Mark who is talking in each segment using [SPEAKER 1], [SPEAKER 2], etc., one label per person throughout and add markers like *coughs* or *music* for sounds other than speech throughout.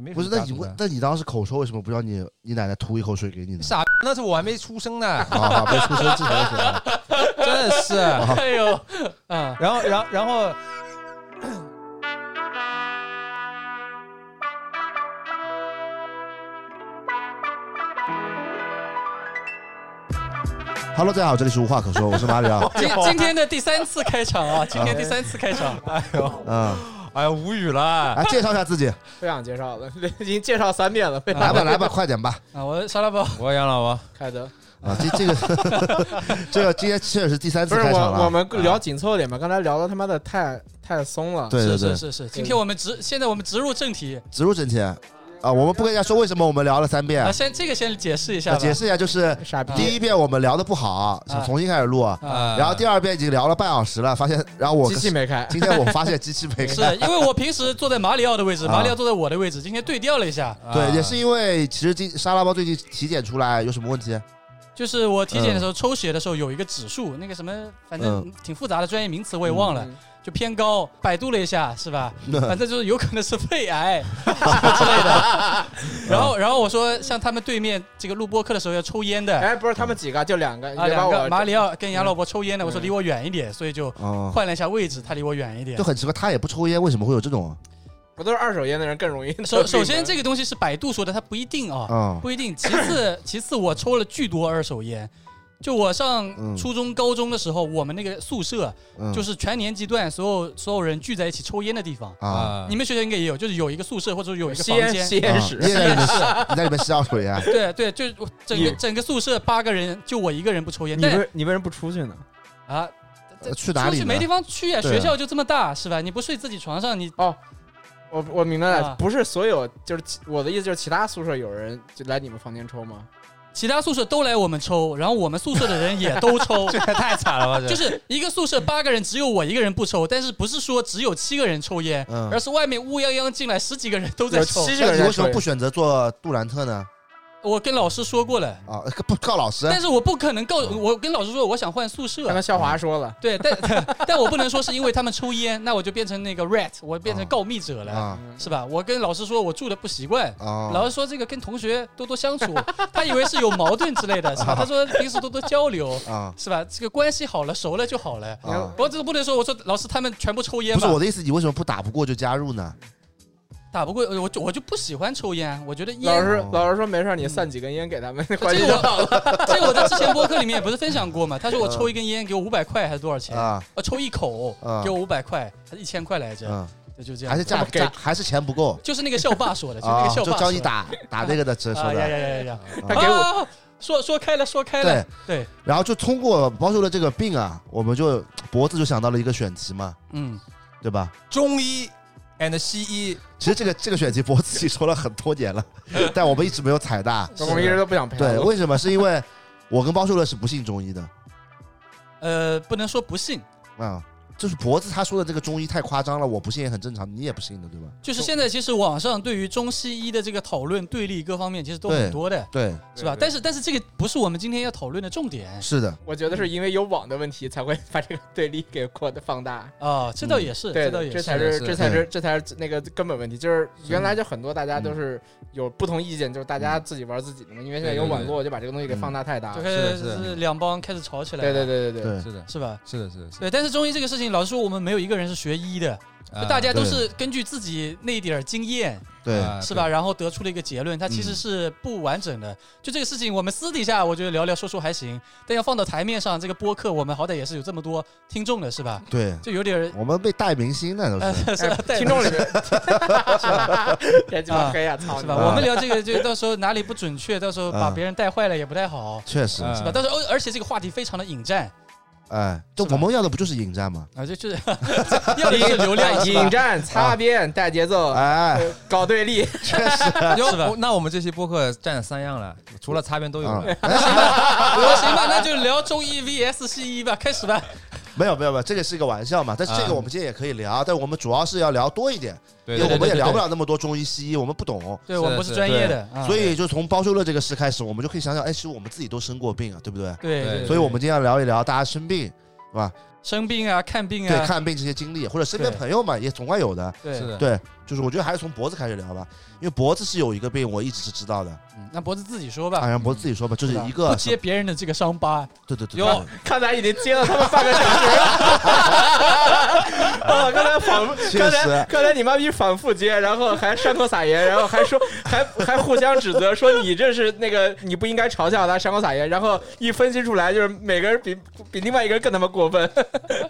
[SPEAKER 1] 没
[SPEAKER 2] 不是，
[SPEAKER 1] 什么
[SPEAKER 2] 那
[SPEAKER 1] 大
[SPEAKER 2] 你
[SPEAKER 1] 肚
[SPEAKER 2] 问
[SPEAKER 1] 腩，
[SPEAKER 2] 那你当时口臭，为什么不让你你奶奶吐一口水给你
[SPEAKER 1] *laughs*
[SPEAKER 2] 呢？，
[SPEAKER 1] 傻，那是我还没出生呢
[SPEAKER 2] 啊，没出生之前是吧？
[SPEAKER 1] 真的是。
[SPEAKER 3] 哎呦，
[SPEAKER 1] *laughs*
[SPEAKER 3] 嗯，
[SPEAKER 1] 然后，然后，然后，
[SPEAKER 2] Hello，大家好，这里是无话可说，我是马里奥。
[SPEAKER 3] 今今天的第三次开场啊，今天第三次开场，
[SPEAKER 1] 哎呦，
[SPEAKER 2] 嗯，
[SPEAKER 1] 哎呀，无语了。
[SPEAKER 2] 来介绍一下自己，
[SPEAKER 4] 不想介绍了， *laughs* 已经介绍三遍了，被
[SPEAKER 2] 来吧，来吧，快点吧。
[SPEAKER 3] 啊，我沙拉包，
[SPEAKER 1] *laughs* 我养老王，
[SPEAKER 4] 开的。
[SPEAKER 2] 啊，这这个这个今天确实是第三
[SPEAKER 4] 不
[SPEAKER 2] 次
[SPEAKER 4] 是
[SPEAKER 2] 开场了啊。
[SPEAKER 4] 我，我们聊紧凑点嘛，刚才聊的他妈的太太松了。
[SPEAKER 2] 对对
[SPEAKER 3] 是
[SPEAKER 2] 对
[SPEAKER 3] 是，是是，今天我们直现在我们直入正题
[SPEAKER 2] 植入正题啊，我们不跟人家说为什么我们聊了三遍
[SPEAKER 3] 啊，，
[SPEAKER 4] 哎
[SPEAKER 3] 先这个先解释一下
[SPEAKER 2] 啊
[SPEAKER 3] 吧，
[SPEAKER 2] 解释一下，就是
[SPEAKER 4] 傻逼。
[SPEAKER 2] 第一遍我们聊的不好，
[SPEAKER 4] 哎
[SPEAKER 2] 想重新开始录，
[SPEAKER 3] 啊，
[SPEAKER 2] 然后第
[SPEAKER 1] 二
[SPEAKER 2] 二遍已经聊了半小时了，发现，然后我
[SPEAKER 4] 机器没开，
[SPEAKER 2] 今天我发现机器没
[SPEAKER 3] 是
[SPEAKER 2] 开，
[SPEAKER 3] 因为我平时坐在马里奥的位
[SPEAKER 2] *laughs*
[SPEAKER 3] 置，
[SPEAKER 2] 啊
[SPEAKER 3] 马里奥坐在我的位置，今天对调了一下，
[SPEAKER 1] 啊
[SPEAKER 2] 对，也是因为其实今沙拉包最近体检出来有什么问题？
[SPEAKER 3] 就是我体检的时候抽血的时候有一个指
[SPEAKER 2] 嗯
[SPEAKER 3] 数，那个什么，反正挺复杂的专业名词我也忘了，就偏高，百度了一下是吧？
[SPEAKER 2] 嗯
[SPEAKER 3] 反正就是有可能是
[SPEAKER 2] *laughs*
[SPEAKER 3] 肺癌什么之类的。然后，然后我说像他们对面这个录播课的时候要抽烟的
[SPEAKER 4] 哎，不是他们几个，就两个，你
[SPEAKER 3] 啊，
[SPEAKER 4] 别把
[SPEAKER 3] 两个
[SPEAKER 4] 我
[SPEAKER 3] 马里奥跟杨老伯抽烟的，
[SPEAKER 4] 嗯
[SPEAKER 3] 我说离我远一点，所以就
[SPEAKER 2] 哦，
[SPEAKER 3] 换了一下位置，他离我远一点
[SPEAKER 2] 就。很奇怪，他也不抽烟，为什么会有这种？啊
[SPEAKER 4] 不都是二手烟的人更容易。
[SPEAKER 3] 首首先这个东西是百度说的，它不一定啊、
[SPEAKER 2] 啊，
[SPEAKER 3] 不一定。其次，其次我抽了巨多二手烟。就我上
[SPEAKER 2] 嗯
[SPEAKER 3] 初中、高中的时候，我们那个宿舍
[SPEAKER 2] 嗯，
[SPEAKER 3] 就是全年级段所有所有人聚在一起抽烟的地方。
[SPEAKER 2] 啊，
[SPEAKER 3] 你们学校应该也有，就是有一个宿舍或者有一个
[SPEAKER 4] 吸
[SPEAKER 3] 房
[SPEAKER 4] 烟
[SPEAKER 3] 间，
[SPEAKER 4] 吸烟
[SPEAKER 2] 啊
[SPEAKER 4] 室
[SPEAKER 2] *laughs* 你，也在里面吸，你在里面啊吸二手烟，
[SPEAKER 3] 对对，就是
[SPEAKER 2] *laughs*
[SPEAKER 3] 我整个
[SPEAKER 4] 你
[SPEAKER 3] 整个宿舍八个人，就我一个人不抽烟。
[SPEAKER 4] 你
[SPEAKER 3] 但
[SPEAKER 4] 为你为什么不出去呢？
[SPEAKER 3] 啊，
[SPEAKER 2] 呃去哪
[SPEAKER 3] 出
[SPEAKER 2] 里
[SPEAKER 3] 去
[SPEAKER 2] 呢？
[SPEAKER 3] 没地方去啊，
[SPEAKER 2] 对啊
[SPEAKER 3] 学校就这么大，是吧？你不睡自己床上，你
[SPEAKER 4] 我我明白
[SPEAKER 3] 啊
[SPEAKER 4] 了，不是所有，就是其我的意思就是其他宿舍有人就来你们房间抽吗？
[SPEAKER 3] 其他宿舍都来我们抽，然后我们宿舍的人也都
[SPEAKER 4] *laughs*
[SPEAKER 3] 抽
[SPEAKER 1] 这，也太惨了吧，这
[SPEAKER 3] 就是一个宿舍八个人，只有我一个人不抽，但是不是说只有七个人抽烟，
[SPEAKER 2] 嗯
[SPEAKER 3] 而是外面乌泱泱进来十几个人都在
[SPEAKER 4] 有
[SPEAKER 3] 抽。
[SPEAKER 4] 七十
[SPEAKER 2] 那
[SPEAKER 4] 个
[SPEAKER 2] 你
[SPEAKER 4] 人
[SPEAKER 2] 为什
[SPEAKER 4] 抽
[SPEAKER 2] 么
[SPEAKER 4] 烟
[SPEAKER 2] 不选择做杜兰特呢？
[SPEAKER 3] 我跟老师说过了，
[SPEAKER 2] 啊， *laughs* 不告老师，
[SPEAKER 3] 但是我不可能告，
[SPEAKER 4] 嗯
[SPEAKER 3] 我跟老师说我想换宿
[SPEAKER 4] 刚
[SPEAKER 3] 舍
[SPEAKER 4] 才。肖华说了，
[SPEAKER 3] 对，但
[SPEAKER 4] *laughs*
[SPEAKER 3] 但我不能说是因为他们抽烟，那我就变成那个 rat，我变成告密者了，
[SPEAKER 2] 啊
[SPEAKER 4] 嗯
[SPEAKER 3] 是吧？我跟老师说我住的不习惯，
[SPEAKER 2] 啊，
[SPEAKER 3] 老师说这个跟同学多多相处，他以为是有矛盾之类的，
[SPEAKER 4] *laughs*
[SPEAKER 3] 是吧？他说平时多多交流，
[SPEAKER 2] 啊
[SPEAKER 3] 是吧？这个关系好了，熟了就好了。
[SPEAKER 2] 啊，
[SPEAKER 3] 我这个不能说，我说老师他们全部抽烟
[SPEAKER 2] 不是
[SPEAKER 3] 吧？
[SPEAKER 2] 我的意思，你为什么不打不过就加入呢？
[SPEAKER 3] 打不过我就我就不喜欢抽烟，啊我觉得
[SPEAKER 4] 老
[SPEAKER 3] 烟
[SPEAKER 4] 师老师说没事儿，你散几根烟给他们，关系
[SPEAKER 3] 这
[SPEAKER 4] 就
[SPEAKER 3] 个
[SPEAKER 4] 好了。
[SPEAKER 3] 这个我在之前播客里面也不是分享过嘛？他说我抽一根烟给我五百块还是多少钱？
[SPEAKER 2] 嗯啊，
[SPEAKER 3] 呃，抽一口
[SPEAKER 2] 啊
[SPEAKER 3] 给我五百块还是一千块来着？
[SPEAKER 2] 嗯，
[SPEAKER 3] 就就这样，
[SPEAKER 2] 还是价
[SPEAKER 4] 这么给
[SPEAKER 2] 价还是钱不够
[SPEAKER 3] 就是那个校霸
[SPEAKER 2] *laughs*
[SPEAKER 3] 说的，就是那
[SPEAKER 2] 啊，
[SPEAKER 3] 个校
[SPEAKER 2] 就
[SPEAKER 3] 霸
[SPEAKER 2] 教
[SPEAKER 3] 说
[SPEAKER 2] 你
[SPEAKER 3] 的。
[SPEAKER 2] 打打那个
[SPEAKER 3] *laughs*
[SPEAKER 2] 的折
[SPEAKER 3] 啊
[SPEAKER 2] 说
[SPEAKER 3] 呀
[SPEAKER 2] 的，
[SPEAKER 3] 呀呀呀呀！
[SPEAKER 4] 他给我
[SPEAKER 3] 啊说说开了，说开了
[SPEAKER 2] 对。，
[SPEAKER 3] 对，
[SPEAKER 2] 然后就通过包叔的这个病啊，我们就脖子就想到了一个选题嘛，
[SPEAKER 3] 嗯，
[SPEAKER 2] 对吧？
[SPEAKER 1] 中医 and 西医，
[SPEAKER 2] 其实这个这个选题脖子自己说了很多年了， *laughs* 但我们一直没有采纳。
[SPEAKER 4] 我们一直都不想陪他
[SPEAKER 5] *laughs*
[SPEAKER 2] 对，
[SPEAKER 4] 录。
[SPEAKER 2] 为什么？是因为我跟包叔乐是不信中医的
[SPEAKER 3] 呃，不能说不信，
[SPEAKER 2] 啊，就是脖子他说的这个中医太夸张了，我不信也很正常，你也不信的，对吧？
[SPEAKER 3] 就是现在其实网上对于中西医的这个讨论对立各方面其实都
[SPEAKER 2] 对
[SPEAKER 3] 很多的，
[SPEAKER 2] 对，
[SPEAKER 3] 是
[SPEAKER 4] 对对
[SPEAKER 3] 吧？但是但是这个不是我们今天要讨论的重点
[SPEAKER 2] 是的，
[SPEAKER 4] 我觉得是因为有网的问题，才会把这个对立给扩的放大。
[SPEAKER 3] 啊，这倒也是，
[SPEAKER 4] 嗯对
[SPEAKER 3] 这倒
[SPEAKER 4] 的，
[SPEAKER 3] 也
[SPEAKER 4] 这
[SPEAKER 3] 是。
[SPEAKER 4] 才
[SPEAKER 1] 是
[SPEAKER 4] 是
[SPEAKER 1] 的
[SPEAKER 4] 这才是这才是那个根本问题，就是嗯原来就很多大家
[SPEAKER 2] 嗯
[SPEAKER 4] 都是有不同意见，就是大家自己玩自己的嘛。因为现在有网络，就把这个东西给放大太大
[SPEAKER 3] 就
[SPEAKER 4] 了。
[SPEAKER 3] 开
[SPEAKER 1] 是的
[SPEAKER 3] 始
[SPEAKER 1] 是的
[SPEAKER 3] 是两帮开始吵起来
[SPEAKER 4] 对对
[SPEAKER 3] 了，
[SPEAKER 4] 对嗯对对，
[SPEAKER 2] 对，
[SPEAKER 1] 是的，
[SPEAKER 3] 是吧？
[SPEAKER 1] 是的，是的，是
[SPEAKER 3] 对，但是中医这个事情，老实说，我们没有一个人是学医的，
[SPEAKER 1] 的，
[SPEAKER 4] 啊
[SPEAKER 1] 啊
[SPEAKER 3] 就大家都
[SPEAKER 2] 对
[SPEAKER 3] 是根据自己那点儿经验，
[SPEAKER 2] 对，
[SPEAKER 4] 啊
[SPEAKER 3] 是吧？？然后得出了一个结论，它其
[SPEAKER 4] 嗯
[SPEAKER 3] 实是不完整的。就这个事情，我们私底下我觉得聊聊说说还行，但要放到台面上，这个播客我们好歹也是有这么多听众的，是吧？
[SPEAKER 2] 对，
[SPEAKER 3] 就有点儿 *laughs*
[SPEAKER 2] 我们被带明星呢，都是。
[SPEAKER 3] 呃，是
[SPEAKER 4] 嗯
[SPEAKER 3] 吧
[SPEAKER 4] 哎 *laughs*
[SPEAKER 3] 带
[SPEAKER 4] 听众
[SPEAKER 3] *laughs*
[SPEAKER 4] 里面， *laughs* 这鸡巴黑啊，操
[SPEAKER 3] 是
[SPEAKER 4] 你
[SPEAKER 3] 吧？
[SPEAKER 4] 妈！
[SPEAKER 2] 啊
[SPEAKER 3] 我们聊这个，就到时候哪里不准确，到时候把
[SPEAKER 2] 啊
[SPEAKER 3] 别人带坏了也不太好，
[SPEAKER 2] 确实，
[SPEAKER 1] 嗯
[SPEAKER 3] 是吧？到时候，哦而且这个话题非常的引战
[SPEAKER 2] 哎，这
[SPEAKER 3] 是
[SPEAKER 2] 我
[SPEAKER 3] 吧
[SPEAKER 2] 们要的不就是引战吗？
[SPEAKER 3] 啊，就就是 *laughs* 要的就是流量，是吧
[SPEAKER 4] 引战、擦边、带节奏、
[SPEAKER 2] 哎，
[SPEAKER 4] 呃搞对立，
[SPEAKER 2] 确实
[SPEAKER 3] 是吧
[SPEAKER 1] 我那我们这期播客占了三样了，除了擦边都有
[SPEAKER 2] 啊
[SPEAKER 1] 了。，
[SPEAKER 2] 哎
[SPEAKER 3] 我说啊行吧，那就聊中医 VS 西医吧，开始吧。
[SPEAKER 2] 没有没有没有，这个是一个玩笑嘛，但是这个
[SPEAKER 1] 啊
[SPEAKER 2] 我们今天也可以聊，但我们主要是要聊多一点，
[SPEAKER 1] 对
[SPEAKER 2] 因
[SPEAKER 1] 对
[SPEAKER 2] 为我们也
[SPEAKER 1] 对
[SPEAKER 2] 聊不了那么多中医西医，我们不懂，
[SPEAKER 3] *laughs* 对
[SPEAKER 1] 是
[SPEAKER 3] 我们不是专业的，啊
[SPEAKER 2] 所以就从包修乐这个事开始，我们就可以想想，哎，其实我们自己都生过病啊，对不对？
[SPEAKER 3] 对
[SPEAKER 1] 对
[SPEAKER 3] 对，
[SPEAKER 2] 所以我们今天要聊一聊大家生病，是吧？
[SPEAKER 3] 生病啊、看病
[SPEAKER 2] 对，
[SPEAKER 3] 啊，
[SPEAKER 2] 看病这些经历，或者身边
[SPEAKER 3] 对
[SPEAKER 2] 朋友嘛，也总会有的。
[SPEAKER 3] 对
[SPEAKER 1] 是的，
[SPEAKER 2] 对，就是我觉得还是从脖子开始聊吧，因为脖子是有一个病，我一直是知道的。
[SPEAKER 3] 嗯那脖子自己说
[SPEAKER 2] 哎
[SPEAKER 3] 吧，
[SPEAKER 2] 呀，脖子自己说吧，就是
[SPEAKER 3] 对吧
[SPEAKER 2] 一个
[SPEAKER 3] 不，揭别人的这个伤疤，
[SPEAKER 2] 对对对，对
[SPEAKER 1] 哟，
[SPEAKER 4] 看咱已经接了他们半个小时
[SPEAKER 2] *laughs*
[SPEAKER 4] 了，啊，刚才反复，
[SPEAKER 2] 确
[SPEAKER 4] 刚
[SPEAKER 2] 实
[SPEAKER 4] 才刚才你妈逼反复接，然后还山口撒盐，然后还说 *laughs* 还还互相指责，说你这是那个你不应该嘲笑他山口撒盐，然后一分析出来就是每个人比比另外一个人更他妈过分，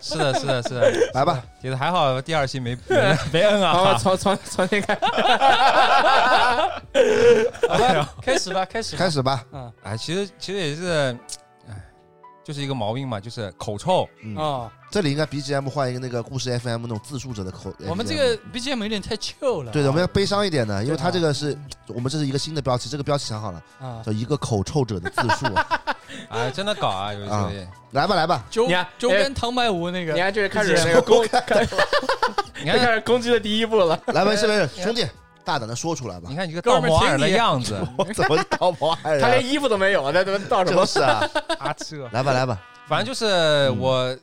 [SPEAKER 1] 是的，是的，是的，
[SPEAKER 2] *laughs* 来吧，
[SPEAKER 1] 也是还好第二期没没没摁
[SPEAKER 4] 然后
[SPEAKER 1] 啊，
[SPEAKER 4] 哦从从从那个
[SPEAKER 3] 好吧，开始吧， *laughs* 开始吧，
[SPEAKER 2] 开始吧。
[SPEAKER 3] 嗯
[SPEAKER 1] 哎，其实其实也是，哎，就是一个毛病嘛，就是口臭。
[SPEAKER 2] 嗯
[SPEAKER 3] 哦，
[SPEAKER 2] 这里应该 BGM 换一个那个故事 FM 那种自述者的口。
[SPEAKER 3] 我们这个 BGM 有点太 chill 了，
[SPEAKER 2] 对的，我们要悲伤一点的，因为
[SPEAKER 3] 对
[SPEAKER 2] 它这个是我们这是一个新的标题，这个标题想好了，
[SPEAKER 3] 啊，
[SPEAKER 2] 叫一个口臭者的自述。
[SPEAKER 1] 哎，真的搞啊，有一
[SPEAKER 2] 啊
[SPEAKER 1] 些。
[SPEAKER 2] 来吧，来吧，
[SPEAKER 3] 周
[SPEAKER 4] 你看
[SPEAKER 3] 周跟唐白无那
[SPEAKER 4] 你
[SPEAKER 3] 个，
[SPEAKER 4] 看这是开始那个攻，
[SPEAKER 1] 你
[SPEAKER 4] 开
[SPEAKER 1] 看，
[SPEAKER 4] 始攻击的第一步了，
[SPEAKER 2] 来吧，这边兄弟，大胆的说出来吧
[SPEAKER 1] 你。看一个
[SPEAKER 3] 哥
[SPEAKER 1] 道
[SPEAKER 3] 们儿
[SPEAKER 1] 貌岸然的
[SPEAKER 3] 请你
[SPEAKER 1] 样子
[SPEAKER 3] *laughs* 嗯
[SPEAKER 2] 我怎么道貌岸
[SPEAKER 4] 他
[SPEAKER 2] 然？
[SPEAKER 4] 连衣服都没有，那他妈到什么
[SPEAKER 2] 哎就？是啊，
[SPEAKER 1] 啊，这
[SPEAKER 2] 来吧，来吧，
[SPEAKER 1] 反正就是
[SPEAKER 3] 嗯
[SPEAKER 1] 我，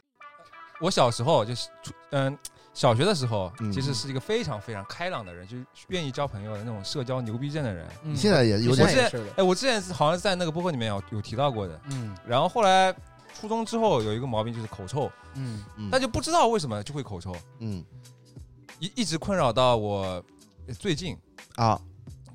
[SPEAKER 1] 我小时候就是初，嗯，小学的时候
[SPEAKER 2] 嗯，
[SPEAKER 1] 其实是一个非常非常开朗的人，就是愿意交朋友的那种社交牛逼症的人。
[SPEAKER 3] 嗯
[SPEAKER 2] 你现在也有
[SPEAKER 1] 我
[SPEAKER 2] 点
[SPEAKER 1] 是
[SPEAKER 4] 也是的，
[SPEAKER 1] 哎，我之前是好像在那个播客里面有有提到过的。
[SPEAKER 3] 嗯
[SPEAKER 1] 然后后来初中之后有一个毛病就是口臭，
[SPEAKER 3] 嗯
[SPEAKER 2] 嗯
[SPEAKER 1] 但就不知道为什么就会口臭，
[SPEAKER 2] 嗯
[SPEAKER 1] 一一直困扰到我呃最近。
[SPEAKER 2] 啊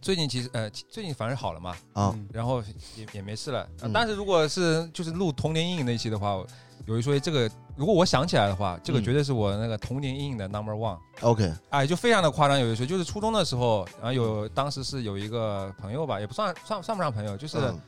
[SPEAKER 1] 最近其实呃，最近反正好了嘛，
[SPEAKER 2] 啊，
[SPEAKER 3] 嗯
[SPEAKER 1] 然后也也没事了。呃
[SPEAKER 2] 嗯
[SPEAKER 1] 但是如果是就是录童年阴影那一期的话，我有一说一，这个如果我想起来的话，这个
[SPEAKER 2] 嗯
[SPEAKER 1] 绝对是我那个童年阴影的 number one。
[SPEAKER 2] ，OK，
[SPEAKER 1] 哎，就非常的夸张，有一说就是初中的时候，然后有当时是有一个朋友吧，也不算算算不上朋友，就是、
[SPEAKER 2] 嗯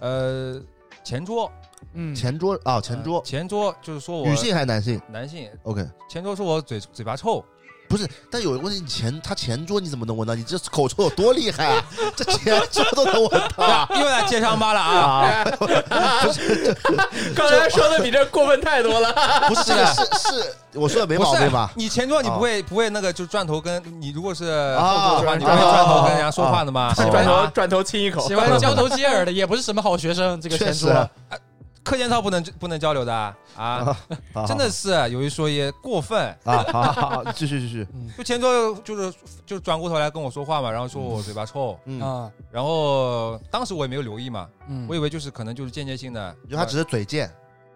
[SPEAKER 1] 呃前桌
[SPEAKER 3] 嗯，
[SPEAKER 2] 前桌啊，前
[SPEAKER 1] 呃
[SPEAKER 2] 桌，
[SPEAKER 1] 前桌就是说我
[SPEAKER 2] 女性还是男性
[SPEAKER 1] 男性
[SPEAKER 2] ？OK，
[SPEAKER 1] 前桌说我嘴嘴巴臭，
[SPEAKER 2] 不是，但有一个问题，你前他前桌你怎么能闻到？你这口臭有多厉害啊？这前桌都能闻到啊！
[SPEAKER 1] 又来揭伤疤了啊！
[SPEAKER 4] *laughs* 刚才说的比这过分太多了，
[SPEAKER 2] 不是这个是是，我说的没
[SPEAKER 1] 不
[SPEAKER 2] 毛
[SPEAKER 1] 是
[SPEAKER 2] 病吧？
[SPEAKER 1] 你前桌你不会不会那个就转头跟你如果是后桌的话，
[SPEAKER 4] 啊
[SPEAKER 1] 你不会转头跟人家说话的吗？
[SPEAKER 2] 啊
[SPEAKER 1] 是吧
[SPEAKER 4] 转头转头亲一口，
[SPEAKER 3] 喜 *laughs* 欢交头接耳的也不是什么好学生，这个
[SPEAKER 2] 确
[SPEAKER 3] 前
[SPEAKER 2] 实
[SPEAKER 3] 桌，
[SPEAKER 1] 课间操不能不能交流的啊啊！
[SPEAKER 2] 啊
[SPEAKER 1] 真的是有一说一，过分。
[SPEAKER 2] 啊！好好好，好继续继续，
[SPEAKER 1] 就前桌就是就转过头来跟我说话嘛，然后说我嘴巴臭，
[SPEAKER 2] 嗯，
[SPEAKER 3] 啊，
[SPEAKER 1] 然后当时我也没有留意嘛，
[SPEAKER 3] 嗯
[SPEAKER 1] 我以为就是可能就是间接性的，
[SPEAKER 2] 因为他只是嘴贱，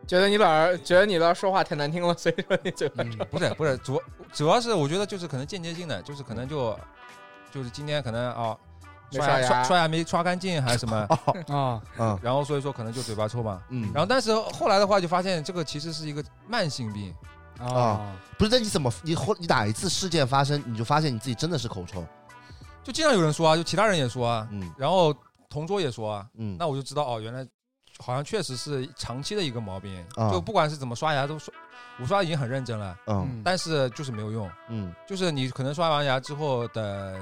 [SPEAKER 4] 觉得你老觉得你老说话太难听了，所以说你嘴巴
[SPEAKER 3] 嗯
[SPEAKER 1] 不是不是主主要是我觉得就是可能间接性的，就是可能就就是今天可能啊
[SPEAKER 4] 没
[SPEAKER 1] 刷
[SPEAKER 4] 刷牙
[SPEAKER 1] 刷刷牙没刷干净还是什么，
[SPEAKER 3] 啊，
[SPEAKER 2] 嗯
[SPEAKER 1] 然后所以说可能就嘴巴臭嘛。
[SPEAKER 2] 嗯，
[SPEAKER 1] 然后，但是后来的话，就发现这个其实是一个慢性病，
[SPEAKER 3] 啊，
[SPEAKER 2] 不是，那你怎么你后你哪一次事件发生，你就发现你自己真的是口臭？
[SPEAKER 1] 就经常有人说啊，就其他人也说啊，
[SPEAKER 2] 嗯
[SPEAKER 1] 然后同桌也说啊，
[SPEAKER 2] 嗯，
[SPEAKER 1] 那我就知道哦，原来好像确实是长期的一个毛病，
[SPEAKER 2] 啊
[SPEAKER 1] 就不管是怎么刷牙都刷，我刷已经很认真了，
[SPEAKER 2] 嗯
[SPEAKER 1] 但是就是没有用，
[SPEAKER 2] 嗯
[SPEAKER 1] 就是你可能刷完牙之后的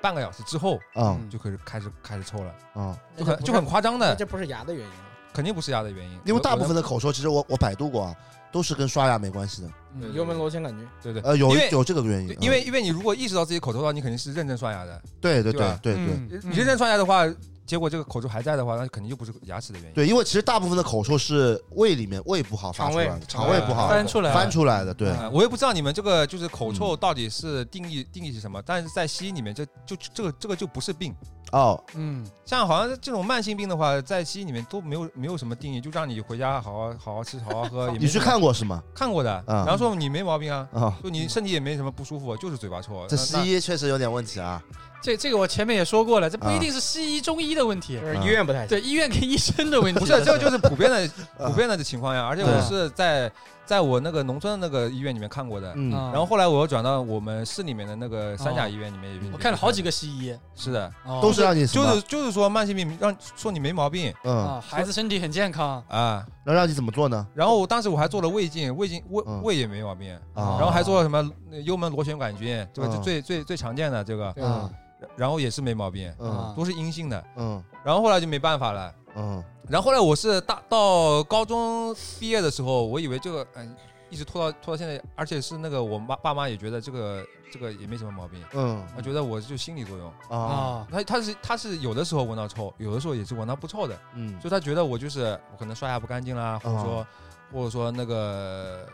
[SPEAKER 1] 半个小时之后
[SPEAKER 2] 嗯
[SPEAKER 1] 就开始开始开始臭了，
[SPEAKER 2] 嗯，
[SPEAKER 1] 就很就很夸张的，
[SPEAKER 4] 这不是牙的原因。
[SPEAKER 1] 肯定不是牙的原因，
[SPEAKER 2] 因为大部分
[SPEAKER 1] 的
[SPEAKER 2] 的口臭，其实我我百度过啊，都是跟刷牙没关系的，
[SPEAKER 3] 嗯
[SPEAKER 4] 幽门螺旋杆菌，
[SPEAKER 1] 对对。
[SPEAKER 2] 呃，有
[SPEAKER 1] 因为
[SPEAKER 2] 有这个原因
[SPEAKER 1] 对，，
[SPEAKER 2] 嗯
[SPEAKER 1] 因为因为你如果意识到自己口臭的话，你肯定是认真刷牙的。
[SPEAKER 2] 对对
[SPEAKER 1] 对
[SPEAKER 2] 对
[SPEAKER 1] 吧
[SPEAKER 2] 对对。
[SPEAKER 3] 嗯
[SPEAKER 1] 你认真刷牙的话，结果这个口臭还在的话，那肯定就不是牙齿的原因。
[SPEAKER 2] 对，因为其实大部分的口臭是胃里面胃不好发出来的，肠
[SPEAKER 4] 肠
[SPEAKER 1] 胃
[SPEAKER 2] 胃不好
[SPEAKER 3] 翻出来，
[SPEAKER 2] 翻出来的，对，
[SPEAKER 1] 啊我也不知道你们这个就是口臭到底是定义、定义是什么，但是在西医里面这，就这个这个就不是病。
[SPEAKER 2] 哦，
[SPEAKER 3] 嗯，
[SPEAKER 1] 像好像这种慢性病的话，在西医里面都没有没有什么定义，就让你回家好好好好吃，好好喝。也没
[SPEAKER 2] 你去
[SPEAKER 1] 什么
[SPEAKER 2] 看过是吗？
[SPEAKER 1] 看过的，
[SPEAKER 2] 嗯
[SPEAKER 1] 然后说你没毛病啊，
[SPEAKER 2] 啊，
[SPEAKER 1] 就你身体也没什么不舒服，就是嘴巴臭。
[SPEAKER 2] 这
[SPEAKER 1] 那
[SPEAKER 2] 西医确实有点问题啊，
[SPEAKER 3] 这这个我前面也说过了，这不
[SPEAKER 2] 啊
[SPEAKER 3] 一定是西医中医的问题
[SPEAKER 4] 就，是医院不太行。
[SPEAKER 3] 对医院跟医生的问
[SPEAKER 1] 那
[SPEAKER 3] 题，啊
[SPEAKER 1] 不是这个就是普遍的
[SPEAKER 2] *laughs* 嗯
[SPEAKER 1] 普遍的情况呀，而且
[SPEAKER 3] 对
[SPEAKER 1] 我是在在我那个农村的那个医院里面看过的。
[SPEAKER 2] 嗯
[SPEAKER 3] 啊哦
[SPEAKER 1] 然后后来我又转到我们市里面的那个三甲医院里面也有，
[SPEAKER 3] 我看了好几个西医，
[SPEAKER 1] 是的，
[SPEAKER 3] 哦
[SPEAKER 2] 都是让你什
[SPEAKER 1] 就
[SPEAKER 2] 么
[SPEAKER 1] 是就是说慢性病让说你没毛病
[SPEAKER 2] 嗯，
[SPEAKER 3] 啊，孩子身体很健康，
[SPEAKER 1] 啊，
[SPEAKER 2] 那让你怎么做呢？
[SPEAKER 1] 然后我当时我还做了胃镜，胃镜胃
[SPEAKER 2] 嗯
[SPEAKER 1] 胃也没毛病，
[SPEAKER 2] 啊，
[SPEAKER 1] 然后还做了什么呃幽门螺旋杆菌，对吧？
[SPEAKER 2] 嗯
[SPEAKER 1] 就最最最常见的这个，
[SPEAKER 4] 对吧
[SPEAKER 2] 嗯
[SPEAKER 1] 然后也是没毛病，
[SPEAKER 2] 嗯
[SPEAKER 3] 啊
[SPEAKER 1] 都是阴性的。
[SPEAKER 2] 嗯
[SPEAKER 1] 然后后来就没办法了。
[SPEAKER 2] 嗯
[SPEAKER 1] 然后后来我是大到高中毕业的时候，我以为这个嗯、一直拖到拖到现在，而且是那个我妈爸妈也觉得这个这个也没什么毛病，
[SPEAKER 2] 嗯
[SPEAKER 1] 我觉得我就心理作用。
[SPEAKER 2] 啊
[SPEAKER 3] 啊，
[SPEAKER 1] 他他是他是有的时候闻到臭，有的时候也是闻到不臭的，
[SPEAKER 2] 嗯
[SPEAKER 1] 就他觉得我就是我可能刷牙不干净啦，或者
[SPEAKER 2] 哦
[SPEAKER 1] 说、或者说那个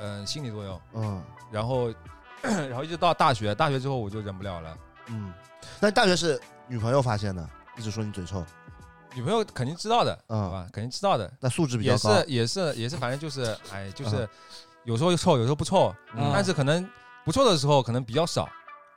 [SPEAKER 1] 嗯、呃心理作用。
[SPEAKER 2] 嗯
[SPEAKER 1] 然后 *coughs* 然后一直到大学，大学之后我就忍不了了。
[SPEAKER 2] 嗯，那大学是女朋友发现的，一直说你嘴臭，
[SPEAKER 1] 女朋友肯定知道的，
[SPEAKER 2] 嗯
[SPEAKER 1] 好吧，肯定知道的，
[SPEAKER 2] 那素质比
[SPEAKER 1] 也
[SPEAKER 2] 较
[SPEAKER 1] 是
[SPEAKER 2] 高。
[SPEAKER 1] 也是也是，反正就是哎，就是
[SPEAKER 2] 嗯
[SPEAKER 1] 有时候臭，有时候不臭，
[SPEAKER 3] 嗯
[SPEAKER 1] 但是可能不臭的时候可能比较少，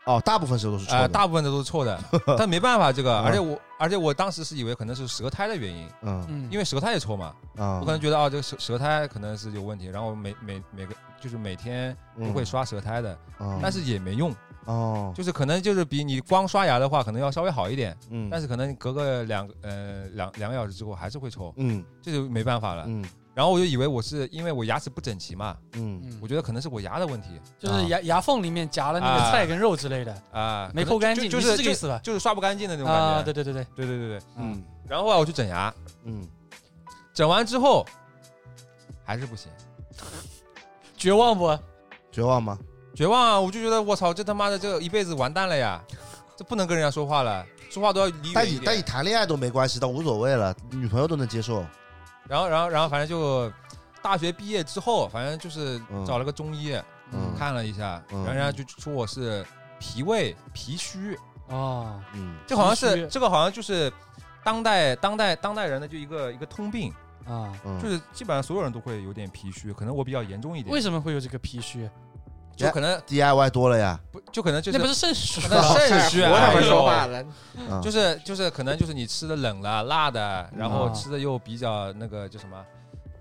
[SPEAKER 2] 哦，大部分时候都是臭
[SPEAKER 1] 呃，
[SPEAKER 2] 的。
[SPEAKER 1] 大部分的都是
[SPEAKER 2] *laughs*
[SPEAKER 1] 臭的，但没办法，这个，
[SPEAKER 2] 嗯
[SPEAKER 1] 而且我而且我当时是以为可能是舌苔的原因，
[SPEAKER 2] 嗯
[SPEAKER 3] 嗯，
[SPEAKER 1] 因为舌苔也臭嘛，
[SPEAKER 2] 啊，
[SPEAKER 1] 我可能觉得啊，这个舌舌苔可能是有问题，然后每每每个就是每天都会刷舌苔的，
[SPEAKER 2] 嗯，
[SPEAKER 1] 但是也没用，
[SPEAKER 2] 哦，
[SPEAKER 1] 就是可能就是比你光刷牙的话，可能要稍微好一点，
[SPEAKER 2] 嗯，
[SPEAKER 1] 但是可能隔个两个呃两两个小时之后还是会臭，
[SPEAKER 2] 嗯
[SPEAKER 1] 这就没办法了。
[SPEAKER 2] 嗯
[SPEAKER 1] 然后我就以为我是因为我牙齿不整齐嘛，
[SPEAKER 2] 嗯
[SPEAKER 1] 我
[SPEAKER 3] 嗯，
[SPEAKER 1] 觉得可能是我牙的问题
[SPEAKER 3] 就是牙牙缝里面夹了那个菜跟肉之类的，
[SPEAKER 1] 啊，
[SPEAKER 3] *laughs* 没
[SPEAKER 1] 可能
[SPEAKER 3] 抠干净，
[SPEAKER 1] 就
[SPEAKER 3] 你
[SPEAKER 1] 就是
[SPEAKER 3] 这个意思吧？
[SPEAKER 1] 就是刷不干净的那种感觉。
[SPEAKER 3] 啊，对对对对，
[SPEAKER 1] 对对对对。
[SPEAKER 2] 嗯
[SPEAKER 1] 然后后来我去整牙，
[SPEAKER 2] 嗯，
[SPEAKER 1] 整完之后还是不行，
[SPEAKER 3] 绝望不？
[SPEAKER 2] 绝望吗？
[SPEAKER 1] 绝望啊！我就觉得我操，这他妈的这一辈子完蛋了
[SPEAKER 2] *laughs*
[SPEAKER 1] 呀，这不能跟人家说话了，说话都要离
[SPEAKER 2] 但
[SPEAKER 1] 远一
[SPEAKER 2] 你但你
[SPEAKER 1] 点。
[SPEAKER 2] 谈恋爱都没关系，倒无所谓了，女朋友都能接受。
[SPEAKER 1] 然后然后然后反正就大学毕业之后，反正就是找了个中医
[SPEAKER 2] 嗯
[SPEAKER 1] 看了一下，
[SPEAKER 2] 嗯
[SPEAKER 1] 然后人家就说我是脾胃脾虚，
[SPEAKER 3] 哦，
[SPEAKER 2] 嗯
[SPEAKER 1] 这好像
[SPEAKER 3] 脾
[SPEAKER 1] 是
[SPEAKER 3] 虚
[SPEAKER 1] 这个好像就是当代当代当代人的就一个一个通病，
[SPEAKER 3] 啊，
[SPEAKER 2] 嗯，
[SPEAKER 1] 就是基本上所有人都会有点脾虚，可能我比较严重一
[SPEAKER 3] 为
[SPEAKER 1] 点，
[SPEAKER 3] 什么会有这个脾虚？
[SPEAKER 1] 就可能
[SPEAKER 2] DIY 多了呀。
[SPEAKER 1] 不就可能就
[SPEAKER 3] 那不
[SPEAKER 1] 是。呃
[SPEAKER 3] 是肾虚
[SPEAKER 1] 可
[SPEAKER 3] 吗
[SPEAKER 1] 能？肾虚，
[SPEAKER 4] 我怎么
[SPEAKER 1] 哎呦
[SPEAKER 4] 说话了？
[SPEAKER 2] 嗯
[SPEAKER 1] 就是就是可能就是你吃的冷了、辣的，然后
[SPEAKER 3] 嗯
[SPEAKER 1] 吃的又比较那个叫什么，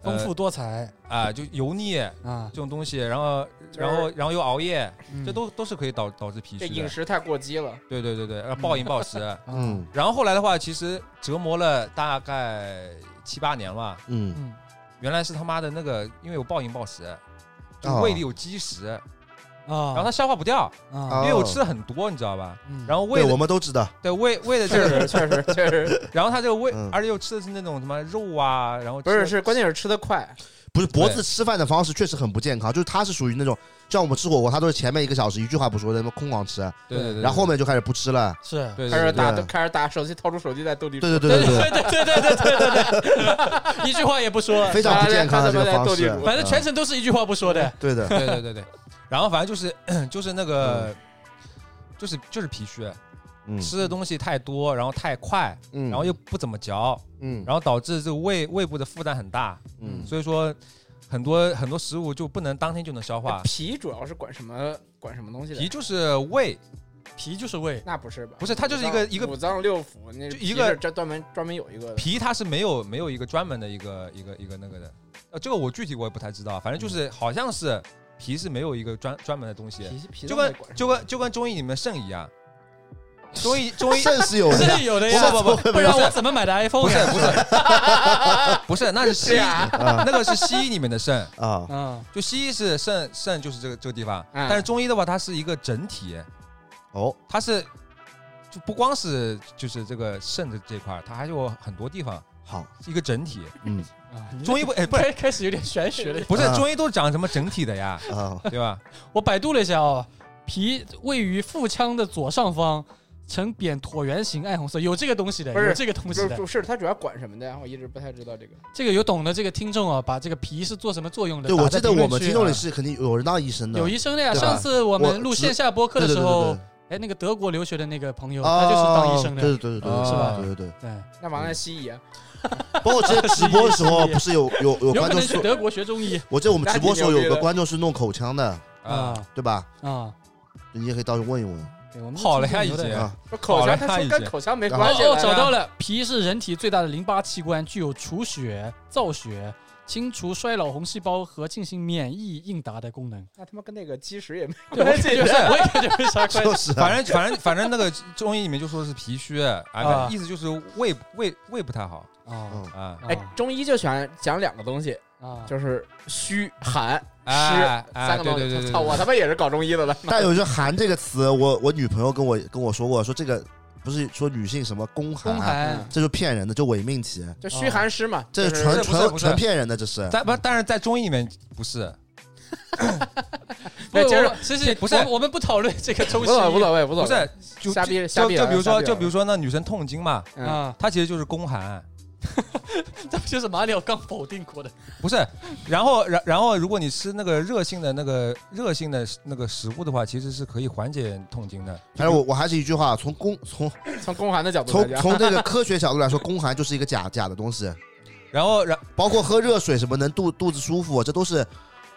[SPEAKER 3] 丰富多彩
[SPEAKER 1] 呃啊、就油腻
[SPEAKER 3] 啊
[SPEAKER 1] 这，种东西，然后
[SPEAKER 4] 就是
[SPEAKER 1] 然后啊然后又熬夜，
[SPEAKER 3] 嗯
[SPEAKER 1] 这都都是可以导导致脾
[SPEAKER 4] 这
[SPEAKER 1] 虚
[SPEAKER 4] 饮
[SPEAKER 1] 的。
[SPEAKER 4] 食太过激
[SPEAKER 1] *laughs*
[SPEAKER 4] 了，
[SPEAKER 1] 对对对对，
[SPEAKER 4] *laughs*
[SPEAKER 1] 然后暴饮暴食，
[SPEAKER 2] 嗯
[SPEAKER 1] 然后后来的话，其实折磨了大概七八年吧。
[SPEAKER 2] 嗯
[SPEAKER 3] 嗯
[SPEAKER 1] 原来是他妈的那个，因为我暴饮暴食，就
[SPEAKER 2] 哦
[SPEAKER 1] 胃里有积食，
[SPEAKER 3] 啊，
[SPEAKER 1] 然后它消化不掉，因
[SPEAKER 3] 啊，
[SPEAKER 1] 为我吃的很多，你知道吧？
[SPEAKER 3] 嗯
[SPEAKER 1] 然后胃
[SPEAKER 2] 对，我
[SPEAKER 1] 的
[SPEAKER 2] 们都知道。
[SPEAKER 1] 对胃胃的这
[SPEAKER 4] 确
[SPEAKER 1] 个，
[SPEAKER 4] 实确 *laughs* 实确实，
[SPEAKER 1] 然后它这个胃
[SPEAKER 2] 嗯，
[SPEAKER 1] 而且又吃的是那种什么肉啊，然后
[SPEAKER 4] 不是
[SPEAKER 1] 吃的
[SPEAKER 4] 是关键是吃的快，
[SPEAKER 2] 不是脖子吃饭的方式确实很不健康，就是他是属于那种像我们吃火锅，他都是前面一个小时一句话不说，在那边空往吃，啊
[SPEAKER 1] 对对对，对
[SPEAKER 2] 然后后面就开始不吃了。
[SPEAKER 3] 是
[SPEAKER 1] 对
[SPEAKER 4] 开始
[SPEAKER 1] 对
[SPEAKER 4] 打
[SPEAKER 2] 对
[SPEAKER 4] 开始打手机，掏出手机在斗地主
[SPEAKER 2] 对，对对对
[SPEAKER 3] 对对对对对对对，一句话也不说 *laughs*
[SPEAKER 2] 对，，非嗯常不健康的这个方式。嗯
[SPEAKER 3] 反正全程都是一句话不说的。
[SPEAKER 2] 对的，
[SPEAKER 1] 对对对对，然后反正就是就是 *clears throat* 那个，就是就是脾虚，
[SPEAKER 2] 嗯
[SPEAKER 1] 吃的东西太多，然后太快，
[SPEAKER 2] 嗯，
[SPEAKER 1] 然后又不怎么嚼，
[SPEAKER 2] 嗯
[SPEAKER 1] 然后导致这个胃胃部的负担很大，
[SPEAKER 2] 嗯
[SPEAKER 1] 所以说很多很多食物就不能当天就能消
[SPEAKER 5] 哎
[SPEAKER 1] 化。
[SPEAKER 4] 脾主要是管什么管什么东西的？
[SPEAKER 1] 脾就是胃，
[SPEAKER 3] 脾就是胃，
[SPEAKER 4] 那不是吧？
[SPEAKER 1] 不是它就是一个一个
[SPEAKER 4] 五脏六腑，那
[SPEAKER 1] 就
[SPEAKER 4] 脾
[SPEAKER 1] 一个
[SPEAKER 4] 是这专门专门有一个的。
[SPEAKER 1] 脾它是没有没有一个专门的一个一个一个那个的，呃，这个我具体我也不太知道，反正就是好像是脾是没有一个专专门的东西，
[SPEAKER 4] 脾脾
[SPEAKER 1] 就
[SPEAKER 4] 脏
[SPEAKER 1] 跟
[SPEAKER 4] 没管
[SPEAKER 1] 就跟就跟中医里面肾一样，中医中医
[SPEAKER 2] 肾是有的呀，
[SPEAKER 3] 是有的呀，
[SPEAKER 1] 不不不
[SPEAKER 3] 不然我怎么买的 iPhone
[SPEAKER 1] 不是
[SPEAKER 3] 呀？
[SPEAKER 4] *laughs*
[SPEAKER 1] 不是不是，那是西
[SPEAKER 4] 是
[SPEAKER 1] 医，
[SPEAKER 4] 啊
[SPEAKER 1] 那个是西医里面的肾，
[SPEAKER 2] 啊，
[SPEAKER 3] 嗯，
[SPEAKER 1] 就西医是肾，肾就是这个这个地方，
[SPEAKER 4] 嗯
[SPEAKER 1] 但是中医的话，它是一个整体，
[SPEAKER 2] 哦，
[SPEAKER 1] 它是就不光是就是这个肾的这块儿，它还有很多地方 *laughs*
[SPEAKER 2] 好，
[SPEAKER 1] 是一个整体。
[SPEAKER 2] 嗯
[SPEAKER 3] 啊你
[SPEAKER 1] 中医不哎不是
[SPEAKER 3] 开开始有点玄学了。
[SPEAKER 1] 不是
[SPEAKER 4] 嗯
[SPEAKER 2] 啊
[SPEAKER 1] 中医都讲什么整体的呀，
[SPEAKER 2] 啊，
[SPEAKER 3] *laughs*
[SPEAKER 1] 对吧？
[SPEAKER 3] 我百度了一下哦，脾位于腹腔的左上方，呈扁椭圆形，暗红色，有这个东西的，
[SPEAKER 4] 不是
[SPEAKER 3] 有这个东
[SPEAKER 4] 不
[SPEAKER 3] 西
[SPEAKER 4] 是
[SPEAKER 3] 的。
[SPEAKER 4] 不是，它主要管什么的呀？我一直不太知道这个。
[SPEAKER 3] 这个有懂的这个听众啊，把这个脾是做什么作用的？
[SPEAKER 2] 对，
[SPEAKER 3] 打
[SPEAKER 2] 我
[SPEAKER 3] 在
[SPEAKER 2] 记得我
[SPEAKER 3] 评论
[SPEAKER 2] 们
[SPEAKER 3] 区
[SPEAKER 2] 听众里
[SPEAKER 3] 啊
[SPEAKER 2] 是肯定有人当医生的，
[SPEAKER 3] 有医生的呀。
[SPEAKER 2] 对吧
[SPEAKER 3] 上次我
[SPEAKER 2] 我
[SPEAKER 3] 们录线下播客的时候
[SPEAKER 2] 对，
[SPEAKER 3] 哎，那个德国留学的那个朋友，
[SPEAKER 2] 对对对对
[SPEAKER 3] 他就是当医生
[SPEAKER 2] 对
[SPEAKER 3] 的，
[SPEAKER 2] 对对对对，
[SPEAKER 1] 啊
[SPEAKER 2] 是吧？对对对，
[SPEAKER 3] 对，
[SPEAKER 4] 那完了，西医啊，
[SPEAKER 2] 包括之前直播的时候，不是有有有
[SPEAKER 3] *laughs* 有
[SPEAKER 2] 观
[SPEAKER 3] 可
[SPEAKER 2] 众
[SPEAKER 3] 能去
[SPEAKER 2] 说，
[SPEAKER 3] 德国学中医
[SPEAKER 2] 我记得我们直播的时候有个观众是弄口腔的，
[SPEAKER 4] 嗯
[SPEAKER 1] 啊，
[SPEAKER 3] 啊
[SPEAKER 2] 对吧？
[SPEAKER 3] 啊。
[SPEAKER 2] 你也可以到时候问一问
[SPEAKER 3] 对我们
[SPEAKER 1] 好了呀
[SPEAKER 3] 挺牛的
[SPEAKER 1] 已
[SPEAKER 3] *laughs*
[SPEAKER 1] 经对
[SPEAKER 2] 啊。
[SPEAKER 4] 说口
[SPEAKER 1] 好了
[SPEAKER 4] 腔，它
[SPEAKER 1] 看
[SPEAKER 4] 说
[SPEAKER 1] 一
[SPEAKER 4] 跟
[SPEAKER 1] 下
[SPEAKER 4] 口腔没
[SPEAKER 2] 然
[SPEAKER 4] 关系。
[SPEAKER 3] 哦，找到
[SPEAKER 4] 了，
[SPEAKER 3] 了，脾是人体最大的淋巴器官，具有除血、造血、清除衰老红细胞和进行免疫应答的功能。
[SPEAKER 4] 那他妈跟那个基石也没
[SPEAKER 3] 对，我
[SPEAKER 4] 关
[SPEAKER 3] 感
[SPEAKER 4] 系
[SPEAKER 3] 觉。是，我也感觉没啥关
[SPEAKER 2] 就 *laughs*
[SPEAKER 3] 系。
[SPEAKER 2] 是啊，
[SPEAKER 1] 反正反正反正那个中医里面就说是脾虚，啊，
[SPEAKER 3] 啊
[SPEAKER 1] 意思就是胃胃胃不太好
[SPEAKER 3] 啊
[SPEAKER 1] 啊，
[SPEAKER 4] *laughs* 哎，中医就喜欢讲两个东西，
[SPEAKER 3] 啊，
[SPEAKER 4] 就是虚寒
[SPEAKER 1] 哎
[SPEAKER 4] 湿
[SPEAKER 1] 哎
[SPEAKER 4] 三个东
[SPEAKER 1] 对对对
[SPEAKER 4] 西。
[SPEAKER 1] 对
[SPEAKER 4] 操，我他妈也是搞中医的了。
[SPEAKER 2] 但有一句“寒”这个词，我我女朋友跟我跟我说过，说这个不是说女性什么宫寒，
[SPEAKER 3] 宫
[SPEAKER 1] 哎
[SPEAKER 3] 寒
[SPEAKER 2] 这就骗人的，就伪命题，
[SPEAKER 4] 嗯就
[SPEAKER 1] 哦
[SPEAKER 4] 虚寒湿嘛，
[SPEAKER 2] 这
[SPEAKER 4] 就是是
[SPEAKER 1] 不
[SPEAKER 2] 纯
[SPEAKER 1] 是不是
[SPEAKER 2] 纯纯骗人的，这是。
[SPEAKER 1] 但不但是在中医里面不是，
[SPEAKER 3] 不，
[SPEAKER 4] 对接着
[SPEAKER 3] 我其实
[SPEAKER 1] 不是
[SPEAKER 3] 我我们不讨论这个
[SPEAKER 4] 无
[SPEAKER 3] 中西
[SPEAKER 4] 所谓，无所谓，无所
[SPEAKER 1] 不
[SPEAKER 4] 谓。
[SPEAKER 1] 是就
[SPEAKER 4] 瞎逼
[SPEAKER 1] 就
[SPEAKER 4] 瞎
[SPEAKER 1] 就
[SPEAKER 4] 逼
[SPEAKER 1] 就比如
[SPEAKER 4] 瞎
[SPEAKER 1] 说
[SPEAKER 4] 逼
[SPEAKER 1] 就比如说那女生痛经嘛，
[SPEAKER 4] 嗯，
[SPEAKER 3] *laughs* 啊
[SPEAKER 1] 它其实就是宫寒，
[SPEAKER 3] 这不就是马里奥刚否定过的？
[SPEAKER 1] 不
[SPEAKER 4] *laughs*
[SPEAKER 1] 是，然后然然后，如果你吃那个热性的那个热性的那个食物的话，其实是可以缓解痛经的。
[SPEAKER 2] 但是我我还是一句话，从公从
[SPEAKER 4] 从宫寒的角度来
[SPEAKER 2] 从
[SPEAKER 4] 讲，
[SPEAKER 2] 从这个科学角度来说，宫寒就是一个假假的东西，
[SPEAKER 1] 然后然
[SPEAKER 2] 包括喝热水什么能肚肚子舒服，这都是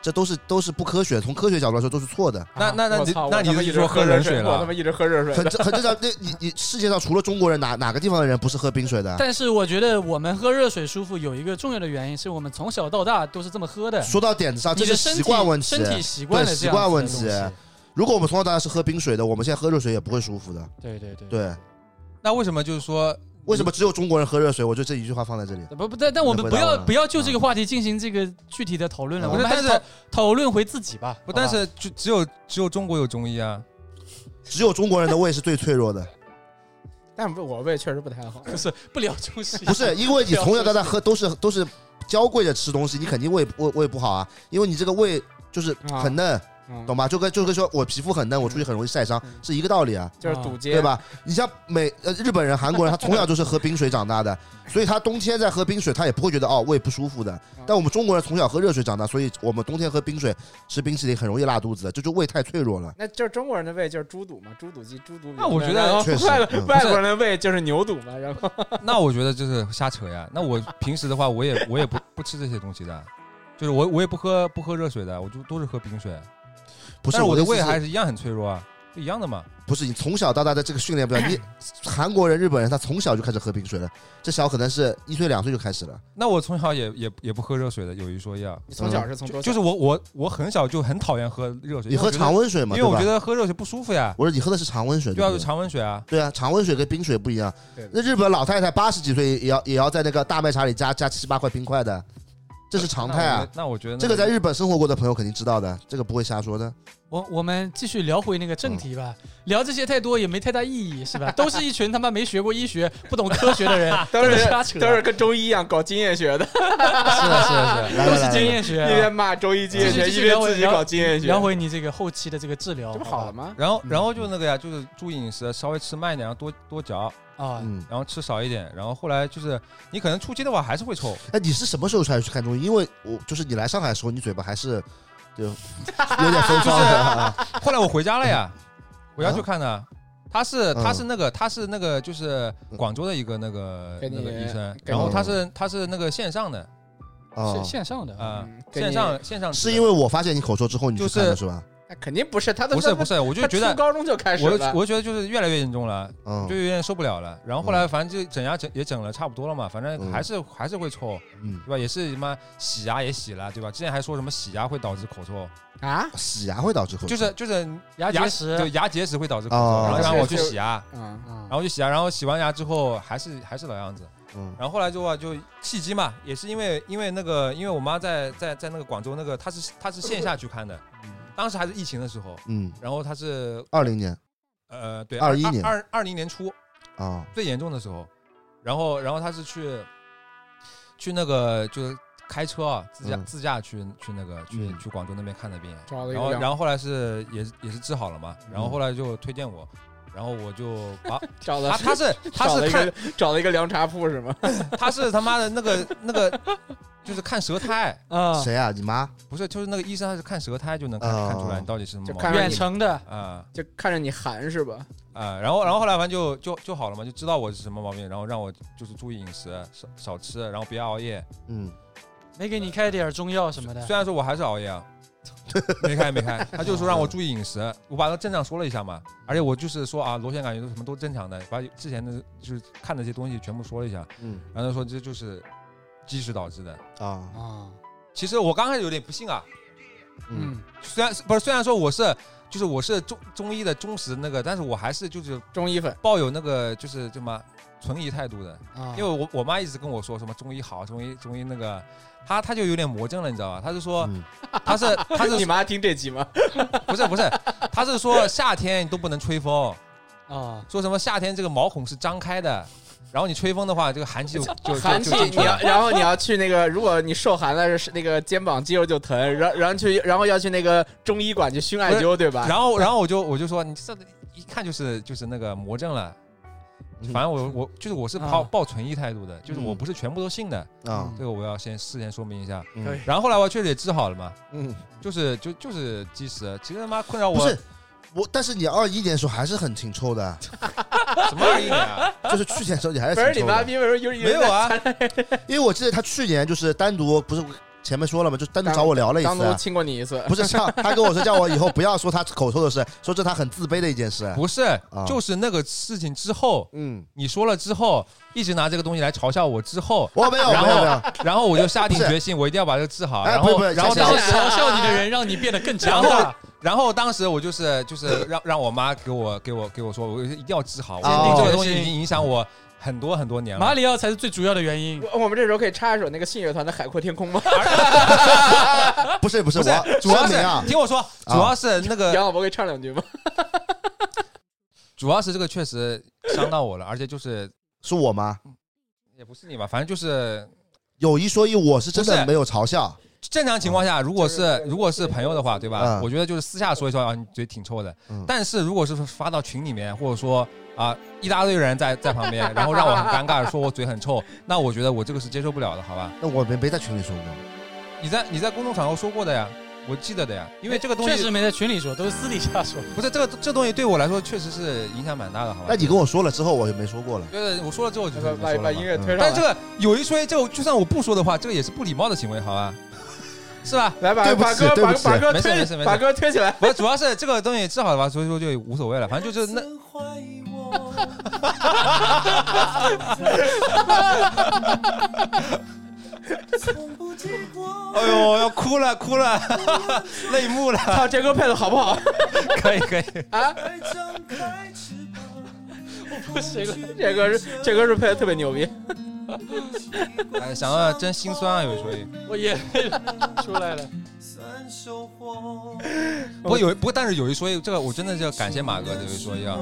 [SPEAKER 2] 这都是都是不科学，从科学角度来说都是错的。
[SPEAKER 1] 那那那
[SPEAKER 4] 我
[SPEAKER 1] 你
[SPEAKER 4] 操
[SPEAKER 1] 那
[SPEAKER 4] 我他妈
[SPEAKER 1] 你
[SPEAKER 4] 一
[SPEAKER 1] 就
[SPEAKER 4] 直
[SPEAKER 1] 说
[SPEAKER 4] 喝
[SPEAKER 1] 喝
[SPEAKER 4] 热
[SPEAKER 1] 冷
[SPEAKER 4] 水
[SPEAKER 1] 水
[SPEAKER 4] 我他
[SPEAKER 1] 了
[SPEAKER 4] 妈。一直喝热水
[SPEAKER 2] 很
[SPEAKER 4] 的，
[SPEAKER 2] 正很正常，那你你世界上除了中国人，哪哪个地方的人不是喝冰水的？
[SPEAKER 3] 但是我觉得我们喝热水舒服有一个重要的原因，是我们从小到大都是这么喝的，
[SPEAKER 2] 说到点子上，啊这
[SPEAKER 3] 你
[SPEAKER 2] 是
[SPEAKER 3] 的身体
[SPEAKER 2] 习惯问题
[SPEAKER 3] 身。体习惯了
[SPEAKER 2] 对
[SPEAKER 3] 这
[SPEAKER 2] 习
[SPEAKER 3] 样子的
[SPEAKER 2] 惯问
[SPEAKER 3] 东
[SPEAKER 2] 题
[SPEAKER 3] 西。
[SPEAKER 2] 如果我们从小到大是喝冰水的，我们现在喝热水也不会舒服的。
[SPEAKER 3] 对对对。
[SPEAKER 2] 对，
[SPEAKER 1] 那为什么就是说
[SPEAKER 2] 为什么只有中国人喝热水？我就这一句话放在这里。
[SPEAKER 3] 呃不不，但但我们
[SPEAKER 2] 你
[SPEAKER 3] 不
[SPEAKER 2] 回答
[SPEAKER 3] 要
[SPEAKER 2] 我了
[SPEAKER 3] 不要就这个话题进行这个具体的讨论了，
[SPEAKER 2] 嗯
[SPEAKER 3] 我们
[SPEAKER 1] 不
[SPEAKER 3] 还
[SPEAKER 1] 是
[SPEAKER 3] 是
[SPEAKER 1] 但
[SPEAKER 3] 讨
[SPEAKER 1] 是
[SPEAKER 3] 讨论回自己吧。
[SPEAKER 1] 不？
[SPEAKER 3] 好吧
[SPEAKER 1] 但是就只有只有中国有中医啊，
[SPEAKER 2] 只有中国人的胃是最脆弱的，
[SPEAKER 4] 但不我胃确实不太好。
[SPEAKER 3] 不是不聊中西，
[SPEAKER 2] *laughs* 不是因为你从小到大喝都是 *laughs* 都是娇贵着吃东西，你肯定胃胃胃不好啊，因为你这个胃就是很嫩，
[SPEAKER 4] 嗯，
[SPEAKER 2] 懂吧？就跟就跟说我皮肤很嫩，我出去很容易晒伤
[SPEAKER 4] 嗯
[SPEAKER 2] 是一个道理啊。
[SPEAKER 4] 就是堵街
[SPEAKER 2] 对？吧？你像美呃日本人、韩国人，他从小就是喝冰水长大的，所以他冬天在喝冰水，他也不会觉得哦胃不舒服的。但我们中国人从小喝热水长大，所以我们冬天喝冰水、吃冰淇淋很容易拉肚子的，这就胃太脆弱了。
[SPEAKER 4] 那就是中国人的胃就是猪肚嘛，猪肚鸡、猪肚饼。
[SPEAKER 1] 那我觉得
[SPEAKER 4] 然后
[SPEAKER 5] 哦
[SPEAKER 2] 确实
[SPEAKER 4] 外国
[SPEAKER 2] 嗯
[SPEAKER 4] 外国人的胃就是牛肚嘛，然后
[SPEAKER 1] 那我觉得就是瞎扯呀。那我平时的话，我也我也不不吃这些东西的，就是我我也不喝不喝热水的，我就都是喝冰水。
[SPEAKER 2] 不是
[SPEAKER 1] 但是我的
[SPEAKER 2] 意思
[SPEAKER 1] 胃
[SPEAKER 2] 是
[SPEAKER 1] 还是一样很脆弱啊，就一样的嘛。
[SPEAKER 2] 不是你从小到大的这个训
[SPEAKER 1] *coughs*
[SPEAKER 2] 练不了，你韩国人、日本人他从小就开始喝冰水了，这小可能是一岁两岁就开始了。
[SPEAKER 1] 那我从小也也也不喝热水的，有一说一啊，
[SPEAKER 4] 你从小是从多小
[SPEAKER 1] 就是我我我很小就很讨厌喝热水，
[SPEAKER 2] 你喝常
[SPEAKER 1] 温
[SPEAKER 2] 温水嘛，
[SPEAKER 1] 因为我觉
[SPEAKER 2] 对吧？
[SPEAKER 1] 得喝热水不舒服呀。
[SPEAKER 2] 我说你喝的是常温水，
[SPEAKER 1] 对啊，
[SPEAKER 2] 不
[SPEAKER 1] 就常温水啊。
[SPEAKER 2] 对啊，常温水跟冰水不一样
[SPEAKER 4] 对。，
[SPEAKER 2] 那日本老太太八十几岁也要也要在那个大麦茶里加加七八块冰块的，这是常态啊。
[SPEAKER 1] 那我觉得那我觉得那
[SPEAKER 2] 这个在日本生活过的朋友肯定知道的，这个不会瞎说的。
[SPEAKER 3] 我我们继续聊回那
[SPEAKER 2] 嗯
[SPEAKER 3] 个正题吧，聊这些太多也没太大意义，是吧？都是一群他妈没学过医学、不懂科学的人
[SPEAKER 2] *laughs*
[SPEAKER 4] 都是
[SPEAKER 3] 在瞎扯，
[SPEAKER 4] 都是跟中医一样搞经验学的，
[SPEAKER 1] 是的，是的，
[SPEAKER 2] *laughs*
[SPEAKER 1] 是的。
[SPEAKER 2] 来
[SPEAKER 3] 都
[SPEAKER 2] 来
[SPEAKER 3] 是
[SPEAKER 2] 来
[SPEAKER 3] 经
[SPEAKER 2] 来，
[SPEAKER 3] 验学
[SPEAKER 4] 一
[SPEAKER 3] 啊。
[SPEAKER 4] 边骂中医经验学，一
[SPEAKER 3] 继续继续
[SPEAKER 4] 边
[SPEAKER 3] 聊回
[SPEAKER 4] 自己搞经验学。
[SPEAKER 3] 聊回你这个后期的这个治疗，
[SPEAKER 4] 这不
[SPEAKER 3] 好
[SPEAKER 4] 好了
[SPEAKER 3] 吧
[SPEAKER 4] 吗？
[SPEAKER 1] 然后然后就那个呀，就是注意饮食，稍微吃慢一点，然后多多嚼，
[SPEAKER 3] 啊？
[SPEAKER 2] 嗯，
[SPEAKER 1] 然后吃少一点。然后后来就是你可能初期的话还是会臭，
[SPEAKER 2] 哎，你是什么时候才去看中医？因为我就是你来上海的时候，你嘴巴还是就
[SPEAKER 1] *laughs*
[SPEAKER 2] 有点风骚的啊。
[SPEAKER 1] 后来我回家了呀，回家去看的。他是
[SPEAKER 2] 嗯
[SPEAKER 1] 他是那个他是那个就是广州的一个那个
[SPEAKER 4] 给你
[SPEAKER 1] 那个医生，
[SPEAKER 4] 给
[SPEAKER 1] 然后
[SPEAKER 2] 你
[SPEAKER 1] 他是他是那个线上的
[SPEAKER 2] 哦
[SPEAKER 3] 线线上的
[SPEAKER 1] 啊
[SPEAKER 4] 嗯，给你
[SPEAKER 1] 线上线上
[SPEAKER 2] 是
[SPEAKER 1] 治
[SPEAKER 2] 因为我发现你口臭之后你去
[SPEAKER 1] 就是
[SPEAKER 2] 看的是吧？
[SPEAKER 4] 那肯定不是，他
[SPEAKER 1] 的
[SPEAKER 4] 都
[SPEAKER 1] 不是不是，我就
[SPEAKER 4] 他
[SPEAKER 1] 觉
[SPEAKER 4] 初
[SPEAKER 1] 得
[SPEAKER 4] 高中就开始
[SPEAKER 1] 我
[SPEAKER 4] 了。
[SPEAKER 1] 我觉得就是越来越严重了，
[SPEAKER 2] 嗯
[SPEAKER 1] 就有点受不了了。然后后
[SPEAKER 4] 嗯
[SPEAKER 1] 来反正就整牙整也整了差不多了嘛，反正
[SPEAKER 2] 嗯
[SPEAKER 1] 还是还是会臭，
[SPEAKER 2] 嗯，
[SPEAKER 1] 对吧？也是什么洗牙也洗了，对吧？之前还说什么洗牙会导致口臭，
[SPEAKER 4] 啊，
[SPEAKER 2] 洗牙会导致口臭，
[SPEAKER 1] 就是就是
[SPEAKER 3] 牙结石
[SPEAKER 1] 对牙结石会导致口臭，
[SPEAKER 2] 哦
[SPEAKER 1] 然后让我去
[SPEAKER 4] 就
[SPEAKER 1] 洗牙，
[SPEAKER 4] 嗯，
[SPEAKER 3] 啊
[SPEAKER 1] 然，后去洗牙，然后洗完牙之后还是还是老样子。
[SPEAKER 2] 嗯
[SPEAKER 1] 然后后来就啊，就契机嘛，也是因为因为那个，因为我妈在在在那个广州那个，她是她是线下去看的，
[SPEAKER 4] 嗯
[SPEAKER 1] 当时还是疫情的时候，
[SPEAKER 2] 嗯，
[SPEAKER 1] 然后她是
[SPEAKER 2] 二零年
[SPEAKER 1] 呃对
[SPEAKER 2] 21年
[SPEAKER 1] 二二零年初
[SPEAKER 2] 啊，
[SPEAKER 1] 最严重的时候，然后然后她是去去那个就是开车啊自驾、
[SPEAKER 2] 嗯
[SPEAKER 1] 自驾去去那个去、
[SPEAKER 2] 嗯
[SPEAKER 1] 去广州那边看的病，
[SPEAKER 4] 找了一
[SPEAKER 1] 然
[SPEAKER 4] 个
[SPEAKER 1] 后
[SPEAKER 4] 两
[SPEAKER 1] 然后后来是也也是治好了嘛，
[SPEAKER 2] 嗯
[SPEAKER 1] 然后后来就推荐我。然后我就
[SPEAKER 4] *laughs*
[SPEAKER 1] 把
[SPEAKER 4] 找了
[SPEAKER 1] 他他是
[SPEAKER 4] *laughs*
[SPEAKER 1] 他
[SPEAKER 4] 找了
[SPEAKER 1] 是
[SPEAKER 4] 一
[SPEAKER 1] 看
[SPEAKER 4] 个找了一个凉茶铺是吗？
[SPEAKER 1] 他是他妈的那个那个就是看舌苔，
[SPEAKER 3] 啊，
[SPEAKER 2] 谁啊？你妈？
[SPEAKER 1] 不是，就是那个医生，他是看舌苔就能看、
[SPEAKER 2] 哦
[SPEAKER 1] 看出来你到底是什么
[SPEAKER 4] 就
[SPEAKER 1] 毛
[SPEAKER 4] 看
[SPEAKER 1] 病
[SPEAKER 4] 着
[SPEAKER 3] 远程的
[SPEAKER 1] 啊
[SPEAKER 4] 就看着你寒是吧？
[SPEAKER 1] 啊！然后，然后后来反正就就就好了嘛，就知道我是什么毛病，然后让我就是注意饮食，少少吃，然后别熬夜。
[SPEAKER 2] 嗯，
[SPEAKER 3] 没给你开点中药什么的，
[SPEAKER 1] 虽然说我还是熬夜啊，没开没开，他就说让我注意饮食，我把他症状说了一下嘛，而且我就是说啊，螺旋杆菌什么都正常的，把之前的就是看那些东西全部说了一下，
[SPEAKER 2] 嗯
[SPEAKER 1] 然后他说这就是积食导致的。
[SPEAKER 2] 啊，
[SPEAKER 3] 啊，
[SPEAKER 1] 其实我刚开始有点不信啊，
[SPEAKER 2] 嗯
[SPEAKER 3] 嗯，
[SPEAKER 1] 虽然不是虽然说我是就是我是中中医的忠实那个，但是我还是就是
[SPEAKER 4] 中医粉，
[SPEAKER 1] 抱有那个就是什么存疑态度的，
[SPEAKER 3] 啊
[SPEAKER 1] 因为我我妈一直跟我说什么中医好，中医中医那个，她她就有点魔怔了，你知道吧？她就说
[SPEAKER 2] 嗯
[SPEAKER 1] 她是她
[SPEAKER 4] 你
[SPEAKER 1] 是
[SPEAKER 4] 妈听这集吗？
[SPEAKER 1] 不是不是，她是说夏天你都不能吹风，
[SPEAKER 3] 啊，
[SPEAKER 1] 说什么夏天这个毛孔是张开的，然后你吹风的话，这个寒气就就
[SPEAKER 4] 寒气
[SPEAKER 1] 就就进去
[SPEAKER 4] 你要，
[SPEAKER 1] 了。
[SPEAKER 4] 然后你要去那个，如果你受寒了，是那个肩膀肌肉就疼，然后然后去，然后要去那个中医馆去熏艾灸，对吧？
[SPEAKER 1] 然后然后我就我就说你这一看就是就是那个魔怔了。
[SPEAKER 2] 嗯
[SPEAKER 1] 反正我我就是我是抱
[SPEAKER 3] 啊
[SPEAKER 1] 抱存疑态度的，就是我
[SPEAKER 2] 嗯
[SPEAKER 1] 不是全部都信的，
[SPEAKER 2] 啊，
[SPEAKER 1] 这个我要先事先说明一下。
[SPEAKER 2] 嗯
[SPEAKER 3] 可以
[SPEAKER 1] 然后后来我确实也治好了嘛，
[SPEAKER 2] 嗯，
[SPEAKER 1] 就是就就是基石，其实他妈困扰我
[SPEAKER 2] 不是我，但是你二一年的时候还是很挺臭的，
[SPEAKER 1] 什么而已啊，
[SPEAKER 2] *laughs* 就是去年的时候你还是
[SPEAKER 4] 不是
[SPEAKER 2] 挺
[SPEAKER 4] 你
[SPEAKER 2] 臭
[SPEAKER 4] 妈
[SPEAKER 2] 的，
[SPEAKER 4] 逼，为什么又
[SPEAKER 1] 没有啊，
[SPEAKER 2] 因为我记得他去年就是单独不是前面说了嘛，就单独找我聊了一
[SPEAKER 4] 当初
[SPEAKER 2] 次， *laughs*
[SPEAKER 4] 亲过你一次？
[SPEAKER 2] 不是像他跟我说叫我以后不要说他口臭的事，说这他很自卑的一件事。
[SPEAKER 1] 不是，
[SPEAKER 2] 啊
[SPEAKER 1] 就是那个事情之后
[SPEAKER 2] 嗯，
[SPEAKER 1] 你说了之后，一直拿这个东西来嘲笑我之后，
[SPEAKER 2] 我哦没有
[SPEAKER 1] 然
[SPEAKER 2] 没
[SPEAKER 1] 后
[SPEAKER 2] 有没有，
[SPEAKER 1] 然后我就下定
[SPEAKER 2] 不是
[SPEAKER 1] 决心，我一定要把这个治好。
[SPEAKER 2] 哎
[SPEAKER 1] 然
[SPEAKER 2] 不是
[SPEAKER 1] 后
[SPEAKER 2] 不是
[SPEAKER 1] 然后
[SPEAKER 2] 想
[SPEAKER 1] 当
[SPEAKER 3] 当
[SPEAKER 1] 时
[SPEAKER 3] 时 *laughs* 嘲笑你的人让你变得更强大，
[SPEAKER 1] 然后当时我就是就是让让我妈给我给我给我说，我一定要治好，我
[SPEAKER 2] 坚定
[SPEAKER 1] 这个
[SPEAKER 3] 决
[SPEAKER 1] 东西
[SPEAKER 3] 心
[SPEAKER 1] 已经影响我很多很多年
[SPEAKER 3] 马
[SPEAKER 1] 了。
[SPEAKER 3] 里奥才是最主要的原因。
[SPEAKER 4] 我我们这时候可以插一首那个信乐团的《海阔天
[SPEAKER 1] *laughs*
[SPEAKER 4] 空》吗？
[SPEAKER 2] 不是不是
[SPEAKER 1] 不是
[SPEAKER 2] 我，
[SPEAKER 1] 主要是
[SPEAKER 2] 声明啊，
[SPEAKER 1] 听我说，主要是那个
[SPEAKER 4] 杨老伯可以唱两 *laughs* 句吗？
[SPEAKER 1] 主要是这个确实伤到我了，而且就是
[SPEAKER 2] 是我吗？
[SPEAKER 1] 也不是你吧，反正就是
[SPEAKER 2] 有一说一，我是真
[SPEAKER 1] 不
[SPEAKER 2] 的
[SPEAKER 1] 是
[SPEAKER 2] 没有嘲笑，
[SPEAKER 1] 正常情况下，如果是如果是朋友的话，对吧
[SPEAKER 2] 嗯？
[SPEAKER 1] 我觉得就是私下说一说啊，你嘴挺臭的
[SPEAKER 2] 嗯。
[SPEAKER 1] 但是如果是发到群里面，或者说啊一大堆人在在旁边，然后让我很尴尬，说我嘴很臭，那我觉得我这个是接受不了的，好吧？
[SPEAKER 2] 那我没没在群里说
[SPEAKER 1] 啊
[SPEAKER 2] 过。
[SPEAKER 1] 你在你在公众场合说过的呀，我记得的呀，因为这个东
[SPEAKER 3] 哎确实
[SPEAKER 1] 西
[SPEAKER 3] 没在群里说，都是私底下说。
[SPEAKER 1] 不是这个这东西对我来说确实是影响蛮大的，好吧？
[SPEAKER 2] 那你跟我说了之后，我就没说过了。
[SPEAKER 1] 对我说了之后我就
[SPEAKER 4] 把
[SPEAKER 1] 是
[SPEAKER 4] 把
[SPEAKER 1] 没说
[SPEAKER 4] 把
[SPEAKER 1] 了嗯
[SPEAKER 4] 音
[SPEAKER 1] 嘛。
[SPEAKER 4] 乐推上
[SPEAKER 1] 但这
[SPEAKER 4] 来，
[SPEAKER 1] 个有一说一，这个就算我不说的话，这个也是不礼貌的行为，好吧？是吧？
[SPEAKER 4] 来把
[SPEAKER 2] 对不
[SPEAKER 4] 把
[SPEAKER 2] 起
[SPEAKER 4] 哥
[SPEAKER 2] 对不
[SPEAKER 4] 把
[SPEAKER 2] 起
[SPEAKER 4] 把哥
[SPEAKER 1] 没事没事
[SPEAKER 4] 推
[SPEAKER 1] 没事
[SPEAKER 4] 把哥推起
[SPEAKER 1] *laughs*
[SPEAKER 4] 来。
[SPEAKER 1] 不是，主要是这个东西治好了吧，所以说就无所谓了，反正就是那哎呦，要哭了，哭了， *laughs* 泪目了，
[SPEAKER 4] 操，这歌配的好不好？
[SPEAKER 1] 可以， *laughs* 可以，
[SPEAKER 3] 不行
[SPEAKER 1] *laughs*
[SPEAKER 3] 了，
[SPEAKER 4] 这歌是这歌是配的特别牛逼。
[SPEAKER 1] 哎，想到真心酸啊，有一说一。
[SPEAKER 3] *laughs* 我眼泪 *laughs* 出来了。
[SPEAKER 1] 不过有，不过但是有一说一，这个我真的是要感谢马哥，有一说一啊，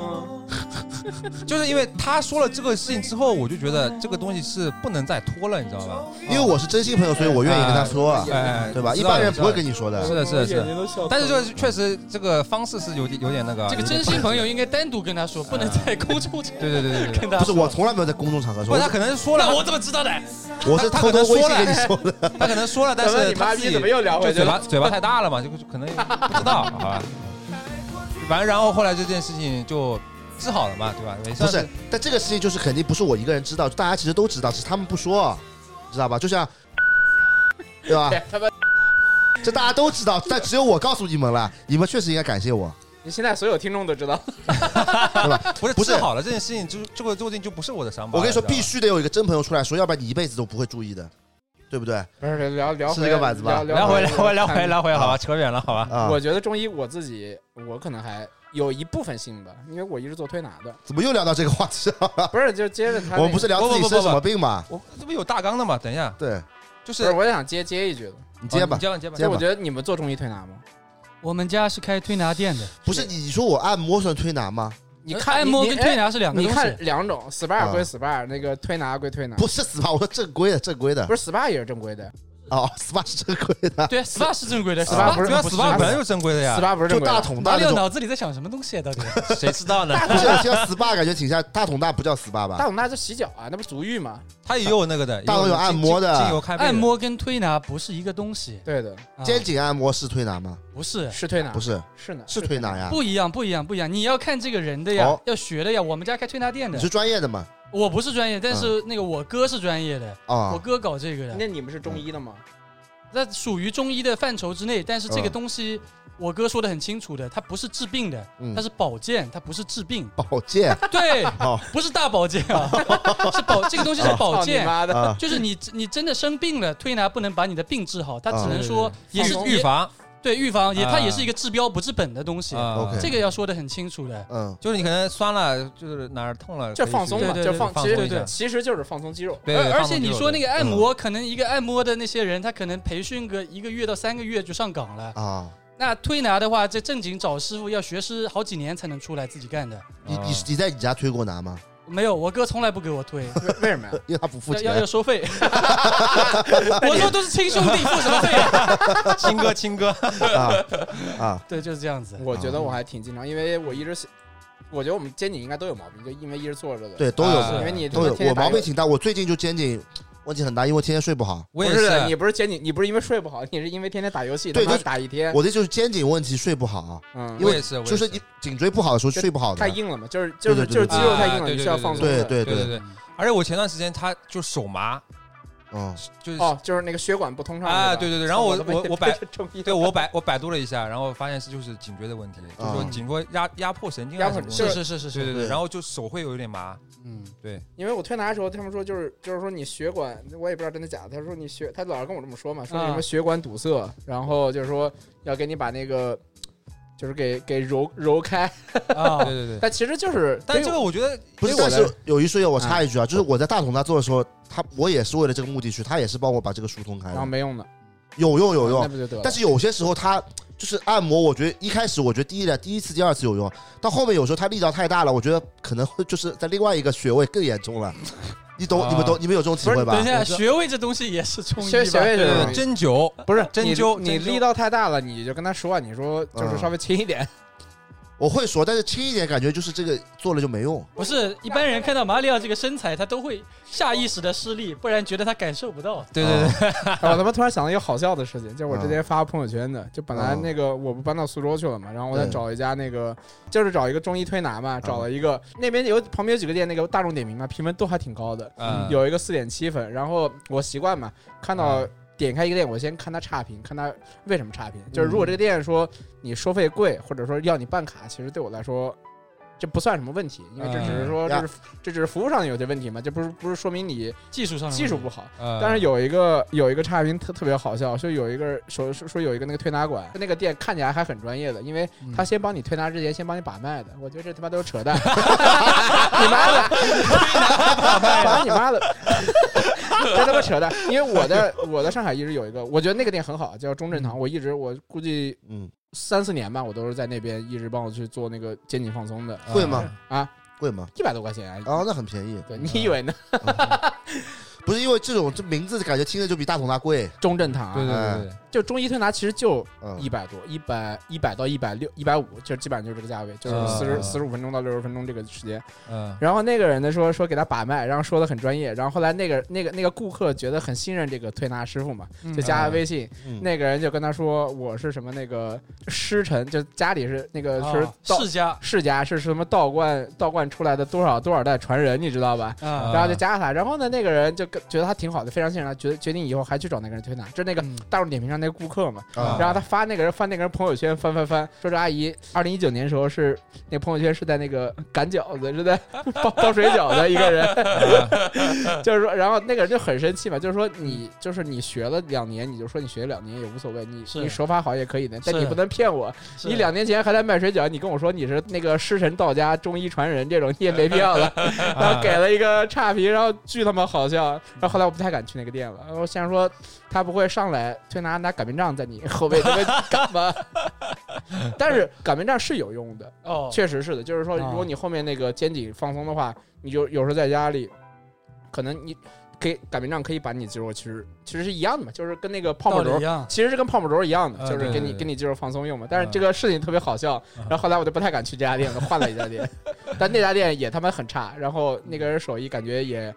[SPEAKER 1] *laughs* 就是因为他说了这个事情之后，我就觉得这个东西是不能再拖了，你知道吧？
[SPEAKER 2] 因为我是真心朋友，所以我愿意跟他说啊，
[SPEAKER 1] 哎，
[SPEAKER 2] 对吧？
[SPEAKER 1] 知
[SPEAKER 2] 一
[SPEAKER 1] 道了
[SPEAKER 2] 般人不会
[SPEAKER 1] 知道
[SPEAKER 2] 跟你说的。
[SPEAKER 1] 是的啊是的是的
[SPEAKER 4] 我眼睛都笑
[SPEAKER 1] 但是
[SPEAKER 4] 透
[SPEAKER 1] 这
[SPEAKER 4] 了
[SPEAKER 1] 个确实这个方式是有点有点那个啊，
[SPEAKER 3] *laughs* 这个
[SPEAKER 1] 有点
[SPEAKER 3] 真心朋友应该单独跟他说， *laughs* 不能在公众场
[SPEAKER 1] 对对对对对，
[SPEAKER 3] *laughs* 跟他
[SPEAKER 2] 不是
[SPEAKER 3] 说。
[SPEAKER 2] 我从来没有在公众场合
[SPEAKER 1] 不
[SPEAKER 2] 说
[SPEAKER 1] 是，他可能说
[SPEAKER 3] 那
[SPEAKER 1] 了，
[SPEAKER 3] 我怎么知道的？
[SPEAKER 2] 我是
[SPEAKER 1] 他
[SPEAKER 2] 偷偷
[SPEAKER 1] 他可
[SPEAKER 2] 微
[SPEAKER 1] 能说了
[SPEAKER 2] 信跟你说
[SPEAKER 1] *laughs*
[SPEAKER 2] 的。
[SPEAKER 1] 他可能说了，但
[SPEAKER 4] 怎么
[SPEAKER 1] 是
[SPEAKER 4] 你妈
[SPEAKER 1] 他自
[SPEAKER 4] 逼
[SPEAKER 1] 己
[SPEAKER 4] 怎么又聊
[SPEAKER 1] 就
[SPEAKER 4] 回去
[SPEAKER 1] 嘴
[SPEAKER 4] 了
[SPEAKER 1] 巴？嘴巴太大了嘛，就就可能不知
[SPEAKER 2] *laughs*
[SPEAKER 1] 道，好吧。反正然后后来这件事情就治好了嘛，对吧？也
[SPEAKER 2] 不
[SPEAKER 1] 算
[SPEAKER 2] 是，但这个事情就是肯定不是我一个人知道，大家其实都知道，只是他们不说，知道吧？就
[SPEAKER 1] *laughs*
[SPEAKER 2] 像，对吧？
[SPEAKER 4] 哎他妈！
[SPEAKER 2] 这大家都知道，但只有我告诉你们了，你们确实应该感谢
[SPEAKER 1] 啊
[SPEAKER 2] 我，
[SPEAKER 4] 你现在所有听众都知道，
[SPEAKER 2] 对吧？
[SPEAKER 1] 不是
[SPEAKER 2] 不是
[SPEAKER 1] 治好了这件事情，就是这个究竟就不是啊我的伤疤了。
[SPEAKER 2] 我跟你说，
[SPEAKER 1] 知道吧
[SPEAKER 2] 必须得有一个真朋友出来说，要不然你一辈子都不会注意的，对不对？
[SPEAKER 4] *laughs* 不是聊聊
[SPEAKER 2] 是
[SPEAKER 4] 回
[SPEAKER 2] 这个板子吧
[SPEAKER 4] 聊
[SPEAKER 1] 聊回
[SPEAKER 4] 来
[SPEAKER 1] 聊回聊回
[SPEAKER 4] 来。
[SPEAKER 1] 聊回，好吧，扯远了，好吧。
[SPEAKER 2] 啊
[SPEAKER 4] 我，觉得中医我自己我可能还有一部分信吧，因为我一直做推拿的，
[SPEAKER 2] 怎么又聊到这个话题了？
[SPEAKER 4] 啊不是就接着他那
[SPEAKER 2] 我
[SPEAKER 4] 个。
[SPEAKER 2] 们不是聊自己
[SPEAKER 1] 不不不
[SPEAKER 2] 生什么
[SPEAKER 1] 不
[SPEAKER 2] 病吗？
[SPEAKER 1] 我这不有大纲的嘛？等一下，
[SPEAKER 2] 对，
[SPEAKER 4] 不
[SPEAKER 1] 就是
[SPEAKER 4] 是，我想接接一句的，
[SPEAKER 2] 你接
[SPEAKER 1] 哦
[SPEAKER 2] 吧
[SPEAKER 1] 你。接吧，你接吧。
[SPEAKER 2] 接
[SPEAKER 4] 就
[SPEAKER 2] 吧
[SPEAKER 4] 我觉得你们做中医推拿吗？
[SPEAKER 3] 我们家是开推拿店的，
[SPEAKER 2] 不是你说我按摩算推拿吗？
[SPEAKER 4] 你看
[SPEAKER 3] 按摩
[SPEAKER 4] 你
[SPEAKER 3] 跟
[SPEAKER 4] 你
[SPEAKER 3] 推拿是两个
[SPEAKER 4] 你
[SPEAKER 3] 东
[SPEAKER 4] 看
[SPEAKER 3] 西。
[SPEAKER 4] 两种
[SPEAKER 2] 啊
[SPEAKER 4] ，SPA 归 SPA，那个推拿归推
[SPEAKER 5] 啊
[SPEAKER 4] 拿，
[SPEAKER 2] 不是 SPA，我说正规的，正
[SPEAKER 5] *laughs*
[SPEAKER 2] 规的。
[SPEAKER 4] 不是 SPA 也是正规的
[SPEAKER 2] 哦，SPA 是正规的，
[SPEAKER 3] 对，SPA 是正规的
[SPEAKER 4] ，SPA 不
[SPEAKER 1] 啊主
[SPEAKER 4] 是
[SPEAKER 1] 要
[SPEAKER 4] 不是
[SPEAKER 1] SPA 本来就是正规的呀，
[SPEAKER 4] ，SPA 不是
[SPEAKER 2] 就
[SPEAKER 4] 正规
[SPEAKER 2] 大
[SPEAKER 4] 的。
[SPEAKER 2] 桶大
[SPEAKER 3] 马里
[SPEAKER 2] 那
[SPEAKER 3] 奥
[SPEAKER 2] 种。
[SPEAKER 3] 脑子里在想什么东西啊？ *laughs* 到底？
[SPEAKER 1] 谁知道
[SPEAKER 2] *laughs*
[SPEAKER 1] 呢？
[SPEAKER 2] 不是，像 SPA 感觉挺像大桶大，不叫 SPA
[SPEAKER 4] 大
[SPEAKER 2] 吧？
[SPEAKER 4] 桶大就洗脚啊，那不是足浴吗？
[SPEAKER 1] 他也有那个的，
[SPEAKER 2] 大陆有
[SPEAKER 1] 也
[SPEAKER 2] 按摩的
[SPEAKER 1] 精精油开背的
[SPEAKER 3] 按摩跟哎推拿不是一个东西，
[SPEAKER 4] 对的，
[SPEAKER 3] 啊
[SPEAKER 2] 肩颈按摩是推拿吗？
[SPEAKER 3] 不是
[SPEAKER 4] 是推拿，
[SPEAKER 5] 啊
[SPEAKER 2] 不是，
[SPEAKER 4] 是呢，
[SPEAKER 2] 是推拿呀。
[SPEAKER 3] 不一样，不一样，不一样。你要看这个人的呀
[SPEAKER 2] 啊哦，
[SPEAKER 3] 要学的呀。我们家开推拿店
[SPEAKER 2] 你
[SPEAKER 3] 的
[SPEAKER 2] 是，专业的吗？
[SPEAKER 3] 我不是专业，但是那个我哥是专业的，我
[SPEAKER 2] 啊，
[SPEAKER 3] 哥搞这个的，
[SPEAKER 4] 那你们是中医的吗？
[SPEAKER 3] 那属于中医的范畴之内。但是这个
[SPEAKER 2] 嗯
[SPEAKER 3] 东西，我哥说的很清楚的，它不是治病的，
[SPEAKER 2] 嗯
[SPEAKER 3] 它，是保健，它不是
[SPEAKER 2] *laughs*
[SPEAKER 3] 治病。
[SPEAKER 2] 保健
[SPEAKER 3] 对，
[SPEAKER 2] 哦
[SPEAKER 3] 不是大保健
[SPEAKER 2] *laughs*
[SPEAKER 3] 啊，是保这个东西是保
[SPEAKER 4] 操你
[SPEAKER 3] 健。
[SPEAKER 4] 妈的！
[SPEAKER 2] 啊，
[SPEAKER 3] 就是你，你真的生病了，推拿不能把你的病治好，它
[SPEAKER 2] 啊
[SPEAKER 3] 只能说
[SPEAKER 1] 预
[SPEAKER 3] 也是
[SPEAKER 1] 预防
[SPEAKER 3] 对预防，也它
[SPEAKER 1] 啊
[SPEAKER 3] 也是一个治标不治本的东西，
[SPEAKER 1] 啊
[SPEAKER 2] 哦 OK
[SPEAKER 3] 这个要说的很清楚的。
[SPEAKER 2] 嗯，
[SPEAKER 1] 就是你可能酸了，就是哪儿痛了，
[SPEAKER 4] 就
[SPEAKER 1] 可以
[SPEAKER 4] 放松
[SPEAKER 1] 去
[SPEAKER 4] 嘛，
[SPEAKER 3] 对对
[SPEAKER 4] 就
[SPEAKER 3] 对
[SPEAKER 4] 放，
[SPEAKER 1] 放
[SPEAKER 4] 其
[SPEAKER 1] 松
[SPEAKER 4] 实
[SPEAKER 1] 一下
[SPEAKER 4] 其实就是放松肌肉。
[SPEAKER 1] 对，
[SPEAKER 3] 而而
[SPEAKER 1] 放
[SPEAKER 3] 且
[SPEAKER 1] 松
[SPEAKER 3] 你
[SPEAKER 1] 肌肉
[SPEAKER 3] 说那个按摩，可能一个按摩的那些人，他可能培训个一个月到三个月就上岗了。
[SPEAKER 2] 啊，
[SPEAKER 3] 那推拿的话，这正经找师傅要学师好几年才能出来自己干的。
[SPEAKER 2] 你你
[SPEAKER 1] 啊
[SPEAKER 2] 你在你家推过拿吗？
[SPEAKER 3] 没有，我哥从来不给我推，
[SPEAKER 4] 为为什么呀？
[SPEAKER 2] 因为他不付
[SPEAKER 3] 要要
[SPEAKER 2] 钱
[SPEAKER 3] 要。收费。我说都是亲兄弟，付什么费啊？
[SPEAKER 1] 亲哥亲哥，
[SPEAKER 2] 啊啊
[SPEAKER 3] 对，就是这样子。
[SPEAKER 4] 我觉得我还挺经常，因为我一直喜，
[SPEAKER 5] 我觉得我们肩颈应该都有毛病，就因为一直坐着的。
[SPEAKER 2] 对，都有、
[SPEAKER 1] 啊
[SPEAKER 5] 因为你
[SPEAKER 2] 都有。
[SPEAKER 5] 天天
[SPEAKER 2] 我
[SPEAKER 5] 打
[SPEAKER 2] 毛
[SPEAKER 5] 游
[SPEAKER 2] 病挺大，我最近就肩颈问题很大，因为天天睡不好。
[SPEAKER 1] 我也
[SPEAKER 5] 不是的，
[SPEAKER 1] 是啊
[SPEAKER 5] 你不是肩颈，你不是因为睡不好，你是因为天天打游戏，
[SPEAKER 2] 对
[SPEAKER 5] 他妈
[SPEAKER 2] 就是
[SPEAKER 5] 打一天。
[SPEAKER 2] 我的就是肩颈问题，睡不好，啊
[SPEAKER 5] 嗯，
[SPEAKER 1] 我也是，啊我也
[SPEAKER 2] 就是你颈椎不好的时候睡不好
[SPEAKER 5] 太
[SPEAKER 2] 的。
[SPEAKER 5] 硬了嘛，就是就
[SPEAKER 2] 对对
[SPEAKER 5] 是
[SPEAKER 2] 对
[SPEAKER 5] 就是肌肉太硬
[SPEAKER 1] 啊
[SPEAKER 5] 了，
[SPEAKER 1] 对
[SPEAKER 5] 你
[SPEAKER 1] 对
[SPEAKER 5] 需要
[SPEAKER 1] 对
[SPEAKER 5] 放松
[SPEAKER 2] 对
[SPEAKER 5] 的。
[SPEAKER 2] 对
[SPEAKER 1] 对对对，而且我前段时间他就手麻，
[SPEAKER 2] 嗯，
[SPEAKER 1] 就是
[SPEAKER 5] 哦，就是那个血管不通畅。
[SPEAKER 1] 啊
[SPEAKER 5] 是吧
[SPEAKER 1] 对对对然后我
[SPEAKER 5] 操都没
[SPEAKER 1] 我我百
[SPEAKER 5] 中医了
[SPEAKER 1] 对我百我百度了一下，然后发现是就是颈椎的问题，就是说
[SPEAKER 2] 嗯
[SPEAKER 1] 颈椎压压迫神经啊
[SPEAKER 5] 压迫
[SPEAKER 1] 什么东西
[SPEAKER 5] 就是
[SPEAKER 3] 是是是
[SPEAKER 1] 对对
[SPEAKER 3] 是，
[SPEAKER 1] 对，
[SPEAKER 2] 对
[SPEAKER 1] 然后就手会有点
[SPEAKER 5] *laughs*
[SPEAKER 1] 麻，
[SPEAKER 3] 嗯，
[SPEAKER 1] 对，
[SPEAKER 5] 因为我推拿的时候，他们说就是就是说你血管，我也不知道真的假的。他说你血，他老是跟我这么说嘛，说你什
[SPEAKER 3] 啊
[SPEAKER 5] 么血管堵塞，然后就是说要给你把那个就是给给揉揉开，
[SPEAKER 1] 对
[SPEAKER 3] 啊，
[SPEAKER 1] 对对。
[SPEAKER 5] *laughs* 但其实就是，
[SPEAKER 1] 但
[SPEAKER 5] 因
[SPEAKER 1] 这
[SPEAKER 5] 为
[SPEAKER 1] 个我觉得
[SPEAKER 2] 不是，
[SPEAKER 5] 因为我
[SPEAKER 2] 但
[SPEAKER 5] 的嗯
[SPEAKER 2] 是有一说一，我插一句啊，就是我在大同那做的时候，他我也是为了这个目的去，他也是帮我把这个疏通开
[SPEAKER 5] 然后
[SPEAKER 2] 了，
[SPEAKER 5] 没用的，
[SPEAKER 2] 有用有
[SPEAKER 5] 那
[SPEAKER 2] 用。
[SPEAKER 5] 不就得了？
[SPEAKER 2] 但是有些时候他就是按摩，我觉得一开始我觉得第一的第一次、第二次有用，到后面有时候他力道太大了，我觉得可能会就是在另外一个穴位更严重
[SPEAKER 5] *laughs*
[SPEAKER 2] 了。你懂？
[SPEAKER 1] 啊
[SPEAKER 2] 你们懂？你们有这种体会吧
[SPEAKER 3] 等一？下，
[SPEAKER 5] 我知道
[SPEAKER 3] 穴位这东西也是中医
[SPEAKER 5] 学学
[SPEAKER 3] 吧
[SPEAKER 5] 位
[SPEAKER 1] 对
[SPEAKER 5] 是
[SPEAKER 1] 对
[SPEAKER 5] 吧
[SPEAKER 1] 对针灸
[SPEAKER 5] 不是
[SPEAKER 1] 针
[SPEAKER 5] 你
[SPEAKER 1] 灸针
[SPEAKER 5] 你
[SPEAKER 1] 灸
[SPEAKER 5] 力道太大了，你就跟他说，啊你说就是
[SPEAKER 2] 嗯
[SPEAKER 5] 稍微轻一点。
[SPEAKER 2] 我会说，但是轻一点，感觉就是这个做了就没用。
[SPEAKER 3] 不是一般人看到马里奥这个身材，他都会下意识的施力，不然觉得他感受不到。
[SPEAKER 1] 对对对，
[SPEAKER 5] 哎 *laughs* 我他妈突然想到一个好笑的事情，就是我之前发朋友圈的，就本来
[SPEAKER 2] 嗯
[SPEAKER 5] 那个我不搬到苏州去了嘛，然后我再
[SPEAKER 2] 对
[SPEAKER 5] 找一家那个，就是找一个中医推拿嘛，找了一个那边有旁边有几个店，那个大众点评嘛，评分都还挺高的，
[SPEAKER 1] 嗯
[SPEAKER 5] 有一个四点七分，然后我习惯嘛，看到
[SPEAKER 1] 嗯
[SPEAKER 5] 点开一个店，我先看它差评，看它为什么差评，就是如果这个店说你收费贵，或者说要你办卡，其实对我来说。这不算什么问题，因为这只是
[SPEAKER 2] 嗯
[SPEAKER 5] 说这是这只是服务上有些问题嘛，这不是不是说明你
[SPEAKER 3] 技术上的
[SPEAKER 5] 技术
[SPEAKER 3] 问
[SPEAKER 5] 不好，
[SPEAKER 1] 呃
[SPEAKER 5] 但是有一个有一个差评特特别好笑，说有一个说说说有一个那个推拿馆，那个店看起来还很专业的，因为
[SPEAKER 3] 题，嗯
[SPEAKER 5] 他先帮你推拿之前先帮你把脉的，我觉得这他妈都是扯淡，你妈的，把你妈的，这他妈扯淡！因为我在我在上海一直有一个，我觉得那个店很好，叫中正堂，我一直我估计
[SPEAKER 2] 嗯，
[SPEAKER 5] 三四年吧，我都是在那边一直帮我去做那个肩颈放松的，
[SPEAKER 1] 嗯
[SPEAKER 2] 贵吗？
[SPEAKER 5] 啊，
[SPEAKER 2] 贵吗？
[SPEAKER 5] 一百多块钱啊，
[SPEAKER 2] 啊，那很便宜，
[SPEAKER 5] 对你以为呢？
[SPEAKER 2] 不是因为这种这名字感觉听着就比大同大贵。
[SPEAKER 5] 中正堂啊、
[SPEAKER 1] 对对对对，
[SPEAKER 5] 就中医推拿其实就一
[SPEAKER 2] 嗯，
[SPEAKER 5] 百多，一百一百到一百六，一百五，就基本上就是这个价位，
[SPEAKER 2] 嗯
[SPEAKER 5] 就是四
[SPEAKER 1] 啊
[SPEAKER 5] 十四十五分钟到六十分钟这个时间。
[SPEAKER 1] 嗯
[SPEAKER 5] 然后那个人呢说说给他把脉，然后说的很专业。然后后来那个那个那个顾客觉得很信任这个推拿师傅嘛，就加了微信。
[SPEAKER 2] 嗯
[SPEAKER 5] 那个人就跟他说我是什么那个师承，就家里是那个是
[SPEAKER 3] 啊
[SPEAKER 5] 道
[SPEAKER 3] 世家
[SPEAKER 5] 世家是什么道观道观出来的多少多少代传人，你知道吧？
[SPEAKER 3] 啊
[SPEAKER 1] 啊
[SPEAKER 5] 然后就加他，然后呢，那个人就跟觉得他挺好的，非常信任他，决决定以后还去找那个人推拿，就是那个
[SPEAKER 3] 嗯
[SPEAKER 5] 大众点评上那个顾客嘛。
[SPEAKER 2] 啊
[SPEAKER 5] 然后他发那个人翻那个人朋友圈，翻翻翻，说这阿姨二零一九年时候是那朋友圈是在那个擀饺子，是在包包水饺的一个人， *laughs*
[SPEAKER 1] 嗯
[SPEAKER 5] 就是说，然后那个人就很生气嘛，就是说你就是你学了两年，你就说你学了两年也无所谓，你
[SPEAKER 3] 是
[SPEAKER 5] 你手法好也可以的，但
[SPEAKER 3] 是
[SPEAKER 5] 你不能骗我，
[SPEAKER 3] 是
[SPEAKER 5] 你两年前还在卖水饺，你跟我说你是那个师承道家中医传人这种，你也没必要了。
[SPEAKER 1] 嗯
[SPEAKER 5] *laughs* 然后
[SPEAKER 3] 啊
[SPEAKER 5] 给了一个差评，然后巨他妈好笑。然后后来我不太敢去那个店了，我想说他不会上来推拿拿擀面杖在你后背这边擀吧？ *laughs* 但是擀面杖是有用的，
[SPEAKER 3] 哦，
[SPEAKER 5] 确实是的。就是说，
[SPEAKER 3] 啊
[SPEAKER 5] 如果你后面那个肩颈放松的话，你就有时候在家里，可能你可以擀面杖可以把你肌肉其实其实是一样的嘛，就是跟那个泡沫
[SPEAKER 3] 道
[SPEAKER 5] 轴
[SPEAKER 3] 理一样。
[SPEAKER 5] 其实是跟泡沫轴一样的，
[SPEAKER 1] 嗯
[SPEAKER 5] 就是
[SPEAKER 1] 对对
[SPEAKER 5] 给你
[SPEAKER 1] 对啊
[SPEAKER 5] 给你肌肉放松用嘛。但是这个事情特别好笑，
[SPEAKER 1] 嗯
[SPEAKER 5] 然后后来我就不太敢去这家店了，换了一
[SPEAKER 1] *laughs*
[SPEAKER 5] 家店，但那家店也他妈很差，然后那个人手艺感觉也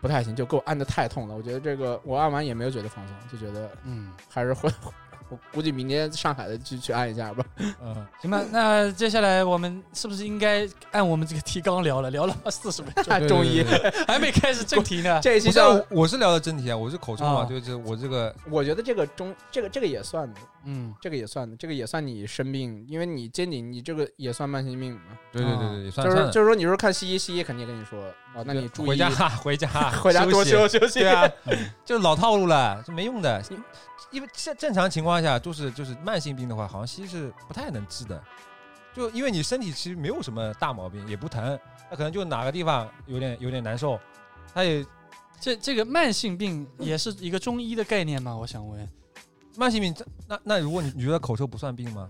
[SPEAKER 5] 不太行，就给我按的太痛了。我觉得这个我按完也没有觉得放松，就觉得
[SPEAKER 3] 嗯，
[SPEAKER 5] 还是回。 *laughs* 我估计明天上海的去去按一下吧。
[SPEAKER 1] 嗯，
[SPEAKER 3] 行吧，那接下来我们是不是应该按我们这个提纲聊了？聊了 *laughs* 四十分钟，
[SPEAKER 1] 对
[SPEAKER 5] *laughs* 中医，
[SPEAKER 1] 对对对
[SPEAKER 3] 还没开始正题
[SPEAKER 2] *laughs*
[SPEAKER 3] 呢。
[SPEAKER 5] 这一期
[SPEAKER 1] 不是
[SPEAKER 5] 叫
[SPEAKER 1] 啊，我是聊的真题啊，我是口臭嘛，
[SPEAKER 3] 啊
[SPEAKER 1] 就是我这个
[SPEAKER 5] 我觉得这个中这个这个也算的，
[SPEAKER 3] 嗯，
[SPEAKER 5] 这个也算的，这个也算你生病，因为你肩颈你这个也算慢性病嘛。
[SPEAKER 1] 对对
[SPEAKER 2] 嗯
[SPEAKER 1] 对对，也
[SPEAKER 5] 就
[SPEAKER 1] 算
[SPEAKER 5] 是
[SPEAKER 1] 算了
[SPEAKER 5] 就是说，你说看西医，西医肯定跟你说哦，那你注意
[SPEAKER 1] 回家 *laughs* 回家
[SPEAKER 5] 回家多
[SPEAKER 1] 息
[SPEAKER 5] 休休息
[SPEAKER 1] 对
[SPEAKER 4] *laughs*
[SPEAKER 1] 啊，就是老套路了，这没用的。因因为正正常情况下，就是就是慢性病的话，好像西医是不太能治的，就因为你身体其实没有什么大毛病，也不疼，那可能就哪个地方有点有点难受，他也
[SPEAKER 3] 这这个慢性病也是一个中医的概念吗？我想问。
[SPEAKER 1] 慢性病。这那那如果你你觉得口臭不算病吗？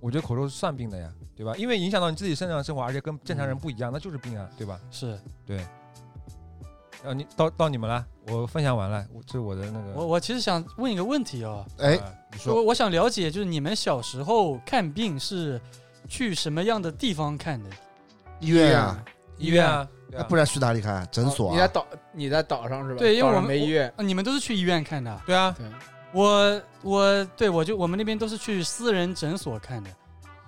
[SPEAKER 1] 我觉得口臭是算病的呀，对吧？因为影响到你自己正常生活，而且跟正常人不一样，那就是病啊，对吧？
[SPEAKER 3] 是
[SPEAKER 1] 然后你到到你们了，我分享完了，我这是我的那个
[SPEAKER 3] 我我其实想问一个问题哦，
[SPEAKER 2] 哎，
[SPEAKER 1] 呃
[SPEAKER 2] 你说
[SPEAKER 3] 我我想了解，就是你们小时候看病是去什么样的地方看的？
[SPEAKER 2] 医院啊，
[SPEAKER 1] 医院啊，对
[SPEAKER 2] 那
[SPEAKER 1] 啊
[SPEAKER 2] 不然去哪里看？诊所
[SPEAKER 4] 你在
[SPEAKER 2] 啊？
[SPEAKER 4] 岛，你在岛上是吧？
[SPEAKER 3] 对因为
[SPEAKER 4] 岛
[SPEAKER 3] 我
[SPEAKER 4] 上
[SPEAKER 3] 们
[SPEAKER 4] 没医院。
[SPEAKER 3] 啊你们都是去医院看的，
[SPEAKER 1] 对啊，
[SPEAKER 4] 对，
[SPEAKER 3] 我我对我就我们那边都是去私人诊所看的，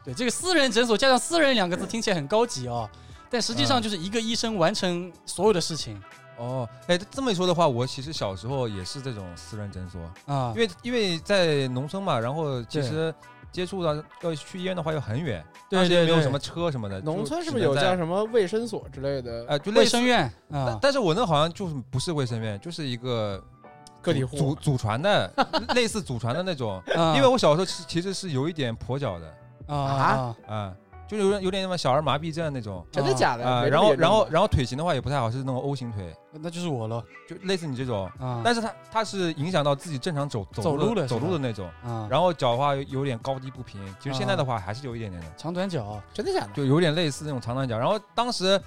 [SPEAKER 3] 对这个私人诊所加上“私人”两个字听起来很高级哦，但实际
[SPEAKER 1] 嗯
[SPEAKER 3] 上就是一个医生完成所有的事情
[SPEAKER 1] 哦，哎，这么一说的话，我其实小时候也是这种私人诊所，
[SPEAKER 3] 啊
[SPEAKER 1] 因，为因为在农村嘛，然后其实接触到要去医院的话又很远，
[SPEAKER 3] 对
[SPEAKER 1] 当时
[SPEAKER 3] 对
[SPEAKER 1] 也没有
[SPEAKER 3] 对
[SPEAKER 1] 什么车什么的，
[SPEAKER 4] 农
[SPEAKER 1] 呃就
[SPEAKER 4] 村是
[SPEAKER 1] 只
[SPEAKER 4] 不是
[SPEAKER 1] 能
[SPEAKER 4] 有
[SPEAKER 1] 在
[SPEAKER 4] 叫什么卫生所之类的
[SPEAKER 1] 呃，就类
[SPEAKER 3] 卫
[SPEAKER 1] 似
[SPEAKER 3] 生。院
[SPEAKER 1] 但
[SPEAKER 3] 啊，
[SPEAKER 1] 但是我那好像就是不是卫生院，就是一个
[SPEAKER 4] *laughs* 个体
[SPEAKER 1] 祖祖
[SPEAKER 4] 户？
[SPEAKER 1] 祖传的，类似祖传的
[SPEAKER 4] *laughs*
[SPEAKER 1] 那种。
[SPEAKER 3] 啊
[SPEAKER 1] 因为我小时候其其实是有一点跛脚的
[SPEAKER 3] 啊啊
[SPEAKER 1] 啊，就有点有点什么小儿麻痹症那种
[SPEAKER 4] 真的假的？
[SPEAKER 1] 啊。
[SPEAKER 4] 哎没这么
[SPEAKER 1] 然后
[SPEAKER 4] 严重
[SPEAKER 1] 然后
[SPEAKER 4] 吧
[SPEAKER 1] 然后腿型的话也不太好，是那种 O 型腿，
[SPEAKER 3] 那就是我了
[SPEAKER 1] 就类似你这种。
[SPEAKER 3] 啊，
[SPEAKER 1] 但是它它是影响到自己正常走
[SPEAKER 3] 走路
[SPEAKER 1] 路
[SPEAKER 3] 了是
[SPEAKER 1] 走
[SPEAKER 3] 吧
[SPEAKER 1] 路的那种，
[SPEAKER 3] 啊，
[SPEAKER 1] 然后脚的话有有点高低不平，其实现在的话还是有一点点的，
[SPEAKER 3] 长短脚，
[SPEAKER 4] 真的假的？
[SPEAKER 1] 就有点类似那种长短脚。然后当时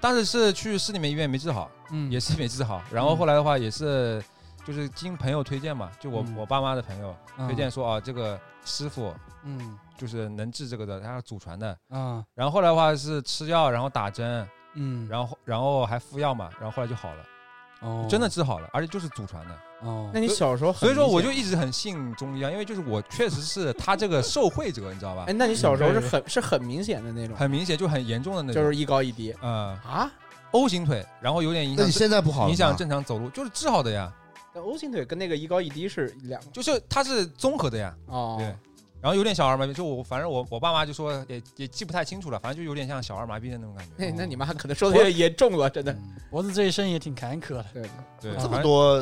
[SPEAKER 1] 当时是去市里面医院没治好，
[SPEAKER 3] 嗯，
[SPEAKER 1] 也是没治好。然后后来的话也是，就是经朋友推荐嘛，就我、
[SPEAKER 3] 嗯
[SPEAKER 1] 我爸妈的朋友
[SPEAKER 3] 嗯
[SPEAKER 1] 推荐，说啊，这个师傅
[SPEAKER 3] 嗯
[SPEAKER 1] 就是能治这个的，他是祖传的。
[SPEAKER 3] 啊
[SPEAKER 1] 然后后来的话是吃药，然后打针，
[SPEAKER 3] 嗯，
[SPEAKER 1] 然后然后还敷药嘛，然后后来就好了，
[SPEAKER 3] 哦
[SPEAKER 1] 真的治好了，而且就是祖传的。
[SPEAKER 3] 哦
[SPEAKER 4] 那，你小时候很
[SPEAKER 1] 所以说
[SPEAKER 4] 明显
[SPEAKER 1] 我就一直很信中医啊，因为就是我确实是他这个受惠者，你知道吧
[SPEAKER 4] 哎，？那你小时候是很是很明显的那种，
[SPEAKER 1] 嗯很明显就很严重的那种，
[SPEAKER 4] 就是一高一低
[SPEAKER 1] 呃
[SPEAKER 4] 啊。
[SPEAKER 1] O 型腿，然后有点影
[SPEAKER 2] 那你
[SPEAKER 1] 响
[SPEAKER 2] 现在不好了吗
[SPEAKER 1] 影响正常走路，就是治好的呀，
[SPEAKER 4] 但 O 型腿跟那个一高一低是两个
[SPEAKER 1] 就是它是综合的呀，
[SPEAKER 4] 哦，
[SPEAKER 1] 对。然后有点小儿麻痹，就我反正我我爸妈就说也也记不太清楚了，反正就有点像小儿麻痹的那种感觉。
[SPEAKER 4] 那那你妈可能说的也严重了，真的。
[SPEAKER 3] 嗯脖子这一生也挺坎坷的，
[SPEAKER 4] 对，
[SPEAKER 1] 对，
[SPEAKER 2] 哦这么
[SPEAKER 1] 反正。
[SPEAKER 2] 多，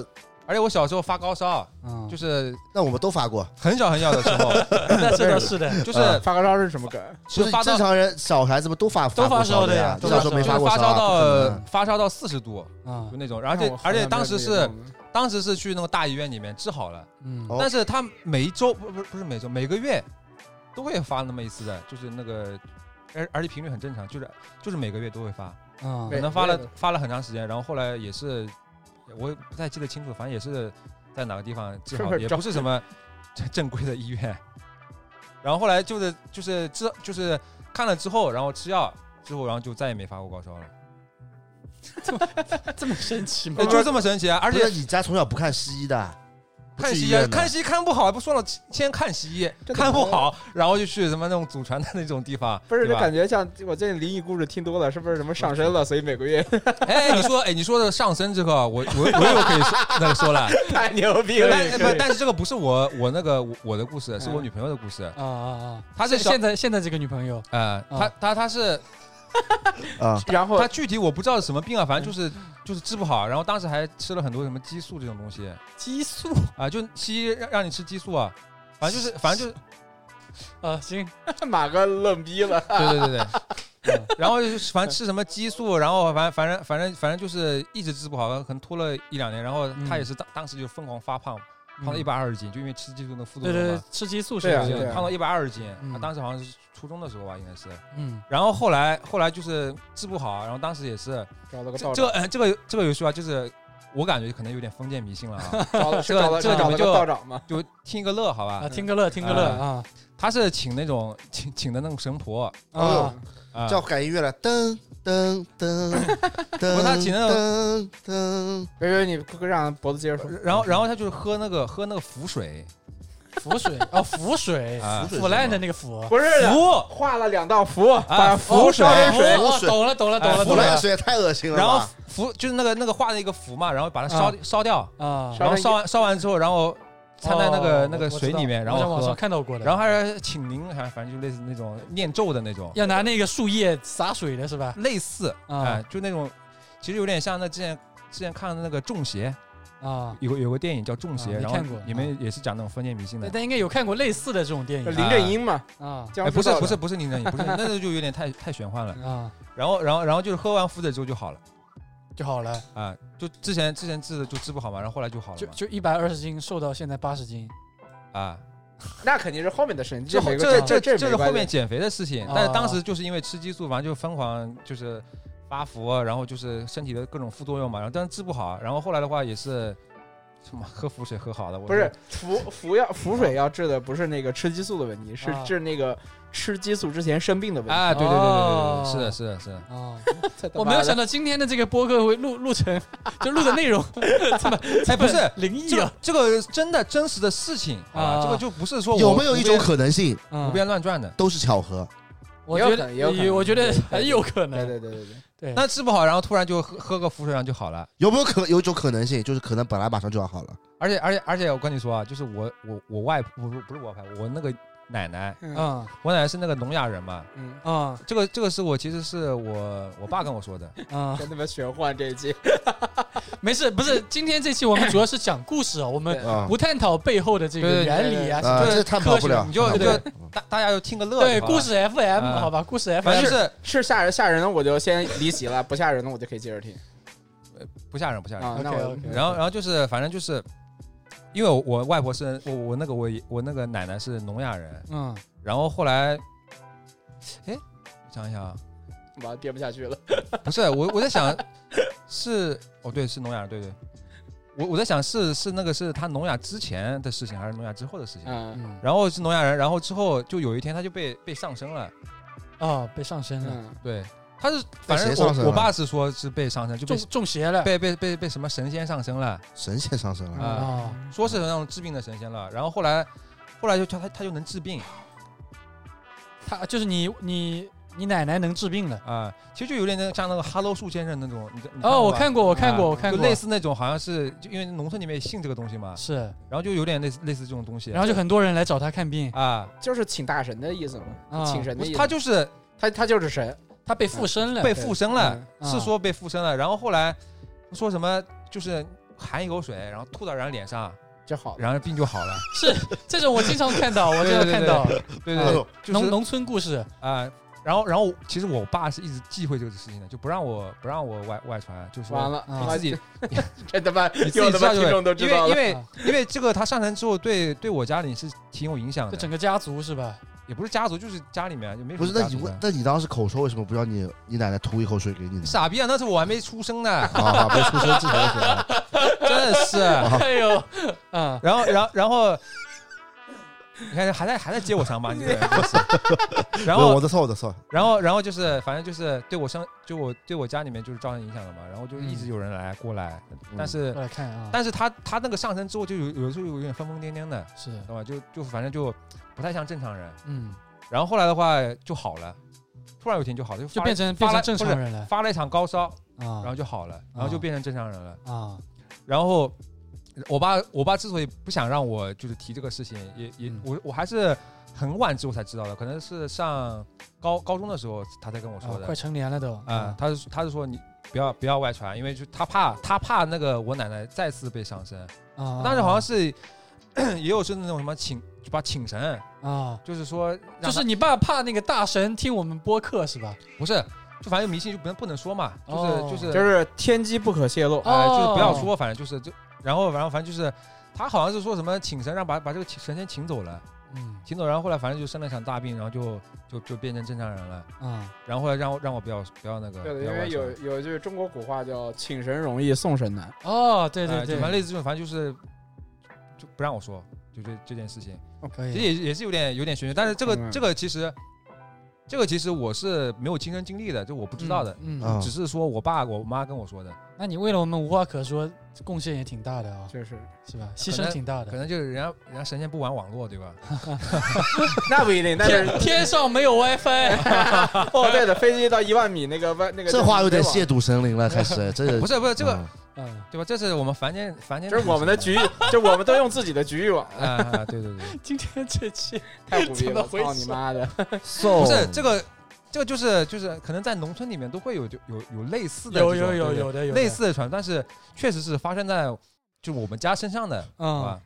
[SPEAKER 1] 而且我小时候发高烧，
[SPEAKER 3] 嗯，
[SPEAKER 1] 就是是
[SPEAKER 2] 那我们都发过。
[SPEAKER 1] 很
[SPEAKER 2] *laughs*
[SPEAKER 1] 小很小的时候，
[SPEAKER 3] 那这倒是的，
[SPEAKER 1] 就是
[SPEAKER 2] 啊
[SPEAKER 4] *laughs* 发高烧是什么梗？
[SPEAKER 1] 其
[SPEAKER 2] 不
[SPEAKER 1] 实
[SPEAKER 2] 是
[SPEAKER 1] 发到
[SPEAKER 2] 正常人，小孩子们都发
[SPEAKER 3] 都
[SPEAKER 2] 过
[SPEAKER 3] 发烧
[SPEAKER 2] 烧
[SPEAKER 3] 的呀
[SPEAKER 2] 呀，
[SPEAKER 3] 都
[SPEAKER 2] 你
[SPEAKER 3] 发
[SPEAKER 2] 小
[SPEAKER 3] 烧
[SPEAKER 2] 时候没
[SPEAKER 1] 就是
[SPEAKER 2] 过
[SPEAKER 1] 发
[SPEAKER 2] 烧
[SPEAKER 1] 烧
[SPEAKER 2] 啊，不可
[SPEAKER 1] 到
[SPEAKER 2] 能
[SPEAKER 1] 发烧到四十度，
[SPEAKER 3] 啊
[SPEAKER 1] 就，那种，而
[SPEAKER 4] 那
[SPEAKER 1] 且
[SPEAKER 4] 我好像
[SPEAKER 1] 而且
[SPEAKER 4] 没
[SPEAKER 1] 当时
[SPEAKER 4] 有这
[SPEAKER 1] 是
[SPEAKER 4] 个症状
[SPEAKER 1] 当时是去那个大医院里面治好了，
[SPEAKER 3] 嗯
[SPEAKER 2] 哦
[SPEAKER 1] 但是他每一周不不不是每周，每个月都会发那么一次的，就是那个，而而且频率很正常，就是就是每个月都会发，
[SPEAKER 3] 啊
[SPEAKER 1] 可
[SPEAKER 4] 对
[SPEAKER 1] 能发
[SPEAKER 4] 对
[SPEAKER 1] 了发了很长时间，然后后来也是，我也不太记得清楚，反正也是在哪个地方治好
[SPEAKER 4] 是不
[SPEAKER 1] 的，
[SPEAKER 4] 是
[SPEAKER 1] 也
[SPEAKER 4] 找
[SPEAKER 1] 不是什么正正规的医院。然后后来就是就是治就是看了之后，然后吃药之后，然后就再也没发过高烧了，
[SPEAKER 3] 这么神奇吗
[SPEAKER 1] 哎？就这么神奇啊！而
[SPEAKER 2] 不
[SPEAKER 1] 且
[SPEAKER 2] 是你家从小不看西医的，不
[SPEAKER 1] 看
[SPEAKER 2] 去
[SPEAKER 1] 西
[SPEAKER 2] 医
[SPEAKER 1] 医啊，
[SPEAKER 2] 院的
[SPEAKER 1] 看西医看不好，不说了，先看西医，
[SPEAKER 4] 这
[SPEAKER 1] 看不
[SPEAKER 4] 感觉
[SPEAKER 1] 好，然后就去什么那种祖传的那种地方，
[SPEAKER 4] *laughs* 不是，
[SPEAKER 1] 对
[SPEAKER 4] 就
[SPEAKER 1] 吧
[SPEAKER 4] 感觉像我最近灵异故事听多了，是不是什么上身了？所以每个月 *laughs*
[SPEAKER 1] 哎，你说，哎，你说的上身这个，啊我我我有可以说
[SPEAKER 4] *laughs*
[SPEAKER 1] 那个说了，
[SPEAKER 4] 太牛逼了！
[SPEAKER 1] 但不，但是这个不是我我那个我我的故事，是我
[SPEAKER 4] 嗯
[SPEAKER 1] 女朋友的故事，
[SPEAKER 3] 啊啊啊！
[SPEAKER 1] 她是
[SPEAKER 3] 现
[SPEAKER 1] 小
[SPEAKER 3] 现在现在这个女朋友
[SPEAKER 1] 呃，她她她是
[SPEAKER 2] 啊，
[SPEAKER 4] *laughs* 然后
[SPEAKER 1] 她具体我不知道是什么病啊，
[SPEAKER 4] 嗯
[SPEAKER 1] 反正就是就是治不好，然后当时还吃了很多什么激素这种东西
[SPEAKER 3] 激素
[SPEAKER 1] 啊，就西医让让你吃激素啊，反正就是反正就是
[SPEAKER 3] 啊，行，
[SPEAKER 4] *laughs* 马哥愣逼了，
[SPEAKER 1] *laughs* 对对对对。嗯然后就是反正吃什么激素，然后反反正反正反正就是一直治不好，可能拖了一两年。然后他也是当当时就疯狂发胖，胖到一
[SPEAKER 3] 百，
[SPEAKER 1] 百二十斤，就因为吃激素的副作
[SPEAKER 3] 嗯对
[SPEAKER 1] 用
[SPEAKER 3] 对对
[SPEAKER 1] 嘛。，
[SPEAKER 3] 吃激素是
[SPEAKER 4] 对
[SPEAKER 3] 吧
[SPEAKER 4] 啊对啊
[SPEAKER 1] 胖到一百二十斤啊
[SPEAKER 3] 嗯，
[SPEAKER 1] 他当时好像是初中的时候吧，应该是。
[SPEAKER 3] 嗯
[SPEAKER 1] 然后后来后来就是治不好，然后当时也是
[SPEAKER 4] 找了个
[SPEAKER 1] 这
[SPEAKER 4] 道
[SPEAKER 1] 这
[SPEAKER 4] 长，
[SPEAKER 1] 个这个这个游戏吧，就是我感觉可能有点封建迷信了啊，
[SPEAKER 4] 找了
[SPEAKER 1] *laughs* 这
[SPEAKER 4] 是
[SPEAKER 1] 个
[SPEAKER 4] 找了
[SPEAKER 1] 这
[SPEAKER 4] 是
[SPEAKER 1] 个
[SPEAKER 4] 找了
[SPEAKER 1] 你们
[SPEAKER 4] 个
[SPEAKER 1] 就
[SPEAKER 4] 道长吗？
[SPEAKER 1] 就听个乐好吧
[SPEAKER 3] 啊，。听个乐，听个乐啊
[SPEAKER 1] 他是请那种请请的那种神婆
[SPEAKER 3] 啊
[SPEAKER 4] 哦
[SPEAKER 1] 啊，
[SPEAKER 2] 叫感应乐了，噔噔噔
[SPEAKER 1] 不 *laughs*
[SPEAKER 2] 噔，
[SPEAKER 1] 是他起那
[SPEAKER 2] 噔噔，
[SPEAKER 4] 别别，你快快让脖子接着说。
[SPEAKER 1] 然后然后他就是喝那个喝那个符水
[SPEAKER 3] *laughs* 浮水哦，浮
[SPEAKER 1] *laughs*
[SPEAKER 3] 水，
[SPEAKER 1] 啊，
[SPEAKER 2] 浮水
[SPEAKER 3] 腐烂的那个腐，
[SPEAKER 4] 不是
[SPEAKER 1] *laughs*
[SPEAKER 4] 的，
[SPEAKER 1] 服，
[SPEAKER 4] 画了两道符，把
[SPEAKER 1] 啊
[SPEAKER 4] 符烧成
[SPEAKER 2] 水
[SPEAKER 4] 水，
[SPEAKER 2] 浮
[SPEAKER 3] 哦
[SPEAKER 2] 水
[SPEAKER 3] 懂了懂了懂
[SPEAKER 1] 哎浮
[SPEAKER 3] 了
[SPEAKER 2] 腐
[SPEAKER 3] 懂了
[SPEAKER 2] 烂水也太恶心了吧。
[SPEAKER 1] 然后符就是那个那个画的一个符嘛，然后把它烧烧掉，
[SPEAKER 3] 啊
[SPEAKER 4] 烧，
[SPEAKER 1] 然后
[SPEAKER 4] 成一
[SPEAKER 1] 烧完烧完之后，然后掺在那
[SPEAKER 3] 哦
[SPEAKER 1] 个那个
[SPEAKER 3] 我知
[SPEAKER 1] 水
[SPEAKER 3] 道
[SPEAKER 1] 里面，然
[SPEAKER 3] 我在
[SPEAKER 1] 后
[SPEAKER 3] 网上
[SPEAKER 1] 喝，
[SPEAKER 3] 看到过的，
[SPEAKER 1] 然后还是请您，还反正就类似那种念咒的那种，
[SPEAKER 3] 要拿那个树叶洒水的是吧？
[SPEAKER 1] 类似
[SPEAKER 3] 啊
[SPEAKER 1] 哎，就那种，其实有点像那之前之前看的那个《中邪》，
[SPEAKER 3] 啊，
[SPEAKER 1] 有个有个电影叫《中邪
[SPEAKER 3] 啊》，没
[SPEAKER 1] 然
[SPEAKER 3] 看过
[SPEAKER 1] 后里面也是讲那种封建迷信的
[SPEAKER 3] 但。但应该有看过类似的这种电
[SPEAKER 4] 就
[SPEAKER 3] 影
[SPEAKER 4] 林正英嘛，
[SPEAKER 3] 啊
[SPEAKER 4] 僵尸
[SPEAKER 1] 哎，不是
[SPEAKER 4] 道长
[SPEAKER 1] 不是不是您
[SPEAKER 3] *laughs*
[SPEAKER 1] 正影，不是，那个就有点太太玄幻了。
[SPEAKER 3] 啊
[SPEAKER 1] 然后然后然后就是喝完符水之后就好了
[SPEAKER 3] 就好了，
[SPEAKER 1] 啊，就之前之前治的就治不好嘛，然后后来就好了
[SPEAKER 3] 就
[SPEAKER 1] 嘛
[SPEAKER 3] 就一百二十斤瘦到现在八十斤，
[SPEAKER 1] 啊。
[SPEAKER 4] 那肯定是后面的事情，
[SPEAKER 1] 这
[SPEAKER 4] 每
[SPEAKER 1] 这
[SPEAKER 4] 个
[SPEAKER 1] 这
[SPEAKER 4] 这
[SPEAKER 1] 这
[SPEAKER 4] 没
[SPEAKER 1] 是
[SPEAKER 4] 关
[SPEAKER 1] 后
[SPEAKER 4] 系
[SPEAKER 1] 面减肥的事情
[SPEAKER 3] 啊，
[SPEAKER 1] 但是当时就是因为吃激素，反正就疯狂就是啊发福，然后就是身体的各种副作用嘛，然后但是治不好，然后后来的话也是什么喝浮水喝好了，我
[SPEAKER 4] 不是服服药服水要治的不是那个吃激素的问题，是
[SPEAKER 3] 啊
[SPEAKER 4] 治那个吃激素之前生病的问题。
[SPEAKER 1] 啊，对对对对对
[SPEAKER 3] 哦
[SPEAKER 1] 对，是的，是的，是的，
[SPEAKER 3] 哦，
[SPEAKER 4] 操他
[SPEAKER 3] 我
[SPEAKER 4] 妈
[SPEAKER 3] 没有
[SPEAKER 4] 的
[SPEAKER 3] 想到今天的这个播客会录录成， *laughs* 就录的内容这么
[SPEAKER 1] 哎，不是，
[SPEAKER 3] 灵异
[SPEAKER 1] 这
[SPEAKER 3] 啊
[SPEAKER 1] 个，这个真的真实的事情啊，
[SPEAKER 3] 啊
[SPEAKER 1] 这个就不是说我
[SPEAKER 2] 有没有一种
[SPEAKER 1] 胡编
[SPEAKER 2] 可能性
[SPEAKER 1] 胡
[SPEAKER 3] 嗯，
[SPEAKER 1] 编乱转的？
[SPEAKER 2] 都是巧合？
[SPEAKER 3] 我
[SPEAKER 4] 也有
[SPEAKER 3] 觉
[SPEAKER 4] 可能也有可能
[SPEAKER 3] 得我觉得
[SPEAKER 4] 对
[SPEAKER 3] 很有可
[SPEAKER 4] 对
[SPEAKER 3] 能，
[SPEAKER 4] 对对对对，
[SPEAKER 3] 对，
[SPEAKER 1] 那治不好，然后突然就喝喝个浮水让就好了。
[SPEAKER 2] 有没有可能有一种可能性，就是可能本来马上就要好了？
[SPEAKER 1] 而且而且而且，我跟你说啊，就是我我我外婆不是不是我外婆，我那个奶奶，
[SPEAKER 4] 嗯
[SPEAKER 3] 嗯
[SPEAKER 1] 我奶奶是那个聋哑人嘛。 *laughs*
[SPEAKER 4] 嗯，
[SPEAKER 3] 嗯
[SPEAKER 1] 这个这个是我其实是我我爸跟我
[SPEAKER 3] *laughs*
[SPEAKER 1] 说的， *laughs*
[SPEAKER 3] 嗯，
[SPEAKER 4] 真他妈玄幻这一期，
[SPEAKER 3] 没事，不是，今天这期我们主要是讲故事啊，我们
[SPEAKER 4] 对
[SPEAKER 2] 啊
[SPEAKER 3] 不探讨背后的这
[SPEAKER 1] 对
[SPEAKER 3] 个
[SPEAKER 1] 对
[SPEAKER 3] 原理啊，
[SPEAKER 2] 啊，
[SPEAKER 3] 什么
[SPEAKER 2] 这探讨
[SPEAKER 3] 科
[SPEAKER 2] 不
[SPEAKER 3] 学
[SPEAKER 2] 了，
[SPEAKER 1] 你就
[SPEAKER 2] 探讨不
[SPEAKER 1] 就
[SPEAKER 2] 了嗯
[SPEAKER 1] 大大家就听个乐。
[SPEAKER 3] 对，
[SPEAKER 1] 就好了
[SPEAKER 3] 故，事 FM
[SPEAKER 1] 啊
[SPEAKER 3] 好吧，故事
[SPEAKER 1] 反
[SPEAKER 3] FM
[SPEAKER 1] 正就是
[SPEAKER 4] 是吓人吓人的我就先离席了，不吓人的我就可以接
[SPEAKER 1] *laughs*
[SPEAKER 4] 着听
[SPEAKER 1] 不吓人不吓人。
[SPEAKER 4] 啊。那
[SPEAKER 3] OK，
[SPEAKER 4] 我
[SPEAKER 3] OK
[SPEAKER 1] 然后然后就是反正就是，因为我我外婆是我我那个我爷我那个奶奶是聋哑人，
[SPEAKER 3] 嗯，
[SPEAKER 1] 然后后来，哎，我想一想啊，
[SPEAKER 4] 我憋不下去了，
[SPEAKER 1] 不是我，我在想，是哦，对，是聋哑人，对对。我我在想是是那个是他聋哑之前的事情，还是聋哑之后的事情？
[SPEAKER 4] 嗯
[SPEAKER 3] 嗯
[SPEAKER 1] 然后是聋哑人，然后之后就有一天他就被被上身了。
[SPEAKER 3] 哦，被上身了，
[SPEAKER 4] 嗯，
[SPEAKER 1] 对，他是反正
[SPEAKER 2] 谁上身
[SPEAKER 1] 我我
[SPEAKER 2] 了
[SPEAKER 1] 爸是说是被上身，就
[SPEAKER 3] 中
[SPEAKER 1] 被
[SPEAKER 3] 中邪了
[SPEAKER 1] 被被被被什么神仙上身了，
[SPEAKER 2] 神仙上身了。
[SPEAKER 1] 啊
[SPEAKER 3] 啊，
[SPEAKER 1] 说是那种治病的神仙了。然后后来后来就他他他就能治病
[SPEAKER 3] 他就是你你你奶奶能治病了。
[SPEAKER 1] 啊，其实就有点像那个哈喽树先生那种，你知你
[SPEAKER 3] 哦，我
[SPEAKER 1] 吧
[SPEAKER 3] 看过，我看过，
[SPEAKER 1] 啊
[SPEAKER 3] 我看
[SPEAKER 1] 就
[SPEAKER 3] 过，
[SPEAKER 1] 类似那种，好像是就因为农村里面也信这个东西嘛，
[SPEAKER 3] 是，
[SPEAKER 1] 然后就有点类似类似这种东西，
[SPEAKER 3] 然后就很多人来找他看病，
[SPEAKER 1] 啊，
[SPEAKER 4] 就是请大神的意思嘛，
[SPEAKER 3] 啊
[SPEAKER 4] 请神
[SPEAKER 1] 不
[SPEAKER 4] 的
[SPEAKER 1] 是
[SPEAKER 4] 意思。
[SPEAKER 1] 他就是
[SPEAKER 4] 他他就是神，
[SPEAKER 3] 他被附身了，
[SPEAKER 1] 被附身了，
[SPEAKER 3] 嗯
[SPEAKER 1] 是说被附身了。然后后来说什么就是含一口水，然后吐到人家脸上，
[SPEAKER 4] 就好了。
[SPEAKER 1] 然后病就好了。
[SPEAKER 3] 是这种我经常看到，我经常
[SPEAKER 1] 对对
[SPEAKER 3] 看到
[SPEAKER 1] 对
[SPEAKER 3] 哎
[SPEAKER 1] 对
[SPEAKER 2] 呦，
[SPEAKER 1] 就
[SPEAKER 3] 农
[SPEAKER 1] 是
[SPEAKER 3] 农村故事，
[SPEAKER 1] 啊。然后，然后其实我爸是一直忌讳这个事情的，就不让我不让我外外传，就说
[SPEAKER 4] 完了，
[SPEAKER 3] 啊
[SPEAKER 4] 他妈
[SPEAKER 1] 自己
[SPEAKER 4] *laughs* 这他妈
[SPEAKER 1] 你自己
[SPEAKER 4] 又
[SPEAKER 1] 知
[SPEAKER 4] 他
[SPEAKER 1] 道
[SPEAKER 4] 妈
[SPEAKER 1] 就
[SPEAKER 4] 听众都
[SPEAKER 1] 会，因
[SPEAKER 4] 知道
[SPEAKER 1] 为因
[SPEAKER 4] 了。
[SPEAKER 1] 为
[SPEAKER 3] 啊
[SPEAKER 1] 因为这个他上台之后，对对我家里是挺有影响
[SPEAKER 3] 就整
[SPEAKER 1] 的，
[SPEAKER 3] 个家族是
[SPEAKER 1] *laughs*
[SPEAKER 3] 吧？
[SPEAKER 1] 也不是家族，就是家里面就没什
[SPEAKER 2] 不
[SPEAKER 1] 么
[SPEAKER 2] 是，那
[SPEAKER 1] 家
[SPEAKER 2] 你
[SPEAKER 1] 族
[SPEAKER 2] 问
[SPEAKER 1] 的。
[SPEAKER 2] 那你当时口臭为什么不让你你奶奶吐一口水给你呢？，
[SPEAKER 1] 傻逼啊！那是我还没出生呢
[SPEAKER 2] 啊，被出生之前的水啊
[SPEAKER 1] *laughs* 真的是。
[SPEAKER 3] 哎呦，嗯，
[SPEAKER 1] 然后，然后，然后，你看还在还在揭我伤疤，你这个人真是啊然
[SPEAKER 2] 没有我
[SPEAKER 1] 后，
[SPEAKER 2] 的错，我的错。
[SPEAKER 1] 然后，然后就是，反正就是对我生，就我对我家里面就是造成影响了嘛。然后就一
[SPEAKER 2] 嗯
[SPEAKER 1] 直有人来过来，但是，
[SPEAKER 3] 过来看啊，
[SPEAKER 1] 但是他他那个上身之后，就有有时候有点疯疯癫癫的，
[SPEAKER 3] 是，
[SPEAKER 1] 懂吧？就就反正就不太像正常人。
[SPEAKER 3] 嗯，
[SPEAKER 1] 然后后来的话就好了，突然有一天就好了，就
[SPEAKER 3] 就
[SPEAKER 1] 发
[SPEAKER 3] 变成
[SPEAKER 1] 发
[SPEAKER 3] 变
[SPEAKER 1] 了
[SPEAKER 3] 成正
[SPEAKER 1] 不
[SPEAKER 3] 常
[SPEAKER 1] 是
[SPEAKER 3] 人了
[SPEAKER 1] 发了一场高烧，然后
[SPEAKER 3] 啊
[SPEAKER 1] 就好了，然后就变成正常人了。
[SPEAKER 3] 啊，
[SPEAKER 1] 然后我爸，我爸之所以不想让我就是提这个事情，也也、
[SPEAKER 3] 嗯
[SPEAKER 1] 我我还是很晚之后才知道的，可能是上高高中的时候他才跟我说
[SPEAKER 3] 啊
[SPEAKER 1] 的。
[SPEAKER 3] 快成年了都
[SPEAKER 1] 啊、他是他是说你不要不要外传，因为就他怕他怕那个我奶奶再次被上身。
[SPEAKER 3] 啊，
[SPEAKER 1] 当时好像
[SPEAKER 3] 是
[SPEAKER 1] 是 *clears throat* 也有是那种什么请就把请神，
[SPEAKER 3] 啊，
[SPEAKER 1] 就是说让他
[SPEAKER 3] 就是你爸怕那个大神听我们播客是吧？
[SPEAKER 1] 不是就反正迷信就不能不能说嘛，就是、
[SPEAKER 3] 哦
[SPEAKER 1] 就是
[SPEAKER 4] 就是天机不可泄露，
[SPEAKER 1] 哎、
[SPEAKER 3] 哦
[SPEAKER 1] 就是不要说，反正就是就，然后然后反正就是，他好像是说什么请神让把把这个请神仙请走了，
[SPEAKER 3] 嗯
[SPEAKER 1] 请走，然后后来反正就生了场大病，然后就就就变成正常人了，
[SPEAKER 3] 啊，
[SPEAKER 1] 然后后来让我让我不要不要那个，
[SPEAKER 4] 对的，
[SPEAKER 1] 不要
[SPEAKER 4] 因
[SPEAKER 1] 外
[SPEAKER 4] 为有
[SPEAKER 1] 传
[SPEAKER 4] 有句中国古话叫“请神容易送神难
[SPEAKER 3] 哦，对
[SPEAKER 1] 哎
[SPEAKER 3] 对
[SPEAKER 1] 就
[SPEAKER 3] 对
[SPEAKER 1] 反正，类似这种，反正就是就不让我说，就这这件事情，
[SPEAKER 3] 可
[SPEAKER 1] 其实
[SPEAKER 3] 以，
[SPEAKER 1] 也也是有点有点玄学，但是这个
[SPEAKER 4] 嗯
[SPEAKER 1] 这个其实这个其实我是没有亲身经历的，就我不知道的，
[SPEAKER 3] 嗯，嗯，
[SPEAKER 2] 啊
[SPEAKER 1] 只是说我爸我妈跟我说的，
[SPEAKER 3] 那你为了我们无话可说，贡献也挺大的啊”，，
[SPEAKER 4] 就是
[SPEAKER 3] 是吧？牺
[SPEAKER 1] 可
[SPEAKER 3] 牲
[SPEAKER 1] 能
[SPEAKER 3] 挺大
[SPEAKER 1] 可
[SPEAKER 3] 的。
[SPEAKER 1] 能就是人家人家神仙不玩网络对吧？
[SPEAKER 4] 那不一定，但是
[SPEAKER 3] 天天上没有
[SPEAKER 1] *laughs*
[SPEAKER 3] WiFi，
[SPEAKER 4] 哦，对的，飞机到一万米那个弯那个
[SPEAKER 2] 这话有点
[SPEAKER 4] 泄
[SPEAKER 2] 亵，渎神灵了，开始这
[SPEAKER 1] 不是不是这个。
[SPEAKER 2] 嗯
[SPEAKER 3] 嗯，
[SPEAKER 1] 对吧？这是我们凡间凡间，
[SPEAKER 4] 就是我们的局域，就我们都用自己的局域网，
[SPEAKER 1] 啊啊，对对对，
[SPEAKER 3] 今天这期
[SPEAKER 4] 太虎逼
[SPEAKER 2] *laughs*
[SPEAKER 3] 怎么
[SPEAKER 4] 了，
[SPEAKER 3] 回事
[SPEAKER 4] 操你妈的！
[SPEAKER 2] So-
[SPEAKER 1] 不是这个，这个就是就是可能在农村里面都会有就有有类似的
[SPEAKER 3] 有
[SPEAKER 1] 这种
[SPEAKER 3] 有有
[SPEAKER 1] 对
[SPEAKER 3] 有的有的
[SPEAKER 1] 类似的传，但是确实是发生在就我们家身上的，好
[SPEAKER 3] 嗯
[SPEAKER 1] 吧？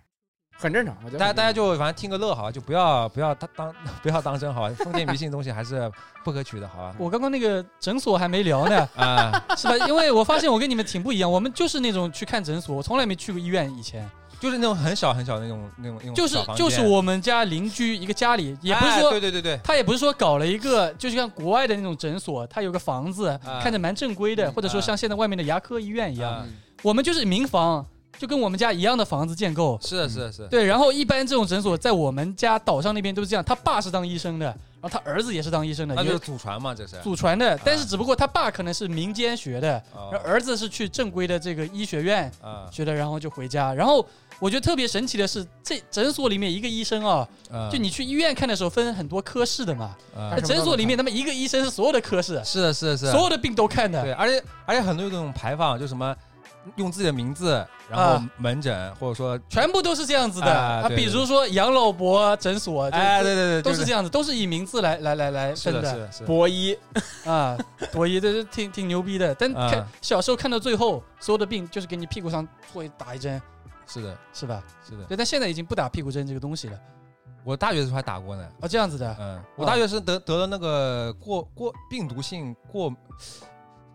[SPEAKER 4] 很正常，我觉得
[SPEAKER 1] 大家
[SPEAKER 4] 很
[SPEAKER 1] 大家
[SPEAKER 4] 正常
[SPEAKER 1] 就反正听个乐好吧，啊就不要不要当当 *laughs* 不要当真好吧，封建迷信的东西还是不可取的好吧？，
[SPEAKER 3] *laughs* 我刚刚那个诊所还没聊呢
[SPEAKER 1] 啊，
[SPEAKER 3] *laughs* 是吧？因为我发现我跟你们挺不一样，我们就是那种去看诊所，我从来没去过医院，以前
[SPEAKER 1] 就是那种很小很小的那种那种那种
[SPEAKER 3] 就是
[SPEAKER 1] 嗯小房间
[SPEAKER 3] 就是我们家邻居一个家里，也不是
[SPEAKER 1] 哎
[SPEAKER 3] 说、
[SPEAKER 1] 对对对对，
[SPEAKER 3] 他也不是说搞了一个，就像国外的那种诊所，他有个房子，
[SPEAKER 1] 啊
[SPEAKER 3] 看着蛮正规的，
[SPEAKER 1] 嗯
[SPEAKER 3] 或者说像现在外面的牙科医院一样，
[SPEAKER 1] 啊
[SPEAKER 3] 我们就是民房，就跟我们家一样的房子建构。
[SPEAKER 1] 是的，是的，是的。
[SPEAKER 3] 对，然后一般这种诊所在我们家岛上那边都是这样，他爸是当医生的，然后他儿子也是当医生的，
[SPEAKER 1] 那就
[SPEAKER 3] 也
[SPEAKER 1] 是哎
[SPEAKER 3] 有
[SPEAKER 1] 祖传嘛，这是。
[SPEAKER 3] 祖传的，但是只不过他爸可能是民间学的，
[SPEAKER 1] 啊
[SPEAKER 3] 然后儿子是去正规的这个医学院
[SPEAKER 1] 啊
[SPEAKER 3] 学的，然后就回家。然后我觉得特别神奇的是，这诊所里面一个医生啊，
[SPEAKER 1] 啊！
[SPEAKER 3] 就你去医院看的时候分很多科室的嘛，
[SPEAKER 1] 啊
[SPEAKER 3] 那诊所里面他们一个医生是所有的科室，
[SPEAKER 1] 是的，是的，是的。
[SPEAKER 3] 所有的病都看的。
[SPEAKER 1] 对，而且而且很多有这种排放，就什么用自己的名字，然后
[SPEAKER 3] 啊
[SPEAKER 1] 门诊，或者说，
[SPEAKER 3] 全部都是这样子的
[SPEAKER 1] 啊
[SPEAKER 3] 啊，
[SPEAKER 1] 对
[SPEAKER 3] 比如说养老博诊所，就
[SPEAKER 1] 哎，对对对，
[SPEAKER 3] 都是
[SPEAKER 1] 样，
[SPEAKER 3] 这样子，都是以名字来来来来
[SPEAKER 1] 是
[SPEAKER 3] 分
[SPEAKER 1] 的，是的，是的。
[SPEAKER 4] 博一
[SPEAKER 3] 啊。我一这是挺挺牛逼的，但
[SPEAKER 1] 啊
[SPEAKER 3] 看小时候看到最后，所有的病就是给你屁股上做一打一针，
[SPEAKER 1] 是的，
[SPEAKER 3] 是吧？
[SPEAKER 1] 是的，
[SPEAKER 3] 对，但现在已经不打屁股针这个东西了
[SPEAKER 1] 我大学的时候还打过呢。
[SPEAKER 3] 啊，这样子的
[SPEAKER 1] 嗯，我大学是得得了那个过过病毒性过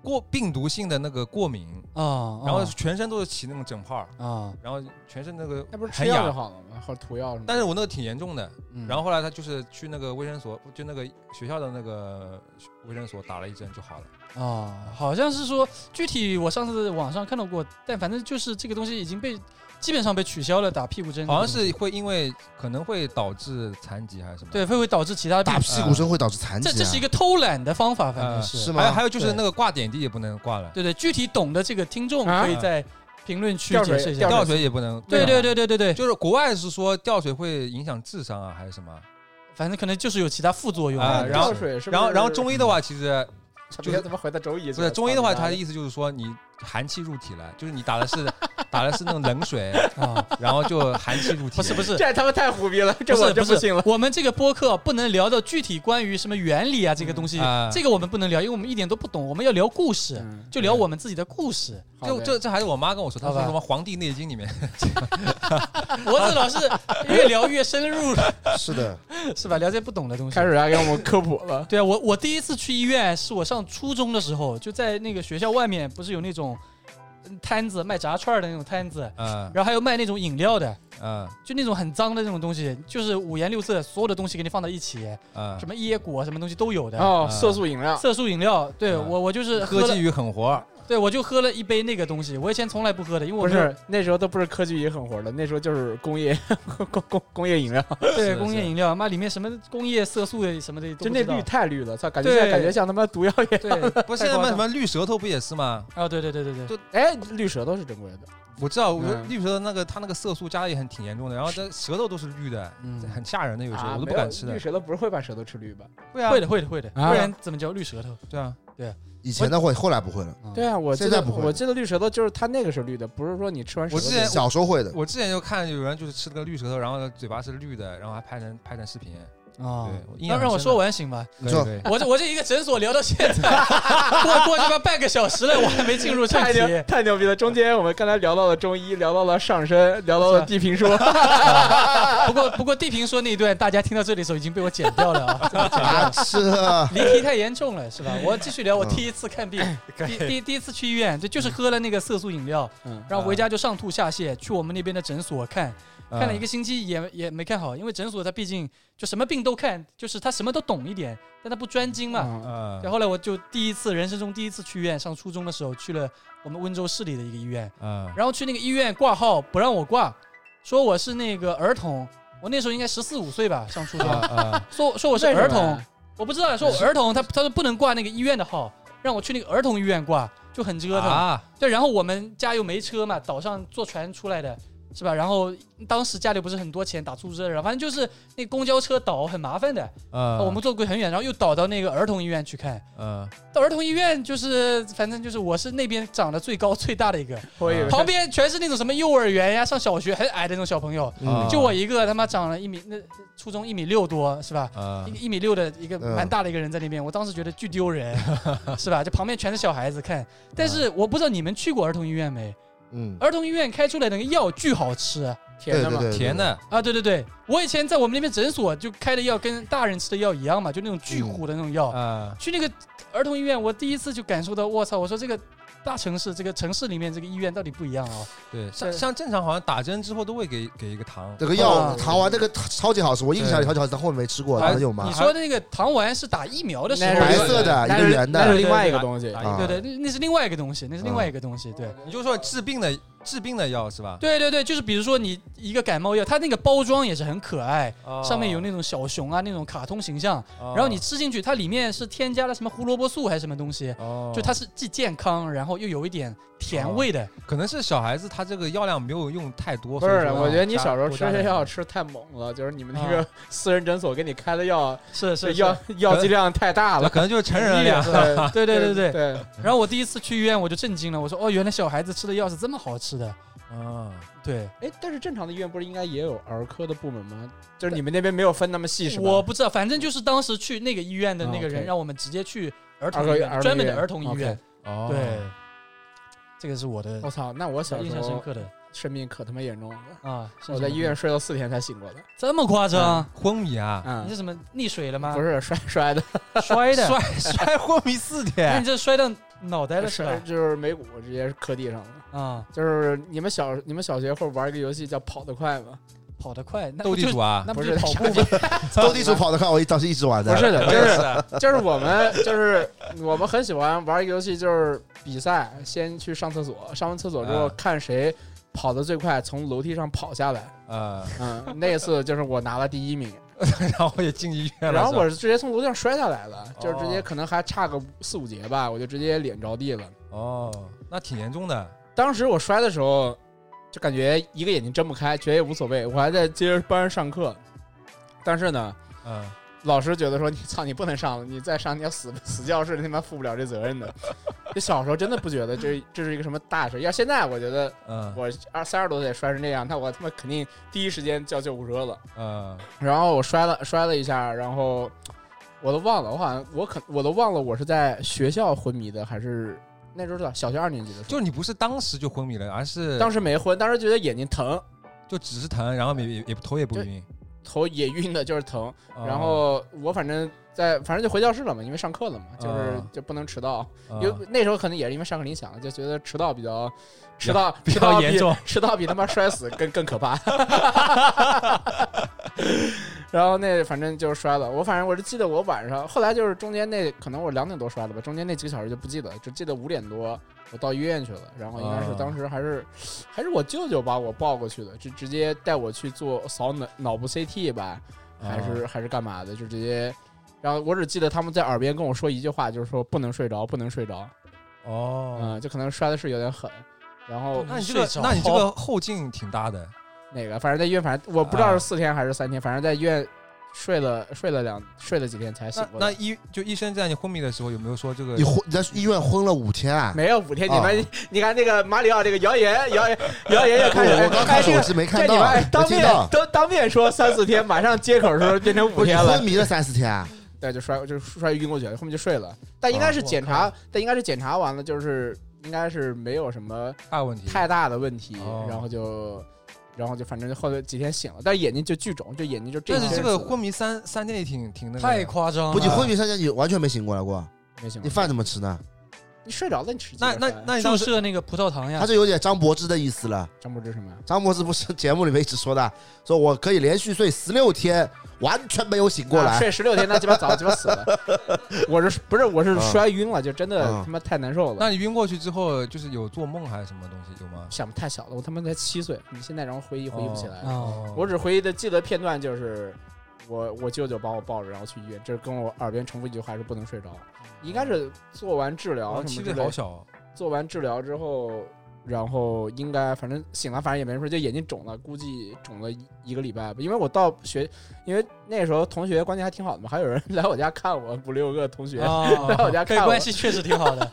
[SPEAKER 1] 过病毒性的那个过敏，
[SPEAKER 3] 啊，
[SPEAKER 1] 然后全身都是起那种疹泡，
[SPEAKER 3] 啊，
[SPEAKER 1] 然后全身那个
[SPEAKER 5] 那不是吃
[SPEAKER 1] 很
[SPEAKER 5] 药就
[SPEAKER 1] 痒。
[SPEAKER 5] 好了吗？或者涂药什么的？
[SPEAKER 1] 但是我那个挺严重的，
[SPEAKER 5] 嗯
[SPEAKER 1] 然后后来他就是去那个卫生所，就那个学校的那个卫生所打了一针就好了。
[SPEAKER 3] 哦，好像是说具体我上次网上看到过，但反正就是这个东西已经被基本上被取消了，打屁股针
[SPEAKER 1] 好像是会因为可能会导致残疾还是什么？
[SPEAKER 3] 对会会导致其他的
[SPEAKER 2] 打
[SPEAKER 3] 病，
[SPEAKER 2] 屁股针会导致残疾、啊，
[SPEAKER 3] 这这是一个偷懒的方法，反正
[SPEAKER 1] 呃
[SPEAKER 3] 是
[SPEAKER 2] 是吗
[SPEAKER 1] 还有还有就是
[SPEAKER 3] 对
[SPEAKER 1] 那个挂点滴也不能挂了，
[SPEAKER 3] 对对，具体懂的这个听众
[SPEAKER 4] 啊
[SPEAKER 3] 可以在评论区
[SPEAKER 4] 吊
[SPEAKER 3] 解
[SPEAKER 4] 水
[SPEAKER 3] 释一下
[SPEAKER 4] 吊。
[SPEAKER 1] 吊水也不能。
[SPEAKER 3] 对
[SPEAKER 1] 对，
[SPEAKER 3] 对
[SPEAKER 1] 啊
[SPEAKER 3] 对对对对，
[SPEAKER 1] 就是国外是说吊水会影响智商啊，还是什么
[SPEAKER 3] 反正可能就是有其他副作用
[SPEAKER 4] 哎
[SPEAKER 1] 啊？然后
[SPEAKER 5] 吊水是不是
[SPEAKER 1] 然后然后中医的话，其实就
[SPEAKER 5] 就是怎么回到周易去
[SPEAKER 1] 不
[SPEAKER 5] 了？
[SPEAKER 1] 是中医的话，
[SPEAKER 5] 操
[SPEAKER 1] 它
[SPEAKER 5] 你
[SPEAKER 1] 的
[SPEAKER 5] 妈
[SPEAKER 1] 意思就是说你寒气入体了，就是你打的是打的是那种冷水， *laughs*
[SPEAKER 3] 啊，
[SPEAKER 1] 然后就寒气 *laughs* 入体。
[SPEAKER 3] 不是不
[SPEAKER 4] *laughs*
[SPEAKER 3] 是。
[SPEAKER 4] 这他妈太胡逼了，这
[SPEAKER 3] 不
[SPEAKER 4] 我
[SPEAKER 3] 是
[SPEAKER 4] 真
[SPEAKER 3] 不
[SPEAKER 4] 信
[SPEAKER 3] 是
[SPEAKER 4] 了。，
[SPEAKER 3] 我们这个播客不能聊到具体关于什么原理啊这个东西
[SPEAKER 1] 嗯啊，
[SPEAKER 3] 这个我们不能聊，因为我们一点都不懂。我们要聊故事，
[SPEAKER 5] 嗯
[SPEAKER 3] 就聊我们自己的故事。
[SPEAKER 5] 好
[SPEAKER 1] 就
[SPEAKER 5] 的
[SPEAKER 1] 这这还是我妈跟我说，她
[SPEAKER 3] 好
[SPEAKER 1] 说
[SPEAKER 3] 吧
[SPEAKER 1] 什么《黄帝内经》里面，
[SPEAKER 4] *laughs*
[SPEAKER 3] 脖子老是越聊越深入了，
[SPEAKER 2] 是的，
[SPEAKER 3] 是吧？聊这不懂的东西
[SPEAKER 4] 开。始来给我们科普了。
[SPEAKER 3] 对啊，我我第一次去医院是我上初中的时候，就在那个学校外面，不是有那种嗯摊子卖炸串儿的那种摊子，
[SPEAKER 1] 嗯
[SPEAKER 3] 然后还有卖那种饮料的，
[SPEAKER 1] 嗯
[SPEAKER 3] 就那种很脏的那种东西，就是五颜六色，所有的东西给你放到一起，
[SPEAKER 1] 嗯
[SPEAKER 3] 什，么椰果什么东西都有的。
[SPEAKER 5] 啊
[SPEAKER 4] 哦，色素饮料，
[SPEAKER 3] 色素饮料，对、
[SPEAKER 1] 啊
[SPEAKER 3] 我我就是嗯喝
[SPEAKER 1] 科
[SPEAKER 3] 了，
[SPEAKER 1] 技与狠活儿，
[SPEAKER 3] 对我就喝了一杯那个东西，我以前从来不喝的，因为我
[SPEAKER 4] 不
[SPEAKER 3] 没有
[SPEAKER 4] 是那时候都不是科技也很火的，那时候就是工业 *laughs* 工工工业饮料，
[SPEAKER 1] 是
[SPEAKER 3] 对
[SPEAKER 1] 是
[SPEAKER 3] 工业饮料，妈里面什么工业色素的什么的都
[SPEAKER 4] 就
[SPEAKER 3] 不
[SPEAKER 4] 那
[SPEAKER 3] 知道
[SPEAKER 4] 绿太绿了，操，感觉
[SPEAKER 3] 对
[SPEAKER 4] 现在感觉像他妈毒药一样。
[SPEAKER 3] 对
[SPEAKER 1] *laughs* 不是现在
[SPEAKER 3] 太
[SPEAKER 1] 卖
[SPEAKER 3] 夸张
[SPEAKER 1] 什么绿舌头不也是吗？
[SPEAKER 3] 啊，对对对对对，
[SPEAKER 4] 哎，绿舌头是正规的，
[SPEAKER 1] 我知道，我觉得
[SPEAKER 4] 嗯
[SPEAKER 1] 绿舌头那个它那个色素加的也很挺严重的，然后这舌头都是绿的，
[SPEAKER 3] *laughs* 嗯
[SPEAKER 1] 很吓人的，有时候
[SPEAKER 4] 啊
[SPEAKER 1] 我都
[SPEAKER 4] 没
[SPEAKER 1] 不
[SPEAKER 4] 有
[SPEAKER 1] 敢吃
[SPEAKER 4] 绿
[SPEAKER 1] 的。
[SPEAKER 4] 舌头不是会把舌头吃绿吧？
[SPEAKER 1] 会啊
[SPEAKER 3] 会，的会的会的，
[SPEAKER 4] 啊
[SPEAKER 3] 不然怎么叫绿舌头？
[SPEAKER 1] 对啊，
[SPEAKER 2] 以前的会，后来不会了。
[SPEAKER 4] 对啊，我记
[SPEAKER 2] 现在
[SPEAKER 4] 得
[SPEAKER 2] 不会
[SPEAKER 4] 我记得绿舌头就是它那个是绿的，不是说你吃完舌
[SPEAKER 1] 我
[SPEAKER 4] 头
[SPEAKER 1] 之前
[SPEAKER 2] 小时候会的，
[SPEAKER 1] 我之前就看有人就是吃了个绿舌头，然后嘴巴是绿的，然后还拍成拍成视频。
[SPEAKER 3] 啊
[SPEAKER 1] 对我印
[SPEAKER 3] 那
[SPEAKER 1] 象
[SPEAKER 3] 让我
[SPEAKER 1] 很深
[SPEAKER 3] 说
[SPEAKER 1] 的
[SPEAKER 3] 完行吧？
[SPEAKER 2] 你说
[SPEAKER 1] 对对
[SPEAKER 3] 我这我这一个诊所聊到现在，过过去吧半个小时了，我还没进入正
[SPEAKER 4] 太
[SPEAKER 3] 题。
[SPEAKER 4] 牛太牛逼了！中间我们刚才聊到了中医，聊到了上身，聊到
[SPEAKER 3] 是
[SPEAKER 4] 了
[SPEAKER 3] 啊
[SPEAKER 4] 地平说，
[SPEAKER 3] *laughs* 不过不过地平说那一段，大家听到这里的时候已经被我剪掉了啊，真的剪掉了
[SPEAKER 2] 啊，是啊，
[SPEAKER 3] 离题太严重了是吧？我继续聊我第一次看病，第第第一次去医院，这就是喝了那个色素饮料，
[SPEAKER 4] 嗯
[SPEAKER 3] 然后回家就上吐下泻，去我们那边的诊所看，
[SPEAKER 1] 嗯
[SPEAKER 3] 看了一个星期也也没看好，因为诊所他毕竟就什么病都看，就是他什么都懂一点，但他不专精嘛。
[SPEAKER 1] *laughs*
[SPEAKER 4] 嗯
[SPEAKER 1] 嗯
[SPEAKER 3] 对，后来我就第一次人生中第一次去医院，上初中的时候去了我们温州市里的一个医院，
[SPEAKER 1] 嗯
[SPEAKER 3] 然后去那个医院挂号不让我挂，说我是那个儿童，我那时候应该十四五岁吧，上初中，
[SPEAKER 1] 嗯
[SPEAKER 3] 说说我是
[SPEAKER 4] 啊为什么呀
[SPEAKER 3] 儿童，我不知道，说我儿童，他他说不能挂那个医院的号，让我去那个儿童医院挂，就很折
[SPEAKER 1] 嗯
[SPEAKER 3] 腾。
[SPEAKER 1] 啊，
[SPEAKER 3] 对，然后我们家又没车嘛，岛上坐船出来的，是吧？然后当时家里不是很多钱打出租车，然后反正就是那个公交车倒很麻烦的，哦
[SPEAKER 1] 嗯
[SPEAKER 3] 我们坐过很远，然后又倒到那个儿童医院去看。
[SPEAKER 1] 嗯
[SPEAKER 3] 到儿童医院就是，反正就是我是那边长得最高最大的一个，
[SPEAKER 4] *laughs* 我以为
[SPEAKER 3] 旁边全是那种什么幼儿园呀、上小学很矮的那种小朋友，
[SPEAKER 1] 嗯
[SPEAKER 3] 就我一个他妈长了一米，那初中一米六多是吧？一
[SPEAKER 1] 嗯
[SPEAKER 3] 个一米六的一个
[SPEAKER 2] 嗯
[SPEAKER 3] 蛮大的一个人在那边，我当时觉得巨丢人，是吧？就旁边全是小孩子看，但是我不知道你们去过儿童医院没？
[SPEAKER 2] 嗯，
[SPEAKER 3] 儿童医院开出来的那个药巨好吃
[SPEAKER 2] 对
[SPEAKER 4] 甜
[SPEAKER 2] 对
[SPEAKER 4] 的嘛，
[SPEAKER 2] 对，
[SPEAKER 1] 甜的
[SPEAKER 3] 啊！对对对，我以前在我们那边诊所就开的药跟大人吃的药一样嘛，就那种巨苦的那种药。
[SPEAKER 1] 嗯
[SPEAKER 3] 去那个儿童医院，我第一次就感受到，我操！我说这个大城市这个城市里面这个医院到底不一样哦。
[SPEAKER 1] 对，像
[SPEAKER 3] 对
[SPEAKER 1] 像正常好像打针之后都会给给一个糖，
[SPEAKER 2] 这个药
[SPEAKER 3] 啊
[SPEAKER 2] 糖丸那个超级好吃，我印象里超级好吃，但后面没吃过，
[SPEAKER 1] 哎
[SPEAKER 2] 还有吗
[SPEAKER 3] 你？说的那个糖丸是打疫苗的时候，
[SPEAKER 5] 那
[SPEAKER 2] 白
[SPEAKER 5] 是
[SPEAKER 2] 色的，一
[SPEAKER 5] 那
[SPEAKER 2] 个
[SPEAKER 5] 是
[SPEAKER 2] 圆
[SPEAKER 5] 那
[SPEAKER 2] 的
[SPEAKER 5] 是另外一个东西
[SPEAKER 1] 打，
[SPEAKER 2] 啊
[SPEAKER 3] 对对，那那是另外一个东西，那是另外一个东西，对。
[SPEAKER 1] 你就说治病的治病的药是吧？
[SPEAKER 3] 对对对，就是比如说你一个感冒药，它那个包装也是很可爱，
[SPEAKER 1] 哦
[SPEAKER 3] 上面有那种小熊啊那种卡通形象，
[SPEAKER 1] 哦
[SPEAKER 3] 然后你吃进去，它里面是添加了什么胡萝卜素还是什么东西，
[SPEAKER 1] 哦，
[SPEAKER 3] 就它是既健康，然后又有一点甜味的。
[SPEAKER 1] 可能是小孩子他这个药量没有用太多，
[SPEAKER 5] 不
[SPEAKER 1] 所以
[SPEAKER 5] 是，
[SPEAKER 1] 说
[SPEAKER 5] 我觉得你
[SPEAKER 1] 加
[SPEAKER 5] 小时候
[SPEAKER 1] 多
[SPEAKER 5] 吃
[SPEAKER 1] 啊加
[SPEAKER 5] 这
[SPEAKER 1] 点
[SPEAKER 5] 药吃太猛了，就是你们那
[SPEAKER 3] 啊
[SPEAKER 5] 个私人诊所给你开的药，
[SPEAKER 3] 是
[SPEAKER 5] 这
[SPEAKER 3] 是
[SPEAKER 5] 药
[SPEAKER 3] 是，
[SPEAKER 5] 药剂量太大了。
[SPEAKER 1] 可能就是成人的量。
[SPEAKER 3] *laughs*
[SPEAKER 5] 对
[SPEAKER 3] 对 *laughs* 对对
[SPEAKER 5] 对
[SPEAKER 3] 对。然后我第一次去医院我就震惊了，我说哦，原来小孩子吃的药是这么好吃的。
[SPEAKER 1] 啊，
[SPEAKER 3] 对，
[SPEAKER 5] 哎，但是正常的医院不是应该也有儿科的部门吗？就是你们那边没有分那么细是吧？
[SPEAKER 3] 我不知道，反正就是当时去那个医院的那个
[SPEAKER 5] 啊
[SPEAKER 3] 人
[SPEAKER 5] ，OK
[SPEAKER 3] 让我们直接去儿
[SPEAKER 5] 儿
[SPEAKER 3] 童
[SPEAKER 5] 科
[SPEAKER 3] 医
[SPEAKER 5] 儿
[SPEAKER 3] 院，
[SPEAKER 5] 童
[SPEAKER 3] 专门
[SPEAKER 5] 医
[SPEAKER 3] 的
[SPEAKER 5] 院
[SPEAKER 3] 儿童医院。
[SPEAKER 1] 哦，
[SPEAKER 3] 对，这个是我的
[SPEAKER 5] 我操，那我小
[SPEAKER 3] 印
[SPEAKER 5] 时
[SPEAKER 3] 象深
[SPEAKER 5] 候
[SPEAKER 3] 刻的
[SPEAKER 5] 生病可他妈严重了，
[SPEAKER 3] 啊。是
[SPEAKER 5] 我
[SPEAKER 3] 什么
[SPEAKER 5] 在医院睡到四天才醒过来。
[SPEAKER 3] 这么夸张？
[SPEAKER 1] 昏迷啊，
[SPEAKER 3] 你
[SPEAKER 5] 嗯
[SPEAKER 3] 是，什么溺水了吗？
[SPEAKER 5] 不是摔摔的，
[SPEAKER 3] 摔的， *laughs*
[SPEAKER 1] 摔摔昏迷四
[SPEAKER 3] 那
[SPEAKER 1] 天
[SPEAKER 3] 你，这摔到脑袋了是
[SPEAKER 5] 摔
[SPEAKER 3] 吧？
[SPEAKER 5] 就是眉骨直接磕地上了。
[SPEAKER 3] 啊，
[SPEAKER 5] 就是你们小你们小学会玩一个游戏叫跑得快吗？
[SPEAKER 3] 跑得快，那
[SPEAKER 1] 斗
[SPEAKER 3] 不
[SPEAKER 1] 地
[SPEAKER 3] 就
[SPEAKER 1] 主啊，
[SPEAKER 3] 那不
[SPEAKER 5] 不
[SPEAKER 3] 就是跑步吗？
[SPEAKER 2] 斗地主跑得快，我当时一直玩的。
[SPEAKER 5] 不是的，
[SPEAKER 1] 我
[SPEAKER 5] 就
[SPEAKER 1] 也
[SPEAKER 5] 是
[SPEAKER 1] 是
[SPEAKER 5] 就是我们就是我们很喜欢玩一个游戏，就是比赛，先去上厕所，上完厕所之后
[SPEAKER 1] 啊
[SPEAKER 5] 看谁跑得最快，从楼梯上跑下来。
[SPEAKER 1] 呃，
[SPEAKER 5] 嗯，那次就是我拿了第一名，
[SPEAKER 1] 然后也进医院了，
[SPEAKER 5] 然后
[SPEAKER 1] 是吧
[SPEAKER 5] 我是直接从楼梯上摔下来了，就是直
[SPEAKER 1] 哦
[SPEAKER 5] 接可能还差个四五节吧，我就直接脸着地了。
[SPEAKER 1] 哦，那挺严重的，
[SPEAKER 5] 当时我摔的时候，就感觉一个眼睛睁不开，觉得也无所谓，我还在接着班上上课。但是呢，
[SPEAKER 1] 嗯，
[SPEAKER 5] 老师觉得说你操你不能上了，你再上你要死死教室，你他妈负不了这责任的。就小时候真的不觉得这这是一个什么大事，要现在我觉得
[SPEAKER 1] 嗯，
[SPEAKER 5] 我二三十多岁摔成这样，那我他妈肯定第一时间叫救护车了。
[SPEAKER 1] 呃，
[SPEAKER 5] 然后我摔了摔了一下，然后我都忘了，我好像我可我都忘了我是在学校昏迷的还是那时候是小学二年级的时
[SPEAKER 1] 就
[SPEAKER 5] 候，
[SPEAKER 1] 你不是当时就昏迷了，而是
[SPEAKER 5] 当时没昏，当时觉得眼睛疼，
[SPEAKER 1] 就只是疼，然后也也也头也不晕，
[SPEAKER 5] 头也晕的，就是疼。
[SPEAKER 1] 哦
[SPEAKER 5] 然后我反正在反正就回教室了嘛，因为上课了嘛，就是
[SPEAKER 1] 啊
[SPEAKER 5] 就不能迟到。
[SPEAKER 1] 嗯
[SPEAKER 5] 因为那时候可能也是因为上课铃响了，就觉得迟到比较迟到
[SPEAKER 1] 比
[SPEAKER 5] 迟到
[SPEAKER 1] 较严重，
[SPEAKER 5] 迟到比他妈摔死更更可
[SPEAKER 1] *laughs*
[SPEAKER 5] 怕。然后那反正就是摔了，我反正我是记得我晚上，后来就是中间那可能我两点多摔的吧，中间那几个小时就不记得，只记得五点多我到医院去了，然后应该是
[SPEAKER 1] 啊
[SPEAKER 5] 当时还是还是我舅舅把我抱过去的，就直接带我去做扫脑脑部 CT 吧，还是、
[SPEAKER 2] 啊
[SPEAKER 5] 还是干嘛的，就直接。然后我只记得他们在耳边跟我说一句话，就是说不能睡着，不能睡着，
[SPEAKER 1] 哦，
[SPEAKER 5] 嗯，就可能摔的是有点狠。然后
[SPEAKER 1] 那你这个那你这个后劲挺大
[SPEAKER 5] *laughs*
[SPEAKER 1] 的，
[SPEAKER 5] 哪个，反正在医院，反正我不知道
[SPEAKER 2] 啊
[SPEAKER 5] 是四天还是三天，反正在医院睡了睡了两睡了几天才醒
[SPEAKER 1] 那
[SPEAKER 5] 过
[SPEAKER 1] 那
[SPEAKER 5] 来。
[SPEAKER 1] 医就医生在你昏迷的时候有没有说这个
[SPEAKER 2] 你昏你在医院昏了五天啊？
[SPEAKER 5] *laughs* 没有五天，
[SPEAKER 2] 啊
[SPEAKER 5] 你们你看那个马里奥这个谣言，
[SPEAKER 2] *laughs*
[SPEAKER 5] 谣言谣言又
[SPEAKER 2] 不
[SPEAKER 5] 开始。
[SPEAKER 2] 我刚开始
[SPEAKER 5] 哎
[SPEAKER 2] 我是没
[SPEAKER 5] 这
[SPEAKER 2] 看
[SPEAKER 5] 这
[SPEAKER 2] 到
[SPEAKER 5] 你们哎，
[SPEAKER 2] 我
[SPEAKER 5] 当
[SPEAKER 2] 听
[SPEAKER 5] 面
[SPEAKER 2] 到。
[SPEAKER 5] 都当面说三四天，马上接口的时候变成
[SPEAKER 2] 不是
[SPEAKER 5] 五
[SPEAKER 2] 你
[SPEAKER 5] 天了
[SPEAKER 2] 昏，迷了三四天啊？
[SPEAKER 5] 对，就摔就摔晕过去了，后面就睡了。但应该
[SPEAKER 1] 啊
[SPEAKER 5] 是
[SPEAKER 1] 我
[SPEAKER 5] 检查，但应该是检查完了，就是应该是没有什么
[SPEAKER 1] 大问题？
[SPEAKER 5] 太大的问题
[SPEAKER 1] 哦，
[SPEAKER 5] 然后就然后就反正就后来几天醒了，但是眼睛就巨肿，就眼睛就这
[SPEAKER 1] 但
[SPEAKER 5] 样
[SPEAKER 1] 是
[SPEAKER 5] 子。
[SPEAKER 1] 这个昏迷三三天也挺挺那个的
[SPEAKER 3] 太夸张了！
[SPEAKER 2] 不，你
[SPEAKER 5] 啊
[SPEAKER 2] 昏迷三天，你完全没醒过来过，
[SPEAKER 5] 没醒
[SPEAKER 2] 你
[SPEAKER 5] 了，
[SPEAKER 2] 饭怎么吃呢？
[SPEAKER 5] 你睡着了，你吃鸡
[SPEAKER 1] 那
[SPEAKER 5] 了
[SPEAKER 1] 那
[SPEAKER 5] 是吧
[SPEAKER 1] 那你
[SPEAKER 3] 注
[SPEAKER 1] 当时
[SPEAKER 3] 射那个葡萄糖呀
[SPEAKER 2] 他，这有点张柏芝的意思了。
[SPEAKER 5] 张柏芝什么呀？
[SPEAKER 2] 张柏芝不是节目里面一直说的，说我可以连续睡十六天，完全没有醒过
[SPEAKER 5] 啊
[SPEAKER 2] 来。
[SPEAKER 5] 睡十六天，那鸡巴早鸡巴死了。 *laughs* 我是不是我是
[SPEAKER 2] 嗯
[SPEAKER 5] 摔晕了，就真的
[SPEAKER 2] 嗯
[SPEAKER 5] 他妈太难受了。
[SPEAKER 1] 啊那你晕过去之后，就是有做梦还是什么东西有吗？
[SPEAKER 5] 想太小了，我他妈才七岁，你现在让我回忆回忆不起来了。
[SPEAKER 3] 哦，
[SPEAKER 5] 我只回忆的记得片段就是。我我舅舅把我抱着，然后去医院，就是跟我耳边重复一句话，说不能睡着。应该是做完治疗
[SPEAKER 1] 哦
[SPEAKER 5] 什
[SPEAKER 1] 七
[SPEAKER 5] 么
[SPEAKER 1] 岁
[SPEAKER 5] 之
[SPEAKER 1] 好
[SPEAKER 5] 类，
[SPEAKER 1] 小哦，
[SPEAKER 5] 做完治疗之后，然后应该反正醒了，反正也没什么事，就眼睛肿了，估计肿了一一个礼拜吧。因为我到学，因为那时候同学关系还挺好的嘛，还有人来我家看我，五六个同学， *laughs* 来我
[SPEAKER 3] 啊，
[SPEAKER 5] 家
[SPEAKER 3] 对，
[SPEAKER 5] 看我
[SPEAKER 3] 关，系确实挺好
[SPEAKER 5] *laughs*
[SPEAKER 3] 的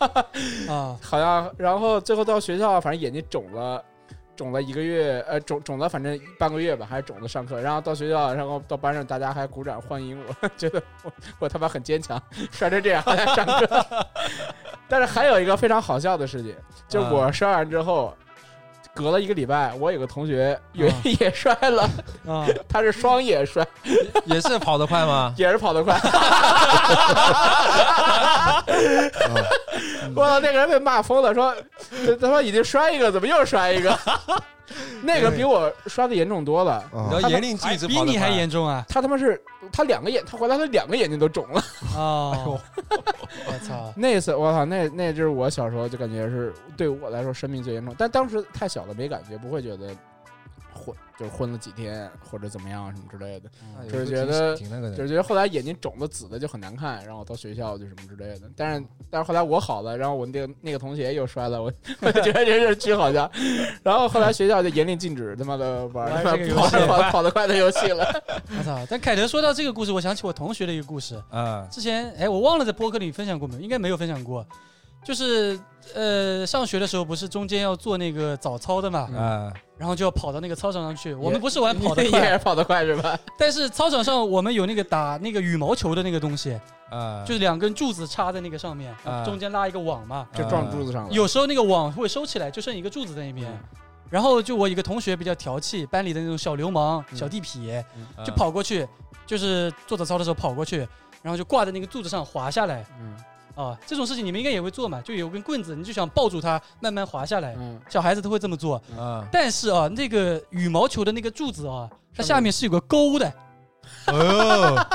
[SPEAKER 3] 啊。
[SPEAKER 5] 好像然后最后到学校，反正眼睛肿了。肿了一个月，呃，肿肿了，反正半个月吧，还是肿了上课，然后到学校，然后到班上，大家还鼓掌欢迎我， *laughs* 觉得我我他妈很坚强， *laughs* 摔成这样还上 *laughs* 课。但是还有一个非常好笑的事情，就是我摔完之后，隔了一个礼拜，我有个同学有
[SPEAKER 3] 啊
[SPEAKER 5] 也 *laughs* 摔了，
[SPEAKER 3] 啊，
[SPEAKER 5] 他是双眼摔，
[SPEAKER 1] 也是跑得快
[SPEAKER 5] *laughs*
[SPEAKER 1] 吗？
[SPEAKER 5] 也是跑得快。我操，那个人被骂疯了，说这他妈已经摔一个，怎么又摔一 *laughs* 个？那个比我摔的严重多了。
[SPEAKER 1] 你
[SPEAKER 2] 啊
[SPEAKER 1] 知道严令禁止
[SPEAKER 3] 比
[SPEAKER 1] 跑得
[SPEAKER 3] 你还
[SPEAKER 1] 快
[SPEAKER 3] 严
[SPEAKER 1] *laughs*
[SPEAKER 3] 重啊！
[SPEAKER 5] 他他妈是，他两个眼，他回来他两个眼睛都肿了。
[SPEAKER 1] 哎
[SPEAKER 3] 哦，我操！
[SPEAKER 5] 那一次，我操，那那就是我小时候就感觉是对我来说生命最严重，但当时太小了，没感觉，不会觉得昏，就是昏了几天或者怎么样什么之类的，
[SPEAKER 1] 哎
[SPEAKER 5] 就是
[SPEAKER 1] 有时候
[SPEAKER 5] 觉
[SPEAKER 1] 挺
[SPEAKER 5] 得
[SPEAKER 1] 挺那个的。
[SPEAKER 5] 就是觉得后来眼睛肿的紫的就很难看，然后到学校就什么之类的。但是但是后来我好了，然后我那个那个同学又摔了，我我就觉得这是巨好笑。然后后来学校就严令禁止他妈的玩
[SPEAKER 3] 玩
[SPEAKER 5] 他妈
[SPEAKER 3] 这个
[SPEAKER 5] 跑
[SPEAKER 3] 游戏
[SPEAKER 5] 跑跑得快的游戏了。
[SPEAKER 3] 我操！但凯德说到这个故事，我想起我同学的一个故事。
[SPEAKER 1] 啊，
[SPEAKER 3] 之前哎，我忘了在播客里分享过没有，应该没有分享过。就是呃，上学的时候不是中间要做那个早操的
[SPEAKER 5] 嗯
[SPEAKER 3] 嘛，
[SPEAKER 1] 啊，
[SPEAKER 3] 然后就要跑到那个操场上去。我
[SPEAKER 5] 也
[SPEAKER 3] 们不是玩 *laughs* 跑得
[SPEAKER 5] 你也
[SPEAKER 3] 快，
[SPEAKER 5] 是跑得快是吧？
[SPEAKER 3] 但是操场上我们有那个打那个羽毛球的那个东西，
[SPEAKER 5] 嗯
[SPEAKER 1] 啊，
[SPEAKER 3] 就是两根柱子插在那个上面，
[SPEAKER 1] 啊
[SPEAKER 3] 中间拉一个网嘛。
[SPEAKER 5] 就撞柱子上了。
[SPEAKER 3] 有时候那个网会收起来，就剩一个柱子在那
[SPEAKER 5] 嗯
[SPEAKER 3] 边。然后就我一个同学比较调气，班里的那种小流氓、
[SPEAKER 5] 嗯
[SPEAKER 3] 小地痞，
[SPEAKER 1] 啊
[SPEAKER 3] 就跑过去，就是做早操的时候跑过去，然后就挂在那个柱子上滑下来
[SPEAKER 5] 嗯
[SPEAKER 3] 啊。这种事情你们应该也会做嘛，就有根棍子，你就想抱住它慢慢滑下来。
[SPEAKER 5] 嗯，
[SPEAKER 3] 小孩子都会这么做，
[SPEAKER 1] 啊， *laughs*
[SPEAKER 3] 但是啊，那个羽毛球的那个柱子啊，它下面是有个沟的，
[SPEAKER 1] 哦，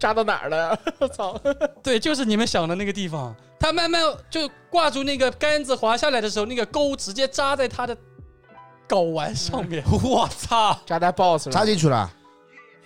[SPEAKER 5] 扎到哪儿 *laughs* 了？我操！
[SPEAKER 3] 对，就是你们想的那个地方。它慢慢就挂住那个杆子滑下来的时候，那个沟直接扎在它的睾丸上面。我操！
[SPEAKER 5] 扎在 BOSS
[SPEAKER 2] 插
[SPEAKER 5] 了，
[SPEAKER 2] 进去了，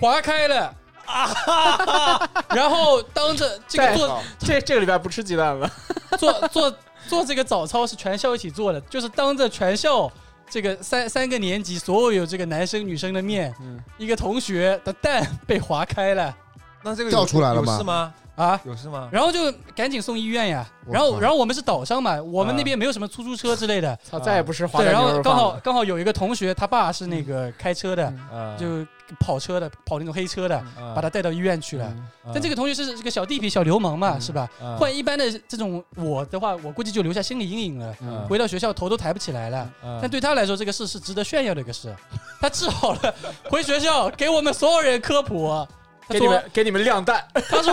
[SPEAKER 3] 划开了啊哈哈！然后当着这个
[SPEAKER 5] 太
[SPEAKER 3] 做
[SPEAKER 5] 这这个礼拜不吃鸡蛋了。
[SPEAKER 3] 做做做这个早操是全校一起做的，就是当着全校这个三三个年级所有有这个男生女生的面，
[SPEAKER 5] 嗯
[SPEAKER 3] 一个同学的蛋被划开了
[SPEAKER 1] 那这个有
[SPEAKER 2] 掉出来了吗
[SPEAKER 1] 有事吗？
[SPEAKER 3] 啊，
[SPEAKER 1] 有事吗？
[SPEAKER 3] 然后就赶紧送医院呀。
[SPEAKER 2] 我
[SPEAKER 3] 然后
[SPEAKER 2] 靠
[SPEAKER 3] 然后我们是岛上嘛，我们
[SPEAKER 1] 啊
[SPEAKER 3] 那边没有什么出租车之类的，
[SPEAKER 5] 操，再也不吃滑
[SPEAKER 3] 啊对，
[SPEAKER 5] 蛋
[SPEAKER 3] 然
[SPEAKER 5] 牛
[SPEAKER 3] 后
[SPEAKER 5] 肉
[SPEAKER 3] 刚
[SPEAKER 5] 饭
[SPEAKER 3] 好
[SPEAKER 5] 了。
[SPEAKER 3] 刚好有一个同学他爸是那
[SPEAKER 5] 嗯
[SPEAKER 3] 个开车的，
[SPEAKER 1] 啊，
[SPEAKER 3] 就跑车的跑那种黑车
[SPEAKER 5] 嗯
[SPEAKER 3] 的，
[SPEAKER 1] 把
[SPEAKER 3] 把他带到医院去了。
[SPEAKER 1] 啊
[SPEAKER 3] 但这个同学是这个小地痞、小流氓嘛，
[SPEAKER 5] 嗯
[SPEAKER 3] 是吧？
[SPEAKER 1] 个
[SPEAKER 3] 换一般的这种我的话，我估计就留下心理阴影了。
[SPEAKER 5] 嗯
[SPEAKER 3] 回到学校头都抬不起来了，
[SPEAKER 1] 啊
[SPEAKER 3] 但对他来说，这个事是值得炫耀的一个
[SPEAKER 5] *laughs*
[SPEAKER 3] 事。他治好了，回学校给我们所有人科普。啊他
[SPEAKER 5] 给你
[SPEAKER 3] 说
[SPEAKER 5] 们给你们亮蛋，：“
[SPEAKER 3] 他说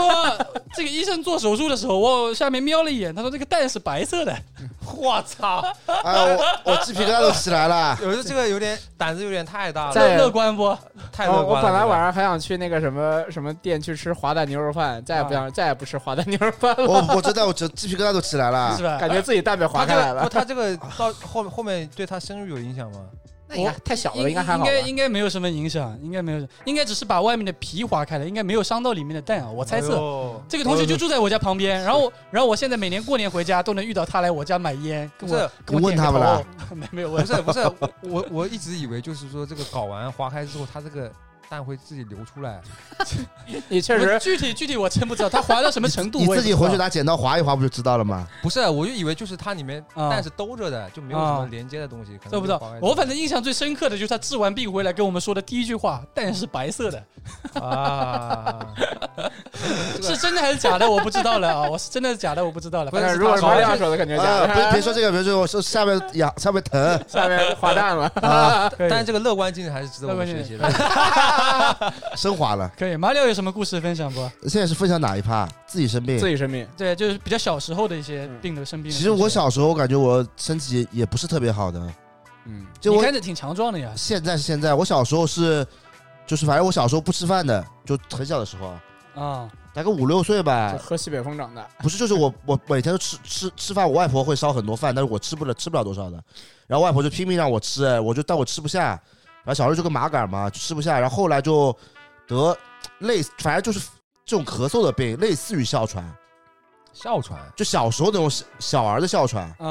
[SPEAKER 3] 这个医生做手术的时候，我下面瞄了一眼，他说这个蛋是白色的。我操，
[SPEAKER 2] 哎，我我鸡皮疙瘩都起来了。
[SPEAKER 1] 有时这个有点胆子有点太大了，
[SPEAKER 5] 在
[SPEAKER 3] 这乐观不？
[SPEAKER 1] 太乐
[SPEAKER 5] 哦我
[SPEAKER 1] 观了。
[SPEAKER 5] 本来
[SPEAKER 1] 这个
[SPEAKER 5] 晚上还想去那个什么什么店去吃滑蛋牛肉饭，再也不想再也不吃滑蛋牛肉饭了，
[SPEAKER 2] 啊我我真的我这鸡皮疙瘩都起来了
[SPEAKER 3] 是。吧？
[SPEAKER 5] 感觉自己蛋被
[SPEAKER 1] 他
[SPEAKER 5] 划
[SPEAKER 1] 这
[SPEAKER 5] 开来
[SPEAKER 1] 个
[SPEAKER 5] 了
[SPEAKER 1] 不，。他这个到后后面对他生育有影响吗？
[SPEAKER 5] 那应该太小了，应该还
[SPEAKER 3] 应
[SPEAKER 5] 好吧。
[SPEAKER 3] 该应该没有什么影响，应该没有，应该只是把外面的皮划开了，应该没有伤到里面的蛋啊。我
[SPEAKER 1] 我
[SPEAKER 3] 猜测。这个同学就住在我家旁边，然后，然后我现在每年过年回家都能遇到他来我家买烟，跟
[SPEAKER 1] 不
[SPEAKER 3] 我
[SPEAKER 1] 是
[SPEAKER 3] 跟我
[SPEAKER 2] 你问他
[SPEAKER 3] 们
[SPEAKER 2] 不啦？
[SPEAKER 3] 没没有
[SPEAKER 1] 不
[SPEAKER 3] 问，
[SPEAKER 1] 是不是，我我我一直以为就是说这个睾丸划开之后，它这个蛋会自己流出来。
[SPEAKER 5] 你确实
[SPEAKER 3] 我具体具体我真不知道他滑到什么程度，
[SPEAKER 2] 你
[SPEAKER 3] 我也
[SPEAKER 2] 自己回去
[SPEAKER 5] 啊
[SPEAKER 3] 不知道
[SPEAKER 2] 拿剪刀划一划不就知道了吗？
[SPEAKER 1] 不是，我就以为就是它里面
[SPEAKER 3] 啊
[SPEAKER 1] 蛋是兜着的，就没有什么连接的东西。可能
[SPEAKER 3] 这不知
[SPEAKER 1] 就划
[SPEAKER 3] 道
[SPEAKER 1] 开。之后
[SPEAKER 3] 我反正印象最深刻的就是他治完病回来跟我们说的第一句话：“蛋是白色的， *laughs*
[SPEAKER 1] 啊，这个
[SPEAKER 3] 是真的还是假的？我不知道了啊，我是真的假的我不知道了。”
[SPEAKER 1] 不是
[SPEAKER 5] 如果
[SPEAKER 1] 是
[SPEAKER 5] 是
[SPEAKER 1] 他
[SPEAKER 5] 这
[SPEAKER 1] 搞
[SPEAKER 5] 样
[SPEAKER 1] 的
[SPEAKER 5] 说的，感觉假
[SPEAKER 2] 啊，别别
[SPEAKER 5] 的。
[SPEAKER 2] 说这个，别说这个，我说下面痒，下面疼
[SPEAKER 5] 下面滑
[SPEAKER 2] *laughs*
[SPEAKER 5] 蛋了，
[SPEAKER 2] 啊，
[SPEAKER 1] 但是这个乐观精神还是值得我们
[SPEAKER 3] 乐
[SPEAKER 1] 学
[SPEAKER 3] 观
[SPEAKER 1] 习
[SPEAKER 3] 精
[SPEAKER 1] 的。
[SPEAKER 3] *laughs*
[SPEAKER 2] 升华了。
[SPEAKER 3] 可以，马里奥有什么故事分享不？
[SPEAKER 2] 现在是分享哪一趴？自己生病
[SPEAKER 5] 自。己生病。
[SPEAKER 3] 对，就是比较小时候的一些
[SPEAKER 5] 嗯
[SPEAKER 3] 病的生病的故事。
[SPEAKER 2] 其实我小时候感觉我身体也不是特别好的，
[SPEAKER 5] 嗯，
[SPEAKER 2] 就
[SPEAKER 3] 你
[SPEAKER 2] 我
[SPEAKER 3] 看着挺强壮的呀，
[SPEAKER 2] 现在是现在，我小时候是，就是反正我小时候不吃饭的，就很小的时候，
[SPEAKER 3] 啊，
[SPEAKER 2] 大概五六岁
[SPEAKER 5] 就
[SPEAKER 2] 吧，
[SPEAKER 5] 喝西北风长大。
[SPEAKER 2] 不是就是我我每天都吃吃吃饭，我外婆会烧很多饭，但是我吃不了吃不了多少的，然后外婆就拼命让我吃，哎我就但我吃不下，然后小时候就跟麻杆嘛，就吃不下，然后后来就得类似，反正就是这种咳嗽的病，类似于哮喘，
[SPEAKER 1] 哮喘
[SPEAKER 2] 就小时候那种小小儿的哮喘。
[SPEAKER 3] 啊啊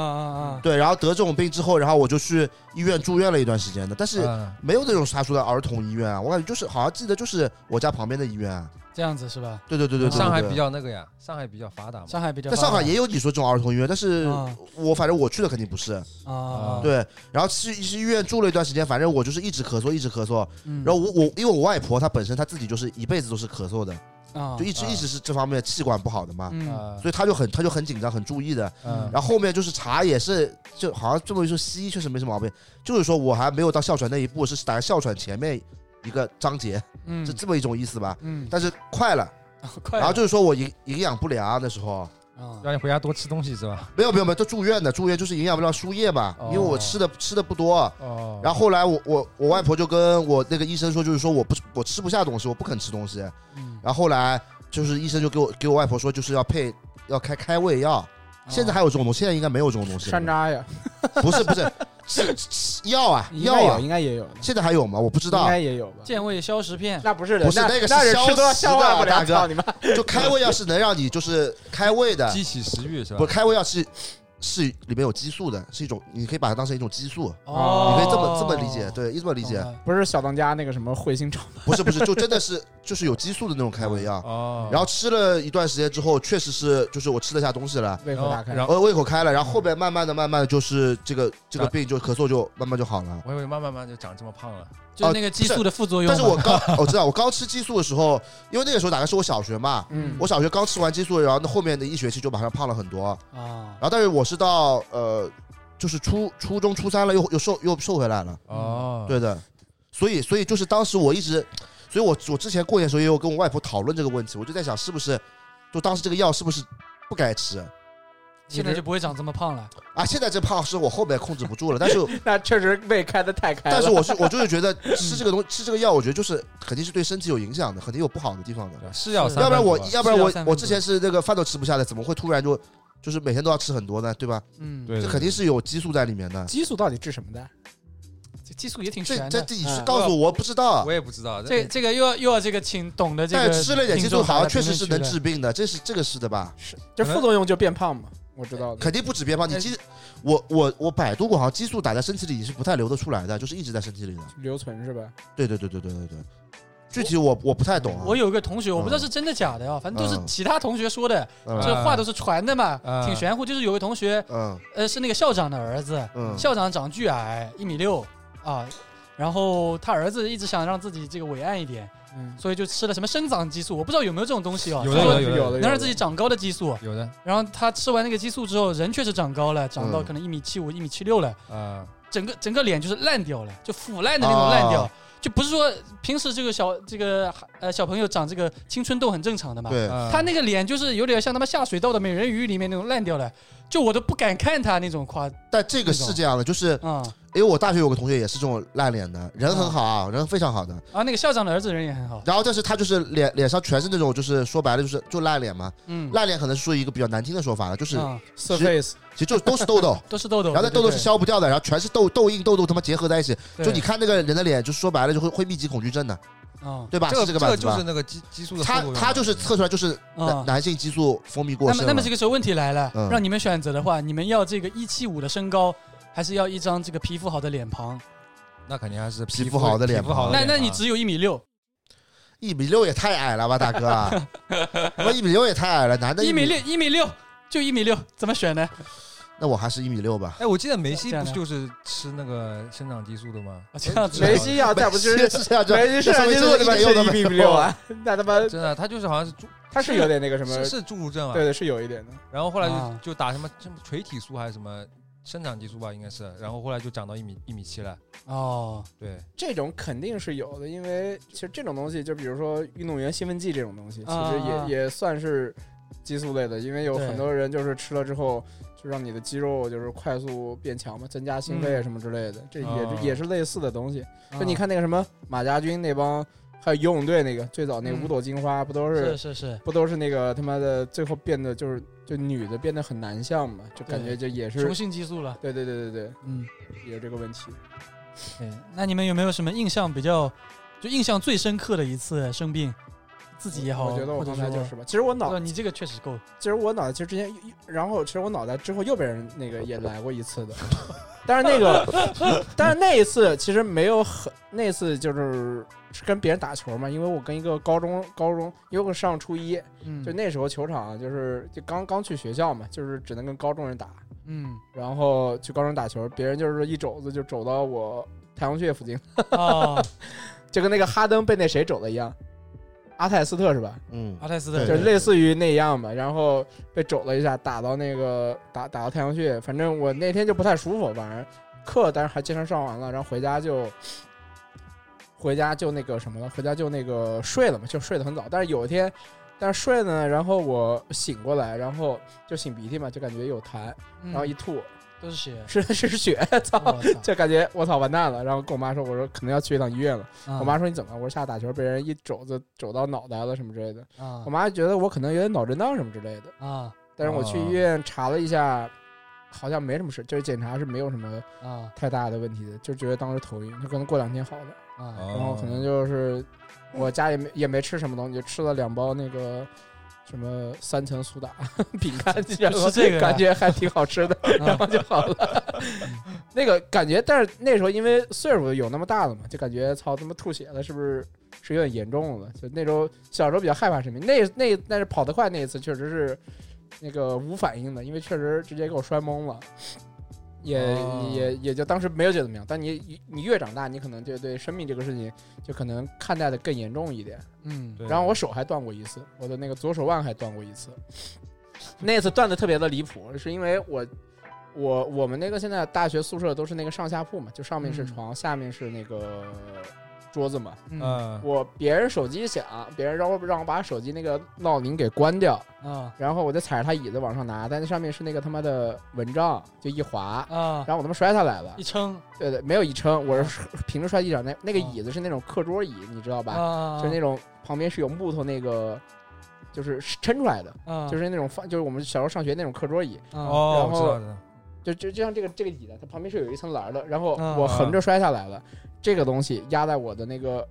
[SPEAKER 3] 啊！
[SPEAKER 2] 对，然后得这种病之后，然后我就去医院住院了一段时间的，但是
[SPEAKER 1] 嗯
[SPEAKER 2] 没有那种啥说的儿童医院啊，我感觉就是好像记得就是我家旁边的医院啊。
[SPEAKER 3] 这样子是吧？
[SPEAKER 2] 对对对对对，对
[SPEAKER 1] 上海比。较那个呀，上海比较发达嘛。
[SPEAKER 3] 上海比较
[SPEAKER 2] 嗯在
[SPEAKER 3] 发达，
[SPEAKER 2] 上海也有你说这种儿童医院，但是
[SPEAKER 3] 啊
[SPEAKER 2] 我反正我去的肯定不是。
[SPEAKER 3] 啊啊，
[SPEAKER 2] 对，然后去去医院住了一段时间，反正我就是一直咳嗽，一直咳嗽。
[SPEAKER 3] 嗯
[SPEAKER 2] 然后我我因为我外婆她本身她自己就是一辈子都是咳嗽的，
[SPEAKER 3] 啊
[SPEAKER 2] 就一直一直是这方面气管不好的嘛，
[SPEAKER 3] 嗯
[SPEAKER 1] 啊，
[SPEAKER 2] 所以他就很他就很紧张，很注意的。
[SPEAKER 1] 嗯
[SPEAKER 2] 然后后面就是查也是，就好像这么一说，西医确实没什么毛病，就是说我还没有到哮喘那一步，是打哮喘前面一个章节，
[SPEAKER 3] 嗯
[SPEAKER 2] 是这么一种意思吧？
[SPEAKER 3] 嗯， *laughs*
[SPEAKER 2] 但是快了，
[SPEAKER 3] 快
[SPEAKER 2] 然后
[SPEAKER 3] 了
[SPEAKER 2] 就是说我营营养不良那时候。
[SPEAKER 3] 啊
[SPEAKER 1] 让你回家多吃东西是吧？
[SPEAKER 2] 没有没有没有，都住院的，住院就是营养不良输液嘛，
[SPEAKER 1] 哦
[SPEAKER 2] 因为我吃的吃的不多。
[SPEAKER 1] 哦，
[SPEAKER 2] 然后后来我我我外婆就跟我那个医生说，就是说我不我吃不下东西，我不肯吃东西。
[SPEAKER 3] 嗯
[SPEAKER 2] 然后后来就是医生就给我给我外婆说，就是要配要开开胃药。现
[SPEAKER 3] 啊
[SPEAKER 2] 在还有这种东西，现在应该没有这种东西。
[SPEAKER 5] 哦山楂呀，
[SPEAKER 2] 不是不
[SPEAKER 5] *laughs*
[SPEAKER 2] 是是是药啊
[SPEAKER 5] 应该
[SPEAKER 2] 药啊
[SPEAKER 5] 有，，应该也有，
[SPEAKER 2] 现在还有吗？我不知
[SPEAKER 5] 应
[SPEAKER 2] 道
[SPEAKER 5] 该，也有吧？
[SPEAKER 3] 健胃消食片，
[SPEAKER 5] 那不是的，
[SPEAKER 2] 不是
[SPEAKER 5] 那
[SPEAKER 2] 那个是
[SPEAKER 5] 那是
[SPEAKER 2] 消食
[SPEAKER 5] 吃多了
[SPEAKER 2] 的
[SPEAKER 5] 消化不
[SPEAKER 2] 大
[SPEAKER 5] 了，
[SPEAKER 2] 哥
[SPEAKER 5] 操你妈！
[SPEAKER 2] 就开胃药是能让你就是开胃的，
[SPEAKER 1] 激起食欲是吧
[SPEAKER 2] 不？开胃药是是里面有激素的，是一种你可以把它当成一种激素，
[SPEAKER 3] 哦
[SPEAKER 2] 你可以这么这么理解，对，这么理解。哦
[SPEAKER 5] 不是小当家那个什么彗星炒
[SPEAKER 2] 不是不是，就真的是就是有激素的那种开胃
[SPEAKER 1] *laughs*
[SPEAKER 2] 药。
[SPEAKER 1] 哦，
[SPEAKER 2] 然后吃了一段时间之后，确实是就是我吃得下东西了，
[SPEAKER 5] 胃口大开，
[SPEAKER 1] 然后
[SPEAKER 2] 呃，胃口开了，然后后边慢慢的、慢慢的就是这个这个病就咳嗽就慢慢就好了。
[SPEAKER 1] 我以为慢慢慢就长这么胖了，
[SPEAKER 3] 就是那个激素的副作用嘛。
[SPEAKER 2] 但是我刚我知道我刚吃激素的时候，因为那个时候大概是我小学嘛，
[SPEAKER 5] 嗯，
[SPEAKER 2] 我小学刚吃完激素，然后那后面的一学期就马上胖了很多。
[SPEAKER 3] 啊
[SPEAKER 2] 然后但是我是到呃，就是初初中初三了，又又瘦又瘦回来了。
[SPEAKER 1] 哦，
[SPEAKER 2] 对的，所以所以就是当时我一直，所以我我之前过年的时候也有跟我外婆讨论这个问题，我就在想是不是，就当时这个药是不是不该吃
[SPEAKER 3] 现在就不会长这么胖了。
[SPEAKER 2] 啊？现在这胖是我后面控制不住了，但是
[SPEAKER 5] 那确实胃开的太开了。
[SPEAKER 2] 但是我是我就是觉得吃这个东吃这个药，我觉得就是肯定是对身体有影响的，肯定有不好的地方的，
[SPEAKER 1] 对是要
[SPEAKER 3] 是
[SPEAKER 1] 三
[SPEAKER 2] 要不然
[SPEAKER 1] 分
[SPEAKER 2] 我
[SPEAKER 1] 毒啊
[SPEAKER 2] 要不然
[SPEAKER 3] 是
[SPEAKER 2] 我
[SPEAKER 3] 要三分
[SPEAKER 2] 我
[SPEAKER 3] 毒
[SPEAKER 2] 之前是那个饭都吃不下的，怎么会突然就就是每天都要吃很多呢？对吧？
[SPEAKER 3] 嗯，
[SPEAKER 1] 对
[SPEAKER 2] 这肯定是有激素在里面的。
[SPEAKER 5] 激素到底治什么的？
[SPEAKER 3] 这激素也挺
[SPEAKER 2] 这
[SPEAKER 3] 悬
[SPEAKER 2] 这
[SPEAKER 3] 的。
[SPEAKER 2] 这你是
[SPEAKER 5] 嗯
[SPEAKER 2] 告诉我，我不知道
[SPEAKER 1] 我。也不知道
[SPEAKER 3] 这这个又要又要这个，请懂得这
[SPEAKER 2] 但
[SPEAKER 3] 个。
[SPEAKER 2] 是吃了点激素，好像确实是能治病的，这是这个是的吧？
[SPEAKER 5] 是这副作用就变胖嘛？我知道的。
[SPEAKER 2] 肯定不止鞭炮，你
[SPEAKER 3] 但
[SPEAKER 2] 激，我我我百度过，好像激素打在身体里是不太流得出来的，就是一直在身体里的。
[SPEAKER 5] 留存是吧？
[SPEAKER 2] 对对对对对对对，具体我我不太懂啊。
[SPEAKER 3] 我有一个同学，我不知道是真的假的啊，反正都是
[SPEAKER 2] 嗯
[SPEAKER 3] 其他同学说的，
[SPEAKER 1] 啊
[SPEAKER 2] 嗯
[SPEAKER 3] 这话都是传的嘛
[SPEAKER 1] 嗯，
[SPEAKER 3] 挺玄乎。就是有个同学，
[SPEAKER 2] 嗯
[SPEAKER 3] 呃，是那个校长的儿子，
[SPEAKER 2] 嗯
[SPEAKER 3] 校长长巨矮，一米六啊，然后他儿子一直想让自己这个伟岸一点，
[SPEAKER 5] 嗯，
[SPEAKER 3] 所以就吃了什么生长激素，我不知道有没有这种东西哦，
[SPEAKER 1] 有
[SPEAKER 3] 就
[SPEAKER 1] 的
[SPEAKER 3] 是
[SPEAKER 1] 有
[SPEAKER 3] 说
[SPEAKER 1] 的有的
[SPEAKER 5] 有的
[SPEAKER 3] 能让自己长高的激素。
[SPEAKER 1] 有的
[SPEAKER 3] 然后他吃完那个激素之后，人确实长高了，长到可能一米七五、一米七六了，
[SPEAKER 1] 啊，
[SPEAKER 3] 整个整个脸就是烂掉了，就腐烂的那种烂掉，
[SPEAKER 1] 啊
[SPEAKER 3] 就不是说平时这个小这个呃小朋友长这个青春痘很正常的嘛。
[SPEAKER 2] 对，
[SPEAKER 1] 啊
[SPEAKER 3] 他那个脸就是有点像他妈下水道的美人鱼里面那种烂掉了，就我都不敢看他那种夸
[SPEAKER 2] 但这个是这样的，就是
[SPEAKER 3] 啊、
[SPEAKER 2] 因为我大学有个同学也是这种烂脸的，人
[SPEAKER 3] 嗯
[SPEAKER 2] 很好啊，人非常好的。
[SPEAKER 3] 啊，那个校长的儿子人也很好，
[SPEAKER 2] 然后但是他就是脸脸上全是那种，就是说白了就是就烂脸嘛，
[SPEAKER 3] 嗯，
[SPEAKER 2] 烂脸可能是说一个比较难听的说法了，就是
[SPEAKER 3] 啊、
[SPEAKER 5] surface
[SPEAKER 2] 其实就都是痘痘，
[SPEAKER 3] 都是痘痘，
[SPEAKER 2] 然后那痘痘
[SPEAKER 3] *laughs* 对
[SPEAKER 2] 是消不掉的，然后全是痘痘印痘痘他妈结合在一起，
[SPEAKER 3] 对
[SPEAKER 2] 就你看那个人的脸，就说白了就会会密集恐惧症的，
[SPEAKER 3] 啊
[SPEAKER 2] 对吧？
[SPEAKER 1] 这个
[SPEAKER 2] 是这个吧？
[SPEAKER 1] 个
[SPEAKER 2] 是
[SPEAKER 1] 就
[SPEAKER 2] 吧
[SPEAKER 1] 是那个激激
[SPEAKER 3] *laughs*
[SPEAKER 1] 素的副
[SPEAKER 2] 他
[SPEAKER 1] 作用
[SPEAKER 2] 他就是测出来就是男
[SPEAKER 3] 啊。
[SPEAKER 2] 男性激素分泌过
[SPEAKER 3] 那
[SPEAKER 2] 剩
[SPEAKER 3] 么，
[SPEAKER 2] 了。
[SPEAKER 3] 那么这个时候问题来了，
[SPEAKER 2] 嗯
[SPEAKER 3] 让你们选择的话，你们要这个一七五的身高，还是要一张这个皮肤好的脸庞？
[SPEAKER 1] 那肯定还是
[SPEAKER 2] 皮
[SPEAKER 1] 皮
[SPEAKER 2] 肤好的脸
[SPEAKER 1] 皮肤好的
[SPEAKER 3] 那
[SPEAKER 1] 脸
[SPEAKER 3] 那你
[SPEAKER 1] 庞
[SPEAKER 3] 只有一米六，
[SPEAKER 2] 一米六也太矮了吧，大
[SPEAKER 3] *laughs*
[SPEAKER 2] 哥！我一米六也太矮了，男的
[SPEAKER 3] 一
[SPEAKER 2] 米
[SPEAKER 3] 米六，，一米六就一米六，怎么选呢？
[SPEAKER 2] 那我还是一米六吧。
[SPEAKER 1] 哎，我记得梅西
[SPEAKER 3] 这样
[SPEAKER 1] 不
[SPEAKER 3] 的
[SPEAKER 1] 是就是吃那个生长激素的吗？
[SPEAKER 3] 啊这样子
[SPEAKER 5] 梅西要再不 *laughs* 就是啊
[SPEAKER 2] 是这样子，
[SPEAKER 5] 梅西上
[SPEAKER 2] 上
[SPEAKER 5] 进度他妈
[SPEAKER 2] 一
[SPEAKER 5] 是一米六啊， *laughs* 那他妈
[SPEAKER 1] 真的，他就是好像是注
[SPEAKER 5] 他是有点那个什么
[SPEAKER 1] 是，是侏儒症啊
[SPEAKER 5] 对，对是有一点的，
[SPEAKER 1] 然后后来就
[SPEAKER 3] 啊
[SPEAKER 1] 就打什么什么垂体素还是什么生长激素吧，应该是，然后后来就长到一米一米七了。
[SPEAKER 3] 哦，
[SPEAKER 1] 对，
[SPEAKER 5] 这种肯定是有的，因为其实这种东西就比如说运动员兴奋剂这种东西，其
[SPEAKER 3] 啊
[SPEAKER 5] 实也、
[SPEAKER 3] 啊
[SPEAKER 5] 也算是激素类的，因为有
[SPEAKER 3] 对
[SPEAKER 5] 很多人就是吃了之后。就让你的肌肉就是快速变强嘛，增加心肺啊
[SPEAKER 3] 嗯
[SPEAKER 5] 什么之类的，这也是、
[SPEAKER 1] 哦
[SPEAKER 5] 也是类似的东西。
[SPEAKER 3] 啊
[SPEAKER 5] 就你看那个什么马家军那帮，还有游泳队那个最早那个
[SPEAKER 3] 嗯
[SPEAKER 5] 五朵金花，不都
[SPEAKER 3] 是
[SPEAKER 5] 是
[SPEAKER 3] 是是，
[SPEAKER 5] 不都是那个他妈的最后变得就是就女的变得很男相嘛，就感觉就也是
[SPEAKER 3] 雄性激素了，
[SPEAKER 5] 对对对对对，
[SPEAKER 3] 嗯，
[SPEAKER 5] 也有这个问题。
[SPEAKER 3] 对。那你们有没有什么印象比较，就印象最深刻的一次生病，自己也好，
[SPEAKER 5] 我觉得我
[SPEAKER 3] 或者
[SPEAKER 5] 刚才
[SPEAKER 3] 说
[SPEAKER 5] 就是吧，其实我脑
[SPEAKER 3] 啊对你这个确实够
[SPEAKER 5] 其实我脑袋其实之前，然后其实我脑袋之后又被人那个也来过一次的， *laughs* 但是那个，
[SPEAKER 3] *laughs*
[SPEAKER 5] 但是那一次其实没有很，那次就是跟别人打球嘛，因为我跟一个高中高中，因为我上初一，
[SPEAKER 3] 嗯，
[SPEAKER 5] 就那时候球场啊就是就刚刚去学校嘛，就是只能跟高中人打， *laughs*
[SPEAKER 3] 嗯
[SPEAKER 5] 然后去高中打球，别人就是一肘子就肘到我太阳穴附近，
[SPEAKER 3] 啊，
[SPEAKER 5] 就跟那个哈登被那谁肘的一样，阿泰斯特是吧？
[SPEAKER 2] 嗯，
[SPEAKER 3] 阿泰斯特
[SPEAKER 5] *laughs*
[SPEAKER 2] 对
[SPEAKER 5] 就类似于那样吧，然后被肘了一下，打到那个打打到太阳穴，反正我那天就不太舒服，晚上课但是还经常上完了，然后回家就回家就那个什么了，回家就那个睡了嘛，就睡得很早，但是有一天。但是睡呢，然后我醒过来，然后就擤鼻涕嘛，就感觉有痰，
[SPEAKER 3] 嗯
[SPEAKER 5] 然后一吐，
[SPEAKER 3] 都是
[SPEAKER 5] *laughs*
[SPEAKER 3] 血，
[SPEAKER 5] 是是血，操！
[SPEAKER 3] 我操
[SPEAKER 5] 就感觉我操完蛋了。然后跟我妈说，我说可能要去一趟医院了。
[SPEAKER 3] 啊
[SPEAKER 5] 我妈说你怎么了？我说下打球被人一肘子肘到脑袋了什么之类的。
[SPEAKER 3] 啊
[SPEAKER 5] 我妈觉得我可能有点脑震荡什么之类的，
[SPEAKER 3] 啊
[SPEAKER 5] 但是我去医院查了一下，好像没什么事，就是检查是没有什么
[SPEAKER 3] 啊
[SPEAKER 5] 太大的问题的，就觉得当时头晕，就可能过两天好了，
[SPEAKER 3] 啊！
[SPEAKER 1] 哦
[SPEAKER 5] 然后可能就是我家也没也没吃什么东西，就吃了两包那个。什么三层苏打 *laughs* 饼干，然后
[SPEAKER 3] 这个呀
[SPEAKER 5] 感觉还挺
[SPEAKER 3] *laughs*
[SPEAKER 5] 好吃的，然后就好了。 *laughs* 那个感觉，但是那时候因为岁数有那么大了嘛，就感觉操他妈吐血了，是不是是有点严重了？就那时候小时候比较害怕生病，那那但是跑得快那一次确实是那个无反应的，因为确实直接给我摔懵了，也、
[SPEAKER 3] 哦
[SPEAKER 5] 也也就当时没有觉得怎么样。但你你越长大，你可能就对生命这个事情就可能看待的更严重一点。
[SPEAKER 3] 嗯，
[SPEAKER 1] 对
[SPEAKER 5] 然后我手还断过一次，我的那个左手腕还断过一次，那次断的特别的离谱，是因为我我我们那个现在大学宿舍都是那个上下铺嘛，就上面是
[SPEAKER 3] 嗯
[SPEAKER 5] 床，下面是那个桌子嘛。
[SPEAKER 3] 嗯
[SPEAKER 1] 嗯，
[SPEAKER 5] 我别人手机响，别人让我让我把手机那个闹铃给关掉，
[SPEAKER 3] 啊
[SPEAKER 5] 然后我就踩着他椅子往上拿，但那上面是那个他妈的蚊帐，就一滑，
[SPEAKER 3] 啊，
[SPEAKER 5] 然后我他妈摔下来了
[SPEAKER 3] 一。撑
[SPEAKER 5] 对对，没有一撑，我是 *laughs* 平时摔地上，那那个椅子是那种课桌椅，你知道 *laughs* 吧？
[SPEAKER 3] 啊，
[SPEAKER 5] 就是那种旁边是有木头那个，就是撑出来的，
[SPEAKER 3] 啊，
[SPEAKER 5] 就是那种放，就是我们小时候上学那种课桌椅，
[SPEAKER 3] 哦
[SPEAKER 1] 哦，
[SPEAKER 5] 然
[SPEAKER 1] 我
[SPEAKER 5] 后
[SPEAKER 1] 知道了，
[SPEAKER 5] 就就就像这个这个椅子，它旁边是有一层栏儿的，然后
[SPEAKER 3] 啊
[SPEAKER 5] 我横着摔下来了，这个东西压在我的那个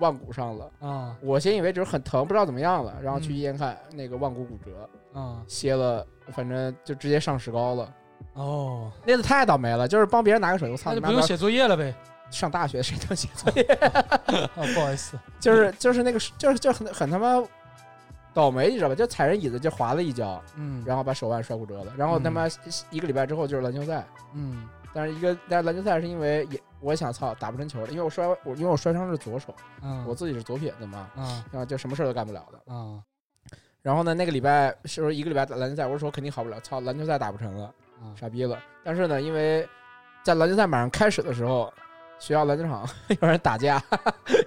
[SPEAKER 5] 腕骨上了。
[SPEAKER 3] 啊
[SPEAKER 5] 我先以为只是很疼，不知道怎么样了，然后去
[SPEAKER 3] 嗯
[SPEAKER 5] 医院看，那个腕骨骨折，
[SPEAKER 3] 啊
[SPEAKER 5] 歇了，反正就直接上石膏了。
[SPEAKER 3] 哦，
[SPEAKER 5] 那次太倒霉了，就是帮别人拿个手机，我操
[SPEAKER 3] 那
[SPEAKER 5] 你
[SPEAKER 3] 就
[SPEAKER 5] 妈！
[SPEAKER 3] 不用写作业了
[SPEAKER 5] *laughs*
[SPEAKER 3] 呗。
[SPEAKER 5] 上大学谁能写作业？ *laughs*
[SPEAKER 3] 啊，不好意思，
[SPEAKER 5] 就是就是那个就是就很很他妈倒霉，你知道吧？就踩人椅子就滑了一跤，
[SPEAKER 3] 嗯，
[SPEAKER 5] 然后把手腕摔骨折了。然后他妈一个礼拜之后就是篮球赛，
[SPEAKER 3] 嗯
[SPEAKER 5] 但是一个但是篮球赛是因为也我想操打不成球了，因为我摔我因为我摔伤是左手，
[SPEAKER 3] 嗯，
[SPEAKER 5] 我自己是左撇子嘛，
[SPEAKER 3] 啊
[SPEAKER 5] 然后就什么事儿都干不了了。
[SPEAKER 3] 啊
[SPEAKER 5] 然后呢，那个礼拜是说一个礼拜打篮球赛，我说肯定好不了，操篮球赛打不成了，
[SPEAKER 3] 啊
[SPEAKER 5] 傻逼了。但是呢，因为在篮球赛马上开始的时候，学校篮球场 *laughs* 有人打架，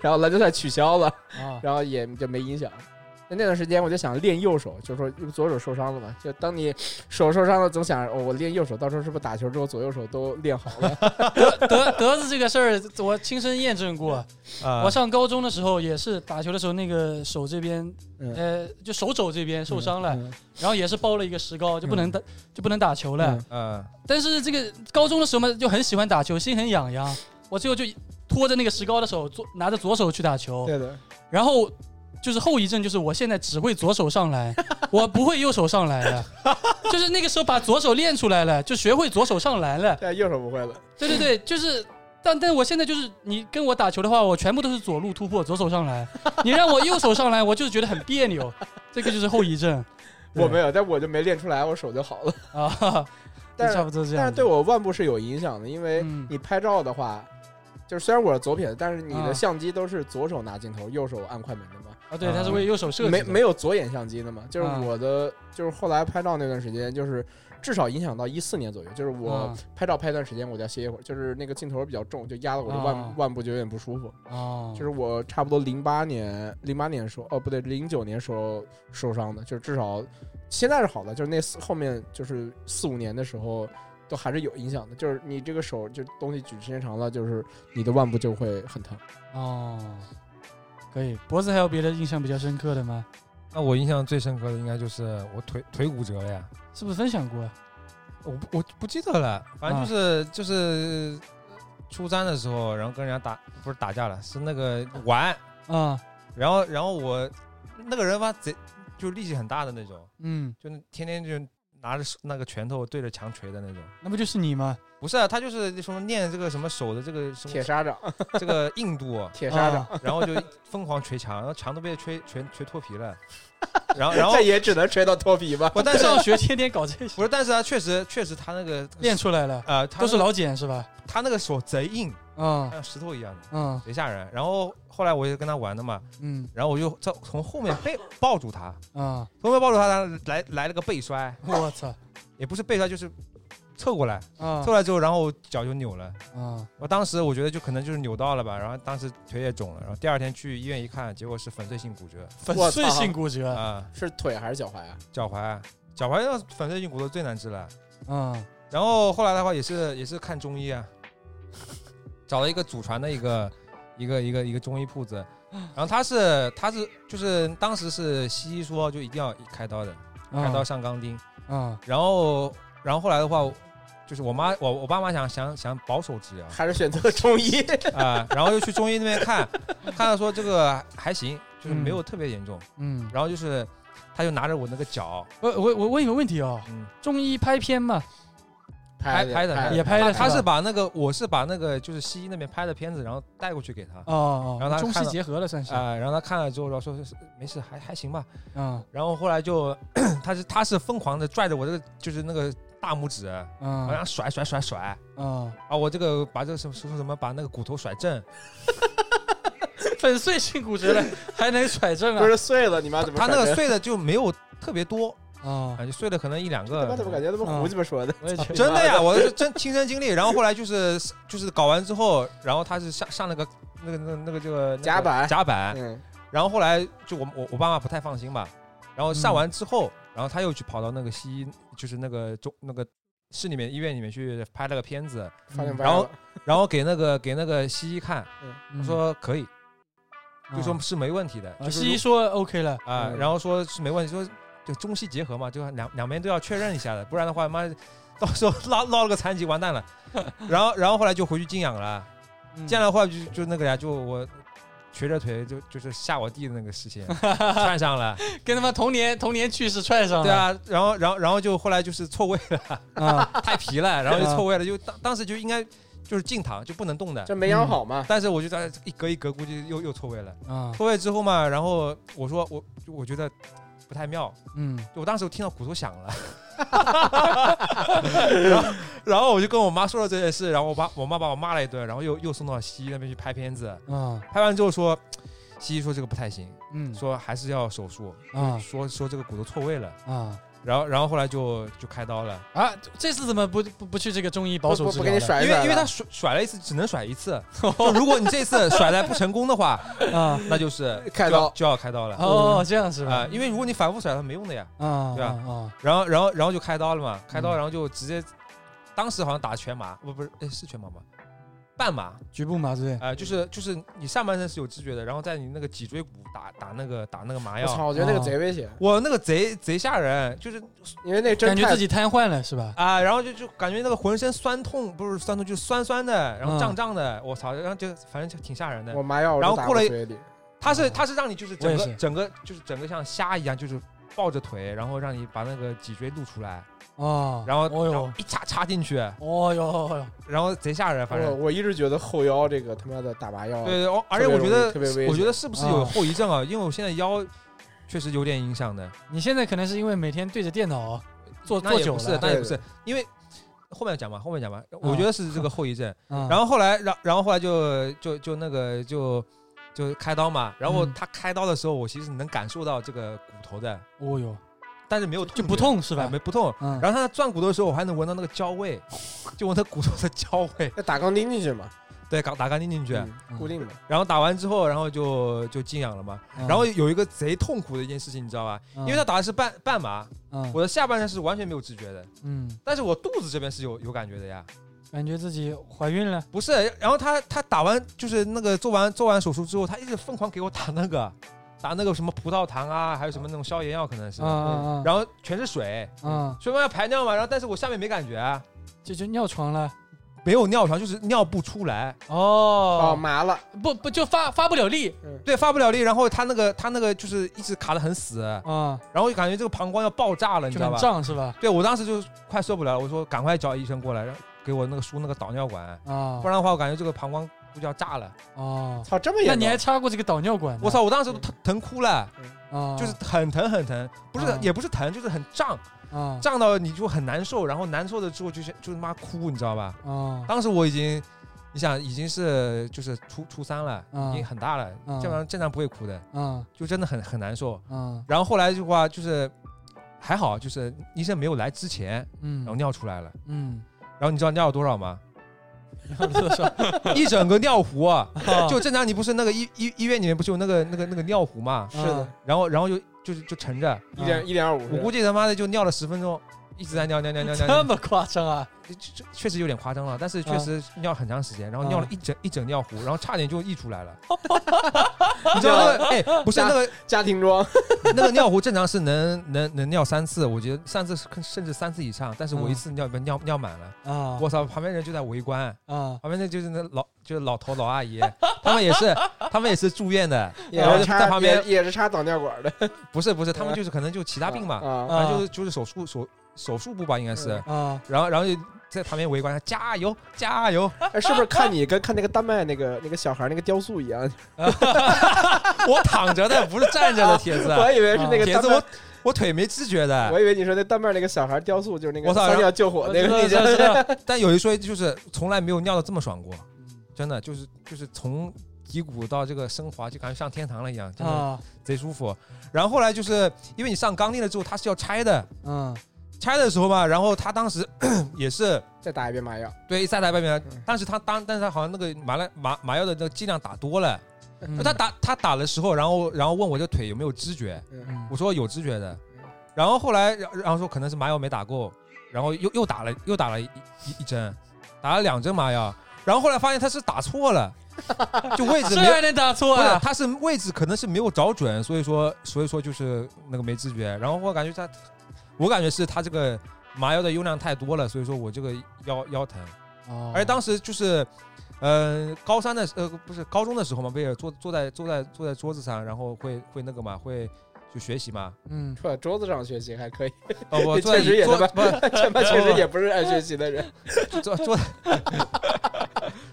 [SPEAKER 5] 然后篮球赛取消了。
[SPEAKER 3] 啊
[SPEAKER 5] 然后也就没影响。那那段时间我就想练右手，就是说因为左手受伤了嘛，就当你手受伤了，总想、哦、我练右手，到时候是不是打球之后左右手都练好了？
[SPEAKER 3] 德德子这个事儿，我亲身验证过。
[SPEAKER 1] 啊
[SPEAKER 3] 我上高中的时候也是打球的时候，那个手这边，
[SPEAKER 5] 嗯
[SPEAKER 3] 呃，就手肘这 *laughs* 边受伤了，
[SPEAKER 5] 嗯
[SPEAKER 3] 然后也是包了一个石膏，就不能打，就不能打球了。
[SPEAKER 5] 嗯
[SPEAKER 1] 嗯，
[SPEAKER 3] 但是这个高中的时候嘛，就很喜欢打球，心很痒痒。我最后就拖着那个石膏的手，左拿着左手去打球，
[SPEAKER 5] 对的，
[SPEAKER 3] 然后就是后遗症就是我现在只会左手上来，我不会右手上来了。 *laughs* 就是那个时候把左手练出来了，就学会左手上来了。
[SPEAKER 5] 现在右手不会了。
[SPEAKER 3] 对对
[SPEAKER 5] *laughs*
[SPEAKER 3] 对，就是，但但我现在就是你跟我打球的话，我全部都是左路突破，左手上来。你让我右手上来，我就是觉得很别扭， *laughs* 这个就是后遗症对
[SPEAKER 5] 我没有，但我就没练出来，我手就好了。
[SPEAKER 3] 啊。 *laughs*
[SPEAKER 5] 但
[SPEAKER 3] 差
[SPEAKER 5] 是
[SPEAKER 3] 不多这样子。
[SPEAKER 5] 但是对我腕部是有影响的，因为
[SPEAKER 3] 嗯
[SPEAKER 5] 你拍照的话，就是虽然我是左撇子，但是你
[SPEAKER 3] 啊
[SPEAKER 5] 的相机都是左手拿镜头，右手按快门的嘛。
[SPEAKER 3] 啊，对，他是为右手设计
[SPEAKER 5] 没
[SPEAKER 3] 的
[SPEAKER 5] 没有左眼相机的嘛，就是
[SPEAKER 3] 啊
[SPEAKER 5] 我的，就是后来拍照那段时间，就是至少影响到一四年左右，就是我
[SPEAKER 3] 啊
[SPEAKER 5] 拍照拍一段时间，我就要歇一会儿，就是那个镜头比较重，就压得我的腕、
[SPEAKER 3] 啊
[SPEAKER 5] 腕部就有点不舒服。
[SPEAKER 3] 哦，
[SPEAKER 5] 就是我差不多零八年，零八年时候，哦不对，零九年时候受伤的，就是至少现在是好的，就是那四后面就是四五年的时候。都还是有影响的，就是你这个手就东西举时间长了，就是你的腕部就会很疼。
[SPEAKER 3] 哦，可以。脖子还有别的印象比较深刻的吗？
[SPEAKER 1] 那我印象最深刻的应该就是我腿腿骨折了呀，
[SPEAKER 3] 是不是分享过？
[SPEAKER 1] 我不我不记得了，反正就是
[SPEAKER 5] 啊
[SPEAKER 1] 就是初三的时候，然后跟人家打不是打架了，是那个玩，
[SPEAKER 3] 啊，
[SPEAKER 1] 然后然后我那个人吧贼就力气很大的那种，
[SPEAKER 3] 嗯，
[SPEAKER 1] 就天天就拿着手那个拳头对着墙捶的那种。
[SPEAKER 3] 那不就是你吗？
[SPEAKER 1] 不是、啊，他就是什么练这个什么手的这个什
[SPEAKER 5] 铁
[SPEAKER 1] 么
[SPEAKER 5] 砂掌，
[SPEAKER 1] 这个硬
[SPEAKER 3] *laughs*
[SPEAKER 1] 度，
[SPEAKER 5] 铁砂掌，
[SPEAKER 3] 啊
[SPEAKER 1] 然后就疯狂捶墙，然后墙都被捶捶捶脱皮
[SPEAKER 3] *laughs*
[SPEAKER 1] 了，然后然后
[SPEAKER 5] 这也只能吹到脱皮吧。
[SPEAKER 1] 我但是
[SPEAKER 3] 上学天天搞这
[SPEAKER 1] 不
[SPEAKER 3] 些，
[SPEAKER 1] 是，但是他确实确实他那个
[SPEAKER 3] 练出来了，
[SPEAKER 1] 呃他
[SPEAKER 3] 都是
[SPEAKER 1] 那个
[SPEAKER 3] 老茧是吧？
[SPEAKER 1] 他那个手贼硬，
[SPEAKER 3] 啊嗯
[SPEAKER 1] 像石头一样的，
[SPEAKER 3] 嗯
[SPEAKER 1] 贼吓人。然后后来我就跟他玩的嘛，
[SPEAKER 3] 嗯
[SPEAKER 1] 然后我就从从后面背抱住他，
[SPEAKER 3] 啊！
[SPEAKER 1] 从后面抱住他，他来来了个背摔，
[SPEAKER 3] 我操
[SPEAKER 1] 也不是背摔，就是凑过来，
[SPEAKER 3] 啊
[SPEAKER 1] 凑过来之后，然后我脚就扭了。
[SPEAKER 3] 啊！
[SPEAKER 1] 我当时我觉得就可能就是扭到了吧，然后当时腿也肿了，然后第二天去医院一看，结果是粉碎性骨折
[SPEAKER 3] 粉
[SPEAKER 5] 我
[SPEAKER 3] 碎
[SPEAKER 5] 操
[SPEAKER 3] 性骨折，
[SPEAKER 1] 啊、
[SPEAKER 5] 是腿还是脚踝啊？
[SPEAKER 1] 脚踝，脚踝要粉碎性骨折最难治了。
[SPEAKER 3] 嗯
[SPEAKER 1] 然后后来的话也是也是看中医啊，找了一个祖传的一个一个一个一个中医铺子，然后他是他是就是当时是西医说就一定要开刀的，
[SPEAKER 3] 嗯
[SPEAKER 1] 开刀上钢钉，
[SPEAKER 3] 啊
[SPEAKER 1] 然后然后后来的话。就是我妈，我我爸妈想想想保守治疗
[SPEAKER 5] 还是选择中 *laughs* 医？
[SPEAKER 1] *laughs* 啊、然后又去中医那边看，看到说这个还行，就是没有特别严重。
[SPEAKER 3] 嗯。
[SPEAKER 1] 然后就是，他就拿着我那个脚，
[SPEAKER 3] 我我我问一个问题哦，
[SPEAKER 1] 嗯，
[SPEAKER 3] 中医拍片嘛，
[SPEAKER 1] 拍
[SPEAKER 5] 的
[SPEAKER 1] 拍的
[SPEAKER 5] 的
[SPEAKER 3] 也拍的
[SPEAKER 1] 他
[SPEAKER 3] 是
[SPEAKER 1] 是
[SPEAKER 3] 吧
[SPEAKER 1] 把那个我是把那个就是西医那边拍的片子，然后带过去给他，
[SPEAKER 3] 哦哦，
[SPEAKER 1] 然后他
[SPEAKER 3] 中西
[SPEAKER 1] 看到
[SPEAKER 3] 结合了算是啊
[SPEAKER 1] 啊、然后他看了之后，然后说是没事，还还行吧。
[SPEAKER 3] 啊
[SPEAKER 1] 然后后来就， *clears throat* 他是他是疯狂的拽着我这个就是那个大拇指，往
[SPEAKER 3] 啊
[SPEAKER 1] 上甩甩甩甩 *laughs*
[SPEAKER 3] 啊！
[SPEAKER 1] 啊！我这个把这个什么什么什么把那个骨头甩正，
[SPEAKER 3] 粉碎性骨折了还能甩正
[SPEAKER 5] 不是碎了，你妈怎么
[SPEAKER 1] 他那个
[SPEAKER 5] 感觉
[SPEAKER 1] 碎的就没有特别多
[SPEAKER 3] 啊啊！
[SPEAKER 1] 啊，就碎了可能一两
[SPEAKER 5] 他妈怎么感
[SPEAKER 1] 个。
[SPEAKER 5] 觉他妈胡鸡巴说的？
[SPEAKER 3] 我也觉得
[SPEAKER 1] 真的呀，我是真亲身经历。然后后来就是就是搞完之后，然后他是上上了个那个那个那个这个
[SPEAKER 5] 夹板
[SPEAKER 1] 夹板，
[SPEAKER 5] 嗯，
[SPEAKER 1] 然后后来就我我我爸妈不太放心吧，然后上完之后，然后他又去跑到那个西医，就是那个中那个市里面医院里面去拍了个片子，
[SPEAKER 5] 发现
[SPEAKER 3] 嗯
[SPEAKER 5] 歪
[SPEAKER 1] 然后
[SPEAKER 5] 了
[SPEAKER 1] 然后给那个给那个西医看，他
[SPEAKER 3] 嗯
[SPEAKER 1] 说可以，就说
[SPEAKER 3] 啊
[SPEAKER 1] 是没问题的，
[SPEAKER 3] 啊
[SPEAKER 1] 就是
[SPEAKER 3] 西医说 OK 了，
[SPEAKER 1] 啊、
[SPEAKER 5] 嗯
[SPEAKER 1] 然后说是没问题，说就中西结合嘛，就两两边都要确认一下的，不然的话妈 *laughs* 到时候捞捞了个残疾完蛋了，然后然后后来就回去静养了，
[SPEAKER 3] 这
[SPEAKER 1] 见
[SPEAKER 3] 样
[SPEAKER 1] 了话就就那个呀，就我瘸着腿就就是下我弟的那个事情串上了，
[SPEAKER 3] 跟他妈童年童年趣事串上了，
[SPEAKER 1] 对啊，然后然后然后就后来就是错位 *laughs* 了，
[SPEAKER 3] 啊
[SPEAKER 1] 太皮了，然后就错位了，就当当时就应该就是静躺就不能动的，
[SPEAKER 5] 这没养好嘛？
[SPEAKER 1] 但是我就在一格一格，估计又又错位了，
[SPEAKER 3] 啊
[SPEAKER 1] 错位之后嘛，然后我说我就我觉得不太妙，
[SPEAKER 3] 嗯
[SPEAKER 1] 就我当时我听到骨头响了， *laughs* 然后然后我就跟我妈说了这件事，然后我爸我妈把我骂了一顿，然后又又送到西医那边去拍片子，
[SPEAKER 3] 啊
[SPEAKER 1] 拍完之后说，西医说这个不太行，
[SPEAKER 3] 嗯
[SPEAKER 1] 说还是要手术，
[SPEAKER 3] 啊
[SPEAKER 1] 说说这个骨头错位了，
[SPEAKER 3] 啊
[SPEAKER 1] 然后然后后来就就开刀了，
[SPEAKER 3] 啊！这次怎么不不不去这个中医保
[SPEAKER 5] 不
[SPEAKER 3] 守
[SPEAKER 5] 不
[SPEAKER 3] 治
[SPEAKER 5] 不
[SPEAKER 3] 疗
[SPEAKER 5] 给你甩
[SPEAKER 1] 因
[SPEAKER 5] 一
[SPEAKER 1] 为
[SPEAKER 5] 甩
[SPEAKER 1] 因为
[SPEAKER 5] 了
[SPEAKER 1] 他甩甩了一次只能甩一次，就如果你这次甩的不成功的话，
[SPEAKER 3] 了啊？
[SPEAKER 1] 那就是
[SPEAKER 5] 开
[SPEAKER 1] 就要
[SPEAKER 5] 刀
[SPEAKER 1] 就要开刀了啊、
[SPEAKER 3] 哦，这样是吧？
[SPEAKER 1] 因为如果你反复甩它没用的呀，
[SPEAKER 3] 啊，
[SPEAKER 1] 对吧
[SPEAKER 3] 啊
[SPEAKER 1] 然后然后然后就开刀了嘛，开刀
[SPEAKER 3] 嗯
[SPEAKER 1] 然后就直接，当时好像打全麻，不不是哎是全麻吗？半麻啊、
[SPEAKER 3] 局部麻醉，
[SPEAKER 1] 呃就是就是你上半身是有知觉的，然后在你那个脊椎骨打打那个打那个麻
[SPEAKER 5] 我
[SPEAKER 1] 药，
[SPEAKER 5] 操，我觉得那个贼危险，
[SPEAKER 1] 我那个贼贼吓人，就是
[SPEAKER 5] 因为那针
[SPEAKER 3] 感觉
[SPEAKER 5] 太
[SPEAKER 3] 自己瘫痪了是吧？
[SPEAKER 1] 啊、然后就就感觉那个浑身酸痛，不是酸痛，就是酸酸的，然后
[SPEAKER 3] 嗯
[SPEAKER 1] 胀胀的，我操，然后就反正就挺吓人的
[SPEAKER 5] 我。麻药我
[SPEAKER 1] 然
[SPEAKER 5] 都
[SPEAKER 1] 后
[SPEAKER 5] 打
[SPEAKER 1] 过了
[SPEAKER 5] 我嘴里，
[SPEAKER 1] 它是它是让你就是整
[SPEAKER 3] 我也
[SPEAKER 1] 个
[SPEAKER 3] 是
[SPEAKER 1] 整个就是整个像虾一样，就是抱着腿，然后让你把那个脊椎露出来，
[SPEAKER 3] 哦，
[SPEAKER 1] 然后
[SPEAKER 3] 哦
[SPEAKER 1] 然后
[SPEAKER 3] 哟，
[SPEAKER 1] 一插插进去，
[SPEAKER 3] 哦哟哦哟，
[SPEAKER 1] 然后贼吓人，
[SPEAKER 3] 哦
[SPEAKER 1] 反
[SPEAKER 5] 我
[SPEAKER 1] 正。
[SPEAKER 5] 我一直觉得后腰这个他妈的打麻药，
[SPEAKER 1] 对，哦而
[SPEAKER 5] 特
[SPEAKER 1] 且
[SPEAKER 5] 别
[SPEAKER 1] 我
[SPEAKER 5] 容
[SPEAKER 1] 觉
[SPEAKER 5] 易
[SPEAKER 1] 得
[SPEAKER 5] 特别危，
[SPEAKER 1] 我
[SPEAKER 5] 险
[SPEAKER 1] 觉得是不是有
[SPEAKER 3] 啊
[SPEAKER 1] 后遗症啊？因为我现在腰确实有点影响的。
[SPEAKER 3] 你现在可能是因为每天对着电脑做
[SPEAKER 1] 那
[SPEAKER 3] 做
[SPEAKER 1] 也
[SPEAKER 3] 久
[SPEAKER 1] 不是
[SPEAKER 3] 了，，
[SPEAKER 1] 那也不
[SPEAKER 5] 对
[SPEAKER 1] 是，因为后面讲吧，后面讲吧。我觉得是这个后遗症。
[SPEAKER 3] 然
[SPEAKER 1] 嗯然后后来，然然后后来就就就那个就就开刀嘛。然后
[SPEAKER 3] 嗯
[SPEAKER 1] 他开刀的时候，我其实能感受到这个骨头的，
[SPEAKER 3] 哦哟，
[SPEAKER 1] 但是没有
[SPEAKER 3] 就
[SPEAKER 1] 觉
[SPEAKER 3] 不，痛是
[SPEAKER 1] 哎
[SPEAKER 3] 吧？
[SPEAKER 1] 没不痛。
[SPEAKER 3] 嗯，
[SPEAKER 1] 然后他在转骨头的时候，我还能闻到那个焦味，就闻到骨头的焦味。
[SPEAKER 5] 那打钢钉进去嘛，
[SPEAKER 1] 对，打打干净进去，
[SPEAKER 5] 嗯固定的，
[SPEAKER 1] 然后打完之后，然后就就静养了嘛。
[SPEAKER 3] 嗯
[SPEAKER 1] 然后有一个贼痛苦的一件事情，你知道吧？
[SPEAKER 3] 嗯
[SPEAKER 1] 因为他打的是半半麻，
[SPEAKER 3] 嗯
[SPEAKER 1] 我的下半身是完全没有知觉的，
[SPEAKER 3] 嗯，
[SPEAKER 1] 但是我肚子这边是有有感觉的呀。
[SPEAKER 3] 感觉自己怀孕了
[SPEAKER 1] 不是，然后他他打完就是那个做完做完手术之后，他一直疯狂给我打那个打那个什么葡萄糖啊，还有什么那种消炎药，可能是，
[SPEAKER 3] 啊啊
[SPEAKER 1] 然后全是水，
[SPEAKER 3] 啊啊！
[SPEAKER 1] 水嘛要排尿嘛，然后但是我下面没感觉啊，
[SPEAKER 3] 这就尿床了
[SPEAKER 1] 没有尿床，就是尿不出来，
[SPEAKER 5] 哦，
[SPEAKER 1] 啊
[SPEAKER 3] 哦，
[SPEAKER 5] 麻了，嗯
[SPEAKER 3] 不不就发发不了力
[SPEAKER 1] 对，发不了力，然后他那个他那个就是一直卡得很死，
[SPEAKER 3] 啊，
[SPEAKER 1] 然后就感觉这个膀胱要爆炸了，你
[SPEAKER 3] 就
[SPEAKER 1] 知道
[SPEAKER 3] 很
[SPEAKER 1] 吧？
[SPEAKER 3] 胀是吧？
[SPEAKER 1] 对我当时就快受不了了，我说赶快叫医生过来，然后给我那个输那个导尿管，
[SPEAKER 3] 啊
[SPEAKER 1] 不然的话我感觉这个膀胱估计要炸了。
[SPEAKER 3] 哦，
[SPEAKER 5] 操，这么
[SPEAKER 3] 那
[SPEAKER 5] 严
[SPEAKER 3] 你还
[SPEAKER 5] 重？
[SPEAKER 3] 插过这个导尿管呢？
[SPEAKER 1] 我操！我当时都疼疼哭了，
[SPEAKER 3] 啊，
[SPEAKER 1] 就是很疼很疼，不是
[SPEAKER 3] 啊
[SPEAKER 1] 也不是疼，就是很胀，
[SPEAKER 3] 啊
[SPEAKER 1] 胀到你就很难受，然后难受了之后就是就他妈哭，你知道吧？
[SPEAKER 3] 啊
[SPEAKER 1] 当时我已经你想已经是就是初初三了，
[SPEAKER 3] 嗯
[SPEAKER 1] 已经很大了，
[SPEAKER 3] 嗯
[SPEAKER 1] 正常正常不会哭的，
[SPEAKER 3] 嗯
[SPEAKER 1] 就真的很很难受。
[SPEAKER 3] 嗯
[SPEAKER 1] 然后后来的话就是还好，就是医生没有来之前，然后
[SPEAKER 3] 嗯
[SPEAKER 1] 尿出来了。 *laughs*
[SPEAKER 3] 嗯，啊
[SPEAKER 1] 然后你知道尿了多少吗？
[SPEAKER 3] *laughs* 多少？
[SPEAKER 1] *laughs* 一整个尿壶啊，
[SPEAKER 3] 就
[SPEAKER 1] 就正常你不是那个医医医院里面不是有那个那个那个尿壶嘛？
[SPEAKER 3] 是的，
[SPEAKER 1] 然后然后就就是就盛着，
[SPEAKER 3] 嗯
[SPEAKER 5] 一点一点二五，
[SPEAKER 1] 嗯我估计他妈的就尿了十分钟，一直在尿尿尿尿尿
[SPEAKER 3] *laughs* 这
[SPEAKER 1] 尿，
[SPEAKER 3] 么夸张啊？
[SPEAKER 1] 这这确实有点夸张了，但是确实尿很长时间，然后尿了一整一整尿壶，然后差点就溢出来了。你知道那个哎，不是那个
[SPEAKER 5] 家庭装，
[SPEAKER 1] 那个尿壶正常是能能能尿三次，我觉得三次甚至三次以上，但是我一次尿尿尿满了，
[SPEAKER 3] 啊
[SPEAKER 1] 我操，旁边人就在围观，
[SPEAKER 3] 啊
[SPEAKER 1] 旁边那就是那老就是老头老阿姨， *laughs* 他们也是他们也是住院的， *laughs* 然后就
[SPEAKER 5] 也
[SPEAKER 1] 是
[SPEAKER 5] 插
[SPEAKER 1] 在旁边
[SPEAKER 5] 也也是插导尿管的，
[SPEAKER 1] 不是不是，他们就是可能就其他病嘛，
[SPEAKER 5] *laughs* 啊，
[SPEAKER 1] 反正就是就是手术手手术部吧应该是
[SPEAKER 5] 嗯，
[SPEAKER 3] 啊
[SPEAKER 1] 然后然后就在旁边围观，加油加油，
[SPEAKER 5] 哎是不是看你跟看那个丹麦那个那个小孩那个雕塑一样？
[SPEAKER 1] 我躺着的不是站
[SPEAKER 5] *laughs*
[SPEAKER 1] 着的帖子
[SPEAKER 5] 我，还以为是那个
[SPEAKER 1] 帖
[SPEAKER 5] 丹
[SPEAKER 1] 子
[SPEAKER 5] 麦
[SPEAKER 1] 我我腿没知觉的
[SPEAKER 5] 我，以为你说那丹麦那个小孩雕塑就是那个
[SPEAKER 1] 啊我操
[SPEAKER 5] 撒尿救火那
[SPEAKER 1] 知
[SPEAKER 5] 个，你
[SPEAKER 1] 道知
[SPEAKER 5] 这
[SPEAKER 1] 道知道但有一说一就是从来没有尿的这么爽过，真的就是就是从脊骨到这个升华就感觉像天堂了一样，真的
[SPEAKER 3] 啊
[SPEAKER 1] 贼舒服。然后后来就是因为你上钢镚了之后，它是要拆的，
[SPEAKER 3] 嗯
[SPEAKER 1] 拆的时候吧，然后他当时 *coughs* 也是。
[SPEAKER 5] 再打一遍麻药，
[SPEAKER 1] 对，赛台外面
[SPEAKER 5] 嗯，
[SPEAKER 1] 当时他当，但是他好像那个麻了麻麻药的那个剂量打多了，
[SPEAKER 3] 嗯
[SPEAKER 1] 他打他打的时候，然后然后问我这腿有没有知觉，
[SPEAKER 3] 嗯
[SPEAKER 1] 我说有知觉的
[SPEAKER 5] 嗯，
[SPEAKER 1] 然后后来然然后说可能是麻药没打够，然后又又打了又打了一一一针，打了两针麻药，然后后来发现他是打错了，就位置
[SPEAKER 3] 这
[SPEAKER 1] 没有
[SPEAKER 3] 还。能打错
[SPEAKER 1] 不是
[SPEAKER 3] 啊，？
[SPEAKER 1] 他是位置可能是没有找准，所以说所以说就是那个没知觉。然后我感觉他，我感觉是他这个麻药的用量太多了，所以说我这个腰腰疼。
[SPEAKER 3] 哦
[SPEAKER 1] 而且当时就是，呃，高三的时呃不是高中的时候嘛，不也坐坐在坐在坐在桌子上，然后会会那个嘛，会就学习嘛。
[SPEAKER 3] 嗯
[SPEAKER 5] 是吧？桌子上学习还可以，
[SPEAKER 1] 呃，我
[SPEAKER 5] 你
[SPEAKER 1] 坐在
[SPEAKER 5] *laughs* 确实也
[SPEAKER 1] 椅坐
[SPEAKER 5] 他妈
[SPEAKER 1] 不
[SPEAKER 5] *laughs*
[SPEAKER 1] 是
[SPEAKER 5] 他妈确实也不是爱学习的人，
[SPEAKER 1] 坐坐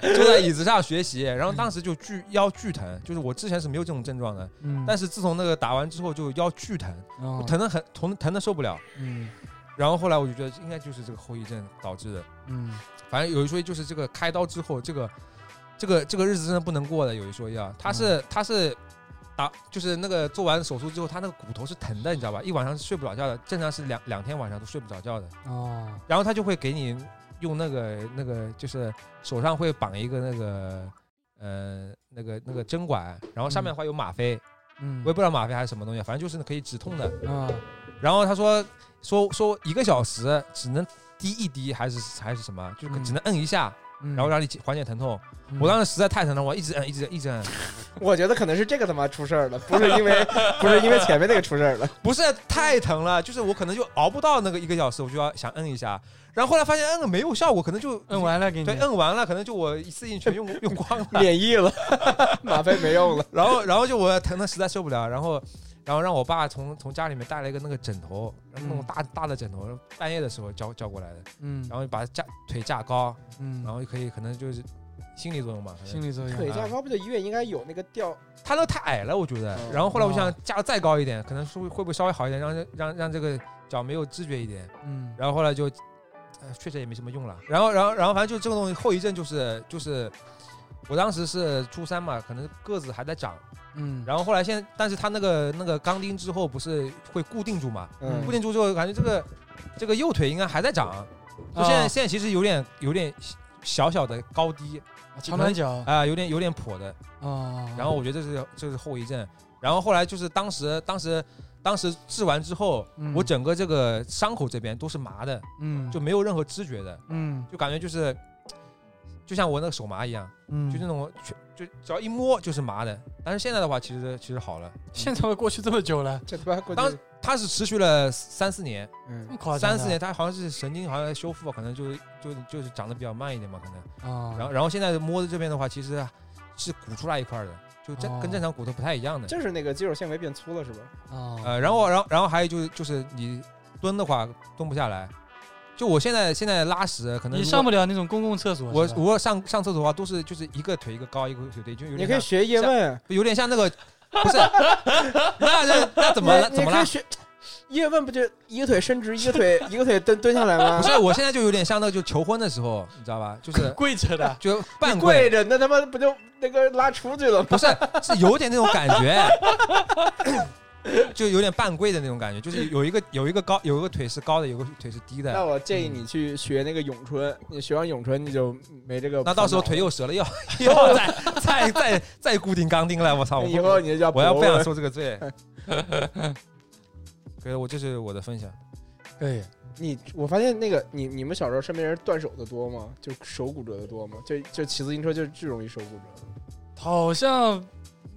[SPEAKER 1] 坐在椅子上学习，然后当时就巨腰巨疼，就是我之前是没有这种症状的，
[SPEAKER 3] 嗯，
[SPEAKER 1] 但是自从那个打完之后就腰巨疼，
[SPEAKER 3] 哦
[SPEAKER 1] 疼的很疼疼的受不了。
[SPEAKER 3] 嗯
[SPEAKER 1] 然后后来我就觉得应该就是这个后遗症导致的，
[SPEAKER 3] 嗯
[SPEAKER 1] 反正有一说一，就是这个开刀之后，这个这个这个日子真的不能过的。有一说一啊，他是、他是打就是那个做完手术之后，他那个骨头是疼的，你知道吧？一晚上是睡不着觉的，正常是两两天晚上都睡不着觉的。
[SPEAKER 3] 哦
[SPEAKER 1] 然后他就会给你用那个那个就是手上会绑一个那个呃那个那个针管，然后上面会有吗啡，
[SPEAKER 3] 嗯
[SPEAKER 1] 我也不知道吗啡还是什么东西，反正就是可以止痛的。
[SPEAKER 3] 啊
[SPEAKER 1] 然后他说说说一个小时只能滴一滴还是还是什么，就是
[SPEAKER 3] 嗯
[SPEAKER 1] 只能摁一下。
[SPEAKER 3] 嗯
[SPEAKER 1] 然后让你缓解疼痛。
[SPEAKER 3] 嗯
[SPEAKER 1] 我当时实在太疼了，我一直摁，一直摁，一直摁。
[SPEAKER 5] *laughs* 我觉得可能是这个他妈出事儿了，不是因 *laughs* 为不是因为前面那个出事儿 *laughs* 了，
[SPEAKER 1] 不是太疼了，就是我可能就熬不到那个一个小时，我就要想摁一下。然后后来发现摁了没有效果，可能就
[SPEAKER 3] 摁。完了给你
[SPEAKER 1] 对，摁完了，可能就我一次性全用 *laughs* 用光了。
[SPEAKER 5] 免疫了， *laughs* 吗啡没用了，
[SPEAKER 1] 然后，然后就我疼的实在受不了，然后，然后让我爸从从家里面带了一个那个枕头，那种大大的枕头，半夜的时候叫叫过来的，
[SPEAKER 3] 嗯
[SPEAKER 1] 然后把架腿架高，
[SPEAKER 3] 嗯
[SPEAKER 1] 然后就可以可能就是心理作用嘛。可能
[SPEAKER 3] 心理作用
[SPEAKER 5] 腿架高不就医院应该有那个吊
[SPEAKER 1] 他那太矮了，我觉得
[SPEAKER 5] 嗯。
[SPEAKER 1] 然后后来我想
[SPEAKER 3] 哦
[SPEAKER 1] 架得再高一点，可能是会会不会稍微好一点，让让让这个脚没有知觉一点。
[SPEAKER 3] 嗯
[SPEAKER 1] 然后后来就，呃确实也没什么用了。然后然后然后反正就这个东西后遗症就是就是，我当时是初三嘛，可能个子还在长。
[SPEAKER 3] 嗯
[SPEAKER 1] 然后后来现在，但是他那个那个钢钉之后不是会固定住嘛？
[SPEAKER 5] 嗯
[SPEAKER 1] 固定住之后，感觉这个这个右腿应该还在长。
[SPEAKER 3] 啊
[SPEAKER 1] 就现在、
[SPEAKER 3] 哦
[SPEAKER 1] 现在其实有点有点小小的高低
[SPEAKER 3] 后长短脚
[SPEAKER 1] 啊、有点有点跛的。
[SPEAKER 3] 啊
[SPEAKER 1] 然后我觉得这是这是后遗症。然后后来就是当时当时当时治完之后，
[SPEAKER 3] 嗯
[SPEAKER 1] 我整个这个伤口这边都是麻的，
[SPEAKER 3] 嗯
[SPEAKER 1] 就没有任何知觉的，
[SPEAKER 3] 嗯
[SPEAKER 1] 就感觉就是就像我那个手麻一样，
[SPEAKER 3] 嗯
[SPEAKER 1] 就那种全就只要一摸就是麻的。但是现在的话，其实其实好了。
[SPEAKER 3] 现在都过去这么久了，
[SPEAKER 5] 这他妈过
[SPEAKER 1] 当
[SPEAKER 5] 去，
[SPEAKER 1] 它是持续了三四年，
[SPEAKER 5] 嗯
[SPEAKER 3] 这么夸张
[SPEAKER 1] 三
[SPEAKER 3] 啊的
[SPEAKER 1] 四年，它好像是神经好像在修复，可能就就就是长得比较慢一点嘛，可能。
[SPEAKER 3] 啊，
[SPEAKER 1] 然后然后现在摸的这边的话，其实是鼓出来一块儿的，就正
[SPEAKER 3] 哦
[SPEAKER 1] 跟正常骨头不太一样的。
[SPEAKER 5] *laughs* 就是那个肌肉纤维变粗了是吧？
[SPEAKER 3] 啊
[SPEAKER 1] 呃，然后，然后，然后还有就是，就是你蹲的话蹲不下来。就我现在现在拉屎，可能
[SPEAKER 3] 你
[SPEAKER 1] 如
[SPEAKER 3] 上
[SPEAKER 1] 果
[SPEAKER 3] 不了那种公共厕所，
[SPEAKER 1] 我
[SPEAKER 3] 是吧
[SPEAKER 1] 我上上厕所的话，都是就是一个腿一个高，一个腿低，就有
[SPEAKER 5] 你
[SPEAKER 1] 点
[SPEAKER 5] 可以
[SPEAKER 1] 像
[SPEAKER 5] 学叶问， *laughs*
[SPEAKER 1] 有点像那个，不是，那那那怎么
[SPEAKER 5] 你
[SPEAKER 1] 了？怎么
[SPEAKER 5] 你可以
[SPEAKER 1] 了？
[SPEAKER 5] 学叶问不就一个腿伸直，一个 *laughs* 腿一个腿蹲蹲下来吗
[SPEAKER 1] 不？是，我现在就有点像那个就求婚的时候，你知道吧？就是
[SPEAKER 3] 跪着
[SPEAKER 1] *laughs*
[SPEAKER 3] 的，
[SPEAKER 1] 就半跪，
[SPEAKER 5] 跪着，那他妈不就那个拉出去 *laughs* 了吗？
[SPEAKER 1] 不是，是有点那种感觉， *coughs* 就有点半跪的那种感觉，就是有一个有一个高，有一个腿是高的，有个腿是低
[SPEAKER 5] 那
[SPEAKER 1] 的。
[SPEAKER 5] 我建议你去学那个咏春，你学完咏春你就没这个烦恼了。
[SPEAKER 1] 那到时候腿又折
[SPEAKER 3] *laughs*
[SPEAKER 1] 了，又又要再再再再固定钢钉了，我
[SPEAKER 3] 哎
[SPEAKER 1] 操！我不
[SPEAKER 5] 以后你就叫
[SPEAKER 1] 我要
[SPEAKER 5] 博
[SPEAKER 1] 不想
[SPEAKER 5] 文
[SPEAKER 1] 受这个
[SPEAKER 3] *laughs*
[SPEAKER 1] 罪。可以，我这是我的分享。
[SPEAKER 3] 可以，
[SPEAKER 5] 你我发现那个你你们小时候身边人断手的多吗？就手骨折的多吗？就就骑自行车就最容易手骨折。
[SPEAKER 3] 好像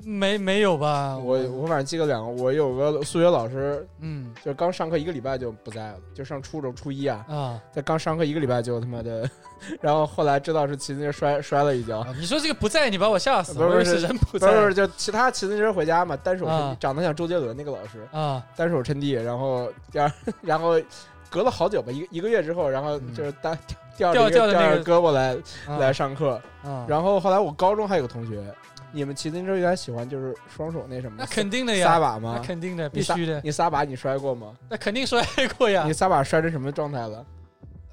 [SPEAKER 3] 没没有吧？
[SPEAKER 5] 我我反正记得两个，我有个数学老师，
[SPEAKER 3] 嗯
[SPEAKER 5] 就刚上课一个礼拜就不在了，就上初中初一啊，
[SPEAKER 3] 啊。
[SPEAKER 5] 在刚上课一个礼拜就他妈的， *laughs* 然后后来知道是骑自行车摔摔了一跤，
[SPEAKER 3] 啊你说这个不在，你把我吓死！
[SPEAKER 5] 不是
[SPEAKER 3] 我以为
[SPEAKER 5] 不是
[SPEAKER 3] 人不
[SPEAKER 5] 不是不
[SPEAKER 3] 在
[SPEAKER 5] 是就其他骑自行车回家嘛，单手撑地
[SPEAKER 3] 啊
[SPEAKER 5] 长得像周杰伦那个老师，
[SPEAKER 3] 啊，
[SPEAKER 5] 单手撑地，然后第二然后隔了好久吧，一个一个月之后，然后就是单掉
[SPEAKER 3] 掉
[SPEAKER 5] 掉
[SPEAKER 3] 嗯掉的
[SPEAKER 5] 着一
[SPEAKER 3] 那
[SPEAKER 5] 个
[SPEAKER 3] 个
[SPEAKER 5] 掉着胳膊来
[SPEAKER 3] 啊
[SPEAKER 5] 来上课，
[SPEAKER 3] 啊，
[SPEAKER 5] 然后后来我高中还有个同学，你们骑自行车原来喜欢就是双手那什么，
[SPEAKER 3] 那肯定的
[SPEAKER 5] 撒
[SPEAKER 3] 呀，
[SPEAKER 5] 把
[SPEAKER 3] 那
[SPEAKER 5] 吗？
[SPEAKER 3] 肯定的，必
[SPEAKER 5] 你撒
[SPEAKER 3] 须的，
[SPEAKER 5] 你撒把你摔过吗？
[SPEAKER 3] 那肯定摔过呀
[SPEAKER 5] 你。撒把摔成什么状态了？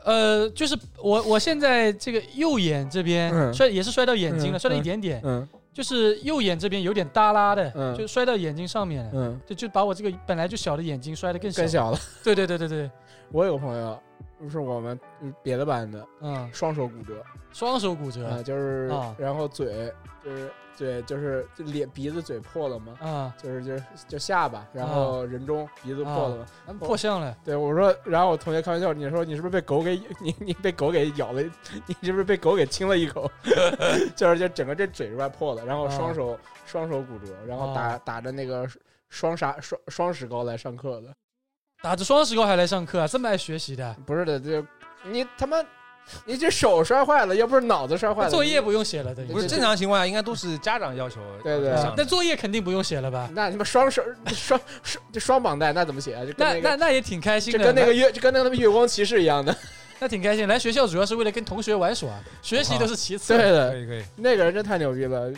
[SPEAKER 3] 呃，就是我我现在这个右眼这边
[SPEAKER 5] 嗯
[SPEAKER 3] 摔也是摔到眼睛了，
[SPEAKER 5] 嗯
[SPEAKER 3] 摔了一点点，
[SPEAKER 5] 嗯
[SPEAKER 3] 就是右眼这边有点耷拉的，
[SPEAKER 5] 嗯
[SPEAKER 3] 就摔到眼睛上面了，
[SPEAKER 5] 嗯，
[SPEAKER 3] 就就把我这个本来就小的眼睛摔得哎更小。
[SPEAKER 5] 更小了。
[SPEAKER 3] 对对对对对，
[SPEAKER 5] 我有个朋友，就是我们别的班的，
[SPEAKER 3] 嗯，
[SPEAKER 5] 双手骨折
[SPEAKER 3] 双手骨折
[SPEAKER 5] 啊，就是
[SPEAKER 3] 啊
[SPEAKER 5] 然后嘴就是嘴就是就脸鼻子嘴破了嘛，
[SPEAKER 3] 啊，
[SPEAKER 5] 就是就是就下巴，然后人中鼻子破了嘛。
[SPEAKER 3] 啊那破相了。
[SPEAKER 5] 对，我说，然后我同学开玩笑，你说你是不是被狗给你你被狗给咬了？ *laughs* 你是不是被狗给亲了一口？ *laughs* 就是就整个这嘴外破了，然后
[SPEAKER 3] 啊
[SPEAKER 5] 双手、双手骨折，然后打、打着那个双啥双双石膏来上课的，
[SPEAKER 3] 打着双石膏还来上课啊，这么爱学习的，
[SPEAKER 5] 不是的，就你他妈你这手摔坏了，要不是脑子摔坏了，
[SPEAKER 3] 作业
[SPEAKER 5] 你
[SPEAKER 3] 不用写了，等于
[SPEAKER 1] 不是
[SPEAKER 5] 对
[SPEAKER 1] 正常情况下，应该都是家长要求。
[SPEAKER 5] 对对
[SPEAKER 1] 要上
[SPEAKER 3] 啊
[SPEAKER 1] 的
[SPEAKER 3] 但作业肯定不用写了吧？
[SPEAKER 5] 那他妈双手双双这双绑带那怎么写啊？就跟
[SPEAKER 3] 那
[SPEAKER 5] 那个
[SPEAKER 3] 那那也挺开心
[SPEAKER 5] 就
[SPEAKER 3] 的，
[SPEAKER 5] 跟那个
[SPEAKER 3] 来
[SPEAKER 5] 月就跟那个月光骑士一样的， *laughs*
[SPEAKER 3] 那挺开心。来学校主要是为了跟同学玩耍，学习都是其次
[SPEAKER 5] 对。的
[SPEAKER 1] 可，以可以。
[SPEAKER 5] 那个人真太牛逼了，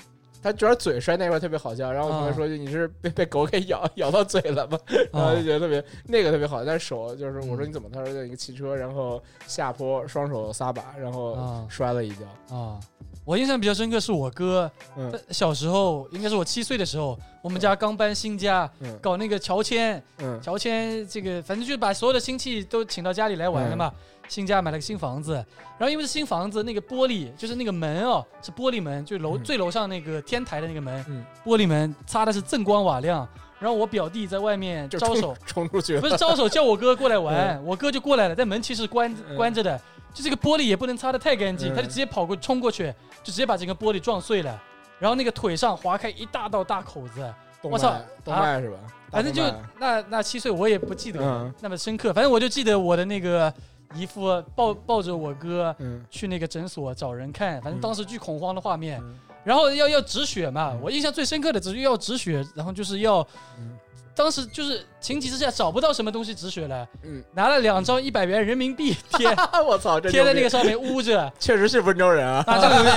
[SPEAKER 5] 他主要嘴摔那块特别好笑。然后我同学说：“你是被 *laughs* 被狗给咬咬到嘴了吗？”然后
[SPEAKER 3] 啊
[SPEAKER 5] 就觉得特别那个特别好，但是手就是我说你怎么？他说就一个骑车，然后下坡双手撒把，然后
[SPEAKER 3] 啊
[SPEAKER 5] 摔了一跤。
[SPEAKER 3] 啊！我印象比较深刻是我哥，
[SPEAKER 5] 嗯
[SPEAKER 3] 他小时候应该是我七岁的时候，我们家刚搬新家，
[SPEAKER 5] 嗯
[SPEAKER 3] 搞那个乔迁，
[SPEAKER 5] 嗯
[SPEAKER 3] 乔迁这个反正就是把所有的亲戚都请到家里来玩了
[SPEAKER 5] 嗯
[SPEAKER 3] 嘛。新家买了个新房子，然后因为是新房子，那个玻璃就是那个门哦，是玻璃门，就楼、
[SPEAKER 5] 嗯
[SPEAKER 3] 最楼上那个天台的那个门，
[SPEAKER 5] 嗯，
[SPEAKER 3] 玻璃门擦的是锃光瓦亮。然后我表弟在外面
[SPEAKER 5] 就嗯
[SPEAKER 3] 招
[SPEAKER 5] 冲
[SPEAKER 3] 手，
[SPEAKER 5] *laughs* 冲出去
[SPEAKER 3] 不
[SPEAKER 5] 了。
[SPEAKER 3] 是招手叫我哥过来
[SPEAKER 5] *laughs*
[SPEAKER 3] 玩，我哥就过来了，但门其实关关着的，就这个玻璃也不能擦得太干净，
[SPEAKER 5] 嗯
[SPEAKER 3] 他就直接跑过冲过去，就直接把整个玻璃撞碎了，然后那个腿上划开一大道大口子，
[SPEAKER 5] 动
[SPEAKER 3] 我操啊
[SPEAKER 5] 脉动脉是吧？
[SPEAKER 3] 反正就
[SPEAKER 5] 大动脉
[SPEAKER 3] 那那七岁我也不记得
[SPEAKER 5] 嗯
[SPEAKER 3] 那么深刻，反正我就记得我的那个姨父抱抱着我哥 *laughs*
[SPEAKER 5] 嗯
[SPEAKER 3] 去那个诊所找人看，反正
[SPEAKER 5] 嗯
[SPEAKER 3] 当时巨恐慌的画面，
[SPEAKER 5] 嗯
[SPEAKER 3] 然后要要止血嘛，
[SPEAKER 5] 嗯
[SPEAKER 3] 我印象最深刻的只是要止血，然后就是要
[SPEAKER 5] 嗯
[SPEAKER 3] 当时就是情急之下找不到什么东西止血了，
[SPEAKER 5] 嗯
[SPEAKER 3] 拿了两张一百元人民
[SPEAKER 5] *laughs*
[SPEAKER 3] 币贴
[SPEAKER 5] 啊！我操，这
[SPEAKER 3] 贴在
[SPEAKER 5] 牛
[SPEAKER 3] 那
[SPEAKER 5] 逼
[SPEAKER 3] 个上面捂着，
[SPEAKER 5] 确实是温州人啊！
[SPEAKER 1] 那这个有点，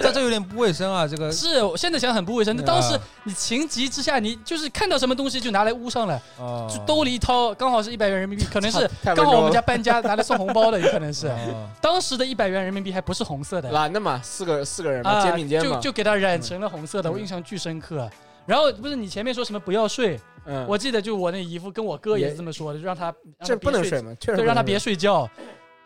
[SPEAKER 1] 那这有点不卫生啊！
[SPEAKER 3] *laughs*
[SPEAKER 5] 嗯
[SPEAKER 1] 这个
[SPEAKER 3] 是我现在想很不卫生。但当时
[SPEAKER 1] 啊
[SPEAKER 3] 你情急之下，你就是看到什么东西就拿来捂上了，
[SPEAKER 1] 哦
[SPEAKER 3] 就兜里一掏，刚好是一百元人民币，可能是
[SPEAKER 5] 太温
[SPEAKER 3] 刚好我
[SPEAKER 5] 州
[SPEAKER 3] 们
[SPEAKER 5] 了
[SPEAKER 3] 家搬家拿来送红包的，有可能是。
[SPEAKER 5] 嗯
[SPEAKER 3] *laughs*
[SPEAKER 1] 哦
[SPEAKER 3] 当时的一百元人民币还不是红色的，
[SPEAKER 5] 蓝的嘛，四个四个人嘛，
[SPEAKER 3] 啊，
[SPEAKER 5] 肩并肩嘛
[SPEAKER 3] 就。就给它染成了红色的，
[SPEAKER 5] 嗯
[SPEAKER 3] 我印象巨深刻。然后不是你前面说什么不要睡，
[SPEAKER 5] 嗯，
[SPEAKER 3] 我记得就我那姨夫跟我哥也是这么说的，就让他让他别
[SPEAKER 5] 这不能睡嘛，确
[SPEAKER 3] 对，
[SPEAKER 5] 实不
[SPEAKER 3] 让他
[SPEAKER 5] 能
[SPEAKER 3] 别
[SPEAKER 5] 睡。
[SPEAKER 3] 睡觉。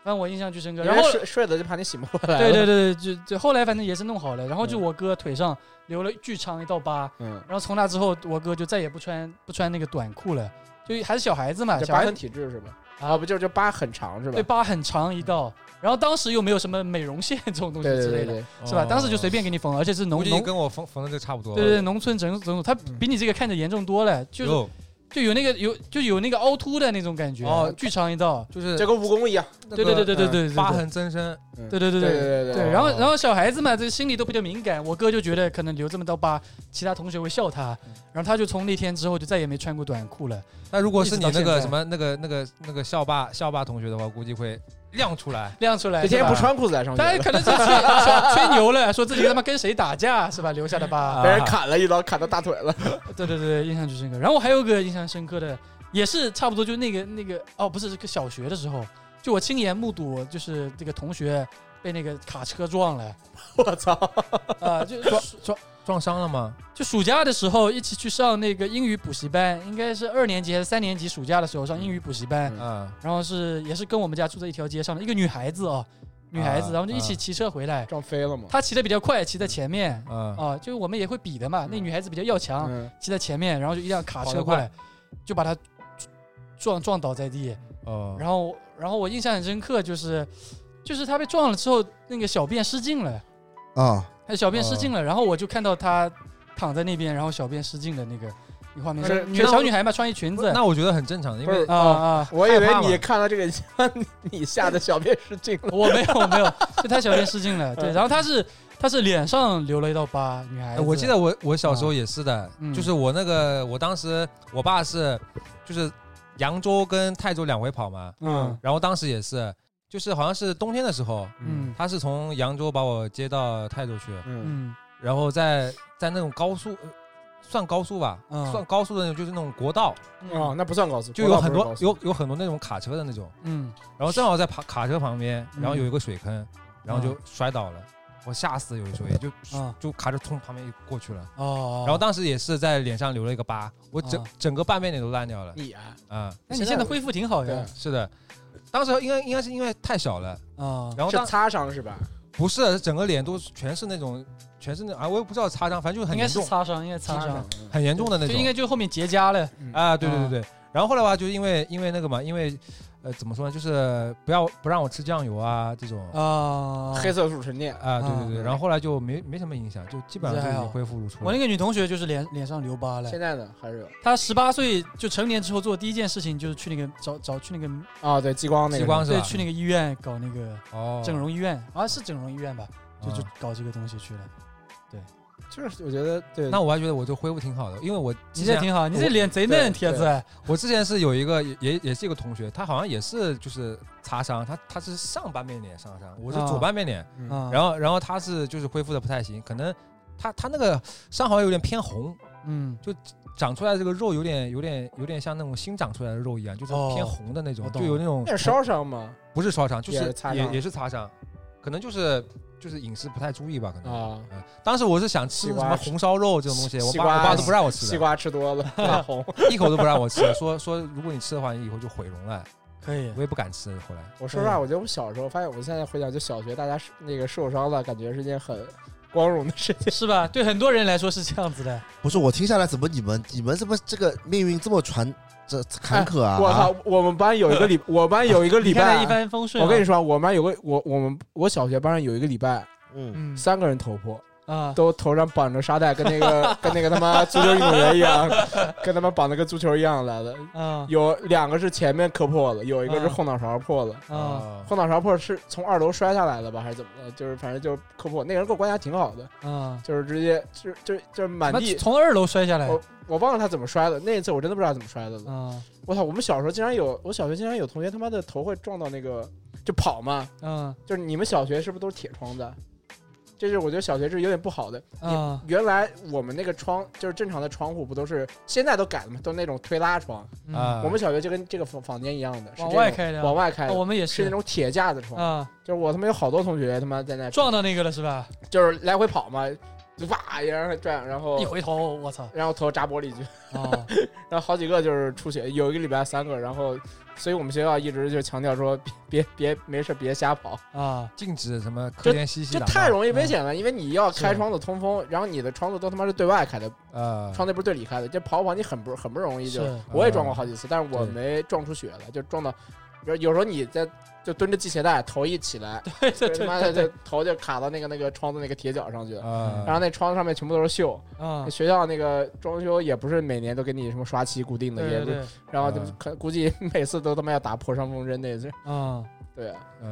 [SPEAKER 3] 反正我印象巨深刻。
[SPEAKER 5] 因
[SPEAKER 3] 然
[SPEAKER 5] 为
[SPEAKER 3] 后
[SPEAKER 5] 睡睡了就怕你醒不过来。
[SPEAKER 3] 对对，对，就就后来反正也是弄好了。然后就我哥腿上留了巨长一道疤，
[SPEAKER 5] 嗯，
[SPEAKER 3] 然后从那之后我哥就再也不穿不穿那个短裤了，就还是小孩子嘛，
[SPEAKER 5] 这
[SPEAKER 3] 小
[SPEAKER 5] 疤
[SPEAKER 3] 孩
[SPEAKER 5] 痕
[SPEAKER 3] 子
[SPEAKER 5] 体质是吧？
[SPEAKER 3] 啊
[SPEAKER 5] 啊，不就是这疤很长是吧
[SPEAKER 3] 对？疤很长一道。然后当时又没有什么美容线这种东西
[SPEAKER 5] 嗯对
[SPEAKER 3] 之
[SPEAKER 5] 对
[SPEAKER 3] 类
[SPEAKER 5] 对
[SPEAKER 3] 的，
[SPEAKER 5] 对，
[SPEAKER 3] 是吧？当时就随，便给你缝，而且是
[SPEAKER 1] 哦估
[SPEAKER 3] 农
[SPEAKER 1] 计
[SPEAKER 3] 农
[SPEAKER 1] 跟我缝缝的这差不多。
[SPEAKER 3] 对对，对，农村整整种，它比你这个看着严重多了，就是
[SPEAKER 1] 哟
[SPEAKER 3] 就有那个有就有那个凹凸的那种感觉，
[SPEAKER 1] 哦
[SPEAKER 3] 巨长一道，
[SPEAKER 1] 就是
[SPEAKER 5] 就跟蜈蚣一样。
[SPEAKER 1] 那
[SPEAKER 3] 对对对
[SPEAKER 1] 个呃
[SPEAKER 3] 对对对对，
[SPEAKER 1] 疤痕增生，
[SPEAKER 3] 对，对对
[SPEAKER 5] 对
[SPEAKER 3] 对对
[SPEAKER 5] 对
[SPEAKER 3] 对。
[SPEAKER 5] 对，
[SPEAKER 3] 然后然后小孩子嘛，这心里都比较敏感，我哥就觉得可能留这么道疤，其他同学会笑他，
[SPEAKER 1] 嗯
[SPEAKER 3] 然后他就从那天之后就再也没穿过短裤了。
[SPEAKER 1] 那如果是你那
[SPEAKER 3] 一直到现
[SPEAKER 1] 个
[SPEAKER 3] 在
[SPEAKER 1] 什么那个那个那个校霸校霸同学的话，估计会亮出来。
[SPEAKER 3] 亮出来，
[SPEAKER 5] 这天
[SPEAKER 3] 是吧
[SPEAKER 5] 不，穿裤子来上学
[SPEAKER 3] 他
[SPEAKER 5] 了，
[SPEAKER 3] 可能是吹 *laughs* 吹吹牛了，说自己他妈跟谁打架是吧？留
[SPEAKER 1] *laughs*
[SPEAKER 3] 下的疤。
[SPEAKER 1] 啊
[SPEAKER 5] *laughs* 被人砍了一刀，砍到大腿了。
[SPEAKER 3] 对对对，印象最深刻。然后我还有个印象深刻的，也是差不多就那个那个哦，不是这个小学的时候，就我亲眼目睹，就是这个同学被那个卡车撞了，
[SPEAKER 5] 我操！
[SPEAKER 1] *laughs*
[SPEAKER 3] 啊，就
[SPEAKER 1] 撞伤了吗？
[SPEAKER 3] 就暑假的时候一起去上那个英语补习班，应该是二年级还是三年级暑假的时候上英语补习班，
[SPEAKER 1] 啊，
[SPEAKER 3] 然后是也是跟我们家住在一条街上的一个女孩子啊、女孩子，
[SPEAKER 1] 啊
[SPEAKER 3] 然后就一起骑车回来，
[SPEAKER 5] *laughs* 撞飞了嘛？
[SPEAKER 3] 她骑的比较快，骑在前面
[SPEAKER 1] 啊嗯
[SPEAKER 3] 啊，就是我们也会比的嘛，那女孩子比较要强，
[SPEAKER 5] 嗯，
[SPEAKER 3] 骑在前面，然后就一辆卡
[SPEAKER 1] 跑得
[SPEAKER 3] 车过来，就把他撞撞倒在地。
[SPEAKER 1] 哦，
[SPEAKER 3] 然后，然后我印象很深刻，就是就是他被撞了之后，那个小便失禁了，
[SPEAKER 2] 啊，
[SPEAKER 3] 他小便失禁了。然后我就看到他躺在那边，然后小便失禁的那个那个画面，
[SPEAKER 5] 不是
[SPEAKER 3] 是
[SPEAKER 5] 你
[SPEAKER 3] 女
[SPEAKER 5] 让
[SPEAKER 3] 小
[SPEAKER 5] 我
[SPEAKER 3] 女孩嘛，穿一裙子
[SPEAKER 1] 那我觉得很正常的，因为
[SPEAKER 5] 不
[SPEAKER 3] 啊啊。
[SPEAKER 5] 我以为
[SPEAKER 1] 害怕
[SPEAKER 5] 你
[SPEAKER 1] 嘛
[SPEAKER 5] 看到这个，你吓得小便失禁了。
[SPEAKER 3] 我没有，我没有，就他小便失禁了。对，然后他是他是脸上留了一道疤，女孩
[SPEAKER 1] 哎
[SPEAKER 3] 子。
[SPEAKER 1] 我记得我我小时候也是的
[SPEAKER 3] 嗯，
[SPEAKER 1] 就是我那个我当时我爸是就是扬州跟泰州两回跑嘛，
[SPEAKER 5] 嗯
[SPEAKER 1] 然后当时也是就是好像是冬天的时候，
[SPEAKER 3] 嗯
[SPEAKER 1] 他是从扬州把我接到泰州去，
[SPEAKER 5] 嗯
[SPEAKER 3] 嗯
[SPEAKER 1] 然后在在那种高速，呃算高速吧，
[SPEAKER 3] 嗯
[SPEAKER 1] 算高速的那种，就是那种国道，
[SPEAKER 5] 哦，那不算高速，
[SPEAKER 1] 就
[SPEAKER 5] 国
[SPEAKER 1] 有
[SPEAKER 5] 道
[SPEAKER 1] 很
[SPEAKER 5] 不是
[SPEAKER 1] 多
[SPEAKER 5] 高速
[SPEAKER 1] 有有很多那种卡车的那种，
[SPEAKER 3] 嗯，
[SPEAKER 1] 然后正好在卡卡车旁边，
[SPEAKER 3] 嗯
[SPEAKER 1] 然后有一个水坑，然后就
[SPEAKER 3] 嗯
[SPEAKER 1] 摔倒了，我吓死有的时候也就
[SPEAKER 3] 嗯
[SPEAKER 1] 就卡车从旁边过去了。
[SPEAKER 3] 哦。
[SPEAKER 1] 然后当时也是在脸上留了一个疤，我整
[SPEAKER 3] 啊
[SPEAKER 1] 整个半边脸都烂掉了
[SPEAKER 5] 你啊，
[SPEAKER 1] 啊！
[SPEAKER 3] 那你现在恢复挺好呀
[SPEAKER 5] 对
[SPEAKER 1] 是的，当时应该应该是因为太小了，
[SPEAKER 3] 啊。
[SPEAKER 1] 然后
[SPEAKER 5] 是
[SPEAKER 1] 当
[SPEAKER 5] 擦伤是吧？
[SPEAKER 1] 不是整个脸都是全是那种全是那啊，我也不知道擦伤，反正就是
[SPEAKER 3] 应
[SPEAKER 1] 很
[SPEAKER 3] 该
[SPEAKER 1] 严
[SPEAKER 3] 是
[SPEAKER 1] 重，
[SPEAKER 3] 擦伤，应该擦
[SPEAKER 5] 擦
[SPEAKER 3] 伤
[SPEAKER 5] 伤，，嗯
[SPEAKER 1] 很严重的那
[SPEAKER 3] 就
[SPEAKER 1] 种。
[SPEAKER 3] 应该嗯就后面结痂了。
[SPEAKER 1] 啊，对对对对。然后后来吧，就因为因为那个嘛，因为呃怎么说呢，就是不要不让我吃酱油啊这种
[SPEAKER 3] 啊，
[SPEAKER 5] 黑色素沉淀，
[SPEAKER 1] 啊，对对
[SPEAKER 3] 啊
[SPEAKER 1] 对。然后后来就没没什么影响，就基本上就已经恢复如初
[SPEAKER 3] 我
[SPEAKER 1] 了
[SPEAKER 3] 那。个女同学就是脸脸上留疤了
[SPEAKER 5] 现。在呢还是有
[SPEAKER 3] 她十八岁就成年之后做第一件事情就是去那个找找去那个
[SPEAKER 5] 啊，对激光那个
[SPEAKER 1] 激光是吧
[SPEAKER 3] 对去那个医院搞那个
[SPEAKER 1] 哦，
[SPEAKER 3] 整容医院啊是整容医院吧，就
[SPEAKER 1] 啊
[SPEAKER 3] 就搞这个东西去了。
[SPEAKER 5] 就是我觉得对，
[SPEAKER 1] 那我还觉得我就恢复挺好的，因为我之
[SPEAKER 3] 你这
[SPEAKER 1] 前
[SPEAKER 3] 挺好，你这
[SPEAKER 5] 我
[SPEAKER 3] 脸贼
[SPEAKER 5] 对
[SPEAKER 3] 嫩，铁子。啊
[SPEAKER 1] 我之前是有一个也也也是一个同学，他好像也是就是擦伤，他他是上半边脸擦伤，我是
[SPEAKER 3] 啊
[SPEAKER 1] 左半边脸，
[SPEAKER 5] 嗯
[SPEAKER 3] 啊，
[SPEAKER 1] 然
[SPEAKER 3] 后
[SPEAKER 1] 后然后他是就是恢复的不太行，可能他他那个伤好像有点偏红，
[SPEAKER 3] 嗯，
[SPEAKER 1] 长出来这个肉有点有点有点像那种新长出来的肉一样，就是
[SPEAKER 3] 哦
[SPEAKER 1] 偏红的那种，
[SPEAKER 3] 我懂
[SPEAKER 1] 就有那种
[SPEAKER 5] 那是烧伤吗？
[SPEAKER 1] 不是烧伤，就
[SPEAKER 5] 也是
[SPEAKER 1] 是
[SPEAKER 5] 擦
[SPEAKER 1] 也
[SPEAKER 5] 伤
[SPEAKER 1] 也是擦伤，可能就是就是饮食不太注意吧，可能。
[SPEAKER 5] 啊，
[SPEAKER 1] 嗯当时我是想吃
[SPEAKER 5] 西
[SPEAKER 1] 什
[SPEAKER 5] 瓜
[SPEAKER 1] 么红烧肉这种东西，我
[SPEAKER 5] 西
[SPEAKER 1] 爸
[SPEAKER 5] 瓜
[SPEAKER 1] 我爸都不让我吃
[SPEAKER 5] 西
[SPEAKER 1] 的，
[SPEAKER 5] 瓜吃多 *laughs* 了发红。
[SPEAKER 1] 一口都不让我吃，说说如果你吃的话，你以后就毁容了，
[SPEAKER 3] 可以
[SPEAKER 1] 我。也不敢吃。后来
[SPEAKER 5] 我说实话，
[SPEAKER 3] 嗯
[SPEAKER 5] 我觉得我小时候发现，我现在回想，就小学大家是那个受伤了，感觉是件很光荣的事情。
[SPEAKER 3] 是吧？对很多人来说是这样子的，
[SPEAKER 2] 不是我听下来怎么你们你们怎么这个命运这么传这坎坷啊？
[SPEAKER 5] 哎我
[SPEAKER 2] 啊
[SPEAKER 5] 操！我们班有一
[SPEAKER 3] *laughs*
[SPEAKER 5] 个礼，我们班有一个礼
[SPEAKER 3] 你看他
[SPEAKER 5] 拜
[SPEAKER 3] 一，帆风顺啊。
[SPEAKER 5] 我跟你说，我们班有个我我们我小学班上有一个礼拜，
[SPEAKER 2] 嗯，
[SPEAKER 3] 嗯
[SPEAKER 5] 三个人头破，
[SPEAKER 3] 啊，
[SPEAKER 5] 都头上绑着沙袋，跟那个跟那个他妈足球运动员
[SPEAKER 3] *laughs*
[SPEAKER 5] 一样，跟他妈绑的跟足球一样来的。
[SPEAKER 3] 啊
[SPEAKER 5] 有两个是前面磕破了，有一个是
[SPEAKER 3] 啊
[SPEAKER 5] 后脑勺破了。
[SPEAKER 3] 啊
[SPEAKER 5] 后脑勺破是从二楼摔下来的吧，还是怎么的？就是反正就是磕破。那个人跟我关系还挺好的，
[SPEAKER 3] 啊！
[SPEAKER 5] 就是直接就就就是满
[SPEAKER 3] 那
[SPEAKER 5] 地，
[SPEAKER 3] 从二楼摔下来
[SPEAKER 5] 我我忘了他怎么摔的。那一次我真的不知道怎么摔的了。
[SPEAKER 3] 啊
[SPEAKER 5] 我操！我们小时候经常有，我小学经常有同学他妈的头会撞到那个就跑嘛，
[SPEAKER 3] 啊
[SPEAKER 5] 就是你们小学是不是都是铁窗的？这是我觉得小学是有点不好的。
[SPEAKER 3] 啊！
[SPEAKER 5] 原来我们那个窗就是正常的窗户，不都是现在都改了嘛，都那种推拉窗。
[SPEAKER 3] 嗯
[SPEAKER 1] 啊，
[SPEAKER 5] 我们小学就跟这个房房间一样的，是
[SPEAKER 3] 往
[SPEAKER 5] 这种
[SPEAKER 3] 外开的
[SPEAKER 5] 往外开
[SPEAKER 3] 啊
[SPEAKER 5] 的，
[SPEAKER 3] 我们也
[SPEAKER 5] 是那
[SPEAKER 3] 是
[SPEAKER 5] 种铁架子窗。
[SPEAKER 3] 啊，
[SPEAKER 5] 就是我他妈有好多同学他妈在那
[SPEAKER 3] 撞到那个了是吧？
[SPEAKER 5] 就是来回跑嘛，就哇一人转，然后
[SPEAKER 3] 一回头，我操！
[SPEAKER 5] 然后头扎玻璃去，
[SPEAKER 3] 啊，
[SPEAKER 5] 然后好几个就是出血，有一个礼拜三个，然后所以我们学校一直就强调说 *laughs* 别别别没事别瞎跑， *laughs*
[SPEAKER 3] 啊，
[SPEAKER 1] 禁止什么课间嬉戏
[SPEAKER 5] 就
[SPEAKER 1] 打闹，
[SPEAKER 5] 太容易危险了，因为你要开窗子通风，然后你的窗子都他妈是对外开的，
[SPEAKER 1] 呃
[SPEAKER 5] 窗子不是对里开的，这跑跑你很不很不容易
[SPEAKER 3] 是
[SPEAKER 5] 就，我也撞过好几次，但是我没撞出血来，就撞到，有有时候你在就蹲着系鞋带，头一起来，
[SPEAKER 3] 对对
[SPEAKER 5] 就
[SPEAKER 3] 对
[SPEAKER 5] 他妈的
[SPEAKER 3] 对
[SPEAKER 5] 就
[SPEAKER 3] 对，
[SPEAKER 5] 头就卡到那个那个窗子那个铁角上去了，
[SPEAKER 1] 啊，
[SPEAKER 5] 然后那窗子上面全部都是锈。
[SPEAKER 3] 啊，
[SPEAKER 5] 学校那个装修也不是每年都给你什么刷漆固定的，
[SPEAKER 3] 对对啊
[SPEAKER 5] 也
[SPEAKER 3] 对，
[SPEAKER 5] 不，然后就
[SPEAKER 1] 嗯
[SPEAKER 5] 可估计 *laughs* 每次都他妈要打破伤风针那是，
[SPEAKER 3] 啊，
[SPEAKER 5] 对啊，
[SPEAKER 1] 嗯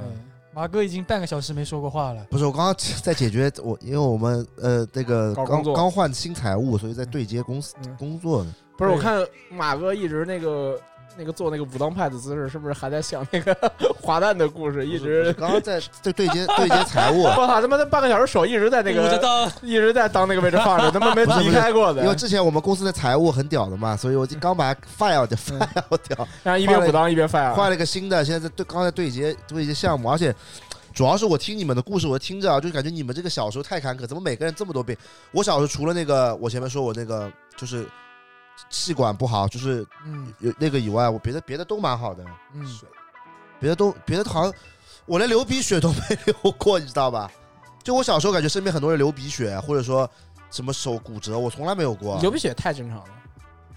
[SPEAKER 3] 马哥已经半个小时没说过话了，
[SPEAKER 2] 不是我刚刚在解决我，因为我们呃那个
[SPEAKER 5] 搞
[SPEAKER 2] 刚
[SPEAKER 5] 工作
[SPEAKER 2] 刚换新财务，所以在对接公司
[SPEAKER 5] 嗯
[SPEAKER 2] 工作呢。
[SPEAKER 5] 不是
[SPEAKER 3] 对
[SPEAKER 5] 我看马哥一直那个那个做那个武当派的姿势，是不是还在想那个 *laughs* 滑蛋的故事？一直
[SPEAKER 2] 刚刚在在对接对接财务
[SPEAKER 5] 我，操他妈，那半个小时手一直在那
[SPEAKER 3] 我知
[SPEAKER 5] 个
[SPEAKER 3] 道
[SPEAKER 5] *laughs* 一直在当那个位置放 *laughs* 着，他妈没
[SPEAKER 2] 不是不
[SPEAKER 5] 离
[SPEAKER 2] 是
[SPEAKER 5] 开过的
[SPEAKER 2] 因。为之前我们公司的财务很屌的嘛，所以我就刚把 file 掉 file 掉，
[SPEAKER 5] 然后一边武当一边啊 fire，
[SPEAKER 2] 换了一个新的，现在在对刚才对接对接项目，而且主要是我听你们的故事，我听着啊，就感觉你们这个小时候太坎坷，怎么每个人这么多病？我小时候除了那个我前面说我那个就是气管不好，就是
[SPEAKER 5] 嗯
[SPEAKER 2] 有那个以外，我别的别的都蛮好的，
[SPEAKER 5] 嗯，
[SPEAKER 2] 别的都别的好像我连流鼻血都没流过，你知道吧？就我小时候感觉身边很多人流鼻血，啊或者说什么手骨折，我从来没有过，
[SPEAKER 5] 流鼻血太正常了。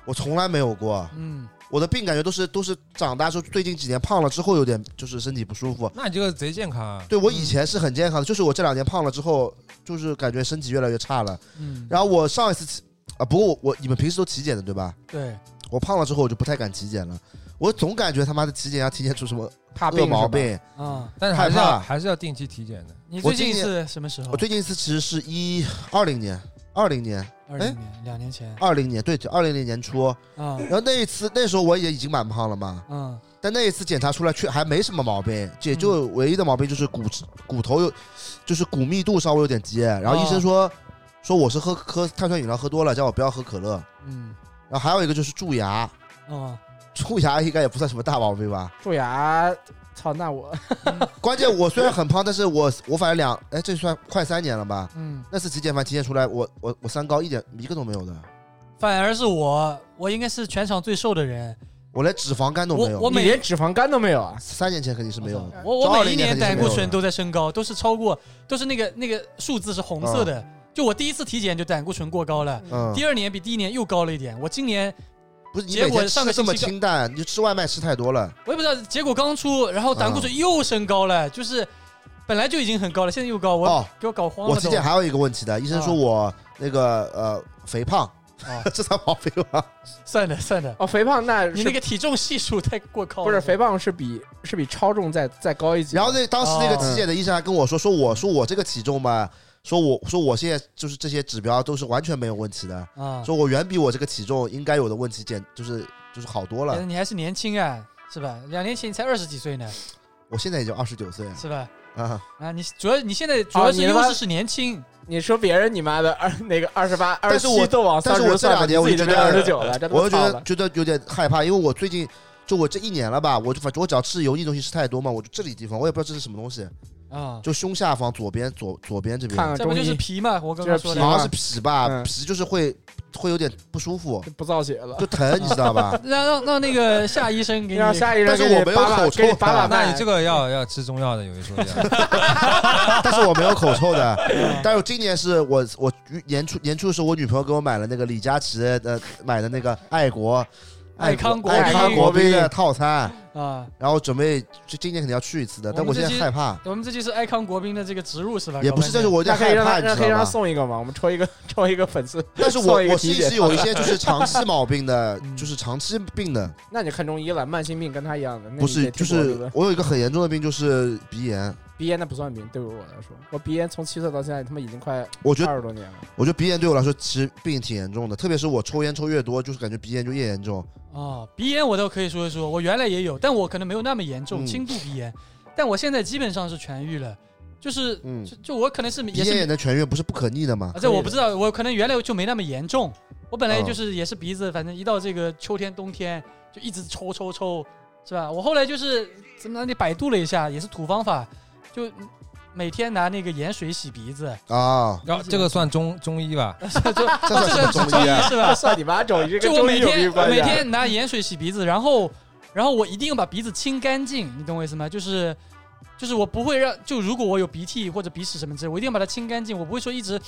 [SPEAKER 2] 我从来没有过，
[SPEAKER 5] 嗯，
[SPEAKER 2] 我的病感觉都是都是长大之后最近几年胖了之后有点就是身体不舒服，
[SPEAKER 1] 那你这个贼健康啊！
[SPEAKER 2] 对我以前是很健康的，就是我这两年胖了之后，就是感觉身体越来越差了。
[SPEAKER 5] 嗯，
[SPEAKER 2] 然后我上一次体啊，不过我我你们平时都体检的对吧？
[SPEAKER 5] 对，
[SPEAKER 2] 我胖了之后我就不太敢体检了，我总感觉他妈的体检要体检出什么
[SPEAKER 5] 怕
[SPEAKER 2] 恶
[SPEAKER 5] 病
[SPEAKER 2] 毛
[SPEAKER 5] 是吧。
[SPEAKER 2] 病。
[SPEAKER 5] 啊，
[SPEAKER 1] 但是还是
[SPEAKER 2] 害怕
[SPEAKER 1] 要还是要定期体检的。
[SPEAKER 3] 你
[SPEAKER 2] 我
[SPEAKER 3] 最近一
[SPEAKER 2] 今年
[SPEAKER 3] 次什么时候
[SPEAKER 2] 我？最近一次其实是一二零年，二零年，
[SPEAKER 3] 二
[SPEAKER 5] 哎
[SPEAKER 3] 零年，两年前
[SPEAKER 2] 二零年对，二零年年初。
[SPEAKER 3] 啊，
[SPEAKER 2] 然后那一次那时候我也已经蛮胖了嘛，
[SPEAKER 3] 嗯，
[SPEAKER 2] 但那一次检查出来却还没什么毛病，也就唯一的毛病就是骨骨头有，就是骨密度稍微有点低。然后医
[SPEAKER 3] 哦
[SPEAKER 2] 生说、说我是喝喝碳酸饮料喝多了，叫我不要喝可乐。
[SPEAKER 3] 嗯，
[SPEAKER 2] 然后还有一个就是蛀牙，
[SPEAKER 3] 哦，
[SPEAKER 2] 蛀牙应该也不算什么大毛病吧。
[SPEAKER 5] 蛀牙，操，那我，
[SPEAKER 2] 关键我虽然很胖，但是我我反正两哎这算快三年了吧。
[SPEAKER 5] 嗯，
[SPEAKER 2] 那次体检反正体检出来，我我我三高一点一个都没有的，
[SPEAKER 3] 反而是我，我应该是全场最瘦的人。
[SPEAKER 2] 我连脂肪肝都没有。
[SPEAKER 3] 我
[SPEAKER 5] 你
[SPEAKER 3] 每
[SPEAKER 5] 连脂肪肝都没有啊？
[SPEAKER 2] 三年前肯定是没有的，
[SPEAKER 3] 我我每一
[SPEAKER 2] 20年
[SPEAKER 3] 年
[SPEAKER 2] 肯定是
[SPEAKER 3] 胆
[SPEAKER 2] 没有
[SPEAKER 3] 固
[SPEAKER 2] 的
[SPEAKER 3] 醇都在升高，都是超过，都是那个那个数字是红色的。就我第一次体检就胆固醇过高了，
[SPEAKER 2] 啊嗯，
[SPEAKER 3] 第二年比第一年又高了一点。我今年
[SPEAKER 2] 不是你
[SPEAKER 3] 结
[SPEAKER 2] 每
[SPEAKER 3] 果
[SPEAKER 2] 天
[SPEAKER 3] 上
[SPEAKER 2] 吃
[SPEAKER 3] 个
[SPEAKER 2] 的这么
[SPEAKER 3] 星期
[SPEAKER 2] 清淡，你就吃外卖吃太多了。
[SPEAKER 3] 我也不知道，结果刚出，然后胆固
[SPEAKER 2] 嗯
[SPEAKER 3] 醇又升高了，就是本来就已经很高了，现在又高，我、
[SPEAKER 2] 哦
[SPEAKER 3] 给我搞慌了
[SPEAKER 2] 我
[SPEAKER 3] 都。
[SPEAKER 2] 体检还有一个问题的，医生说我那个呃肥胖，
[SPEAKER 3] 啊哦
[SPEAKER 2] *laughs* 这算毛病
[SPEAKER 3] *laughs*
[SPEAKER 2] 吗？
[SPEAKER 3] 算了算了，
[SPEAKER 5] 哦，肥胖那
[SPEAKER 3] 你
[SPEAKER 5] 是
[SPEAKER 3] 那个体重系数太过高了。
[SPEAKER 5] 不是肥胖是比是比超重再再高一级？
[SPEAKER 2] 然后那当时那个
[SPEAKER 3] 哦
[SPEAKER 2] 体检的医生还跟我说，说我说我这个体重吧，说我说我现在就是这些指标都是完全没有问题的，
[SPEAKER 3] 啊？
[SPEAKER 2] 说我远比我这个体重应该有的问题减就是就是好多
[SPEAKER 3] 觉得
[SPEAKER 2] 了。
[SPEAKER 3] 你还是年轻啊，是吧？两年前你才二十几岁呢，
[SPEAKER 2] 我现在已经二十九岁了
[SPEAKER 3] 是吧？
[SPEAKER 2] 啊，
[SPEAKER 3] 啊，你主要你现在主要是
[SPEAKER 5] 你他
[SPEAKER 3] 优
[SPEAKER 5] 妈
[SPEAKER 3] 势是年轻，
[SPEAKER 5] 你说别人你妈的二那个二十八、二
[SPEAKER 2] 但
[SPEAKER 5] 十
[SPEAKER 2] 是我
[SPEAKER 5] 七都往
[SPEAKER 2] 但
[SPEAKER 5] 三
[SPEAKER 2] 是
[SPEAKER 5] 十
[SPEAKER 2] 我这两年我
[SPEAKER 5] 自
[SPEAKER 2] 就
[SPEAKER 5] 己
[SPEAKER 2] 觉
[SPEAKER 5] 这
[SPEAKER 2] 得
[SPEAKER 5] 边二十九了，真他妈
[SPEAKER 2] 我就觉
[SPEAKER 5] 操
[SPEAKER 2] 得
[SPEAKER 5] 了
[SPEAKER 2] 觉得有点害怕，因为我最近就我这一年了吧，我就反正我只要吃油腻东西吃太多嘛，我就这里地方我也不知道这是什么东西，
[SPEAKER 3] 啊，
[SPEAKER 2] 就胸下方左边左左边这边，
[SPEAKER 5] 看看
[SPEAKER 3] 这不
[SPEAKER 5] 中
[SPEAKER 3] 就是
[SPEAKER 5] 医
[SPEAKER 3] 皮嘛？我刚刚说
[SPEAKER 5] 对
[SPEAKER 2] 好
[SPEAKER 5] 吗
[SPEAKER 3] 的，？
[SPEAKER 2] 像是皮吧，
[SPEAKER 5] 嗯
[SPEAKER 2] 皮就是会会有点不舒服，
[SPEAKER 5] 不造血了
[SPEAKER 2] 就，疼，你知道
[SPEAKER 5] *laughs*
[SPEAKER 2] 吧
[SPEAKER 3] 让让让那个夏医生给你
[SPEAKER 5] 让下一
[SPEAKER 2] 但
[SPEAKER 5] 任
[SPEAKER 2] 是
[SPEAKER 5] 给你
[SPEAKER 2] 我没有
[SPEAKER 5] 把把
[SPEAKER 2] 口
[SPEAKER 5] 给你
[SPEAKER 2] 臭
[SPEAKER 5] 把把
[SPEAKER 2] 啊
[SPEAKER 1] 那你这
[SPEAKER 5] 个
[SPEAKER 1] 个要要吃中药的，有一说一啊。
[SPEAKER 2] 但是我没有口臭的，
[SPEAKER 5] 嗯
[SPEAKER 2] 但是今年是我我年初年初的时候，我女朋友给我买了那个李佳琦的呃买的那个爱国
[SPEAKER 3] 爱康国
[SPEAKER 2] 爱康国
[SPEAKER 5] 宾
[SPEAKER 2] 宾的套餐，
[SPEAKER 3] 啊，
[SPEAKER 2] 然后准备就今年肯定要去一次的，但我现在害怕，
[SPEAKER 5] 啊
[SPEAKER 3] 我们这就是爱康国宾的这个植入是吧？
[SPEAKER 2] 也不是，
[SPEAKER 3] 搞半天
[SPEAKER 2] 但是我有
[SPEAKER 5] 那
[SPEAKER 2] 点
[SPEAKER 5] 可以
[SPEAKER 2] 害
[SPEAKER 5] 让
[SPEAKER 2] 怕，
[SPEAKER 5] 他
[SPEAKER 2] 你
[SPEAKER 5] 让可以
[SPEAKER 2] 知
[SPEAKER 5] 让
[SPEAKER 2] 道
[SPEAKER 5] 他
[SPEAKER 2] 吗？
[SPEAKER 5] 送一个吗？我们抽一个抽一个粉丝，
[SPEAKER 2] 但是我
[SPEAKER 5] 送一个
[SPEAKER 2] 我心
[SPEAKER 5] 体
[SPEAKER 2] 里
[SPEAKER 5] 检
[SPEAKER 2] 是有一些就是长期毛病的
[SPEAKER 3] 嗯，
[SPEAKER 2] 就是长期病的，
[SPEAKER 5] 那你看中医了，慢性病跟他一样的，那
[SPEAKER 2] 不
[SPEAKER 5] 你
[SPEAKER 2] 是
[SPEAKER 5] 得
[SPEAKER 2] 就
[SPEAKER 5] 听我
[SPEAKER 2] 是
[SPEAKER 5] 的
[SPEAKER 2] 我有一个很严重的病就是鼻炎，
[SPEAKER 5] 鼻炎那不算病，对于我来说，我鼻炎从七岁到现在他妈已经快
[SPEAKER 2] 我觉得
[SPEAKER 5] 二十多年了，
[SPEAKER 2] 我觉得鼻炎对我来说其实病挺严重的，特别是我抽烟抽越多，就是感觉鼻炎就越严重。
[SPEAKER 3] 啊，鼻炎我倒可以说一说，我原来也有，但我可能没有那么严重，
[SPEAKER 2] 嗯
[SPEAKER 3] 轻度鼻炎，但我现在基本上是痊愈了，就是
[SPEAKER 2] 嗯
[SPEAKER 3] 就就我可能是
[SPEAKER 2] 鼻
[SPEAKER 3] 也
[SPEAKER 2] 炎也
[SPEAKER 3] 是
[SPEAKER 2] 能痊愈，不是不可逆的啊嘛
[SPEAKER 3] 啊，？这我不知道，我可能原来就没那么严重，我本来就是也是鼻子，反正一到这个秋天冬天就一直抽抽抽，是吧？我后来就是怎么你百度了一下，也是土方法，就每天拿那个盐水洗鼻子，
[SPEAKER 2] 啊，
[SPEAKER 5] *laughs*
[SPEAKER 1] 然后这个算中中医吧？
[SPEAKER 2] *laughs* 这算什么中医啊？
[SPEAKER 3] 是吧？
[SPEAKER 5] *laughs* 算你妈中医，这
[SPEAKER 3] 就
[SPEAKER 5] 跟
[SPEAKER 3] 我
[SPEAKER 5] 中
[SPEAKER 3] 每
[SPEAKER 5] 医有屁
[SPEAKER 3] 天我
[SPEAKER 5] 关
[SPEAKER 3] 每
[SPEAKER 5] 系啊？
[SPEAKER 3] 天拿盐水洗鼻子，然后然后我一定要把鼻子清干净，你懂我意思吗？就是就是我不会让，就如果我有鼻涕或者鼻屎什么之类，我一定要把它清干净，我不会说一直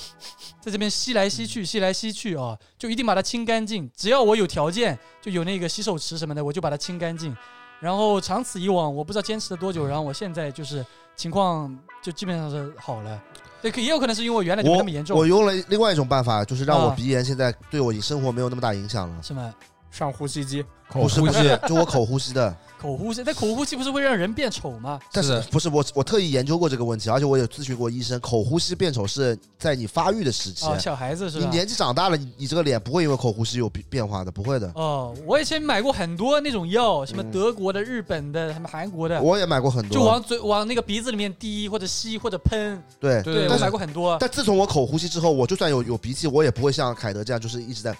[SPEAKER 3] 在这边吸来吸去，吸来吸去啊，就一定把它清干净。只要我有条件，就有那个洗手池什么的，我就把它清干净。然后长此以往，我不知道坚持了多久，然后我现在就是情况就基本上是好了。对，可也有可能是因为我原来就 *laughs* 没那么严
[SPEAKER 2] 我
[SPEAKER 3] 重
[SPEAKER 2] 我，用了另外一种办法，就是让我
[SPEAKER 3] 啊
[SPEAKER 2] 鼻炎现在对我生活没有那么大影响了。
[SPEAKER 3] 是吗？
[SPEAKER 5] 上呼吸机，
[SPEAKER 2] 不是不是，就我口呼吸
[SPEAKER 3] *laughs*
[SPEAKER 2] 的，
[SPEAKER 3] 口呼吸，但口呼吸不是会让人变丑吗？
[SPEAKER 2] 但
[SPEAKER 1] 是
[SPEAKER 2] 是
[SPEAKER 1] 的
[SPEAKER 2] 不是我我特意研究过这个问题，而且我也咨询过医生，口呼吸变丑是在你发育的时期，
[SPEAKER 3] 哦，小孩子是
[SPEAKER 2] 你
[SPEAKER 3] 吧？
[SPEAKER 2] 年纪长大了，你你这个脸不会因为口呼吸有变变化的，不会的。
[SPEAKER 3] 哦，我以前买过很多那种药，什么德国的、日本的、什么韩国的，
[SPEAKER 2] 嗯我也买过很
[SPEAKER 3] 啊就
[SPEAKER 2] 多，
[SPEAKER 3] 往嘴往那个鼻子里面滴或者吸或者喷，
[SPEAKER 2] 对，
[SPEAKER 1] 对
[SPEAKER 3] 对
[SPEAKER 2] 但
[SPEAKER 3] 我
[SPEAKER 2] 是
[SPEAKER 3] 买过很多。
[SPEAKER 2] 但自从我口呼吸之后，我就算有有鼻涕，我也不会像凯德这样，就是一直在。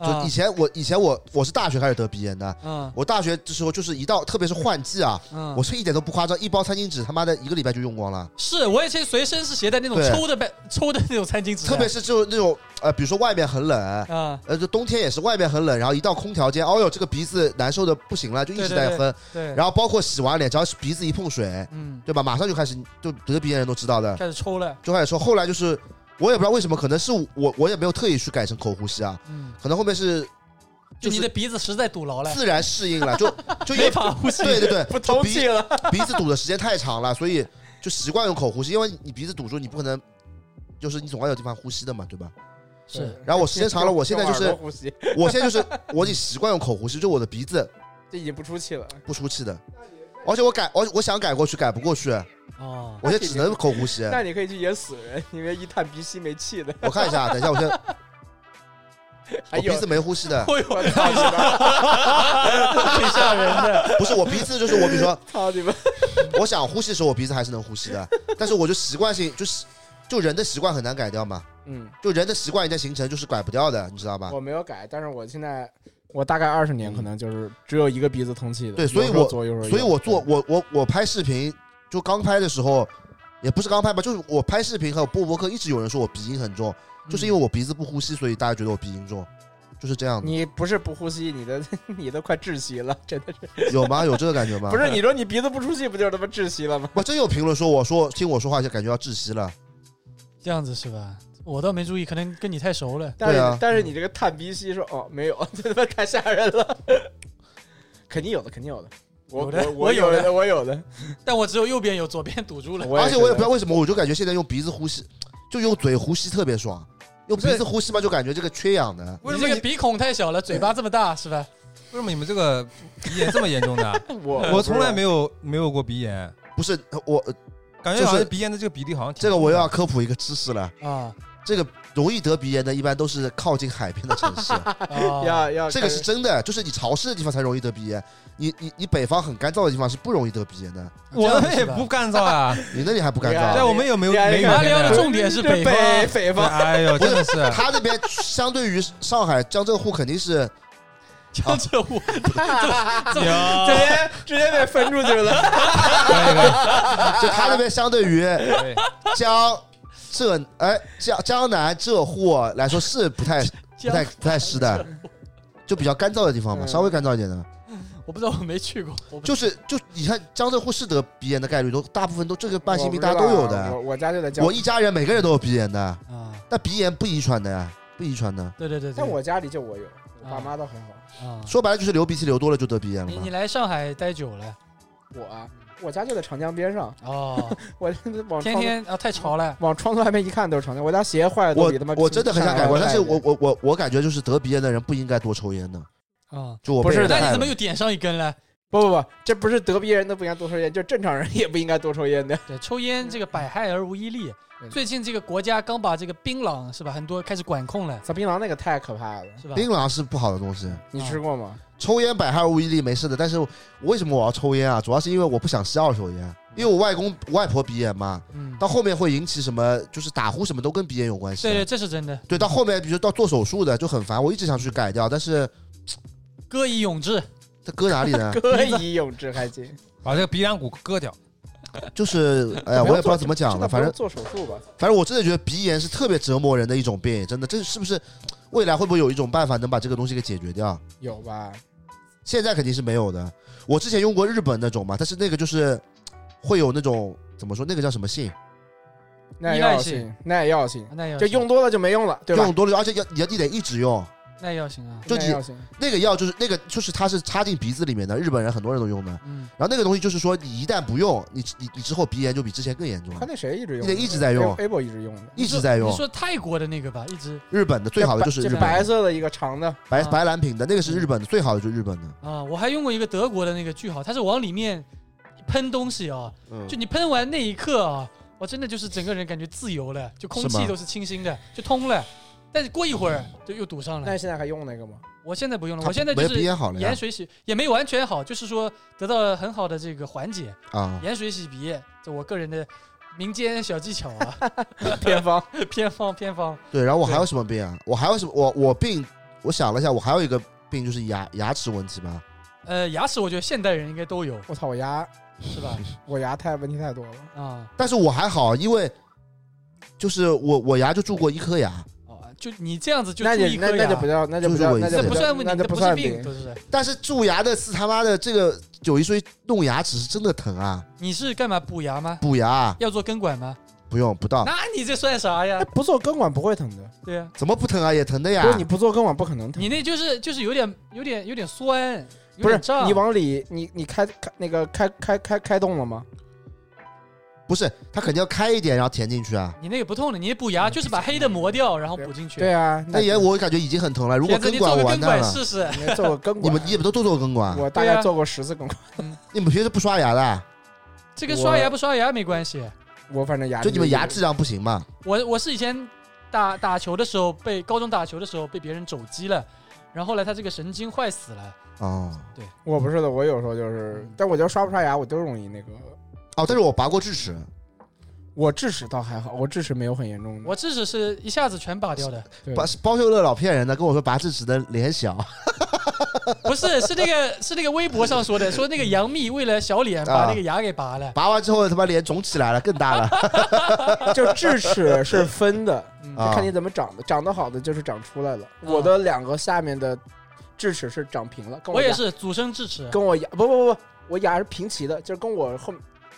[SPEAKER 2] 就
[SPEAKER 3] 啊
[SPEAKER 2] 以前我以前我我是大学开始得鼻炎的，
[SPEAKER 3] 嗯
[SPEAKER 2] 我大学的时候就是一到特别是换季啊，
[SPEAKER 3] 嗯，
[SPEAKER 2] 我是一点都不夸张，一包餐巾纸他妈的一个礼拜就用光了。
[SPEAKER 3] 是我以前随身是携带那种
[SPEAKER 2] 对
[SPEAKER 3] 抽的呗，抽的那种餐巾纸的，
[SPEAKER 2] 特别是就是那种呃，比如说外面很冷，
[SPEAKER 3] 啊，
[SPEAKER 2] 呃，就冬天也是外面很冷，然后一到空调间，哦呦，这个鼻子难受的不行了，就一直在
[SPEAKER 3] 对对
[SPEAKER 2] 哼。
[SPEAKER 3] 对，
[SPEAKER 2] 然后包括洗完脸，只要是鼻子一碰水，
[SPEAKER 3] 嗯，
[SPEAKER 2] 对吧，马上就开始就得鼻炎人都知道的，
[SPEAKER 3] 开始抽了，
[SPEAKER 2] 就开始说。后来就是我也不知道为什么，可能是我我也没有特意去改成口呼吸啊，
[SPEAKER 3] 嗯，
[SPEAKER 2] 可能后面是就
[SPEAKER 3] 就你
[SPEAKER 2] 是
[SPEAKER 3] 的鼻子实在堵牢了，
[SPEAKER 2] 自然适应
[SPEAKER 3] *laughs*
[SPEAKER 2] 了，就就因
[SPEAKER 3] 没
[SPEAKER 2] 为
[SPEAKER 3] 法呼吸，
[SPEAKER 2] 对对
[SPEAKER 3] *laughs*
[SPEAKER 2] 对，
[SPEAKER 4] 不
[SPEAKER 2] 就
[SPEAKER 4] 通
[SPEAKER 2] 鼻
[SPEAKER 4] 气了，
[SPEAKER 2] 鼻子堵的时间太长了，所以就习惯用口呼吸，因为你鼻子堵住，你不可能就是你总要有地方呼吸的嘛，对吧？
[SPEAKER 3] 是
[SPEAKER 2] 然后我时间
[SPEAKER 5] *laughs*
[SPEAKER 2] 长了，我现在就
[SPEAKER 5] 用
[SPEAKER 2] 是
[SPEAKER 5] 耳朵呼吸，
[SPEAKER 2] 我现在就是我已经习惯用口呼吸，就我的鼻子
[SPEAKER 5] 这已经不出气了。
[SPEAKER 2] 不出气的，而且我改我我想改过去改不过去，
[SPEAKER 3] 哦，
[SPEAKER 2] 我现在只能口呼吸。
[SPEAKER 5] 那你可以去演死人，因为一叹鼻息没气的。
[SPEAKER 2] 我看一下，等一下，我先
[SPEAKER 5] 还
[SPEAKER 2] 我
[SPEAKER 5] 有
[SPEAKER 2] 鼻子没呼吸的，
[SPEAKER 3] 哎呦，
[SPEAKER 5] 我 *laughs* 操你妈！
[SPEAKER 3] 挺吓人的，
[SPEAKER 2] 不是我鼻子就是我，比如说
[SPEAKER 5] 操你妈！
[SPEAKER 2] 我想呼吸的时候，我鼻子还是能呼吸的，但是我就习惯性就是就人的习惯很难改掉嘛，
[SPEAKER 5] 嗯，
[SPEAKER 2] 就人的习惯一旦形成就是改不掉的，你知道吧？
[SPEAKER 5] 我没有改，但是我现在我大概二十年可能就是只有一个鼻子通气的。
[SPEAKER 2] 对所以
[SPEAKER 5] 有时嗯候
[SPEAKER 2] 我
[SPEAKER 5] 左右时候右
[SPEAKER 2] 所以我做我我我拍视频，就刚拍的时候，也不是刚拍吧，就是我拍视频还有播博客，一直有人说我鼻音很重，就是因为我鼻子不呼吸，所以大家觉得我鼻音重，就是这样的。
[SPEAKER 5] 嗯你不是不呼吸，你的你都快窒息了，真的是。
[SPEAKER 2] 有吗？有这个感觉吗？
[SPEAKER 5] *laughs* 不，是你说你鼻子不出气，不就是他妈窒息了吗？
[SPEAKER 2] *laughs* 我真有评论说我说听我说话就感觉要窒息了。
[SPEAKER 3] 这样子是吧？我倒没注意，可能跟你太熟了。
[SPEAKER 5] 但是、
[SPEAKER 2] 对啊
[SPEAKER 5] 但是你这个叹鼻息说哦没有， *laughs* 这他妈太吓人了。肯定有的，肯定有的。我
[SPEAKER 3] 有的
[SPEAKER 5] 我
[SPEAKER 3] 我
[SPEAKER 5] 我
[SPEAKER 3] 有的
[SPEAKER 5] 的，我有的。
[SPEAKER 3] 但我只有右边有，左边堵住了。
[SPEAKER 2] 而且我也不知道
[SPEAKER 5] 要。
[SPEAKER 2] 为什么，我就感觉现在用鼻子呼吸，就用嘴呼吸特别爽，用鼻子呼吸嘛就感觉这个缺氧的。
[SPEAKER 3] 你这个鼻孔太小了，嘴巴这么大是吧？
[SPEAKER 1] 为什么你们这个鼻炎这么严重呢？
[SPEAKER 5] 我
[SPEAKER 1] 我从来没有没有过鼻炎，
[SPEAKER 2] 不是我
[SPEAKER 1] 感觉好像鼻炎的这个比例好像挺
[SPEAKER 2] 这个我又要科普一个知识了，
[SPEAKER 3] 啊
[SPEAKER 2] 这个容易得鼻炎的一般都是靠近海边的城市。
[SPEAKER 3] 啊，
[SPEAKER 5] 要要
[SPEAKER 2] 这个是真的，就是你潮湿的地方才容易得鼻炎，你你你北方很干燥的地方是不容易得鼻炎的，
[SPEAKER 1] 我那边也不干燥啊，
[SPEAKER 2] 你那里还不干燥
[SPEAKER 5] 对
[SPEAKER 1] 对，
[SPEAKER 5] 啊
[SPEAKER 2] 啊？
[SPEAKER 1] 我们有没有
[SPEAKER 5] 你还
[SPEAKER 1] 没有
[SPEAKER 5] 看
[SPEAKER 1] 那
[SPEAKER 3] 马里奥的
[SPEAKER 1] 个？
[SPEAKER 3] 重点是
[SPEAKER 5] 北
[SPEAKER 3] 北方，
[SPEAKER 5] 北
[SPEAKER 1] 对
[SPEAKER 5] 方，
[SPEAKER 1] 哎呦，真的是，
[SPEAKER 2] 他那边相对于上海江浙沪肯定是
[SPEAKER 3] 江浙沪，
[SPEAKER 1] 有
[SPEAKER 5] 直接直接被分出去了。
[SPEAKER 2] 就他那边相对于
[SPEAKER 1] 哎对
[SPEAKER 2] 江浙哎江江南浙沪来说是不太不太不太湿的，就比较干燥的地方嘛，
[SPEAKER 5] 嗯
[SPEAKER 2] 稍微干燥一点的，
[SPEAKER 3] 我不知道，我没去过，我不
[SPEAKER 2] 就是就你看江浙沪是得鼻炎的概率都大部分都这个慢性病大家
[SPEAKER 5] 我
[SPEAKER 2] 都
[SPEAKER 5] 不知道
[SPEAKER 2] 有
[SPEAKER 5] 啊
[SPEAKER 2] 的
[SPEAKER 5] 我，我家就在江
[SPEAKER 2] 我，一家人每个人都有鼻炎的，
[SPEAKER 3] 啊，
[SPEAKER 2] 但鼻炎不遗传的呀，不遗传的。
[SPEAKER 3] 对对对，对
[SPEAKER 5] 但我家里就我有，我
[SPEAKER 3] 啊
[SPEAKER 5] 爸妈倒很好。
[SPEAKER 3] 啊，
[SPEAKER 2] 说白了就是流鼻涕流多了就得鼻炎了
[SPEAKER 3] 你
[SPEAKER 2] 嘛
[SPEAKER 3] 你。来上海待久了
[SPEAKER 5] 我啊我家就在长江边上，
[SPEAKER 3] 哦，
[SPEAKER 5] 我
[SPEAKER 2] *laughs*
[SPEAKER 5] 往
[SPEAKER 3] 天
[SPEAKER 5] 窗户
[SPEAKER 3] 天啊太潮了，
[SPEAKER 5] 往窗子外面一看都是长江。我家鞋坏了都
[SPEAKER 2] 我
[SPEAKER 5] 比他妈
[SPEAKER 2] 我真的很想改过，
[SPEAKER 5] 上
[SPEAKER 2] 但
[SPEAKER 5] 海
[SPEAKER 2] 是
[SPEAKER 5] 的
[SPEAKER 2] 我我我我感觉就是得鼻炎的人不应该多抽烟的，
[SPEAKER 3] 啊，
[SPEAKER 2] 就我
[SPEAKER 5] 不
[SPEAKER 2] 被
[SPEAKER 5] 是
[SPEAKER 2] 人
[SPEAKER 5] 的
[SPEAKER 3] 那
[SPEAKER 2] 害
[SPEAKER 3] 你怎么
[SPEAKER 2] 了
[SPEAKER 3] 又点上一根了？
[SPEAKER 5] 不不不，这不是德比人都不应该多抽烟，就正常人也不应该多抽烟的。
[SPEAKER 3] 对，抽烟这个百害而无一利。
[SPEAKER 5] 对
[SPEAKER 3] 最近这个国家刚把这个槟榔是吧，很多开始管控了，
[SPEAKER 5] 小槟榔那个太可怕了，
[SPEAKER 3] 是吧？啊
[SPEAKER 2] 槟榔是不好的东西，
[SPEAKER 5] 你吃过吗？？
[SPEAKER 2] 抽烟百害而无一利没事的，但是我为什么我要抽烟啊？主要是因为我不想吸二手烟，因为我外公我外婆鼻炎嘛，
[SPEAKER 3] 嗯，
[SPEAKER 2] 到后面会引起什么就是打呼什么都跟鼻炎有关系
[SPEAKER 3] 对
[SPEAKER 2] 的。
[SPEAKER 3] 对，这是真的，
[SPEAKER 2] 对，到后面比如到做手术的就很烦，我一直想去改掉，但是
[SPEAKER 3] 歌以咏志，
[SPEAKER 2] 它搁哪里呢
[SPEAKER 5] *laughs* 歌以咏志，还行。
[SPEAKER 1] 把这个鼻梁骨割掉，
[SPEAKER 2] 就是哎呀，我也不知道怎么讲了，
[SPEAKER 5] 真的不
[SPEAKER 2] 反
[SPEAKER 5] 用
[SPEAKER 2] 正
[SPEAKER 5] 做手术吧。
[SPEAKER 2] 反正我真的觉得鼻炎是特别折磨人的一种病，真的，这是不是未来会不会有一种办法能把这个东西给解决掉？
[SPEAKER 5] 有吧？
[SPEAKER 2] 现在肯定是没有的。我之前用过日本那种嘛，但是那个就是会有那种怎么说，那个叫什么性，
[SPEAKER 5] 耐
[SPEAKER 3] 依赖
[SPEAKER 5] 药
[SPEAKER 3] 性
[SPEAKER 5] 性，耐药性，
[SPEAKER 3] 那要
[SPEAKER 5] 就用多了就没用了，对吧
[SPEAKER 2] 用？多了，而且要你要你得一直用，
[SPEAKER 3] 那药行啊，
[SPEAKER 2] 就
[SPEAKER 5] 那
[SPEAKER 2] 你
[SPEAKER 5] 要行，
[SPEAKER 2] 那个药就是那个就是它是插进鼻子里面的，日本人很多人都用的。
[SPEAKER 5] 嗯，
[SPEAKER 2] 然后那个东西就是说，你一旦不用，你你你之后鼻炎就比之前更严重
[SPEAKER 5] 他
[SPEAKER 2] 了，
[SPEAKER 5] 那谁一直用
[SPEAKER 2] 你得
[SPEAKER 5] 的，
[SPEAKER 2] 一直在用，
[SPEAKER 5] ，able 一直用的，
[SPEAKER 2] 一直在用
[SPEAKER 3] 你。说泰国的那个吧，一直
[SPEAKER 2] 日本的最好的就是
[SPEAKER 5] 这
[SPEAKER 2] 日本
[SPEAKER 5] 白这白
[SPEAKER 2] 的
[SPEAKER 5] 色的一个长的，
[SPEAKER 2] 白
[SPEAKER 3] 啊
[SPEAKER 2] 白蓝瓶的，那个是日本的最好的就是日本的。
[SPEAKER 3] 啊，我还用过一个德国的那个巨好，它是往里面喷东西啊，
[SPEAKER 2] 嗯
[SPEAKER 3] 就你喷完那一刻啊，我真的就是整个人感觉自由了，就空
[SPEAKER 2] 是吗
[SPEAKER 3] 气都是清新的，就通了。但是过一会儿就又堵上
[SPEAKER 5] 那
[SPEAKER 3] 了
[SPEAKER 5] 你。现在还用那个吗？
[SPEAKER 3] 我现在不用了，
[SPEAKER 2] 它
[SPEAKER 3] 我现在就
[SPEAKER 2] 没有鼻
[SPEAKER 3] 是
[SPEAKER 2] 炎好了呀
[SPEAKER 3] 盐水洗，也没完全好，就是说得到了很好的这个缓解。
[SPEAKER 2] 啊，
[SPEAKER 3] 盐水洗鼻液，这我个人的民间小技巧啊，
[SPEAKER 5] *laughs* 偏方，
[SPEAKER 3] 偏方偏方。
[SPEAKER 2] 对。然后我还有什么病啊？我还有什么？我我病，我想了一下，我还有一个病就是牙牙齿问题吧。
[SPEAKER 3] 呃，牙齿我觉得现代人应该都有，
[SPEAKER 5] 我操，
[SPEAKER 3] *laughs*
[SPEAKER 5] 我牙
[SPEAKER 3] 是吧？
[SPEAKER 5] 我牙太问题太多了，
[SPEAKER 3] 啊、
[SPEAKER 2] 但是我还好，因为就是我我牙就蛀过一颗牙，
[SPEAKER 3] 哦，就你这样子就
[SPEAKER 5] 那
[SPEAKER 3] 蛀一
[SPEAKER 5] 你那
[SPEAKER 3] 颗牙
[SPEAKER 5] 那就不，叫，那就
[SPEAKER 2] 就
[SPEAKER 5] 不
[SPEAKER 2] 是
[SPEAKER 5] 叫，
[SPEAKER 2] 我
[SPEAKER 5] 那
[SPEAKER 2] 一直
[SPEAKER 5] 就
[SPEAKER 3] 这
[SPEAKER 2] 在
[SPEAKER 3] 啊不算问
[SPEAKER 5] 那
[SPEAKER 3] 题，
[SPEAKER 5] 就
[SPEAKER 3] 这不是
[SPEAKER 5] 算
[SPEAKER 3] 病，都是。
[SPEAKER 2] 但是蛀牙的是他妈的这个有一说一，弄牙齿是真的疼啊，
[SPEAKER 3] 你是干嘛补牙吗？
[SPEAKER 2] 补牙啊
[SPEAKER 3] 要做根管吗？
[SPEAKER 2] 不用不到，
[SPEAKER 3] 那你这算啥呀
[SPEAKER 5] 哎，？不做根管不会疼的，
[SPEAKER 3] 对呀、
[SPEAKER 2] 怎么不疼啊？也疼的呀
[SPEAKER 5] 不。是你不做根管不可能疼
[SPEAKER 3] 你。那就是就是有点有点有点酸，有
[SPEAKER 5] 不是
[SPEAKER 3] 点胀。
[SPEAKER 5] 你往里，你你开开那个开开开开动了吗？
[SPEAKER 2] 不是，它肯定要开一点，然后填进去啊。
[SPEAKER 3] 你那个不痛的，你补牙就是把黑的磨掉，然后补进去。
[SPEAKER 5] 对啊，
[SPEAKER 2] 那也我感觉已经很疼了，如果
[SPEAKER 3] 铁子，
[SPEAKER 2] 根
[SPEAKER 3] 你
[SPEAKER 2] 管
[SPEAKER 3] 做
[SPEAKER 2] 我
[SPEAKER 3] 个
[SPEAKER 2] 完
[SPEAKER 3] 根
[SPEAKER 2] 蛋
[SPEAKER 3] 管
[SPEAKER 2] 了。
[SPEAKER 3] 试试。
[SPEAKER 5] 你做过根
[SPEAKER 2] 你
[SPEAKER 5] 管，
[SPEAKER 2] 们你们都做做根管，
[SPEAKER 5] *laughs* 我大
[SPEAKER 3] 对
[SPEAKER 5] 概
[SPEAKER 3] 啊
[SPEAKER 5] 做过十次根管，
[SPEAKER 2] 你们平时不刷牙的啊，
[SPEAKER 3] 这跟刷牙不刷牙没关系。
[SPEAKER 5] 我反正牙
[SPEAKER 2] 就你们牙质量不行嘛？
[SPEAKER 3] 我我是以前打打球的时候被高中打球的时候被别人肘击了，然后后来他这个神经坏死了。
[SPEAKER 2] 哦
[SPEAKER 5] 我不是的，我有时候就是，但我觉得刷不刷牙我都容易那个。
[SPEAKER 2] 哦，但是我拔过智齿，
[SPEAKER 5] 我智齿倒还好，我智齿没有很严重的。
[SPEAKER 3] 我智齿是一下子全拔掉的，
[SPEAKER 5] 对
[SPEAKER 2] 包包秀乐老骗人的，跟我说拔智齿的脸小，
[SPEAKER 3] 不是是那个是那个微博上说的，说那个杨幂为了小脸把那个牙给拔了。
[SPEAKER 2] 拔完之后他妈脸肿起来了，更大
[SPEAKER 5] *laughs*
[SPEAKER 2] 了
[SPEAKER 5] 就智齿是分的，
[SPEAKER 3] 嗯
[SPEAKER 5] 就
[SPEAKER 2] 啊
[SPEAKER 5] 看你怎么长的，长得好的就是长出来了。
[SPEAKER 3] 嗯
[SPEAKER 5] 我的两个下面的智齿是长平了，跟
[SPEAKER 3] 我
[SPEAKER 5] 牙
[SPEAKER 3] 也是祖生智齿，
[SPEAKER 5] 跟我牙不不不不，我牙是平齐的，就是跟我后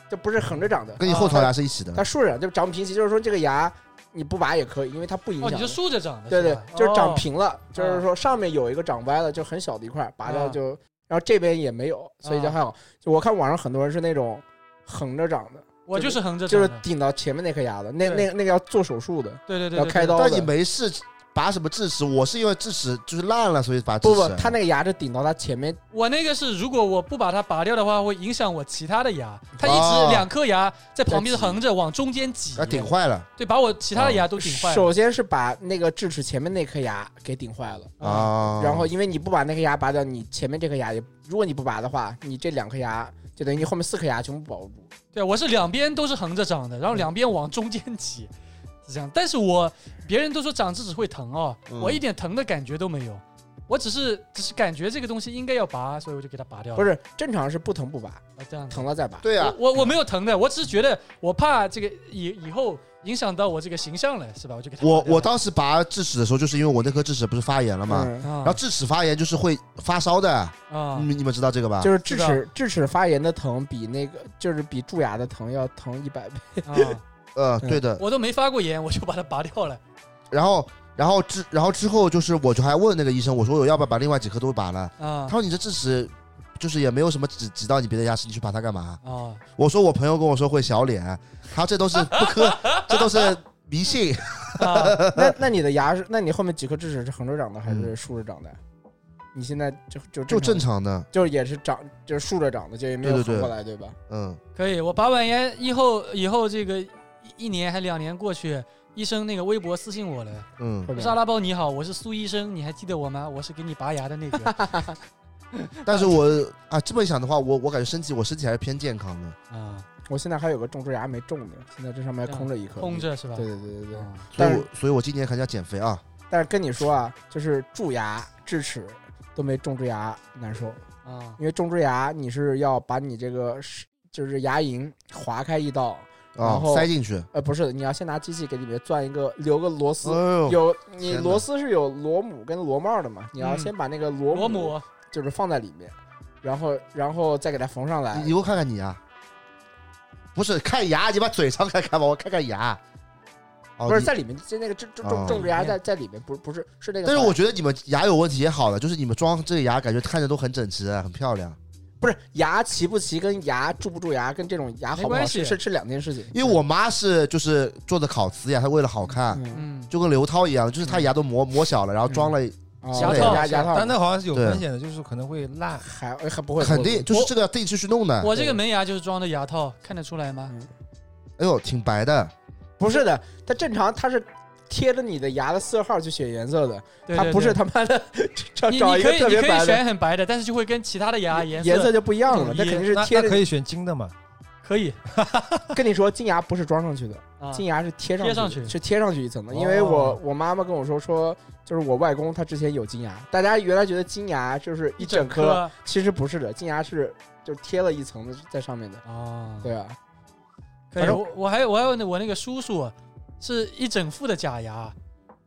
[SPEAKER 5] 就不是横着长的，
[SPEAKER 2] 跟你后槽牙是一起的
[SPEAKER 5] 它。竖着长就长平齐，就是说这个牙你不拔也可以，因为它不影
[SPEAKER 3] 哦，
[SPEAKER 5] 响
[SPEAKER 3] 你是
[SPEAKER 5] 的。
[SPEAKER 3] 竖着长的，
[SPEAKER 5] 对对
[SPEAKER 3] 吧，
[SPEAKER 5] 就是长。
[SPEAKER 3] 哦
[SPEAKER 5] 平了，就是说上面有一个长歪了，就很小的一块，拔掉
[SPEAKER 3] 啊
[SPEAKER 5] 就，然后这边也没有，所以
[SPEAKER 3] 嗯
[SPEAKER 5] 就还好。就我看网上很多人是那种横着长的，
[SPEAKER 3] 哦我就是横着
[SPEAKER 5] 就
[SPEAKER 3] 长
[SPEAKER 5] 是
[SPEAKER 3] 的，
[SPEAKER 5] 顶到前面那颗牙的，那
[SPEAKER 3] 对
[SPEAKER 5] 那那个要做手术的，
[SPEAKER 3] 对对对，
[SPEAKER 5] 要
[SPEAKER 3] 对
[SPEAKER 5] 开
[SPEAKER 3] 对
[SPEAKER 5] 刀
[SPEAKER 2] 但
[SPEAKER 5] 的。
[SPEAKER 2] 你没事拔什么智齿，我是因为智齿就是烂了，所以拔智
[SPEAKER 5] 不
[SPEAKER 2] 齿。啊
[SPEAKER 5] 不，他那个牙是顶到他前面，
[SPEAKER 3] 我那个是，如果我不把它拔掉的话，会影响我其他的牙。它一直
[SPEAKER 2] 哦
[SPEAKER 3] 两颗牙在旁边
[SPEAKER 2] 在挤
[SPEAKER 3] 横着往中间挤
[SPEAKER 2] 啊，顶坏了
[SPEAKER 3] 对，把我其
[SPEAKER 5] 啊
[SPEAKER 3] 他的牙都顶坏了。
[SPEAKER 5] 首先是把那个智齿前面那颗牙给顶坏了，
[SPEAKER 2] 啊。
[SPEAKER 5] 嗯然后因为你不把那颗牙拔掉，你前面这颗牙也，如果你不拔的话，你这两颗牙就等于你后面四颗牙全部保不住。
[SPEAKER 3] 对，我是两边都是横着长的，然后
[SPEAKER 5] 嗯
[SPEAKER 3] 两边往中间挤，是这样。但是我别人都说长智齿会疼哦，
[SPEAKER 2] 嗯
[SPEAKER 3] 我一点疼的感觉都没有，我只是只是感觉这个东西应该要拔，所以我就给它拔掉了。
[SPEAKER 5] 不是正常是不疼不拔，
[SPEAKER 3] 啊这样子。
[SPEAKER 5] 疼了再拔。
[SPEAKER 2] 对呀、
[SPEAKER 3] 我我我没有疼的，我只是觉得我怕这个以以后影响到我这个形象了，是吧？我就给它拔
[SPEAKER 2] 我
[SPEAKER 3] 掉
[SPEAKER 2] 我
[SPEAKER 3] 了
[SPEAKER 2] 当时拔智齿的时候，就是因为我那颗智齿不是发炎了嘛，
[SPEAKER 5] 嗯，
[SPEAKER 3] 啊
[SPEAKER 2] 然后智齿发炎就是会发烧的，
[SPEAKER 3] 啊
[SPEAKER 2] 你们你们知道这个吧？
[SPEAKER 5] 就是智
[SPEAKER 3] 知
[SPEAKER 5] 齿智齿发炎的疼比那个就是比蛀牙的疼要疼
[SPEAKER 2] *laughs*
[SPEAKER 5] 一百倍。
[SPEAKER 3] 啊！
[SPEAKER 2] 呃，
[SPEAKER 5] 嗯
[SPEAKER 2] 对的。
[SPEAKER 3] 我都没发过炎，我就把它拔掉了。
[SPEAKER 2] 然后然后之然后之后就是，我就还问那个医生，我说我要不要把另外几颗都拔了？他
[SPEAKER 3] 啊
[SPEAKER 2] 说你这智齿就是也没有什么挤挤到你别的牙齿，你去拔它干嘛？
[SPEAKER 3] 啊！
[SPEAKER 2] 我说我朋友跟我说会小脸，他说这都是不科，这都是迷信。
[SPEAKER 3] 啊
[SPEAKER 5] 那那你的牙是？那你后面几颗智齿是横着长的还是竖着长的？你现在就就
[SPEAKER 2] 就
[SPEAKER 5] 正
[SPEAKER 2] 正，常的，
[SPEAKER 5] 就是也是长，就是竖着长的，就也没有
[SPEAKER 2] 对对
[SPEAKER 5] 横
[SPEAKER 2] 对
[SPEAKER 5] 过来，对吧？
[SPEAKER 2] 嗯，
[SPEAKER 3] 可以，我拔完炎以后，以后这个一一年还两年过去，医生那个微博私信我了，
[SPEAKER 2] 嗯，
[SPEAKER 3] 我是阿拉包你好，我是苏医生，你还记得我吗？我是给你拔牙的那个
[SPEAKER 2] 但是我啊这么一想的话，我我感觉身体我身体还是偏健康的，
[SPEAKER 3] 啊，
[SPEAKER 5] 我现在还有个种植牙没种的，现在这上面还空着一
[SPEAKER 3] 嗯
[SPEAKER 5] 颗。
[SPEAKER 3] 空。着是吧？
[SPEAKER 5] 对对对对对。
[SPEAKER 3] 啊
[SPEAKER 2] 所以
[SPEAKER 5] 但是
[SPEAKER 2] 我所以我今年还要减肥啊，
[SPEAKER 5] 但是跟你说啊，就是蛀牙、智齿都没种植牙难受，
[SPEAKER 3] 啊
[SPEAKER 5] 因为种植牙你是要把你这个是就是牙龈划开一道，
[SPEAKER 2] 啊
[SPEAKER 5] 然后
[SPEAKER 2] 塞进去，哎
[SPEAKER 5] 呃，不是，你要先拿机器给里面钻一个留
[SPEAKER 2] *laughs*
[SPEAKER 5] 个螺丝。
[SPEAKER 2] 呦
[SPEAKER 5] 有你
[SPEAKER 2] 天哪
[SPEAKER 5] 螺丝是有螺母跟螺帽的嘛？你要
[SPEAKER 3] 嗯
[SPEAKER 5] 先把那个螺
[SPEAKER 3] 螺母
[SPEAKER 5] 就是放在里面，然后然后再给它缝上来
[SPEAKER 2] 你。你给我看看你啊！不是看牙，你把嘴张开看吧，我看看牙。哦
[SPEAKER 5] 不是
[SPEAKER 2] 你
[SPEAKER 5] 在里面，就那个种种
[SPEAKER 2] 哦
[SPEAKER 5] 种种植牙在在里面，不是不是是那个
[SPEAKER 2] 但
[SPEAKER 5] 房。
[SPEAKER 2] 是我觉得你们牙有问题也好了，就是你们装这个牙，感觉看着都很整齐，啊很漂亮。
[SPEAKER 5] 不是牙齐不齐，跟牙蛀不蛀牙，跟这种牙好不
[SPEAKER 3] 没
[SPEAKER 5] 好
[SPEAKER 3] 关系
[SPEAKER 5] 是是是两件事情。
[SPEAKER 2] 因为我妈是就是做的烤瓷牙，她为了好看，
[SPEAKER 5] 嗯
[SPEAKER 3] 嗯，
[SPEAKER 2] 就跟刘涛一样，就是她牙都磨磨小了，然后装了，
[SPEAKER 5] 哦
[SPEAKER 3] 牙
[SPEAKER 5] 对
[SPEAKER 3] 套
[SPEAKER 5] 牙牙套
[SPEAKER 1] 但那好像是有
[SPEAKER 2] 对
[SPEAKER 1] 风险的，就是可能会烂。
[SPEAKER 5] 还还不会
[SPEAKER 2] 肯定就是这个要定期去弄的。
[SPEAKER 3] 我这个门牙就是装的牙套，看得出来吗？
[SPEAKER 2] 哎呦，挺白的，
[SPEAKER 5] 不是的，它正常它是贴着你的牙的色号去选颜色的，
[SPEAKER 3] 对
[SPEAKER 5] 它
[SPEAKER 3] 对
[SPEAKER 5] 不是
[SPEAKER 3] 对
[SPEAKER 5] 他妈的 *laughs* 找
[SPEAKER 3] 你
[SPEAKER 5] 啊找
[SPEAKER 3] 你
[SPEAKER 5] 一
[SPEAKER 3] 可
[SPEAKER 5] 个
[SPEAKER 3] 以
[SPEAKER 5] 特
[SPEAKER 3] 你
[SPEAKER 5] 别
[SPEAKER 3] 可以
[SPEAKER 5] 白的
[SPEAKER 3] 选很白的，但是就会跟其他的牙颜嗯
[SPEAKER 5] 颜色就不一样了嘛，
[SPEAKER 3] 统
[SPEAKER 5] 那
[SPEAKER 3] 一
[SPEAKER 5] 肯定是
[SPEAKER 1] 那
[SPEAKER 5] 贴
[SPEAKER 1] 那可
[SPEAKER 5] 着。
[SPEAKER 1] 以选金的嘛？
[SPEAKER 3] 可以
[SPEAKER 5] 跟你说，金牙不是装上去的，
[SPEAKER 3] 啊。
[SPEAKER 5] 金牙是贴上
[SPEAKER 3] 贴上
[SPEAKER 5] 去的
[SPEAKER 3] 去
[SPEAKER 5] 是贴上去一层的。
[SPEAKER 1] 哦
[SPEAKER 5] 因为我我妈妈跟我说说，就是我外公他之前有金牙，大家原来觉得金牙就是一整颗，
[SPEAKER 3] 啊颗
[SPEAKER 5] 其实不是的，金牙是就贴了一层的在上面的。
[SPEAKER 3] 哦，
[SPEAKER 5] 对啊，
[SPEAKER 3] 可
[SPEAKER 5] 反
[SPEAKER 3] 以。
[SPEAKER 5] 正
[SPEAKER 3] 我我还有我还有那我那个叔叔，是一整副的假牙，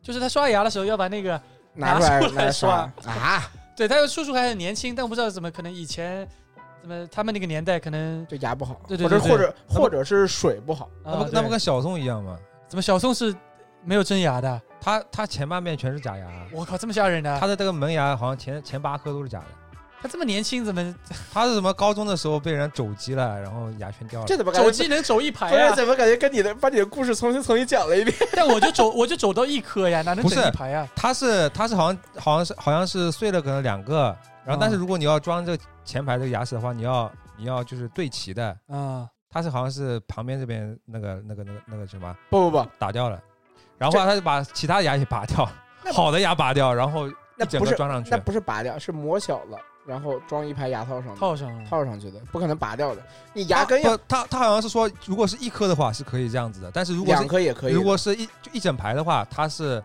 [SPEAKER 3] 就是他刷牙的时候要把那个，
[SPEAKER 5] 拿出来
[SPEAKER 3] 拿出来
[SPEAKER 5] 来
[SPEAKER 3] 刷
[SPEAKER 5] 啊，
[SPEAKER 3] 对他叔叔还很年轻，但我不知道怎么可能以前怎么他们那个年代可能
[SPEAKER 5] 就牙不好，
[SPEAKER 3] 对对
[SPEAKER 5] 或者
[SPEAKER 3] 对
[SPEAKER 5] 或者
[SPEAKER 3] 那不
[SPEAKER 5] 或者是水不好，
[SPEAKER 1] 那
[SPEAKER 3] 啊
[SPEAKER 1] 不那不
[SPEAKER 3] 对
[SPEAKER 1] 跟小宋一样吗？
[SPEAKER 3] 怎么小宋是没有真牙的，
[SPEAKER 1] 他他前半面全是假牙，
[SPEAKER 3] 我靠这么吓人的，
[SPEAKER 1] 他
[SPEAKER 3] 他
[SPEAKER 1] 的这个门牙好像前前八颗都是假的。
[SPEAKER 3] 他这么年轻怎么
[SPEAKER 1] 他是什么高中的时候被人肘击了，然后牙全掉了。
[SPEAKER 5] 这怎么感
[SPEAKER 3] 肘
[SPEAKER 5] 觉
[SPEAKER 3] 击能走一排
[SPEAKER 5] 不
[SPEAKER 3] 哎呀
[SPEAKER 5] 是？怎么感觉跟你的把你的故事重新重新讲了一遍？
[SPEAKER 3] 但我就走我就走到一颗呀，哪能
[SPEAKER 1] 不是
[SPEAKER 3] 整一排呀？啊
[SPEAKER 1] 他是他是好像好像是好像是碎了可能两个，然
[SPEAKER 3] 啊
[SPEAKER 1] 后但是如果你要装这个前排这个牙齿的话，你要你要就是对齐的。
[SPEAKER 3] 啊，
[SPEAKER 1] 他是好像是旁边这边那个那个那个那个什么
[SPEAKER 5] 不不不，
[SPEAKER 1] 打掉了，然后后来他就把其他牙也拔掉，
[SPEAKER 5] *laughs* 那
[SPEAKER 1] 好的牙拔掉，然后
[SPEAKER 5] 那
[SPEAKER 1] 一整
[SPEAKER 5] 不
[SPEAKER 1] 个
[SPEAKER 5] 是
[SPEAKER 1] 装上去
[SPEAKER 5] 那。不是拔掉，是磨小了，然后装一排牙套上
[SPEAKER 3] 套上了。
[SPEAKER 5] 套上去的，不可能拔掉的。你牙根
[SPEAKER 1] 他
[SPEAKER 5] 要
[SPEAKER 1] 啊不他他好像是说，如果是一颗的话是可以这样子的，但是如果
[SPEAKER 5] 两
[SPEAKER 1] 是
[SPEAKER 5] 颗也可以的，
[SPEAKER 1] 如果是一就一整排的话，它是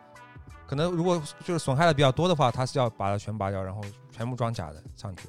[SPEAKER 1] 可能如果就是损害的比较多的话，它是要把它全拔掉，然后全部装假的上去，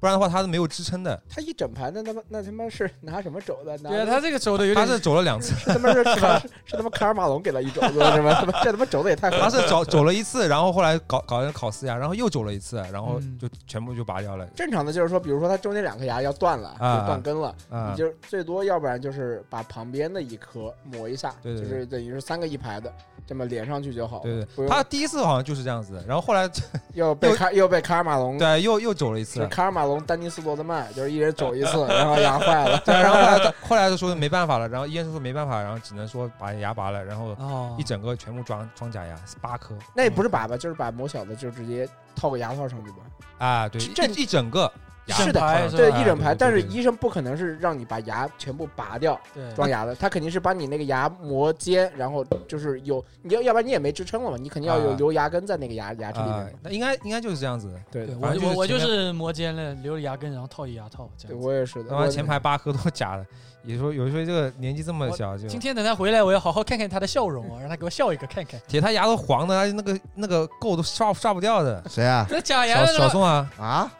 [SPEAKER 1] 不然的话它是没有支撑的。
[SPEAKER 5] 他一整盘，那他妈那他妈是拿什么肘的？拿
[SPEAKER 3] 对啊，他这个走的有
[SPEAKER 1] 他
[SPEAKER 3] 点
[SPEAKER 1] 是走了两
[SPEAKER 5] *laughs*
[SPEAKER 1] 次，
[SPEAKER 5] 他妈是是吧？是他妈卡尔马龙给了一肘子是吧？他妈这他妈肘子也太狠
[SPEAKER 1] 他
[SPEAKER 5] 了。
[SPEAKER 1] 是走走了一次，然后后来搞搞成烤瓷牙，然后又走了一次，然后
[SPEAKER 3] 嗯
[SPEAKER 1] 就全部就拔掉了。
[SPEAKER 5] 正常的就是说，比如说他中间两颗牙要断了，
[SPEAKER 1] 啊
[SPEAKER 5] 就断根了，
[SPEAKER 1] 啊
[SPEAKER 5] 你，就最多要不然就是把旁边的一颗磨一下，
[SPEAKER 1] 对对对
[SPEAKER 5] 就是等于是三个一排的，这么连上去就好了。
[SPEAKER 1] 对
[SPEAKER 5] 不
[SPEAKER 1] 对，
[SPEAKER 5] 用
[SPEAKER 1] 他第一次好像就是这样子的，然后后来
[SPEAKER 5] 又被卡又被卡尔马龙，
[SPEAKER 1] 对又又走了一
[SPEAKER 5] 就是
[SPEAKER 1] 次。
[SPEAKER 5] 卡尔马龙、丹尼斯·罗德曼，就是一人走一
[SPEAKER 1] *laughs*
[SPEAKER 5] 次，然后牙坏了。
[SPEAKER 1] 对，然后后来他后来就说没办法了，然后医生说没办法，然后只能说把牙拔了，然后
[SPEAKER 3] 哦
[SPEAKER 1] 一整个全部装装假牙，八颗。
[SPEAKER 5] 那也不是粑粑，就是把磨小的就直接套个牙套上去吧。
[SPEAKER 1] 啊，对，
[SPEAKER 5] 这
[SPEAKER 1] 一一整个牙
[SPEAKER 5] 是的
[SPEAKER 1] 套上
[SPEAKER 3] 是
[SPEAKER 1] 去
[SPEAKER 5] 对，
[SPEAKER 3] 吧
[SPEAKER 5] 一整
[SPEAKER 1] 对
[SPEAKER 5] 排。
[SPEAKER 1] 对
[SPEAKER 5] 但是
[SPEAKER 1] 对
[SPEAKER 5] 医生不可能是让你把牙全部拔掉
[SPEAKER 3] 对
[SPEAKER 5] 装牙的，他肯定是把你那个牙磨尖，然后就是有你要要不然你也没支撑了嘛，你肯定要有
[SPEAKER 1] 啊
[SPEAKER 5] 留牙根在那个牙牙齿里
[SPEAKER 1] 啊
[SPEAKER 5] 面嘛。，
[SPEAKER 1] 那应该应该就是这样子的。
[SPEAKER 5] 对
[SPEAKER 3] 对
[SPEAKER 5] 的，
[SPEAKER 3] 我
[SPEAKER 1] 反正
[SPEAKER 3] 我我
[SPEAKER 1] 就
[SPEAKER 3] 就是是磨尖了，留了牙根，然后套一牙套这
[SPEAKER 5] 对
[SPEAKER 3] 样子。
[SPEAKER 5] 我也是的。
[SPEAKER 1] 他妈
[SPEAKER 5] 我
[SPEAKER 1] 前排八颗都是假的，也说有时候这个年纪这么小就
[SPEAKER 3] 今，天等他回来，我要好好看看他的笑容啊，让他给我笑一个看看。
[SPEAKER 1] 铁他牙都黄的，那个那个垢都刷刷不掉的。
[SPEAKER 2] 谁啊？
[SPEAKER 3] 这假牙
[SPEAKER 1] 小
[SPEAKER 3] 的
[SPEAKER 1] 小
[SPEAKER 3] 话，
[SPEAKER 1] 宋啊，*laughs*
[SPEAKER 2] *laughs* 啊？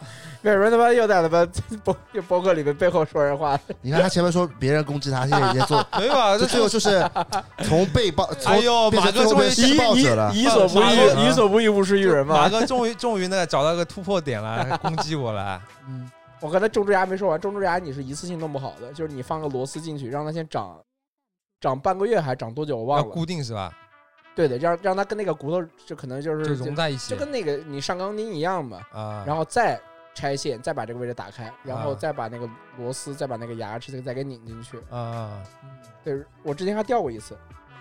[SPEAKER 5] 为什么他妈又在他妈博又博客里面背后说人
[SPEAKER 2] *laughs*
[SPEAKER 5] 话？
[SPEAKER 2] 你看他前面说别人攻击他，现 *laughs* 在已经做，
[SPEAKER 1] 没有啊，
[SPEAKER 5] *laughs*
[SPEAKER 2] 这最后就是从被 *laughs* 爆，
[SPEAKER 1] 哎
[SPEAKER 2] 从
[SPEAKER 1] 呦，
[SPEAKER 2] 变
[SPEAKER 1] 马
[SPEAKER 2] 成
[SPEAKER 1] 哥
[SPEAKER 2] 最后
[SPEAKER 1] 终于
[SPEAKER 2] 面施暴者了。啊
[SPEAKER 5] 己所不
[SPEAKER 1] 马哥
[SPEAKER 5] 欲，己所不欲，勿施于人
[SPEAKER 1] 马
[SPEAKER 5] 嘛。
[SPEAKER 1] 哥终于终于那个找到个突破点了，还攻击我了。
[SPEAKER 3] 嗯，
[SPEAKER 5] 我刚才种植牙没说完，种植牙你是一次性弄不好的，就是你放个螺丝进去，让它先长，长半个月还是长多久我
[SPEAKER 1] 要
[SPEAKER 5] *laughs* 忘了。
[SPEAKER 1] 固定是吧？
[SPEAKER 5] 对的，让让它跟那个骨头就可能就是
[SPEAKER 1] 就融在一起
[SPEAKER 5] 就跟那个你上钢钉一样嘛，
[SPEAKER 1] 啊。
[SPEAKER 5] 然后再拆线，再把这个位置打开，然后
[SPEAKER 1] 啊
[SPEAKER 5] 再把那个螺丝，再把那个牙齿再给拧进去。
[SPEAKER 1] 啊，
[SPEAKER 5] 对我之前还掉过一次， *laughs*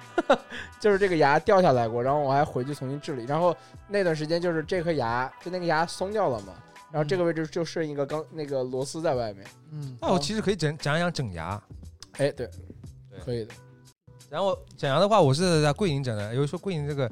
[SPEAKER 5] 就是这个牙掉下来过，然后我还回去重新治理。然后那段时间就是这颗牙，就那个牙松掉了嘛，然后这个位置就剩一个钢那个螺丝在外面。
[SPEAKER 3] 嗯，
[SPEAKER 1] 那我其实可以讲讲讲整牙。
[SPEAKER 5] 哎，对
[SPEAKER 1] 对，
[SPEAKER 5] 可以的。
[SPEAKER 1] 然后整牙的话，我是在桂林整的。有人说桂林这个，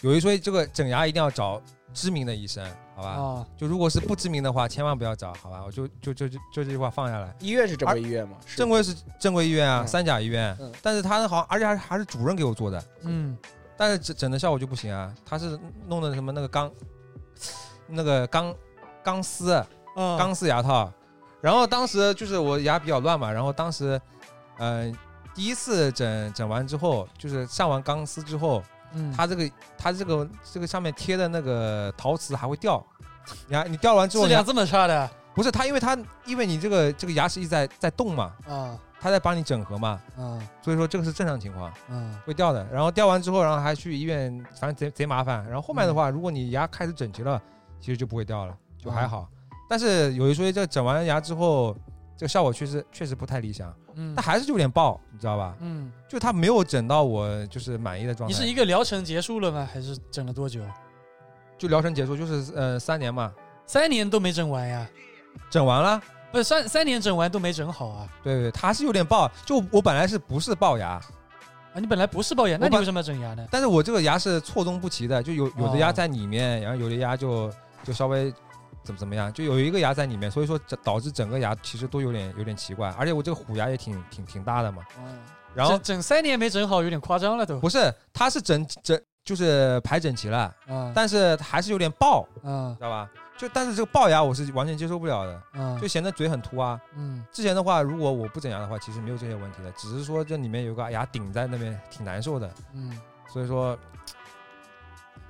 [SPEAKER 1] 有人说这个整牙一定要找知名的医生，好
[SPEAKER 5] 哦
[SPEAKER 1] 吧？
[SPEAKER 3] 啊，
[SPEAKER 1] 就如果是不知名的话，千万不要找，好吧？我就就就就就这句话放下来。
[SPEAKER 5] 医院是正规医院吗？是
[SPEAKER 1] 啊正规是正规医院啊，
[SPEAKER 5] 嗯
[SPEAKER 1] 三甲医院
[SPEAKER 5] 嗯，
[SPEAKER 1] 但是他那好像，而且还还是主任给我做的，
[SPEAKER 3] 嗯，
[SPEAKER 1] 但是整整的效果就不行啊，他是弄的什么那个钢，那个钢钢丝
[SPEAKER 5] 嗯
[SPEAKER 3] 啊，
[SPEAKER 1] 钢丝牙套，然后当时就是我牙比较乱嘛，然后当时，嗯、第一次整整完之后，就是上完钢丝之后，
[SPEAKER 3] 嗯，
[SPEAKER 1] 它这个它这个这个上面贴的那个陶瓷还会掉，你还你掉完之后
[SPEAKER 3] 质
[SPEAKER 1] 你还
[SPEAKER 3] 量这么差的
[SPEAKER 1] 不是它，因为它因为你这个这个牙齿一直在在动嘛，
[SPEAKER 3] 啊，
[SPEAKER 1] 他在帮你整合嘛，
[SPEAKER 6] 嗯
[SPEAKER 1] 所以说这个是正常情况，
[SPEAKER 6] 嗯
[SPEAKER 1] 会掉的。然后掉完之后，然后还去医院，反正贼贼麻烦。然后后面
[SPEAKER 3] 嗯
[SPEAKER 1] 的话，如果你牙开始整齐了，其实就不会掉了，就还好。但是有一说一，这整完牙之后，这个效果确实确实不太理想，
[SPEAKER 6] 嗯
[SPEAKER 1] 但还是有点爆，你知道吧？
[SPEAKER 6] 嗯，
[SPEAKER 1] 就它没有整到我就是满意的状
[SPEAKER 3] 你
[SPEAKER 1] 态。
[SPEAKER 3] 是一个疗程结束了吗？还是整了多久？啊
[SPEAKER 1] 就疗程结束，就是呃三年嘛，
[SPEAKER 3] 三年都没整完呀？
[SPEAKER 1] 整完了。
[SPEAKER 3] 不是三三年整完都没整好啊？
[SPEAKER 1] 对对，它是有点爆。就我本来是不是龅牙，
[SPEAKER 3] 啊，你本来不是龅牙，那
[SPEAKER 1] 我
[SPEAKER 3] 你
[SPEAKER 1] 把
[SPEAKER 3] 为什么要整牙呢？
[SPEAKER 1] 但是我这个牙是错综不齐的，就有有的
[SPEAKER 3] 哦
[SPEAKER 1] 牙在里面，然后有的牙就就稍微怎么怎么样，就有一个牙在里面，所以说这导致整个牙其实都有点有点奇怪，而且我这个虎牙也挺挺挺大的嘛，
[SPEAKER 3] 嗯，
[SPEAKER 1] 然后
[SPEAKER 3] 整整三年没整好，有点夸张了都。
[SPEAKER 1] 不是它是整整就是排整齐了，
[SPEAKER 3] 嗯
[SPEAKER 1] 但是还是有点爆，
[SPEAKER 3] 嗯
[SPEAKER 1] 知道吧？就但是这个龅牙我是完全接受不了的，
[SPEAKER 3] 嗯
[SPEAKER 1] 就显得嘴很凸啊。
[SPEAKER 3] 嗯
[SPEAKER 1] 之前的话，如果我不整牙的话，其实没有这些问题的，只是说这里面有个牙顶在那边，挺难受的。
[SPEAKER 3] 嗯
[SPEAKER 1] 所以说，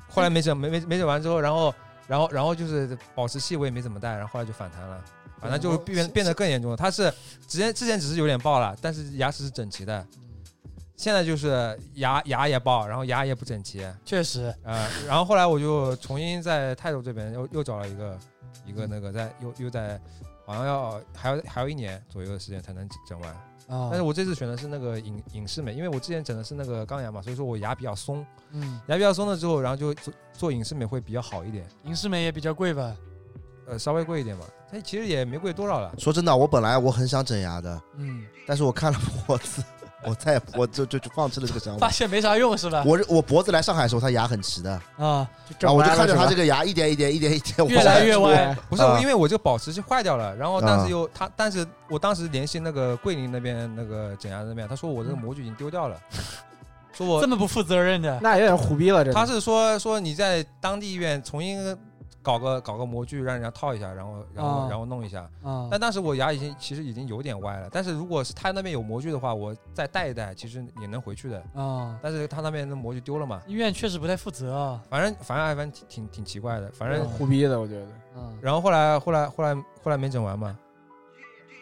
[SPEAKER 1] 后来没整没没没整完之后，然后然后然后就是保持器我也没怎么戴，然后后来就反弹了，反弹就
[SPEAKER 6] 我
[SPEAKER 1] 变变得更严重了。它是之前之前只是有点爆了，但是牙齿是整齐的，现在就是牙牙也爆，然后牙也不整齐啊、
[SPEAKER 3] 确实，
[SPEAKER 1] 呃然后后来我就重新在泰州这边又又找了一个一个那个在又又在。好像要还要还有一年左右的时间才能整完，
[SPEAKER 3] 啊，
[SPEAKER 1] 但是我这次选的是那个隐隐适美，因为我之前整的是那个钢牙嘛，所以说我牙比较松，
[SPEAKER 3] 嗯，
[SPEAKER 1] 牙比较松了之后，然后就做做影视美会比较好一点，
[SPEAKER 3] 银饰美也比较贵吧？
[SPEAKER 1] 呃，稍微贵一点嘛。它其实也没贵多少
[SPEAKER 3] 啊
[SPEAKER 1] 了，
[SPEAKER 2] 说真的，我本来我很想整牙的，
[SPEAKER 3] 嗯，
[SPEAKER 2] 但是我看了脖子， *laughs* 我再也不我就就就放弃了这个想
[SPEAKER 3] 发
[SPEAKER 2] *laughs* 法。
[SPEAKER 3] 现没啥用是吧？
[SPEAKER 2] 我我脖子来上海的时候，他牙很齐的，
[SPEAKER 3] 啊，
[SPEAKER 2] 然后我就看着他
[SPEAKER 5] 他
[SPEAKER 2] 这个牙一点一点一点一点往
[SPEAKER 3] 越来越歪，
[SPEAKER 1] 不是、
[SPEAKER 2] 啊
[SPEAKER 1] 因为我这个保持器坏掉了，然后但
[SPEAKER 2] 啊
[SPEAKER 1] 是又他，但是我当时联系那个桂林那边那个整牙那边，他说我这个模具已经丢
[SPEAKER 3] *laughs*
[SPEAKER 1] 掉了，说我
[SPEAKER 3] 嗯这么不负责任的，
[SPEAKER 5] 那有点胡逼了，这个
[SPEAKER 1] 他是说说你在当地医院重新搞个搞个模具让人家套一下，然后然后、
[SPEAKER 3] 啊
[SPEAKER 1] 然后弄一下。
[SPEAKER 3] 啊，
[SPEAKER 1] 但当时我牙已经其实已经有点歪了，但是如果是他那边有模具的话，我再戴一戴，其实也能回去的。
[SPEAKER 3] 啊，
[SPEAKER 1] 但是他那边的模具丢了嘛，
[SPEAKER 3] 医院确实不太负责啊，
[SPEAKER 1] 反正反正还反正挺挺挺奇怪的，反正、
[SPEAKER 3] 嗯
[SPEAKER 5] 胡逼的，我觉得。
[SPEAKER 3] 嗯，
[SPEAKER 1] 然后后来后来后来后来没整完嘛，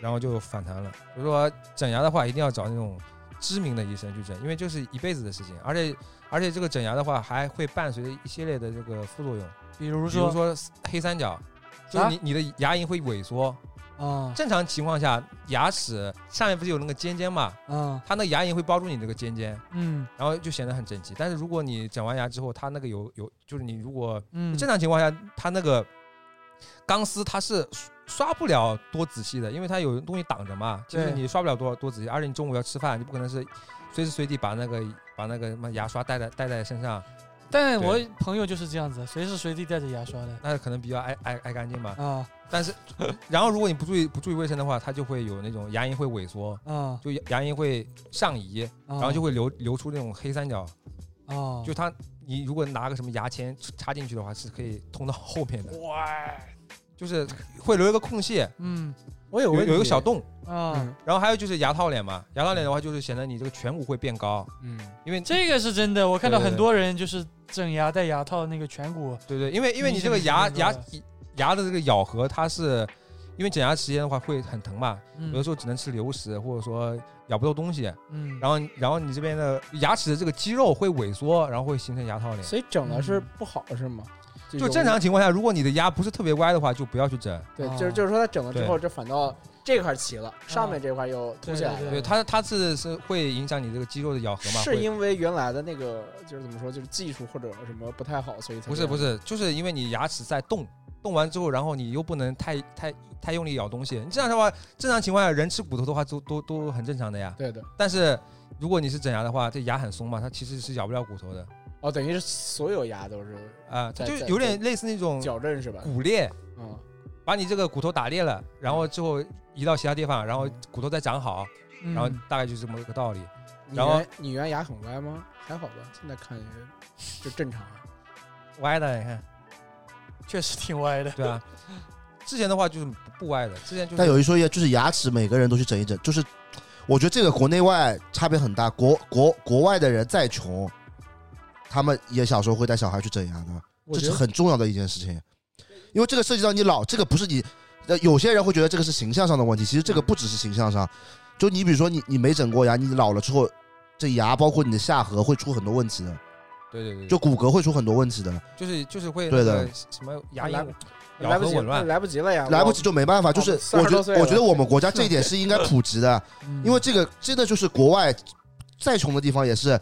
[SPEAKER 1] 然后就反弹了。所以说整牙的话，一定要找那种知名的医生去整，因为这是一辈子的事情，而且而且这个整牙的话还会伴随着一系列的这个副作用，
[SPEAKER 3] 比如
[SPEAKER 1] 比如
[SPEAKER 3] 说
[SPEAKER 1] 说啊黑三角，就是你、你的牙龈会萎缩。
[SPEAKER 3] 啊
[SPEAKER 1] 正常情况下，牙齿上面不是有那个尖尖嘛，
[SPEAKER 3] 啊
[SPEAKER 1] 它那个牙龈会包住你这个尖尖，
[SPEAKER 3] 嗯
[SPEAKER 1] 然后就显得很整齐。但是如果你整完牙之后，它那个有有就是你如果
[SPEAKER 3] 嗯，
[SPEAKER 1] 正常情况下，它那个钢丝它是刷刷不了多仔细的，因为它有东西挡着嘛。其实
[SPEAKER 3] 对
[SPEAKER 1] 你刷不了多多仔细，而且你中午要吃饭，你不可能是随时随地把那个把那个什么牙刷带在带在身上，
[SPEAKER 3] 但我朋友就是这样子，随时随地带着牙刷的
[SPEAKER 1] 那可能比较爱爱爱干净
[SPEAKER 3] *laughs*
[SPEAKER 1] 嘛。
[SPEAKER 3] 啊
[SPEAKER 1] 但是，然后如果你不注意不注意卫生的话，它就会有那种牙龈会萎缩，
[SPEAKER 3] 啊，
[SPEAKER 1] 就牙牙龈会上移，
[SPEAKER 3] 然
[SPEAKER 1] 然后就会流流出那种黑三角。
[SPEAKER 3] 啊，
[SPEAKER 1] 就它，你如果拿个什么牙签插进去的话，是可以通到后面的，
[SPEAKER 3] 哇，
[SPEAKER 1] 就是会留一个空隙，
[SPEAKER 3] 嗯
[SPEAKER 5] 我有
[SPEAKER 1] 有有一个小
[SPEAKER 5] 洞，
[SPEAKER 1] 洞。嗯
[SPEAKER 3] 啊
[SPEAKER 5] 嗯，
[SPEAKER 1] 然后还有就是牙套脸嘛，牙套脸的话就是显得你这个颧骨会变高，
[SPEAKER 5] 嗯，
[SPEAKER 1] 因为
[SPEAKER 3] 这个是真的，我看到
[SPEAKER 1] 对对对
[SPEAKER 3] 很多人就是整牙戴牙套，那个颧骨
[SPEAKER 1] 对对，因为因为你这个牙
[SPEAKER 3] 明显
[SPEAKER 1] 牙
[SPEAKER 3] 是
[SPEAKER 1] 牙的这个咬合，它是因为整牙时间的话会很疼嘛，有的
[SPEAKER 3] 嗯
[SPEAKER 1] 时候只能吃流食，或者说咬不到东西，
[SPEAKER 3] 嗯，
[SPEAKER 1] 然后然后你这边的牙齿的这个肌肉会萎缩，然后会形成牙套脸。
[SPEAKER 5] 所以整的是不好是吗？
[SPEAKER 1] 就
[SPEAKER 5] 嗯有
[SPEAKER 1] 正常情况下，如果你的牙不是特别歪的话，就不要去整。
[SPEAKER 5] 对
[SPEAKER 2] 哦
[SPEAKER 3] 啊，
[SPEAKER 5] 就是就是说他整了之后，这反倒这块齐了，上
[SPEAKER 2] 哦
[SPEAKER 5] 面这块又凸起来
[SPEAKER 3] 对
[SPEAKER 5] 了。
[SPEAKER 1] 对，它它是是会影响你这个肌肉的咬合嘛？
[SPEAKER 5] 是
[SPEAKER 1] 会
[SPEAKER 5] 因为原来的那个就是怎么说，就是技术或者什么不太好，所以才
[SPEAKER 1] 不是
[SPEAKER 5] 这样
[SPEAKER 1] 不是，就是因为你牙齿在动，动完之后，然后你又不能太太太用力咬东西。你这样的话，正常情况下人吃骨头的话都都都很正常的呀。
[SPEAKER 5] 对的
[SPEAKER 1] 但是如果你是整牙的话，这牙很松嘛，它其实是咬不了骨头的
[SPEAKER 5] 哦，等于是所有牙都是
[SPEAKER 1] 啊、它
[SPEAKER 5] 在
[SPEAKER 1] 就
[SPEAKER 5] 在
[SPEAKER 1] 有点类似那种
[SPEAKER 5] 矫正是吧？
[SPEAKER 1] 骨裂，
[SPEAKER 5] 嗯，
[SPEAKER 1] 把你这个骨头打裂了，然后之后移到其他地方，然后骨头再长好，
[SPEAKER 3] 嗯
[SPEAKER 1] 然后大概就是这么个道理。
[SPEAKER 5] 你
[SPEAKER 1] 然后
[SPEAKER 5] 原你原牙很歪吗？还好吧，现在看也就正常。啊
[SPEAKER 1] *laughs* 歪的，你看，
[SPEAKER 3] 确实挺歪的，
[SPEAKER 1] 对啊。之前的话就是不不歪的，之
[SPEAKER 5] 嗯
[SPEAKER 1] 前就是
[SPEAKER 2] 但有一说一，就是牙齿每个人都去整一整，就是我觉得这个国内外差别很大。国国国外的人再穷，他们也小时候会带小孩去整牙的，
[SPEAKER 5] 我
[SPEAKER 2] 这
[SPEAKER 5] 觉
[SPEAKER 2] 是
[SPEAKER 5] 得
[SPEAKER 2] 很重要的一件事情，因为这个涉及到你老，这个不是你，呃，有些人会觉得这个是形象上的问题，其实这个不只是形象上，就你比如说你你没整过牙，你老了之后，这牙包括你的下颌会出很多问题
[SPEAKER 5] 嗯
[SPEAKER 2] 的，
[SPEAKER 1] 对对对，
[SPEAKER 2] 就骨骼会出很多问题的，
[SPEAKER 1] 就是就是会
[SPEAKER 2] 对
[SPEAKER 1] 那
[SPEAKER 2] 的
[SPEAKER 1] 个什么牙
[SPEAKER 5] 来
[SPEAKER 1] 龈咬
[SPEAKER 5] 来不
[SPEAKER 1] 合
[SPEAKER 5] 及
[SPEAKER 1] 紊乱，
[SPEAKER 5] 来不及了呀，
[SPEAKER 2] 来不及就没办法。
[SPEAKER 3] 哦
[SPEAKER 2] 就是
[SPEAKER 5] 我
[SPEAKER 2] 我
[SPEAKER 5] 们
[SPEAKER 2] 觉
[SPEAKER 5] 32岁
[SPEAKER 2] 得
[SPEAKER 5] 了
[SPEAKER 2] 我觉得我们国家这一点是应该普及
[SPEAKER 3] *laughs*
[SPEAKER 2] 的，
[SPEAKER 3] 嗯
[SPEAKER 2] 因为这个真的就是国外再穷的地方也是。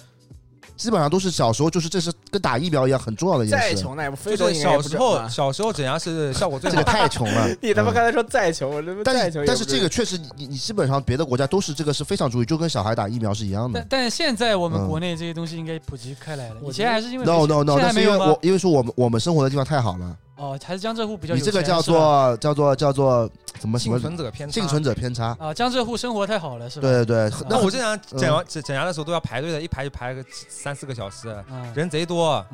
[SPEAKER 2] 基本上都是小时候，就是这是跟打疫苗一样很重要的
[SPEAKER 5] 我
[SPEAKER 2] 一
[SPEAKER 5] 再
[SPEAKER 2] 件事。
[SPEAKER 5] 穷那也不非
[SPEAKER 1] 就
[SPEAKER 5] 洲
[SPEAKER 1] 是
[SPEAKER 5] 应该也
[SPEAKER 1] 小
[SPEAKER 5] 不啊
[SPEAKER 1] 时
[SPEAKER 5] 整
[SPEAKER 1] 候
[SPEAKER 5] 吧，
[SPEAKER 1] 小时候整牙是效果最
[SPEAKER 2] 这
[SPEAKER 1] 好
[SPEAKER 2] 个。太穷
[SPEAKER 3] *laughs*
[SPEAKER 2] 了
[SPEAKER 5] 你他妈
[SPEAKER 2] 嗯
[SPEAKER 5] 刚才说再穷，我他妈再
[SPEAKER 2] 但
[SPEAKER 5] 穷
[SPEAKER 2] 是
[SPEAKER 5] 也
[SPEAKER 2] 但
[SPEAKER 5] 不
[SPEAKER 2] 是这个确实你，你你基本上别的国家都是这个是非常注意，就跟小孩打疫苗是一样的
[SPEAKER 3] 但。但现在我们
[SPEAKER 2] 嗯
[SPEAKER 3] 国内这些东西应该普及开来了，以
[SPEAKER 5] 我觉
[SPEAKER 3] 前
[SPEAKER 5] 得
[SPEAKER 3] 还是因为
[SPEAKER 2] No no no，
[SPEAKER 3] 现在
[SPEAKER 2] 那
[SPEAKER 3] 还
[SPEAKER 2] 是
[SPEAKER 3] 没
[SPEAKER 2] 因为
[SPEAKER 3] 有吗
[SPEAKER 2] 我因为是我们我们生活的地方太好了，
[SPEAKER 3] 哦，还是江浙沪比较有
[SPEAKER 2] 你这个
[SPEAKER 3] 钱
[SPEAKER 2] 叫
[SPEAKER 3] 是吧
[SPEAKER 2] 做叫做叫做怎么什
[SPEAKER 1] 幸
[SPEAKER 2] 么
[SPEAKER 1] 存者偏差。
[SPEAKER 2] 幸存者偏差？
[SPEAKER 3] 啊，江浙沪生活太好了是吧？
[SPEAKER 2] 对对对
[SPEAKER 3] 啊，
[SPEAKER 1] 那
[SPEAKER 2] 那嗯
[SPEAKER 1] 我正常整牙整整牙的时候都要排队的，一排就排个三四个小时，
[SPEAKER 3] 啊
[SPEAKER 1] 人贼多。
[SPEAKER 3] 啊，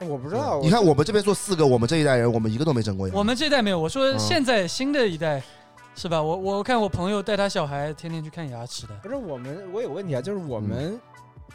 [SPEAKER 5] 我不知道，
[SPEAKER 2] 嗯你看我们这边做四个，我们这一代人我们一个都没整过牙。
[SPEAKER 3] 我们这代没有，我说
[SPEAKER 2] 嗯
[SPEAKER 3] 现在新的一代是吧？我我看我朋友带他小孩天天去看牙齿的，
[SPEAKER 5] 不是我们，我有个问题啊，就是我
[SPEAKER 2] 嗯
[SPEAKER 5] 们、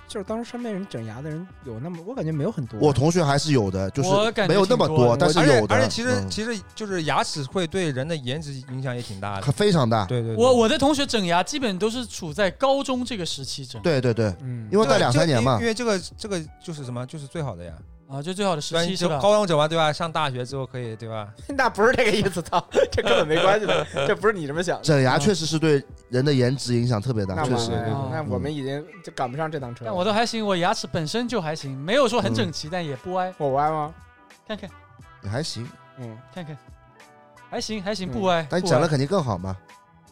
[SPEAKER 5] 就是当时身边人整牙的人有那么，我感觉没有很多。啊
[SPEAKER 2] 我同学还是有的，就
[SPEAKER 3] 我
[SPEAKER 2] 是
[SPEAKER 3] 感
[SPEAKER 2] 没
[SPEAKER 3] 觉
[SPEAKER 2] 有那么
[SPEAKER 3] 挺多的
[SPEAKER 2] 但是
[SPEAKER 1] 而且
[SPEAKER 2] 有的。
[SPEAKER 1] 而且其实
[SPEAKER 2] 嗯
[SPEAKER 1] 其实就是牙齿会对人的颜值影响也挺大的。
[SPEAKER 2] 非常大，
[SPEAKER 1] 对对，对
[SPEAKER 3] 我我的同学整牙基本都是处在高中这个时期整，
[SPEAKER 2] 对对对，
[SPEAKER 5] 嗯，
[SPEAKER 2] 因为
[SPEAKER 1] 这
[SPEAKER 2] 大
[SPEAKER 1] 个
[SPEAKER 2] 两
[SPEAKER 1] 这
[SPEAKER 2] 三年嘛
[SPEAKER 1] 因，为这个这个就是什么，就是最好的呀。
[SPEAKER 3] 啊，就最好的时
[SPEAKER 1] 对啊，你
[SPEAKER 3] 期
[SPEAKER 1] 就是
[SPEAKER 3] 吧？
[SPEAKER 1] 高中整完对吧？上大学之后可以对吧？
[SPEAKER 5] 那不是这个意思，操，这根本没关系 *laughs* 的，这不是你这么想的。
[SPEAKER 2] 整牙确实是对人的颜值影响特别
[SPEAKER 5] 那
[SPEAKER 2] 大，
[SPEAKER 5] 我
[SPEAKER 2] 确
[SPEAKER 5] 们
[SPEAKER 2] 实。
[SPEAKER 3] 嗯
[SPEAKER 5] 那我们已经就赶不上这趟车了。
[SPEAKER 3] 但我都还行，我牙齿本身就还行，没有说很整齐，但也不歪。
[SPEAKER 5] 我歪吗？
[SPEAKER 3] 看看
[SPEAKER 2] 也还行，
[SPEAKER 5] 嗯，
[SPEAKER 3] 看看，还行还行，
[SPEAKER 5] 嗯
[SPEAKER 3] 不歪。
[SPEAKER 2] 但
[SPEAKER 3] 不
[SPEAKER 2] 整了
[SPEAKER 3] 歪
[SPEAKER 2] 肯定更好嘛。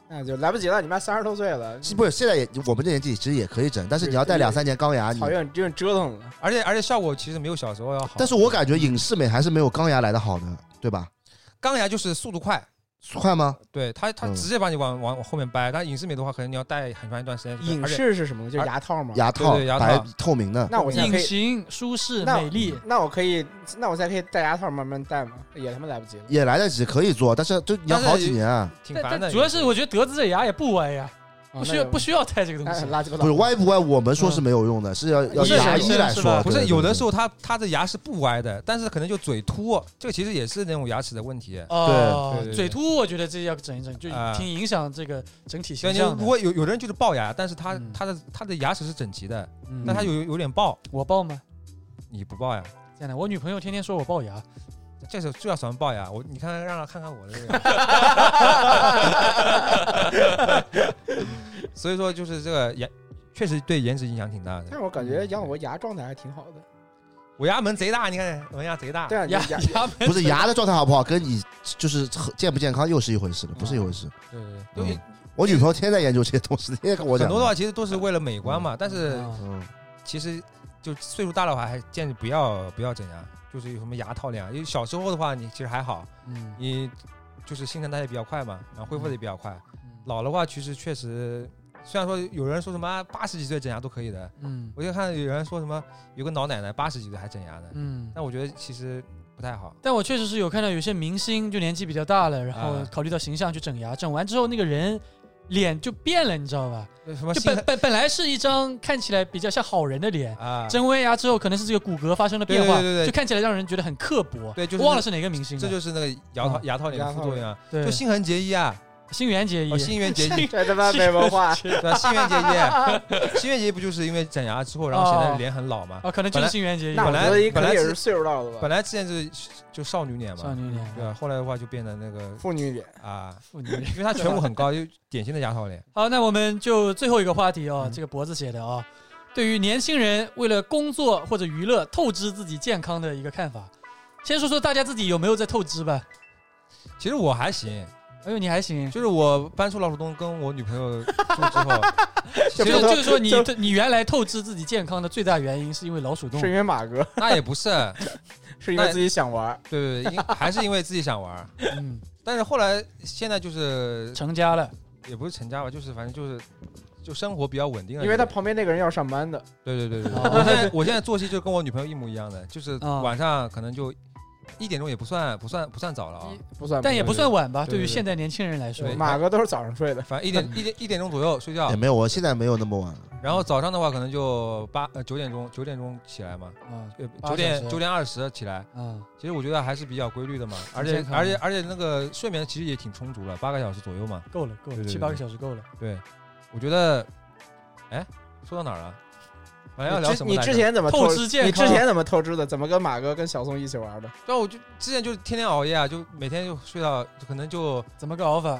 [SPEAKER 5] 那就来不及了，你妈三十多岁了，
[SPEAKER 2] 是不是现在也我们这年纪其实也可以整，但是你要戴两三年钢牙，你
[SPEAKER 5] 讨厌，真是折腾了。
[SPEAKER 1] 而且而且效果其实没有小时候要好。
[SPEAKER 2] 但是我感觉影视美还是没有钢牙来的好的，对吧？
[SPEAKER 1] 钢牙就是速度快，
[SPEAKER 2] 快吗？
[SPEAKER 1] 对它它
[SPEAKER 2] 嗯
[SPEAKER 1] 直接把你往往往后面掰。但影视美的话，可能你要戴很长一段时间。
[SPEAKER 5] 影
[SPEAKER 1] 而且
[SPEAKER 5] 视是什么？就是牙套吗？
[SPEAKER 2] 牙套
[SPEAKER 1] 对对牙套
[SPEAKER 2] 白透明的，
[SPEAKER 5] 那我现在可
[SPEAKER 3] 隐
[SPEAKER 5] 以，
[SPEAKER 3] 形、舒适、
[SPEAKER 5] 那嗯
[SPEAKER 3] 美丽，
[SPEAKER 5] 那我可以，那我现在可以戴牙套慢慢戴吗？也他妈来不及了。
[SPEAKER 2] 也来得及，可以做，但是就你要好几年啊，
[SPEAKER 1] 挺
[SPEAKER 3] 但
[SPEAKER 1] 烦的。
[SPEAKER 3] 但主要是我觉得德子这牙也不歪呀，
[SPEAKER 5] 啊
[SPEAKER 3] 不需要
[SPEAKER 5] 那就
[SPEAKER 3] 不需要戴这个东
[SPEAKER 5] 哎
[SPEAKER 3] 西。
[SPEAKER 5] 垃圾
[SPEAKER 2] 不是
[SPEAKER 5] 吧
[SPEAKER 2] 歪不歪，我们说是没有用的，是要要
[SPEAKER 3] 医生
[SPEAKER 2] 牙医来
[SPEAKER 3] 是
[SPEAKER 2] 说
[SPEAKER 3] 吧，
[SPEAKER 1] 不是有的时候
[SPEAKER 2] 候
[SPEAKER 1] 它它的牙是不歪的，但是可能就嘴凸，这个其实也是那种牙齿的问题。
[SPEAKER 3] 哦
[SPEAKER 1] 对对对，对
[SPEAKER 3] 嘴凸我觉得这要整一整，就
[SPEAKER 1] 啊
[SPEAKER 3] 挺影响这个整体
[SPEAKER 1] 对，
[SPEAKER 3] 形
[SPEAKER 1] 你
[SPEAKER 3] 象
[SPEAKER 1] 如
[SPEAKER 3] 的。
[SPEAKER 1] 果有有的人就是龅牙，但是他
[SPEAKER 3] 嗯
[SPEAKER 1] 他的他的牙齿是整齐的，
[SPEAKER 3] 嗯
[SPEAKER 1] 但他有有点龅，
[SPEAKER 3] 我龅吗？
[SPEAKER 1] 你不龅呀？
[SPEAKER 3] 真的，我女朋友天天说我龅牙，
[SPEAKER 1] 这时候就要什么龅牙？我你看看让他看看我的这个。 *laughs* 所以说就是这个牙，确实对颜值影响挺大的。
[SPEAKER 5] 但是我感
[SPEAKER 2] 嗯
[SPEAKER 5] 觉养我牙状态还挺好的。
[SPEAKER 1] 我牙门贼大，你看门牙贼大
[SPEAKER 5] 对。啊，你
[SPEAKER 3] 牙
[SPEAKER 5] 啊牙
[SPEAKER 3] 牙
[SPEAKER 2] 不是牙的状态好不好，跟你就是健不健康又是一回事了，不
[SPEAKER 3] 嗯
[SPEAKER 2] 是一回事。
[SPEAKER 1] 对对对，
[SPEAKER 2] 嗯我女朋友天天在研究这些东西，天天跟我
[SPEAKER 1] 很
[SPEAKER 2] 讲。
[SPEAKER 1] 多的话其实都是为了美观嘛，但是
[SPEAKER 3] 啊
[SPEAKER 2] 嗯，
[SPEAKER 1] 其实就岁数大的话，还建议不要不要整牙，就是有什么牙套那样。因为小时候的话，你其实还好，
[SPEAKER 3] 嗯
[SPEAKER 1] 你就是新陈代谢比较快嘛，然后恢复的也比较快。老的话，其实确实，虽然说有人说什么啊八十几岁整牙都可以的，
[SPEAKER 3] 嗯
[SPEAKER 1] 我就看有人说什么有个老奶奶八十几岁还整牙呢，
[SPEAKER 3] 嗯。
[SPEAKER 1] 但我觉得其实不太好。
[SPEAKER 3] 但我确实是有看到有些明星就年纪比较大了，然后
[SPEAKER 1] 啊
[SPEAKER 3] 考虑到形象去整牙，整完之后那个人脸就变了，你知道吧？
[SPEAKER 1] 什么
[SPEAKER 3] 就
[SPEAKER 1] 新
[SPEAKER 3] 本本本来是一张看起来比较像好人的脸，
[SPEAKER 1] 啊，
[SPEAKER 3] 整完牙之后可能是这个骨骼发生了变化，
[SPEAKER 1] 对对对对
[SPEAKER 3] 就看起来让人觉得很刻薄。
[SPEAKER 1] 对就是
[SPEAKER 3] 忘了是哪个明星了，
[SPEAKER 1] 这就是那个牙套
[SPEAKER 3] 啊
[SPEAKER 1] 牙套里的副作用啊，
[SPEAKER 3] 对
[SPEAKER 1] 就新垣结衣啊，
[SPEAKER 3] 新垣结衣，
[SPEAKER 1] 哦，新垣结衣
[SPEAKER 3] *laughs*
[SPEAKER 5] *laughs* 这他妈没
[SPEAKER 1] *laughs*
[SPEAKER 5] 文化。
[SPEAKER 1] 对吧？新垣结衣，新垣结衣不就是因为整牙之后，然后显
[SPEAKER 3] 哦
[SPEAKER 1] 得脸很老嘛？
[SPEAKER 3] 哦，可能就是新垣结衣
[SPEAKER 5] 那
[SPEAKER 1] 本
[SPEAKER 5] 我
[SPEAKER 1] 来
[SPEAKER 5] 觉得可
[SPEAKER 1] 本来
[SPEAKER 5] 能也
[SPEAKER 1] 是
[SPEAKER 5] 是岁数到了吧
[SPEAKER 1] 本，来之前是就少女脸
[SPEAKER 3] 少
[SPEAKER 1] 嘛，
[SPEAKER 3] 女嗯脸，
[SPEAKER 1] 对吧？后来的话就变得那
[SPEAKER 3] *laughs*
[SPEAKER 1] 个
[SPEAKER 5] 妇女脸。
[SPEAKER 1] 啊，
[SPEAKER 3] 妇女脸。
[SPEAKER 1] 因为她颧骨很高，就典型的牙套脸。
[SPEAKER 3] 好，那我们就最后一个话题哦，
[SPEAKER 1] 嗯
[SPEAKER 3] 这个脖子写的哦，对于年轻人为了工作或者娱乐透支自己健康的一个看法。先说说大家自己有没有在透支吧。
[SPEAKER 1] 其实我还行，
[SPEAKER 3] 哎呦，你还行，
[SPEAKER 1] 就是我搬出老鼠洞跟我女朋友住之
[SPEAKER 3] *laughs*
[SPEAKER 1] 后，
[SPEAKER 3] 就
[SPEAKER 1] 其
[SPEAKER 3] 是
[SPEAKER 1] 实
[SPEAKER 3] 就是说你你原来透支自己健康的最大原因是因为老鼠
[SPEAKER 1] 嗯
[SPEAKER 3] 洞
[SPEAKER 5] 是因为马哥，
[SPEAKER 1] 那也不是，
[SPEAKER 5] 是因为自己想玩。
[SPEAKER 1] 对对对，因还是因为自己想玩儿。
[SPEAKER 3] 嗯，
[SPEAKER 1] 但是后来现在就是
[SPEAKER 3] 成家了，
[SPEAKER 1] 也不是成家吧，就是反正就是就生活比较稳定了。
[SPEAKER 5] 因为他旁边那个人要上班的，
[SPEAKER 1] 对对对对，对
[SPEAKER 3] 哦
[SPEAKER 1] 我现在我现在作息就跟我女朋友一模一样的，就是
[SPEAKER 3] 哦
[SPEAKER 1] 晚上可能就一点钟也不算不算不算早了
[SPEAKER 3] 嗯
[SPEAKER 1] 啊，
[SPEAKER 5] 不算，
[SPEAKER 3] 但也不算晚吧，
[SPEAKER 1] 对对
[SPEAKER 3] 对于
[SPEAKER 1] 对
[SPEAKER 3] 现在年轻人来说
[SPEAKER 1] 嗯对，
[SPEAKER 5] 马哥都是早上睡的，
[SPEAKER 1] 反正一点
[SPEAKER 3] 嗯
[SPEAKER 1] 一点一点钟左右睡觉
[SPEAKER 2] 也，没有，我现在没有那么晚了。
[SPEAKER 1] 然后早上的话可能就八呃九点钟九点钟起来嘛，
[SPEAKER 3] 啊
[SPEAKER 1] 呃九
[SPEAKER 3] 八小
[SPEAKER 1] 点
[SPEAKER 3] 时
[SPEAKER 1] 九点二十起来。
[SPEAKER 3] 啊，
[SPEAKER 1] 其实我觉得还是比较规律的嘛，而且
[SPEAKER 3] 健康的
[SPEAKER 1] 而且而且那个睡眠其实也挺充足了，八个小时左右嘛。
[SPEAKER 3] 够了够
[SPEAKER 1] 对对
[SPEAKER 3] 了，
[SPEAKER 1] 对
[SPEAKER 3] 七八个小时够了。
[SPEAKER 1] 对，我觉得，哎，说到哪儿了？本来要聊
[SPEAKER 5] 你之
[SPEAKER 1] 什么
[SPEAKER 5] 你
[SPEAKER 1] 来着？
[SPEAKER 5] 之前怎么
[SPEAKER 3] 透
[SPEAKER 5] 透
[SPEAKER 3] 支健
[SPEAKER 5] 你
[SPEAKER 3] 康
[SPEAKER 5] 之前怎么透支的？怎么跟马哥跟小宋一起玩的？
[SPEAKER 1] 对啊，我就之前就天天熬夜啊，就每天就睡到就可能就
[SPEAKER 3] 怎么个 offer？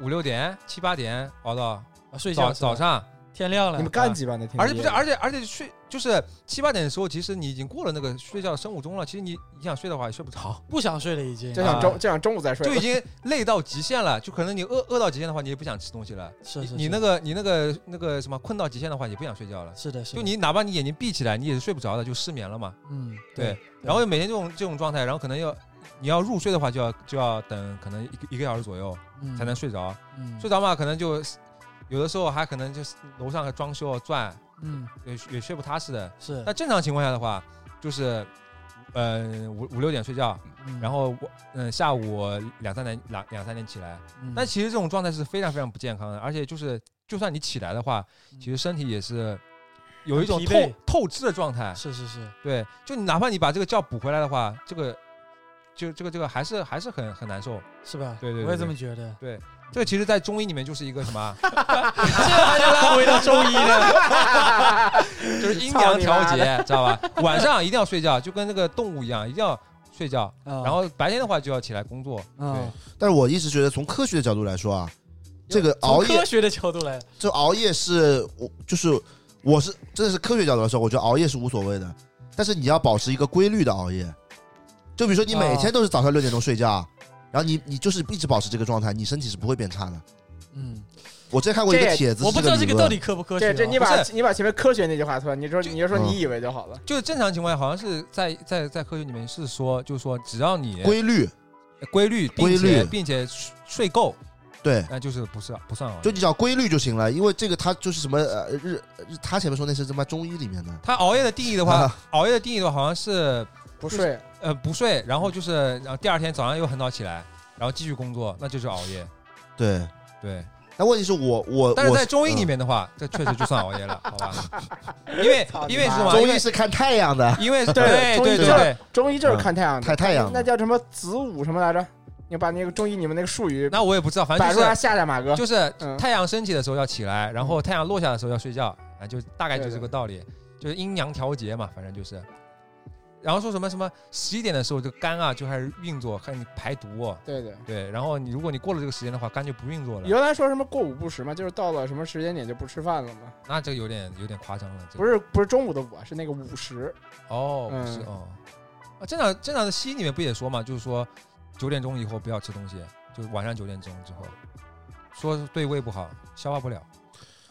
[SPEAKER 1] 五六点、七八点熬到
[SPEAKER 3] 啊睡觉
[SPEAKER 1] 早
[SPEAKER 3] 是吧
[SPEAKER 1] 早上，
[SPEAKER 3] 天亮了
[SPEAKER 5] 你们，干几把那天？
[SPEAKER 1] 啊而且不是，而且而且睡就是七八点的时候，其实你已经过了那个睡觉生物钟了，其实你你想睡的话也睡不着，
[SPEAKER 3] 不想睡了已经
[SPEAKER 5] 就。
[SPEAKER 1] 啊
[SPEAKER 5] 想中就想中午再睡
[SPEAKER 1] 就
[SPEAKER 5] 了。
[SPEAKER 1] 已经累到极限了，就可能你饿饿到极限的话，你也不想吃东西了。
[SPEAKER 3] 是
[SPEAKER 1] 你
[SPEAKER 3] 是，
[SPEAKER 1] 你
[SPEAKER 3] 是
[SPEAKER 1] 那个你那个那个什么困到极限的话，也不想睡觉了。
[SPEAKER 3] 是的，是的
[SPEAKER 1] 就你哪怕你眼睛闭起来，你也是睡不着的，就失眠了嘛。
[SPEAKER 3] 嗯
[SPEAKER 1] 对，然后每天这种这种状态，然后可能要你要入睡的话，就要就要等可能一个一个小时左右
[SPEAKER 3] 嗯
[SPEAKER 1] 才能睡着。
[SPEAKER 3] 嗯
[SPEAKER 1] 睡着嘛，可能就有的时候还可能就是楼上还装修转，
[SPEAKER 3] 嗯
[SPEAKER 1] 也也睡不踏实的。
[SPEAKER 3] 是
[SPEAKER 1] 那，正常情况下的话，就是呃五五六点睡觉，
[SPEAKER 3] 嗯
[SPEAKER 1] 然后我嗯、下午两三点两两三点起来。
[SPEAKER 3] 嗯
[SPEAKER 1] 但其实这种状态是非常非常不健康的，而且就是就算你起来的话，其实身体也是有一种
[SPEAKER 3] 很疲
[SPEAKER 1] 透
[SPEAKER 3] 惫
[SPEAKER 1] 透支的状态。
[SPEAKER 3] 是是是，
[SPEAKER 1] 对，就你哪怕你把这个觉补回来的话，这个就这个这个还是还是很很难受。
[SPEAKER 3] 是吧？
[SPEAKER 1] 对对对
[SPEAKER 3] 我也这
[SPEAKER 1] 对
[SPEAKER 3] 么觉得。
[SPEAKER 1] 对，这个其实，在中医里面就是一个什么
[SPEAKER 3] *laughs*
[SPEAKER 1] 啊，
[SPEAKER 3] 这还能拉回到中医呢？
[SPEAKER 1] *laughs* 就是阴
[SPEAKER 5] 操
[SPEAKER 1] 阳
[SPEAKER 5] 你
[SPEAKER 1] 调
[SPEAKER 5] 妈
[SPEAKER 1] 节，知道吧？晚上一定要睡觉，就跟那个动物一样，一定要睡觉。
[SPEAKER 3] 然
[SPEAKER 1] 然后白天的话就要起来工作。
[SPEAKER 3] 嗯，
[SPEAKER 2] 但是我一直觉得，从科学的角度来说啊，这个
[SPEAKER 3] 从
[SPEAKER 2] 熬夜
[SPEAKER 3] 科学的角度来，
[SPEAKER 2] 就熬夜是我就是我是真的是科学角度来说，我觉得熬夜是无所谓的，但是你要保持一个规律的熬夜。就比如说你每天都是早上六点钟睡
[SPEAKER 3] 啊
[SPEAKER 2] 觉，然后你你就是一直保持这个状态，你身体是不会变差的。
[SPEAKER 3] 嗯，
[SPEAKER 2] 我之前看过一个
[SPEAKER 5] 这
[SPEAKER 2] 帖子，
[SPEAKER 3] 我不知道这
[SPEAKER 2] 这
[SPEAKER 3] 个到底科不科学
[SPEAKER 5] 这
[SPEAKER 3] 啊。
[SPEAKER 5] 这你
[SPEAKER 1] 不
[SPEAKER 5] 把
[SPEAKER 1] 是
[SPEAKER 5] 你把前面科学那句话突然，你说
[SPEAKER 1] 就
[SPEAKER 5] 你就说
[SPEAKER 2] 嗯
[SPEAKER 5] 你以为就好了。
[SPEAKER 1] 就是正常情况下，好像是在在在科学里面是说，就是说只要你
[SPEAKER 2] 规律，
[SPEAKER 1] 规律，并
[SPEAKER 2] 规
[SPEAKER 1] 且
[SPEAKER 2] 律
[SPEAKER 1] 并且睡睡够，
[SPEAKER 2] 对，
[SPEAKER 1] 那就是不是不算熬夜。
[SPEAKER 2] 就你只要规律就行了，因为这个它就是什么呃日日，他前面说那是他妈中医里面的，
[SPEAKER 1] 他熬夜的定义的话
[SPEAKER 2] 啊，
[SPEAKER 1] 熬夜的定义的话，好像是
[SPEAKER 5] 不睡，
[SPEAKER 1] 呃不睡，然后就是然后第二天早上又很早起来，然后继续工作，那就是熬夜。
[SPEAKER 2] 对。
[SPEAKER 1] 对，
[SPEAKER 2] 那问题是我我
[SPEAKER 1] 但是
[SPEAKER 2] 我
[SPEAKER 1] 在中医里
[SPEAKER 2] 嗯
[SPEAKER 1] 面的话，这确实就算熬夜了，好吧？因为
[SPEAKER 5] 操你
[SPEAKER 1] 因为是
[SPEAKER 5] 妈
[SPEAKER 1] 什么？因
[SPEAKER 2] 中
[SPEAKER 1] 为
[SPEAKER 2] 医是看太阳的，
[SPEAKER 1] 因为对
[SPEAKER 5] 中
[SPEAKER 1] 对
[SPEAKER 5] 医
[SPEAKER 1] 对
[SPEAKER 5] 就是
[SPEAKER 1] 对，
[SPEAKER 5] 中医就是
[SPEAKER 2] 嗯
[SPEAKER 5] 看太阳的，
[SPEAKER 2] 看太阳的
[SPEAKER 5] 那叫什么子午什么来着？你把那个中医你们那个术语
[SPEAKER 1] 那我也不知
[SPEAKER 2] 啊
[SPEAKER 1] 道，反正
[SPEAKER 5] 摆
[SPEAKER 1] 就
[SPEAKER 5] 出来
[SPEAKER 1] 是
[SPEAKER 5] 吓吓马哥。
[SPEAKER 1] 就是
[SPEAKER 5] 嗯
[SPEAKER 1] 太阳升起的时候要起来，然后太阳落下的时候要睡觉，啊，就大概就是这个道理，就是阴阳调节嘛，反正就是。然后说什么什么十一点的时候，这个肝啊就开始运作，开始排毒、哦
[SPEAKER 5] 对对，
[SPEAKER 1] 对，然后你如果你过了这个时间的话，肝就不运作了，
[SPEAKER 5] 原来说什么过午不食嘛，就是到了什么时间点就不吃饭了嘛。
[SPEAKER 1] 那这个有点有点夸张了。这个
[SPEAKER 5] 不是不是中午的午啊，是那个午时。
[SPEAKER 1] 哦，
[SPEAKER 5] 嗯
[SPEAKER 1] 不是哦，啊，正常正常的西医里面不也说嘛，就是说九点钟以后不要吃东西，就晚上九点钟之后，说是对胃不好，消化不了。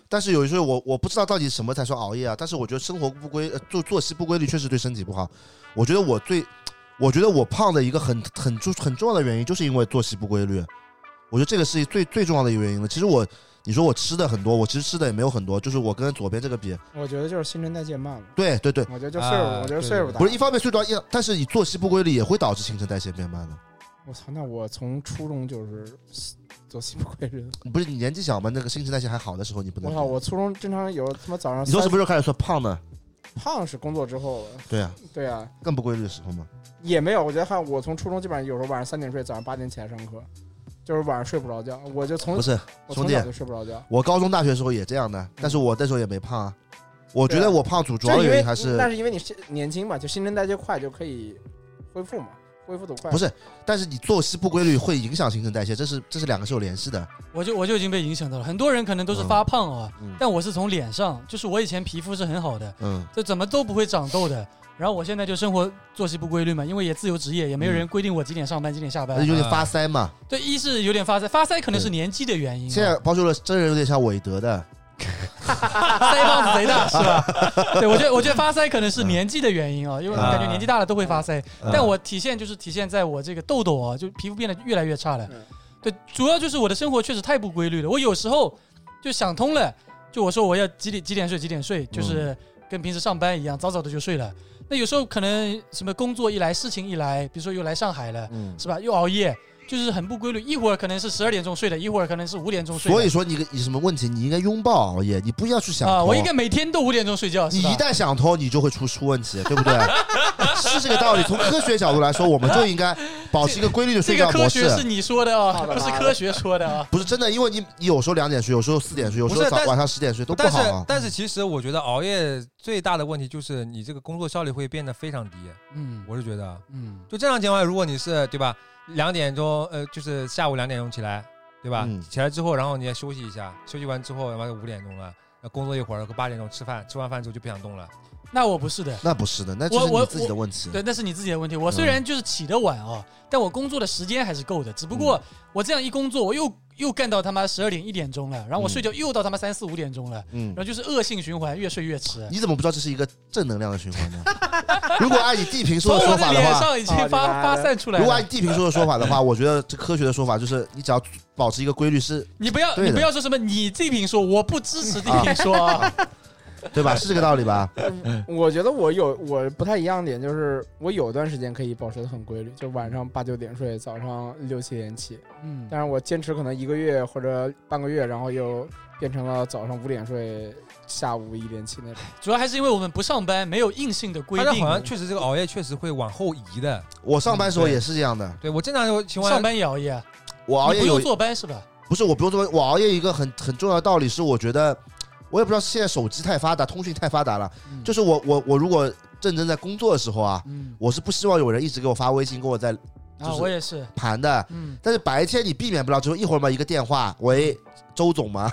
[SPEAKER 2] 但是有时候我我不知道到底什么才算熬夜啊。但是我觉得生活不规，呃作作息不规律确实对身体不好。我觉得我最，我觉得我胖的一个很很重很重要的原因，就是因为作息不规律。我觉得这个是最最重要的一个原因了。其实我，你说我吃的很多，我其实吃的也没有很多，就是我跟左边这个比，
[SPEAKER 5] 我觉得就是新陈代谢慢了，
[SPEAKER 2] 对对对，
[SPEAKER 5] 我觉得就岁数，
[SPEAKER 1] 啊
[SPEAKER 5] 我觉得
[SPEAKER 1] 对
[SPEAKER 5] 岁数大。
[SPEAKER 2] 不是一，方面最主要一，但是你作息不规律也会导致新陈代谢变慢的。
[SPEAKER 5] 我操，那我从初中就是作息不规律的。
[SPEAKER 2] 不是你年纪小嘛，那个新陈代谢还好的时候你不能
[SPEAKER 5] 我
[SPEAKER 2] 比。
[SPEAKER 5] 靠，我初中经常有他妈早上
[SPEAKER 2] 你从
[SPEAKER 5] 三
[SPEAKER 2] 什么时候开始算胖呢？
[SPEAKER 5] 胖是工作之后了，
[SPEAKER 2] 对啊，
[SPEAKER 5] 对啊，
[SPEAKER 2] 更不规律的时候嘛。
[SPEAKER 5] 也没有。我觉得看我从初中基本上有时候晚上三点睡，早上八点起来上课，就是晚上睡不着觉。我就从
[SPEAKER 2] 不是，
[SPEAKER 5] 我
[SPEAKER 2] 兄
[SPEAKER 5] 从
[SPEAKER 2] 弟
[SPEAKER 5] 小就睡不着觉，
[SPEAKER 2] 我高中、大学的时候也这样的，但是我那时候也没胖啊。我觉
[SPEAKER 5] 对
[SPEAKER 2] 得
[SPEAKER 5] 啊
[SPEAKER 2] 我胖主主
[SPEAKER 5] 就
[SPEAKER 2] 要
[SPEAKER 5] 是因
[SPEAKER 2] 原
[SPEAKER 5] 为
[SPEAKER 2] 因还是，
[SPEAKER 5] 那是因为你是年轻嘛，就新陈代谢快就可以恢复嘛，恢复的快。
[SPEAKER 2] 不是但是你作息不规律会影响新陈代谢，这是这是两个是有联系的。
[SPEAKER 3] 我就我就已经被影响到了。很多人可能都是发胖啊，
[SPEAKER 2] 嗯
[SPEAKER 3] 但我是从脸上，就是我以前皮肤是很好的，
[SPEAKER 2] 嗯，
[SPEAKER 3] 就怎么都不会长痘的。然后我现在就生活作息不规律嘛，因为也自由职业，也没有人规定我几点上班，几点下
[SPEAKER 2] 那
[SPEAKER 3] 班。啊
[SPEAKER 2] 有点发腮嘛。
[SPEAKER 3] 对，一是有点发腮，发腮可能是年纪的原因啊。
[SPEAKER 2] 现在包修的真人有点像韦德的，
[SPEAKER 3] 腮帮子
[SPEAKER 2] *laughs*
[SPEAKER 3] 贼大是吧？对，我觉得我觉得发腮可能是年纪的原因啊，因为
[SPEAKER 2] 啊
[SPEAKER 3] 感觉年纪大了都会发腮。
[SPEAKER 2] 嗯
[SPEAKER 3] 但我体现就是体现在我这个痘痘啊，就皮肤变得越来越差了
[SPEAKER 5] 嗯。
[SPEAKER 3] 对，主要就是我的生活确实太不规律了。我有时候就想通了，就我说我要几点几点睡几点
[SPEAKER 2] 嗯
[SPEAKER 3] 睡，就是跟平时上班一样，早早的就睡了。那有时候可能什么工作一来，事情一来，比如说又来上海了，
[SPEAKER 2] 嗯，
[SPEAKER 3] 是吧？又熬夜，就是很不规律。一会儿可能是十二点钟睡的，一会儿可能是五点钟睡的。
[SPEAKER 2] 所以说你个你什么问题，你应该拥抱熬夜，你不要去想
[SPEAKER 3] 啊，
[SPEAKER 2] 通
[SPEAKER 3] 我应该每天都五点钟睡觉，
[SPEAKER 2] 你
[SPEAKER 3] 啊是吧
[SPEAKER 2] 一旦想
[SPEAKER 3] *laughs*
[SPEAKER 2] 通，你就会出出问题，对不对？是这个道理。从科学角度来说，我们就应该保持一个规律的睡
[SPEAKER 3] 这个
[SPEAKER 2] 觉
[SPEAKER 3] 科
[SPEAKER 2] 模
[SPEAKER 3] 学
[SPEAKER 2] 式。
[SPEAKER 3] 是你说的啊、
[SPEAKER 5] 好的
[SPEAKER 3] 不是
[SPEAKER 5] 好的
[SPEAKER 3] 科学说的
[SPEAKER 2] *laughs*
[SPEAKER 3] 啊、
[SPEAKER 2] 不是真的，因为你你有时候两点睡，有时候四点睡，有时
[SPEAKER 1] 不
[SPEAKER 2] 候
[SPEAKER 1] 是
[SPEAKER 2] 早
[SPEAKER 1] 但
[SPEAKER 2] 晚上十点睡都不
[SPEAKER 1] 但
[SPEAKER 2] 好
[SPEAKER 1] 是
[SPEAKER 2] 啊。
[SPEAKER 1] 但是其实我觉得熬夜最大的问题就是你这个工作效率会变得非常低，
[SPEAKER 3] 嗯
[SPEAKER 1] 我是觉得啊，
[SPEAKER 3] 嗯，
[SPEAKER 1] 就正常情况下，如果你是对吧，两点钟呃，就是下午两点钟起来，对吧？
[SPEAKER 2] 嗯
[SPEAKER 1] 起来之后，然后你也休息一下，休息完之后，他妈就五点钟了，那工作一会儿，八点钟吃饭，吃完饭之后就不想动了。
[SPEAKER 3] 那我不是的。
[SPEAKER 2] 那不是的，那就是
[SPEAKER 3] 我
[SPEAKER 2] 你
[SPEAKER 3] 我
[SPEAKER 2] 自己的问题。
[SPEAKER 3] 对，那是你自己的问题。我
[SPEAKER 2] 嗯
[SPEAKER 3] 虽然就是起得晚啊，但我工作的时间还是够的。只不过
[SPEAKER 2] 嗯
[SPEAKER 3] 我这样一工作，我又又干到他妈十二点一点钟了，然后
[SPEAKER 2] 嗯
[SPEAKER 3] 我睡觉又到他妈三四五点钟了，
[SPEAKER 2] 嗯
[SPEAKER 3] 然，后就是恶性循环，越睡越迟。
[SPEAKER 2] 你怎么不知道这是一个正能量的循环呢？如果按你地平
[SPEAKER 3] 从
[SPEAKER 2] 说的
[SPEAKER 3] 我
[SPEAKER 2] 说
[SPEAKER 3] 的
[SPEAKER 2] 法的
[SPEAKER 3] 脸
[SPEAKER 2] 话，
[SPEAKER 3] 上已经
[SPEAKER 5] 哦你
[SPEAKER 3] 发
[SPEAKER 5] 妈
[SPEAKER 3] 发
[SPEAKER 5] 的
[SPEAKER 3] 散出来
[SPEAKER 2] 如果按
[SPEAKER 3] 了
[SPEAKER 2] 你。地平说的说法的
[SPEAKER 3] *laughs*
[SPEAKER 2] 话，我觉得这科学的说法就是，你只要保持一个规律是，
[SPEAKER 3] 你不要
[SPEAKER 2] 对的
[SPEAKER 3] 你不要说什么你地平说，我不支持地
[SPEAKER 2] *laughs*
[SPEAKER 3] 平说啊。
[SPEAKER 2] 对
[SPEAKER 3] *laughs*
[SPEAKER 2] 吧？是这个道理吧？
[SPEAKER 5] 我觉得我有我不太一样的点，就是我有段时间可以保持的很规律，就晚上八九点睡，早上六七点起。
[SPEAKER 3] 嗯，
[SPEAKER 5] 但是我坚持可能一个月或者半个月，然后又变成了早上五点睡，下午一点起那种。
[SPEAKER 3] 主要还是因为我们不上班，没有硬性的规
[SPEAKER 1] 但是好像
[SPEAKER 3] 定。
[SPEAKER 1] 确实这个熬夜确实会往后移的。
[SPEAKER 2] 我上班时候也是这样的，
[SPEAKER 1] 对我正常情况
[SPEAKER 3] 上
[SPEAKER 1] 下，
[SPEAKER 3] 班也熬夜啊，
[SPEAKER 2] 我熬
[SPEAKER 3] 你
[SPEAKER 2] 夜
[SPEAKER 3] 不
[SPEAKER 2] 有
[SPEAKER 3] 用坐班是吧？
[SPEAKER 2] 不是我不用这么，我熬夜一个很很重要的道理是，我觉得我也不知道是现在手机太发达，通讯太发达了，
[SPEAKER 3] 嗯
[SPEAKER 2] 就是我我我如果认真在工作的时候啊，
[SPEAKER 3] 嗯
[SPEAKER 2] 我是不希望有人一直给我发微信跟我在
[SPEAKER 3] 啊，
[SPEAKER 2] 是
[SPEAKER 3] 我也是，
[SPEAKER 2] 盘的。
[SPEAKER 3] 嗯，
[SPEAKER 2] 但是白天你避免不了，之后一会儿嘛一个电话，喂，周总吗？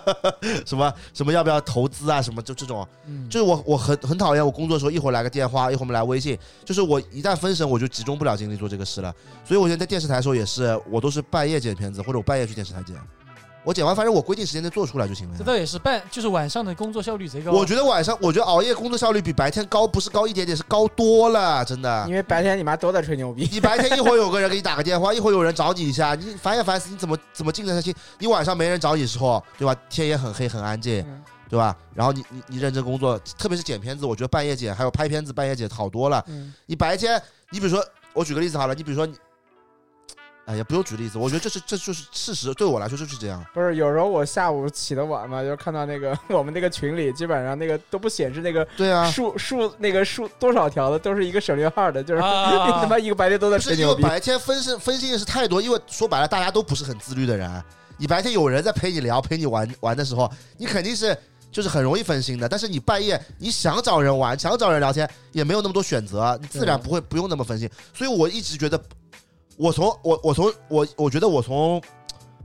[SPEAKER 2] *laughs* 什么什么要不要投资啊？什么就这种，
[SPEAKER 3] 嗯
[SPEAKER 2] 就是我我很很讨厌我工作的时候，一会儿来个电话，一会儿我们来微信，就是我一旦分神，我就集中不了精力做这个事了。所以我现在在电视台的时候也是，我都是半夜剪片子，或者我半夜去电视台剪。我剪完，反正我规定时间内做出来就行了
[SPEAKER 3] 这
[SPEAKER 2] 呀。
[SPEAKER 3] 倒也是半，就是晚上的工作效率贼高。
[SPEAKER 2] 我觉得晚上，我觉得熬夜工作效率比白天高，不是高一点点，是高多了，真的
[SPEAKER 5] 因。为白天你妈都在吹牛逼，
[SPEAKER 2] 你白天一会儿有个人给你打个电话，一会儿有人找你一下，你烦也烦死，你怎么怎么静得下心？你晚上没人找你的时候，对吧？天也很黑，很安静，
[SPEAKER 5] 嗯
[SPEAKER 2] 对吧？然后你你你认真工作，特别是剪片子，我觉得半夜剪还有拍片子，半夜剪好多了。
[SPEAKER 5] 嗯，
[SPEAKER 2] 你白天，你比如说，我举个例子好了，你比如说你，哎呀，不用举例子，我觉得这是这就是事实，对我来说就是这样。
[SPEAKER 5] *laughs* 不是有时候我下午起的晚嘛，就看到那个 *laughs* 我们那个群里基本上那个都不显示那个
[SPEAKER 2] 对啊，
[SPEAKER 5] 数数那个数多少条的，都是一个省略号的，就是
[SPEAKER 3] 啊
[SPEAKER 5] *laughs* 他妈一个白天都在
[SPEAKER 2] 不
[SPEAKER 5] 吹
[SPEAKER 2] 是因
[SPEAKER 5] 牛
[SPEAKER 2] 为
[SPEAKER 5] 逼。
[SPEAKER 2] 白天分身分心的事太多，因为说白了，大家都不是很自律的人。啊你白天有人在陪你聊、陪你玩玩的时候，你肯定是就是很容易分心的。但是你半夜你想找人玩、想找人聊天，也没有那么多选择，你自然不会不用那么分心。所以我一直觉得，我从我我从我我觉得我从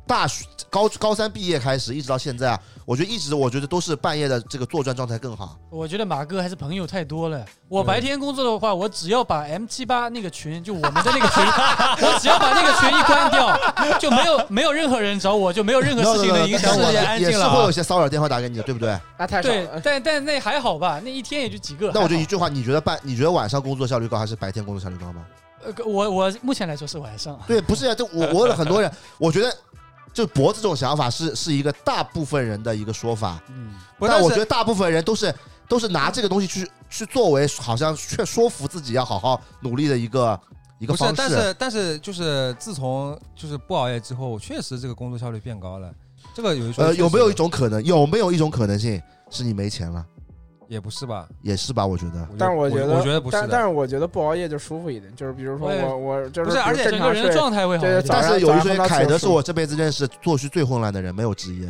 [SPEAKER 2] 大学高高三毕业开始，一直到现在啊，我觉得一直我觉得都是半夜的这个作战状态更好。
[SPEAKER 3] 我觉得马哥还是朋友太多了。我
[SPEAKER 1] 对
[SPEAKER 3] 白天工作的话，我只要把 M 七八那个群，就我们的那个群， *laughs* 我只要把那个群一关掉，就没有没有任何人找我，就没有任何事情的影响
[SPEAKER 2] 但
[SPEAKER 3] 我。
[SPEAKER 1] 也
[SPEAKER 2] 我
[SPEAKER 1] 安
[SPEAKER 2] 也
[SPEAKER 1] 静
[SPEAKER 2] 是
[SPEAKER 1] 了啊
[SPEAKER 2] 会有一些骚扰电话打给你的，对不对？
[SPEAKER 5] 那啊太少
[SPEAKER 3] 对
[SPEAKER 5] 了，，
[SPEAKER 3] 但但那还好吧，那一天也就几个。
[SPEAKER 2] *laughs* 那我就
[SPEAKER 3] 还
[SPEAKER 2] 一
[SPEAKER 3] 好
[SPEAKER 2] 句话，你觉得半你觉得晚上工作效率高还是白天工作效率高吗？
[SPEAKER 3] 呃，我我目前来说是晚上。
[SPEAKER 2] 对，不是呀、就我我问了很多人，我觉得就脖子这种想法是是一个大部分人的一个说法，
[SPEAKER 3] 嗯，
[SPEAKER 1] 不
[SPEAKER 2] 但
[SPEAKER 1] 但
[SPEAKER 2] 我
[SPEAKER 1] 是
[SPEAKER 2] 觉得大部分人都是都是拿这个东西去去作为好像劝说服自己要好好努力的一个一个
[SPEAKER 1] 不是，
[SPEAKER 2] 方
[SPEAKER 1] 但
[SPEAKER 2] 式。
[SPEAKER 1] 是但是就是自从就是不熬夜之后，确实这个工作效率变高了。这个有一说
[SPEAKER 2] 呃，
[SPEAKER 1] 确实
[SPEAKER 2] 有没有一种可能？有没有一种可能性是你没钱了？
[SPEAKER 1] 也不是吧？
[SPEAKER 2] 也是吧，我觉得。
[SPEAKER 1] 我觉
[SPEAKER 5] 但是
[SPEAKER 1] 我
[SPEAKER 5] 我觉
[SPEAKER 1] 我觉得不是
[SPEAKER 5] 但
[SPEAKER 1] 的。
[SPEAKER 5] 但是我觉得不熬夜就舒服一点，就是比如说
[SPEAKER 3] 我也
[SPEAKER 5] 我我就是
[SPEAKER 1] 不是而且
[SPEAKER 5] 正
[SPEAKER 3] 整个
[SPEAKER 5] 常
[SPEAKER 3] 人的
[SPEAKER 5] 睡，
[SPEAKER 3] 状态会好一
[SPEAKER 5] 对
[SPEAKER 3] 点。
[SPEAKER 5] 早
[SPEAKER 2] 但
[SPEAKER 5] 上
[SPEAKER 2] 是有一说一，
[SPEAKER 5] 早上
[SPEAKER 2] 凯德
[SPEAKER 5] 到
[SPEAKER 2] 是我这辈子认识作息最混乱的人，没有之
[SPEAKER 5] *laughs*
[SPEAKER 2] 一。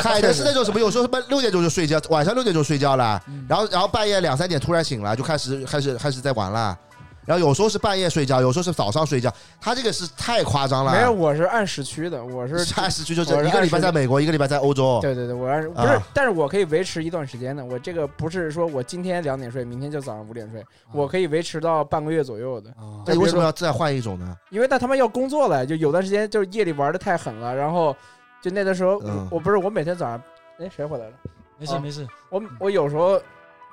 [SPEAKER 2] 凯德是那种什么，有时候什么六点钟就睡觉，晚上六点钟睡觉了，
[SPEAKER 5] 嗯
[SPEAKER 2] 然后然后半夜两三点突然醒了，就开始开始开始在玩了。然后有时候是半夜睡觉，有时候是早上睡觉，他这个是太夸张了。
[SPEAKER 5] 没有，我是按时区的，我是
[SPEAKER 2] 差时区就是
[SPEAKER 5] 我是
[SPEAKER 2] 一个礼拜
[SPEAKER 5] 按时
[SPEAKER 2] 在美国，一个礼拜在欧洲。
[SPEAKER 5] 对对对，我按时不是，但是我可以维持一段时间的，我这个不是说我今天两点睡，明天就早上五点睡，我可以维持到半个月左右的，
[SPEAKER 3] 啊
[SPEAKER 2] 那你为什么要再换一种呢？
[SPEAKER 5] 因为那他妈要工作了，就有段时间就是夜里玩的太狠了，然后就那段时候
[SPEAKER 2] 嗯
[SPEAKER 5] 我我不是我每天早上，哎谁回来了？
[SPEAKER 3] 没事没事，
[SPEAKER 5] 我我有时候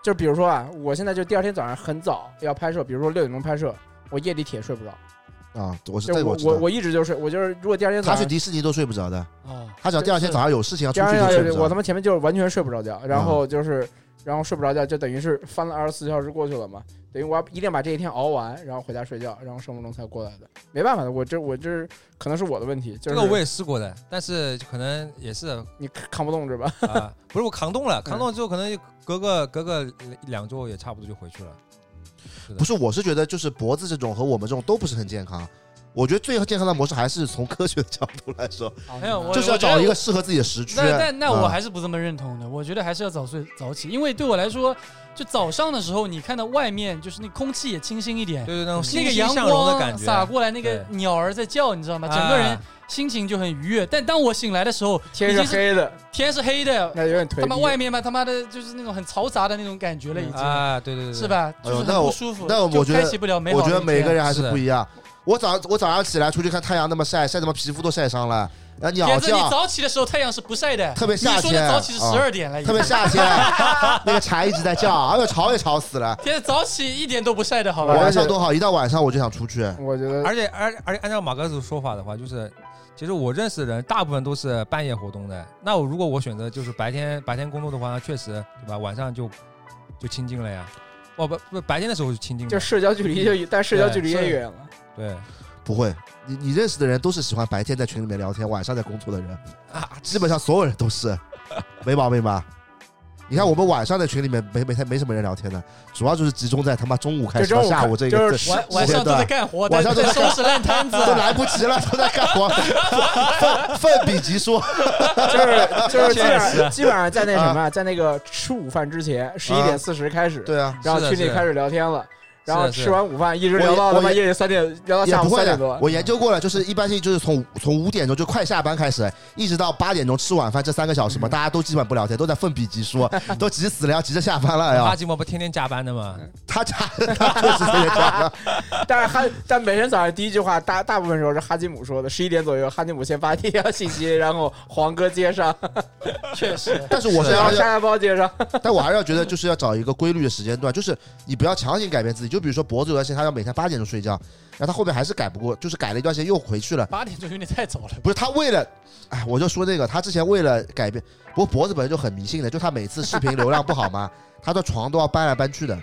[SPEAKER 5] 就比如说啊，我现在就第二天早上很早要拍摄，比如说六点钟拍摄，我夜里铁睡不着。
[SPEAKER 2] 啊，我是
[SPEAKER 5] 就
[SPEAKER 2] 这个
[SPEAKER 5] 我
[SPEAKER 2] 我知
[SPEAKER 5] 我
[SPEAKER 2] 道。
[SPEAKER 5] 我一直就睡，我就是如果第二天早
[SPEAKER 2] 他去
[SPEAKER 5] 上，
[SPEAKER 2] 迪士尼都睡不着的，
[SPEAKER 3] 啊，
[SPEAKER 2] 他只要第二天早上有事情要
[SPEAKER 5] 第
[SPEAKER 2] 出
[SPEAKER 5] 二
[SPEAKER 2] 去就
[SPEAKER 5] 天早
[SPEAKER 2] 睡不
[SPEAKER 5] 上我啊
[SPEAKER 2] 着
[SPEAKER 5] 他。妈前面就是完全睡不着觉，然后就是然后睡不着觉，就等于是翻了二十四小时过去了嘛，等于我要一定要把这一天熬完，然后回家睡觉，然后生物钟才过来的，没办法的，我这我这是可能是我的问题，
[SPEAKER 1] 这
[SPEAKER 5] 就是
[SPEAKER 1] 个我也试过的，但是可能也是
[SPEAKER 5] 你扛不
[SPEAKER 3] *laughs*
[SPEAKER 5] 动是吧？
[SPEAKER 1] 啊，不是我扛冻了，扛冻之后可能就隔个隔个两周也差不多就回去了。的
[SPEAKER 2] 不是，我是觉得就是脖子这种和我们这种都不是很健康。我觉得最健康的模式还是从科学的角度来说，
[SPEAKER 3] 没哎有我
[SPEAKER 2] 就是要
[SPEAKER 3] 觉得
[SPEAKER 2] 找一个适合自己的时区。
[SPEAKER 3] 那那那
[SPEAKER 2] 嗯
[SPEAKER 3] 我还是不这么认同的，我觉得还是要早睡早起，因为对我来说，就早上的时候，你看到外面就是那空气也清新一点，
[SPEAKER 1] 就是那种欣
[SPEAKER 3] 那个
[SPEAKER 1] 欣
[SPEAKER 3] 阳
[SPEAKER 1] 向荣的
[SPEAKER 3] 光
[SPEAKER 1] 感觉，啊
[SPEAKER 3] 洒过来，那个
[SPEAKER 1] 对
[SPEAKER 3] 鸟儿在叫，你知道吗？整个
[SPEAKER 1] 啊
[SPEAKER 3] 人心情就很愉悦。但当我醒来的时候，
[SPEAKER 5] 天
[SPEAKER 3] 已
[SPEAKER 5] 是
[SPEAKER 3] 经是
[SPEAKER 5] 黑的，
[SPEAKER 3] 天是黑的，
[SPEAKER 5] 那有点颓
[SPEAKER 3] 他妈
[SPEAKER 5] 逼。
[SPEAKER 3] 外面嘛，他妈的就是那种很嘈杂的那种感觉了，已经、
[SPEAKER 1] 啊，对对对，对
[SPEAKER 3] 是？吧？
[SPEAKER 2] 哎
[SPEAKER 3] 就
[SPEAKER 2] 呦
[SPEAKER 3] 是
[SPEAKER 2] 那
[SPEAKER 3] 很
[SPEAKER 2] 我
[SPEAKER 3] 不舒服，
[SPEAKER 2] 那我
[SPEAKER 3] 就
[SPEAKER 2] 觉得
[SPEAKER 3] 开启不了美好
[SPEAKER 2] 我
[SPEAKER 3] 的
[SPEAKER 2] 觉
[SPEAKER 3] 一天。
[SPEAKER 2] 得每个人还是
[SPEAKER 1] 是
[SPEAKER 2] 不一样。我早我早上起来出去看太阳那么晒，晒他妈皮肤都晒伤了。然后鸟
[SPEAKER 3] 点子，你
[SPEAKER 2] 叫，
[SPEAKER 3] 早起的时候太阳是不晒的，
[SPEAKER 2] 特别夏
[SPEAKER 3] 你说的
[SPEAKER 2] 天
[SPEAKER 3] 早起是
[SPEAKER 2] 啊
[SPEAKER 3] 十二点了，已
[SPEAKER 2] 特
[SPEAKER 3] 经
[SPEAKER 2] 别夏
[SPEAKER 3] *laughs*
[SPEAKER 2] 天，那个蝉一直在叫，哎呦吵也吵死了。
[SPEAKER 3] 天天早起一点都不晒的好吧？
[SPEAKER 2] 晚上多好，一到晚上我就想出去。
[SPEAKER 5] 我觉得
[SPEAKER 1] 而且而而且按照马格子说法的话，就是其实我认识的人大部分都是半夜活动的。那我如果我选择就是白天白天工作的话，那确实对吧？晚上就就清静了呀。哦不不，白天的时候就清静了，
[SPEAKER 5] 就社交距离就但社交距离也远了。
[SPEAKER 1] 对
[SPEAKER 2] 不会，你你认识的人都是喜欢白天在群里面聊天，晚上在工作的人，
[SPEAKER 1] 啊，
[SPEAKER 2] 基本上所有人都是， *laughs* 没毛病吧？你看我们晚上在群里面没没太没什么人聊天的，主要就是集中在他妈中午开始
[SPEAKER 5] 就
[SPEAKER 2] 到
[SPEAKER 5] 中午
[SPEAKER 2] 下午这个
[SPEAKER 5] 就
[SPEAKER 2] 时
[SPEAKER 5] 是
[SPEAKER 3] 晚
[SPEAKER 2] 时
[SPEAKER 3] 晚
[SPEAKER 2] 间
[SPEAKER 3] 上都在
[SPEAKER 2] 段。
[SPEAKER 3] 干活，
[SPEAKER 2] 晚上
[SPEAKER 3] 在
[SPEAKER 2] 都
[SPEAKER 3] 在
[SPEAKER 2] 在
[SPEAKER 3] 收拾烂摊子。
[SPEAKER 2] 都来不及了，都在干活， *laughs* 奋奋笔疾书。
[SPEAKER 5] *laughs* 就是就是基
[SPEAKER 1] 确
[SPEAKER 5] 本
[SPEAKER 1] 实
[SPEAKER 5] 上基本上在那什么啊，在那个吃午饭之前，十一点四十开始，
[SPEAKER 2] 对啊，
[SPEAKER 5] 然后
[SPEAKER 1] 是的
[SPEAKER 5] 群里
[SPEAKER 1] 是的
[SPEAKER 5] 开始聊天了，然
[SPEAKER 1] 是
[SPEAKER 5] 后
[SPEAKER 1] 的
[SPEAKER 5] 吃完午饭一直聊到
[SPEAKER 2] 我也
[SPEAKER 5] 他妈
[SPEAKER 2] 我也
[SPEAKER 5] 夜里三点，聊到
[SPEAKER 2] 也
[SPEAKER 5] 下
[SPEAKER 2] 不
[SPEAKER 5] 午
[SPEAKER 2] 会
[SPEAKER 5] 三点
[SPEAKER 2] 的
[SPEAKER 5] 多。。
[SPEAKER 2] 我研究过了，就是一般性就是从从五点钟就快下班开始，一直到八点钟吃晚饭这三个小时嘛，大家都基本不聊天，都在奋笔疾书， *laughs* 都急死了，要急着下班了哎
[SPEAKER 5] 哎
[SPEAKER 1] 巴
[SPEAKER 2] 呀。
[SPEAKER 1] 基莫不天天加班的吗？
[SPEAKER 2] 他家 *laughs* 他确实特别加班。
[SPEAKER 5] 但是哈，但每天早上第一句话，大大部分时候是哈基姆说的，十一点左右，哈基姆先发第一条信息，然后黄哥接上，
[SPEAKER 3] 确实，
[SPEAKER 2] *laughs* 但是我是
[SPEAKER 5] 然
[SPEAKER 2] 要
[SPEAKER 5] 后，沙沙包接上。
[SPEAKER 2] 但我还是要觉得就是要找一个规律的时间段，就是你不要强行改变自己。就比如说脖子有段时间他要每天八点钟睡觉，然后他后面还是改不过，就是改了一段时间又回去了。
[SPEAKER 3] 八点钟有点太早了。
[SPEAKER 2] 不是他为了，哎，我就说那个，他之前为了改变，不过脖子本身就很迷信的，就他每次视频流量不好嘛，他的床都要搬来搬去的，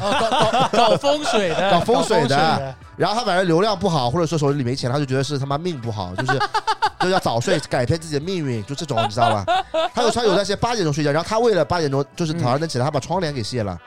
[SPEAKER 3] 哦，搞搞搞风水的，
[SPEAKER 2] 搞
[SPEAKER 3] 搞
[SPEAKER 2] 风水的
[SPEAKER 3] 水的，
[SPEAKER 2] 然后他反正流量不好，或者说手里没钱，他就觉得是他妈命不好，
[SPEAKER 3] *laughs*
[SPEAKER 2] 就是就要早睡改变自己的命运，就这种你知道吧？他有他有段时间八点钟睡觉，然后他为了八点钟就是早上
[SPEAKER 3] 嗯
[SPEAKER 2] 能起来，他把窗帘给
[SPEAKER 3] *laughs*
[SPEAKER 2] 卸了。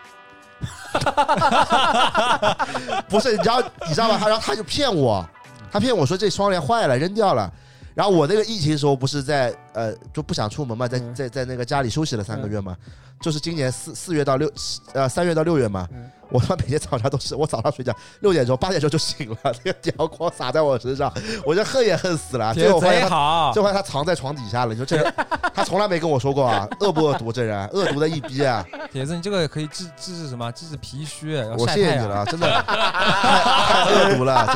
[SPEAKER 2] 不是，你知道你知道吧？他然后他就骗我，他骗我说这窗帘坏了，扔掉了。然后我那个疫情的时候不是在呃就不想出门嘛，在
[SPEAKER 5] 嗯
[SPEAKER 2] 在在那个家里休息了三个月嘛，
[SPEAKER 1] 嗯
[SPEAKER 2] 就是今年四四月到六呃三月到六月嘛，
[SPEAKER 5] 嗯
[SPEAKER 2] 我他妈每天早上都是我早上睡觉六点钟八点钟就醒了，那个阳光洒在我身上，我就恨也恨死
[SPEAKER 5] 啊
[SPEAKER 2] 了。啊最后我发现
[SPEAKER 1] 贼
[SPEAKER 2] 他
[SPEAKER 1] 好，
[SPEAKER 2] 最后他藏在床底下了。你说这人，他从来没跟我说过啊，恶不恶毒？这人恶毒的一
[SPEAKER 1] *laughs*
[SPEAKER 2] 逼啊！
[SPEAKER 1] 铁子，你这个可以治治治什么？治治脾虚，要
[SPEAKER 2] 我
[SPEAKER 1] 晒
[SPEAKER 2] 谢
[SPEAKER 1] 太
[SPEAKER 2] 谢你
[SPEAKER 1] 阳，
[SPEAKER 2] 了，真的太太恶毒了，真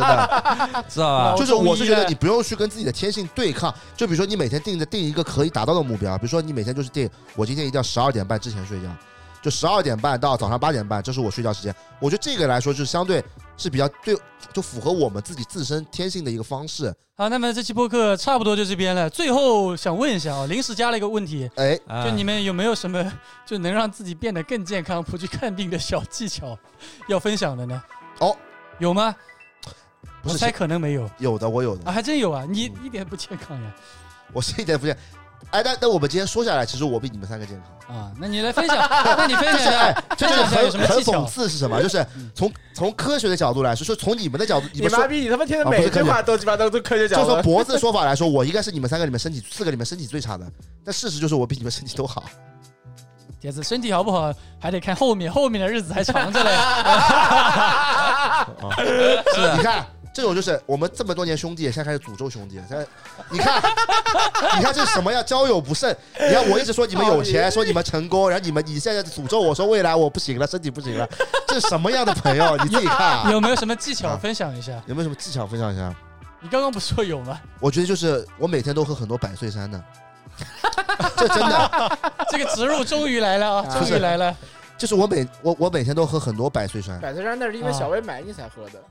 [SPEAKER 2] 的。
[SPEAKER 1] 知道吧？
[SPEAKER 2] 就是我是觉得你不用去跟自己的天性对抗，就比如说你每天定着定一个可以达到的目标，比如说你每天就是定，我今天一定要十二点半之前睡觉。就十二点半到早上八点半，这是我睡觉时间。我觉得这个来说，就是相对是比较对，就符合我们自己自身天性的一个方式。
[SPEAKER 3] 好，那么这期播客差不多就这边了。最后想问一下啊，临时加了一个问题，
[SPEAKER 2] 哎，
[SPEAKER 1] 啊
[SPEAKER 3] 就你们有没有什么就能让自己变得更健康、不去看病的小技巧 *laughs* 要分享的呢？
[SPEAKER 2] 哦，
[SPEAKER 3] 有吗？
[SPEAKER 2] 不
[SPEAKER 3] 我
[SPEAKER 2] 是嗯
[SPEAKER 3] 猜可能没有
[SPEAKER 2] 有的，我有的
[SPEAKER 3] 啊，，还真有啊！你一点不健康呀
[SPEAKER 2] 我是一点不健。哎，但但我们今天说下来，其实我比你们三个健
[SPEAKER 3] *laughs*
[SPEAKER 2] 康。
[SPEAKER 3] 啊！那你来分享， *laughs* 那你分
[SPEAKER 2] 就
[SPEAKER 3] 享
[SPEAKER 2] 是
[SPEAKER 3] 一下
[SPEAKER 2] 哎， *laughs* 就是
[SPEAKER 3] 分享一下有
[SPEAKER 2] 很
[SPEAKER 3] 什么
[SPEAKER 2] 很
[SPEAKER 3] 技
[SPEAKER 2] 讽
[SPEAKER 3] 巧？嗯
[SPEAKER 2] 刺是什么？就是从从科学的角度来说，说从你们的角度，你
[SPEAKER 5] 你
[SPEAKER 2] 们说
[SPEAKER 5] 妈逼！你他妈天
[SPEAKER 2] 啊
[SPEAKER 5] 天每
[SPEAKER 2] 不
[SPEAKER 5] 一
[SPEAKER 2] 是
[SPEAKER 5] 句话都鸡巴都都科学
[SPEAKER 2] 就
[SPEAKER 5] 角
[SPEAKER 2] 说
[SPEAKER 5] 度。
[SPEAKER 2] 脖子的说法来说，我应该是你们三个里面身体四个里面身体最差的，但事实就是我比你们身体都好。
[SPEAKER 3] 铁子身体好不好还得看后面，后面的日子还长着嘞。
[SPEAKER 2] 你看这种就是我们这么多年兄弟，现在开始诅咒兄弟，现在你看，你看这是什么呀？交友不慎。你看我一直说你们有钱，说你们成功，然后你们你现在诅咒我说未来我不行了，身体不行了，这是什么样的朋友？你自己看啊，
[SPEAKER 3] *laughs* 有没有什么技巧分享一下？
[SPEAKER 2] 有没有什么技巧分享一下？
[SPEAKER 3] 你刚刚不是说有
[SPEAKER 2] *laughs*
[SPEAKER 3] 吗？
[SPEAKER 2] 我觉得就是我每天都喝很多百岁山的，这真的
[SPEAKER 3] 这个植入终于来了
[SPEAKER 2] *laughs*
[SPEAKER 3] 啊，
[SPEAKER 5] 啊
[SPEAKER 3] 终于来了。
[SPEAKER 2] 就是我每我我每天都喝很多百岁山。
[SPEAKER 5] 百岁山那是
[SPEAKER 2] 啊
[SPEAKER 5] 因为小薇买你才喝的，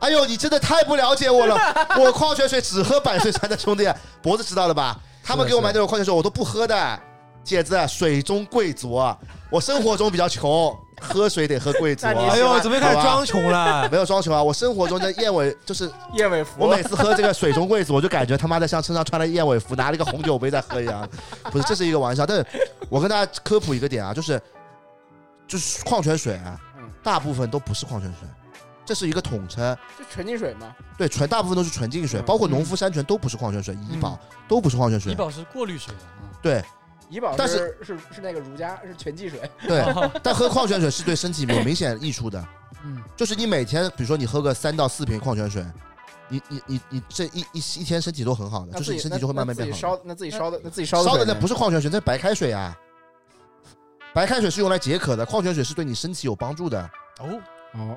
[SPEAKER 2] 哎呦，你真的太不了解我
[SPEAKER 5] *laughs*
[SPEAKER 2] 了！我矿泉水只喝百岁山的兄弟，脖子知道了吧？他们给我买那种矿泉水，我都不喝的。姐子，水中贵族，啊，我生活中比较穷，喝水得喝贵族啊。
[SPEAKER 5] 那你
[SPEAKER 1] 哎呦，准备开始
[SPEAKER 2] 好吧，
[SPEAKER 1] 装穷了
[SPEAKER 2] 没有装穷啊！我生活中的燕尾就是，
[SPEAKER 5] 燕尾
[SPEAKER 2] 我
[SPEAKER 5] 服
[SPEAKER 2] 每。次喝这个水中贵族，我就感觉他妈的像身上穿了燕尾服，拿了一个红酒杯在喝一
[SPEAKER 5] *laughs*
[SPEAKER 2] 样。不是，这是一个玩笑，但是我跟大家科普一个点啊，就是就是矿泉水啊
[SPEAKER 5] 嗯，
[SPEAKER 2] 大部分都不是矿泉水，这是一个统称。
[SPEAKER 5] 就纯净水嘛，
[SPEAKER 2] 对，纯大部分都是纯净水，
[SPEAKER 5] 嗯
[SPEAKER 2] 包括农夫山泉都不是矿泉水，怡宝都不是矿泉
[SPEAKER 3] 怡
[SPEAKER 2] 水。
[SPEAKER 3] 宝是过滤水的啊。
[SPEAKER 2] 对
[SPEAKER 5] 怡宝
[SPEAKER 2] 但
[SPEAKER 5] 是是是那个儒家是全剂水，
[SPEAKER 2] 对，
[SPEAKER 5] 哦
[SPEAKER 2] *laughs* 但喝矿泉水是对身体有明显益处的。
[SPEAKER 3] 嗯，
[SPEAKER 2] 就是你每天，比如说你喝个三到四瓶矿泉水，你你你你这一一一天身体都很好的，
[SPEAKER 5] 那
[SPEAKER 2] 就是
[SPEAKER 5] 自
[SPEAKER 2] 你
[SPEAKER 5] 己
[SPEAKER 2] 身
[SPEAKER 5] 那
[SPEAKER 2] 体就会慢慢
[SPEAKER 5] 那
[SPEAKER 2] 变
[SPEAKER 5] 自己
[SPEAKER 2] 好的。
[SPEAKER 5] 烧那自己
[SPEAKER 3] 那
[SPEAKER 5] 烧的那自己烧
[SPEAKER 2] 烧的
[SPEAKER 5] 水
[SPEAKER 2] 那
[SPEAKER 5] 呢
[SPEAKER 2] 不是矿泉水，那是白开水啊。白开水是用来解渴的，矿泉水是对你身体有帮助的。
[SPEAKER 3] 哦，
[SPEAKER 5] 哦，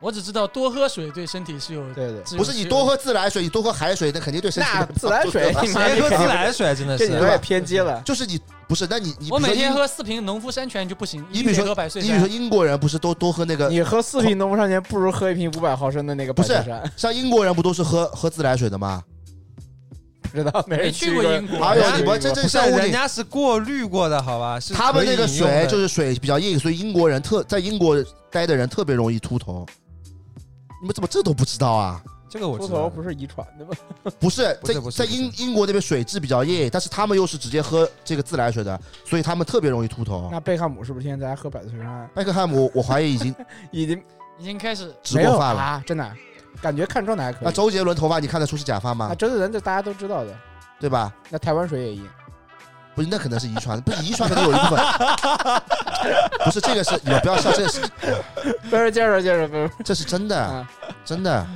[SPEAKER 3] 我只知道多喝水对身体是有，
[SPEAKER 5] 对对，
[SPEAKER 3] 是有
[SPEAKER 2] 不是你多喝自来水，你多喝海水，那肯定对身体
[SPEAKER 5] *laughs* 那
[SPEAKER 2] 有帮助
[SPEAKER 5] 自
[SPEAKER 2] 的
[SPEAKER 5] 来 *laughs* 水，你妈
[SPEAKER 1] *laughs* 谁
[SPEAKER 5] 这
[SPEAKER 1] 喝
[SPEAKER 5] 肯
[SPEAKER 1] 自
[SPEAKER 5] 定
[SPEAKER 1] 来水啊真的
[SPEAKER 5] 这
[SPEAKER 1] 是
[SPEAKER 5] 你有点偏激了。
[SPEAKER 2] *laughs* 就是你不是，那你你
[SPEAKER 3] 我
[SPEAKER 2] 比如
[SPEAKER 3] 每
[SPEAKER 2] 说
[SPEAKER 3] 天
[SPEAKER 2] 英
[SPEAKER 3] 喝四瓶农夫山泉就不行，
[SPEAKER 2] 你
[SPEAKER 3] 一
[SPEAKER 2] 比如说
[SPEAKER 3] 得百岁
[SPEAKER 2] 你比如说
[SPEAKER 3] 山。
[SPEAKER 2] 英国人不是都都喝那个，
[SPEAKER 5] *laughs* 你喝四瓶农夫山泉，不如喝一瓶五百毫升的那个
[SPEAKER 2] 不
[SPEAKER 5] 白
[SPEAKER 2] 是
[SPEAKER 5] 衬 *laughs* 山，
[SPEAKER 2] 像英国人不都是喝喝自来水的吗？
[SPEAKER 5] 不知道没
[SPEAKER 3] 没
[SPEAKER 5] 人
[SPEAKER 3] 去过英国，
[SPEAKER 2] 哎
[SPEAKER 5] 啊没有
[SPEAKER 2] 呦，你们真
[SPEAKER 1] 不
[SPEAKER 2] 正
[SPEAKER 1] 是
[SPEAKER 2] 像屋
[SPEAKER 1] 人
[SPEAKER 2] 里，
[SPEAKER 1] 家是过滤过的，好吧？是
[SPEAKER 2] 他们那个水就是是水比较硬，所以英国人特在英国待的人特别容易秃头。你们怎么这都不知道啊？
[SPEAKER 1] 这个我
[SPEAKER 5] 秃
[SPEAKER 1] 知
[SPEAKER 5] 头
[SPEAKER 1] 道。
[SPEAKER 5] 不是遗传的吗？
[SPEAKER 2] 不是
[SPEAKER 1] 不
[SPEAKER 2] 在
[SPEAKER 1] 是不是
[SPEAKER 2] 在
[SPEAKER 1] 不是
[SPEAKER 2] 英英国那边水质比较硬，但是他们又是直接喝这个自来水的，所以他们特别容易秃头。
[SPEAKER 5] 那贝克汉姆是不是天天在家喝百岁山？
[SPEAKER 2] 麦克汉姆，我怀疑已经
[SPEAKER 5] 已经
[SPEAKER 3] 已经开始
[SPEAKER 2] 植过发
[SPEAKER 5] 没有
[SPEAKER 2] 了。
[SPEAKER 5] 啊，真的啊，感觉看状态还可
[SPEAKER 2] 那
[SPEAKER 5] 以。
[SPEAKER 2] 周杰伦头发你看得出是假发
[SPEAKER 5] 那
[SPEAKER 1] 哎
[SPEAKER 2] 吗？
[SPEAKER 5] 周杰伦这大家都知道的，
[SPEAKER 2] 对吧？
[SPEAKER 5] 那台湾水也硬，
[SPEAKER 2] 不是，那可能是遗传，不是遗传可能有一部分。 *laughs* 不是这个是，你们不要笑，这个是
[SPEAKER 5] 不是，接着接着，不是，
[SPEAKER 2] 这是真的
[SPEAKER 5] 啊，
[SPEAKER 2] 真的，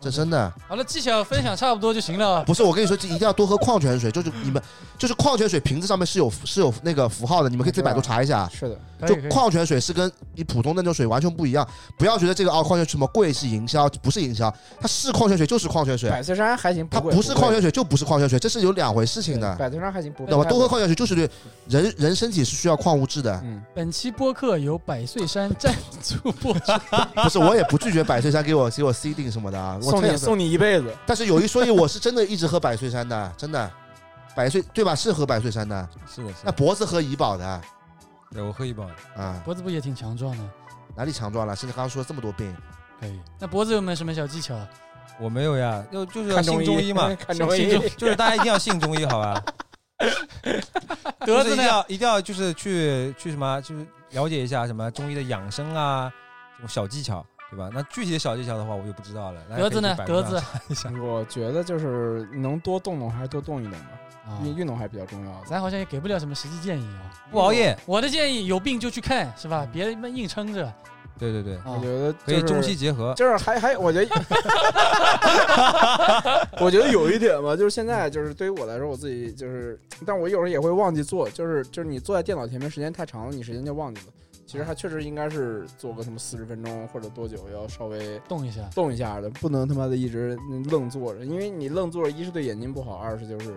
[SPEAKER 2] 这真的
[SPEAKER 3] 好了，技巧分享差不多就行了。啊
[SPEAKER 2] 不是我跟你说，这一定要多喝矿泉水。就是你们，就是矿泉水瓶子上面是有是有那个符号的，你们可以自己百度查一下。
[SPEAKER 5] 是的，
[SPEAKER 3] 可以
[SPEAKER 2] 就
[SPEAKER 3] 可以
[SPEAKER 2] 矿泉水是跟你普通的那种水完全不一样，不要觉得这个哦矿泉水什么贵是营销，不是营销，它是矿泉水就是矿泉水，
[SPEAKER 5] 百岁山还行，
[SPEAKER 2] 它
[SPEAKER 5] 贵
[SPEAKER 2] 不是矿
[SPEAKER 5] 贵
[SPEAKER 2] 泉水就不是矿泉水，这是有两回事情的，
[SPEAKER 5] 百岁山还行，不
[SPEAKER 2] 懂吗？
[SPEAKER 5] 贵
[SPEAKER 2] 多喝，矿泉水就是对人人身体是需要矿物质的，
[SPEAKER 5] 嗯，
[SPEAKER 3] 本期播客由百岁山赞助播出。
[SPEAKER 2] 不是我也不拒绝百岁山给我给我 C 定什么的啊，我
[SPEAKER 5] 送
[SPEAKER 2] 特
[SPEAKER 5] 你
[SPEAKER 2] 别
[SPEAKER 5] 送你一辈子，
[SPEAKER 2] 但是有一说一，我是真的一直喝百岁山的， *laughs* 真的，百岁对吧？是喝百岁山的，
[SPEAKER 1] 是的，是
[SPEAKER 2] 那
[SPEAKER 1] 的。
[SPEAKER 2] 脖子喝怡宝的
[SPEAKER 1] 对我喝一包，
[SPEAKER 2] 啊，
[SPEAKER 3] 脖子不也挺强壮的？
[SPEAKER 2] 哪里强壮了？甚至刚刚说了这么多病，
[SPEAKER 3] 可以。那脖子有没有什么小技
[SPEAKER 2] 啊
[SPEAKER 3] 巧？
[SPEAKER 1] 我没有呀，就就是要
[SPEAKER 5] 看
[SPEAKER 1] 信中
[SPEAKER 5] 中，
[SPEAKER 1] 医 *laughs* 嘛
[SPEAKER 2] *laughs*
[SPEAKER 5] 看中
[SPEAKER 1] 信
[SPEAKER 5] 医
[SPEAKER 1] 信，就是大家一定要信中医，好吧？
[SPEAKER 3] 德
[SPEAKER 1] 就是
[SPEAKER 3] 子
[SPEAKER 1] 一
[SPEAKER 3] 呢
[SPEAKER 1] 定？要一定要就是去去什么，就是了解一下什么中医的养生啊，这种小技巧，对吧？那具体的小技巧的话，我就不知道了。大家
[SPEAKER 3] 德子呢
[SPEAKER 1] 可以？去百
[SPEAKER 3] 德
[SPEAKER 1] 度
[SPEAKER 3] 子
[SPEAKER 1] 上查一下，
[SPEAKER 5] 我觉得就是能多动动还是多动一动吧，
[SPEAKER 3] 啊
[SPEAKER 5] 运运动还比较重要的。
[SPEAKER 3] 咱好像也给不了什么实际建议啊。
[SPEAKER 1] 不熬夜，
[SPEAKER 3] 我的建议，有病就去看，是
[SPEAKER 2] 嗯
[SPEAKER 3] 吧？别他妈硬撑
[SPEAKER 2] 啊
[SPEAKER 3] 着
[SPEAKER 1] 对对对，
[SPEAKER 5] 我
[SPEAKER 3] 啊
[SPEAKER 5] 觉！得
[SPEAKER 1] 可以
[SPEAKER 5] 就是
[SPEAKER 1] 中西结合。
[SPEAKER 5] 就是还还，我觉得， *laughs* 我觉得有一点吧，就是现在就是对于我来说，我自己就是，但我有时候也会忘记做，就是就是你坐在电脑前面时间太长了，你时间就忘记了。其实还确实应该是做个什么四十分钟或者多久，要稍微
[SPEAKER 3] 动一下，
[SPEAKER 5] 动一下的，不能他妈的一直愣坐着，因为你愣坐着，一是对眼睛不好，二是就是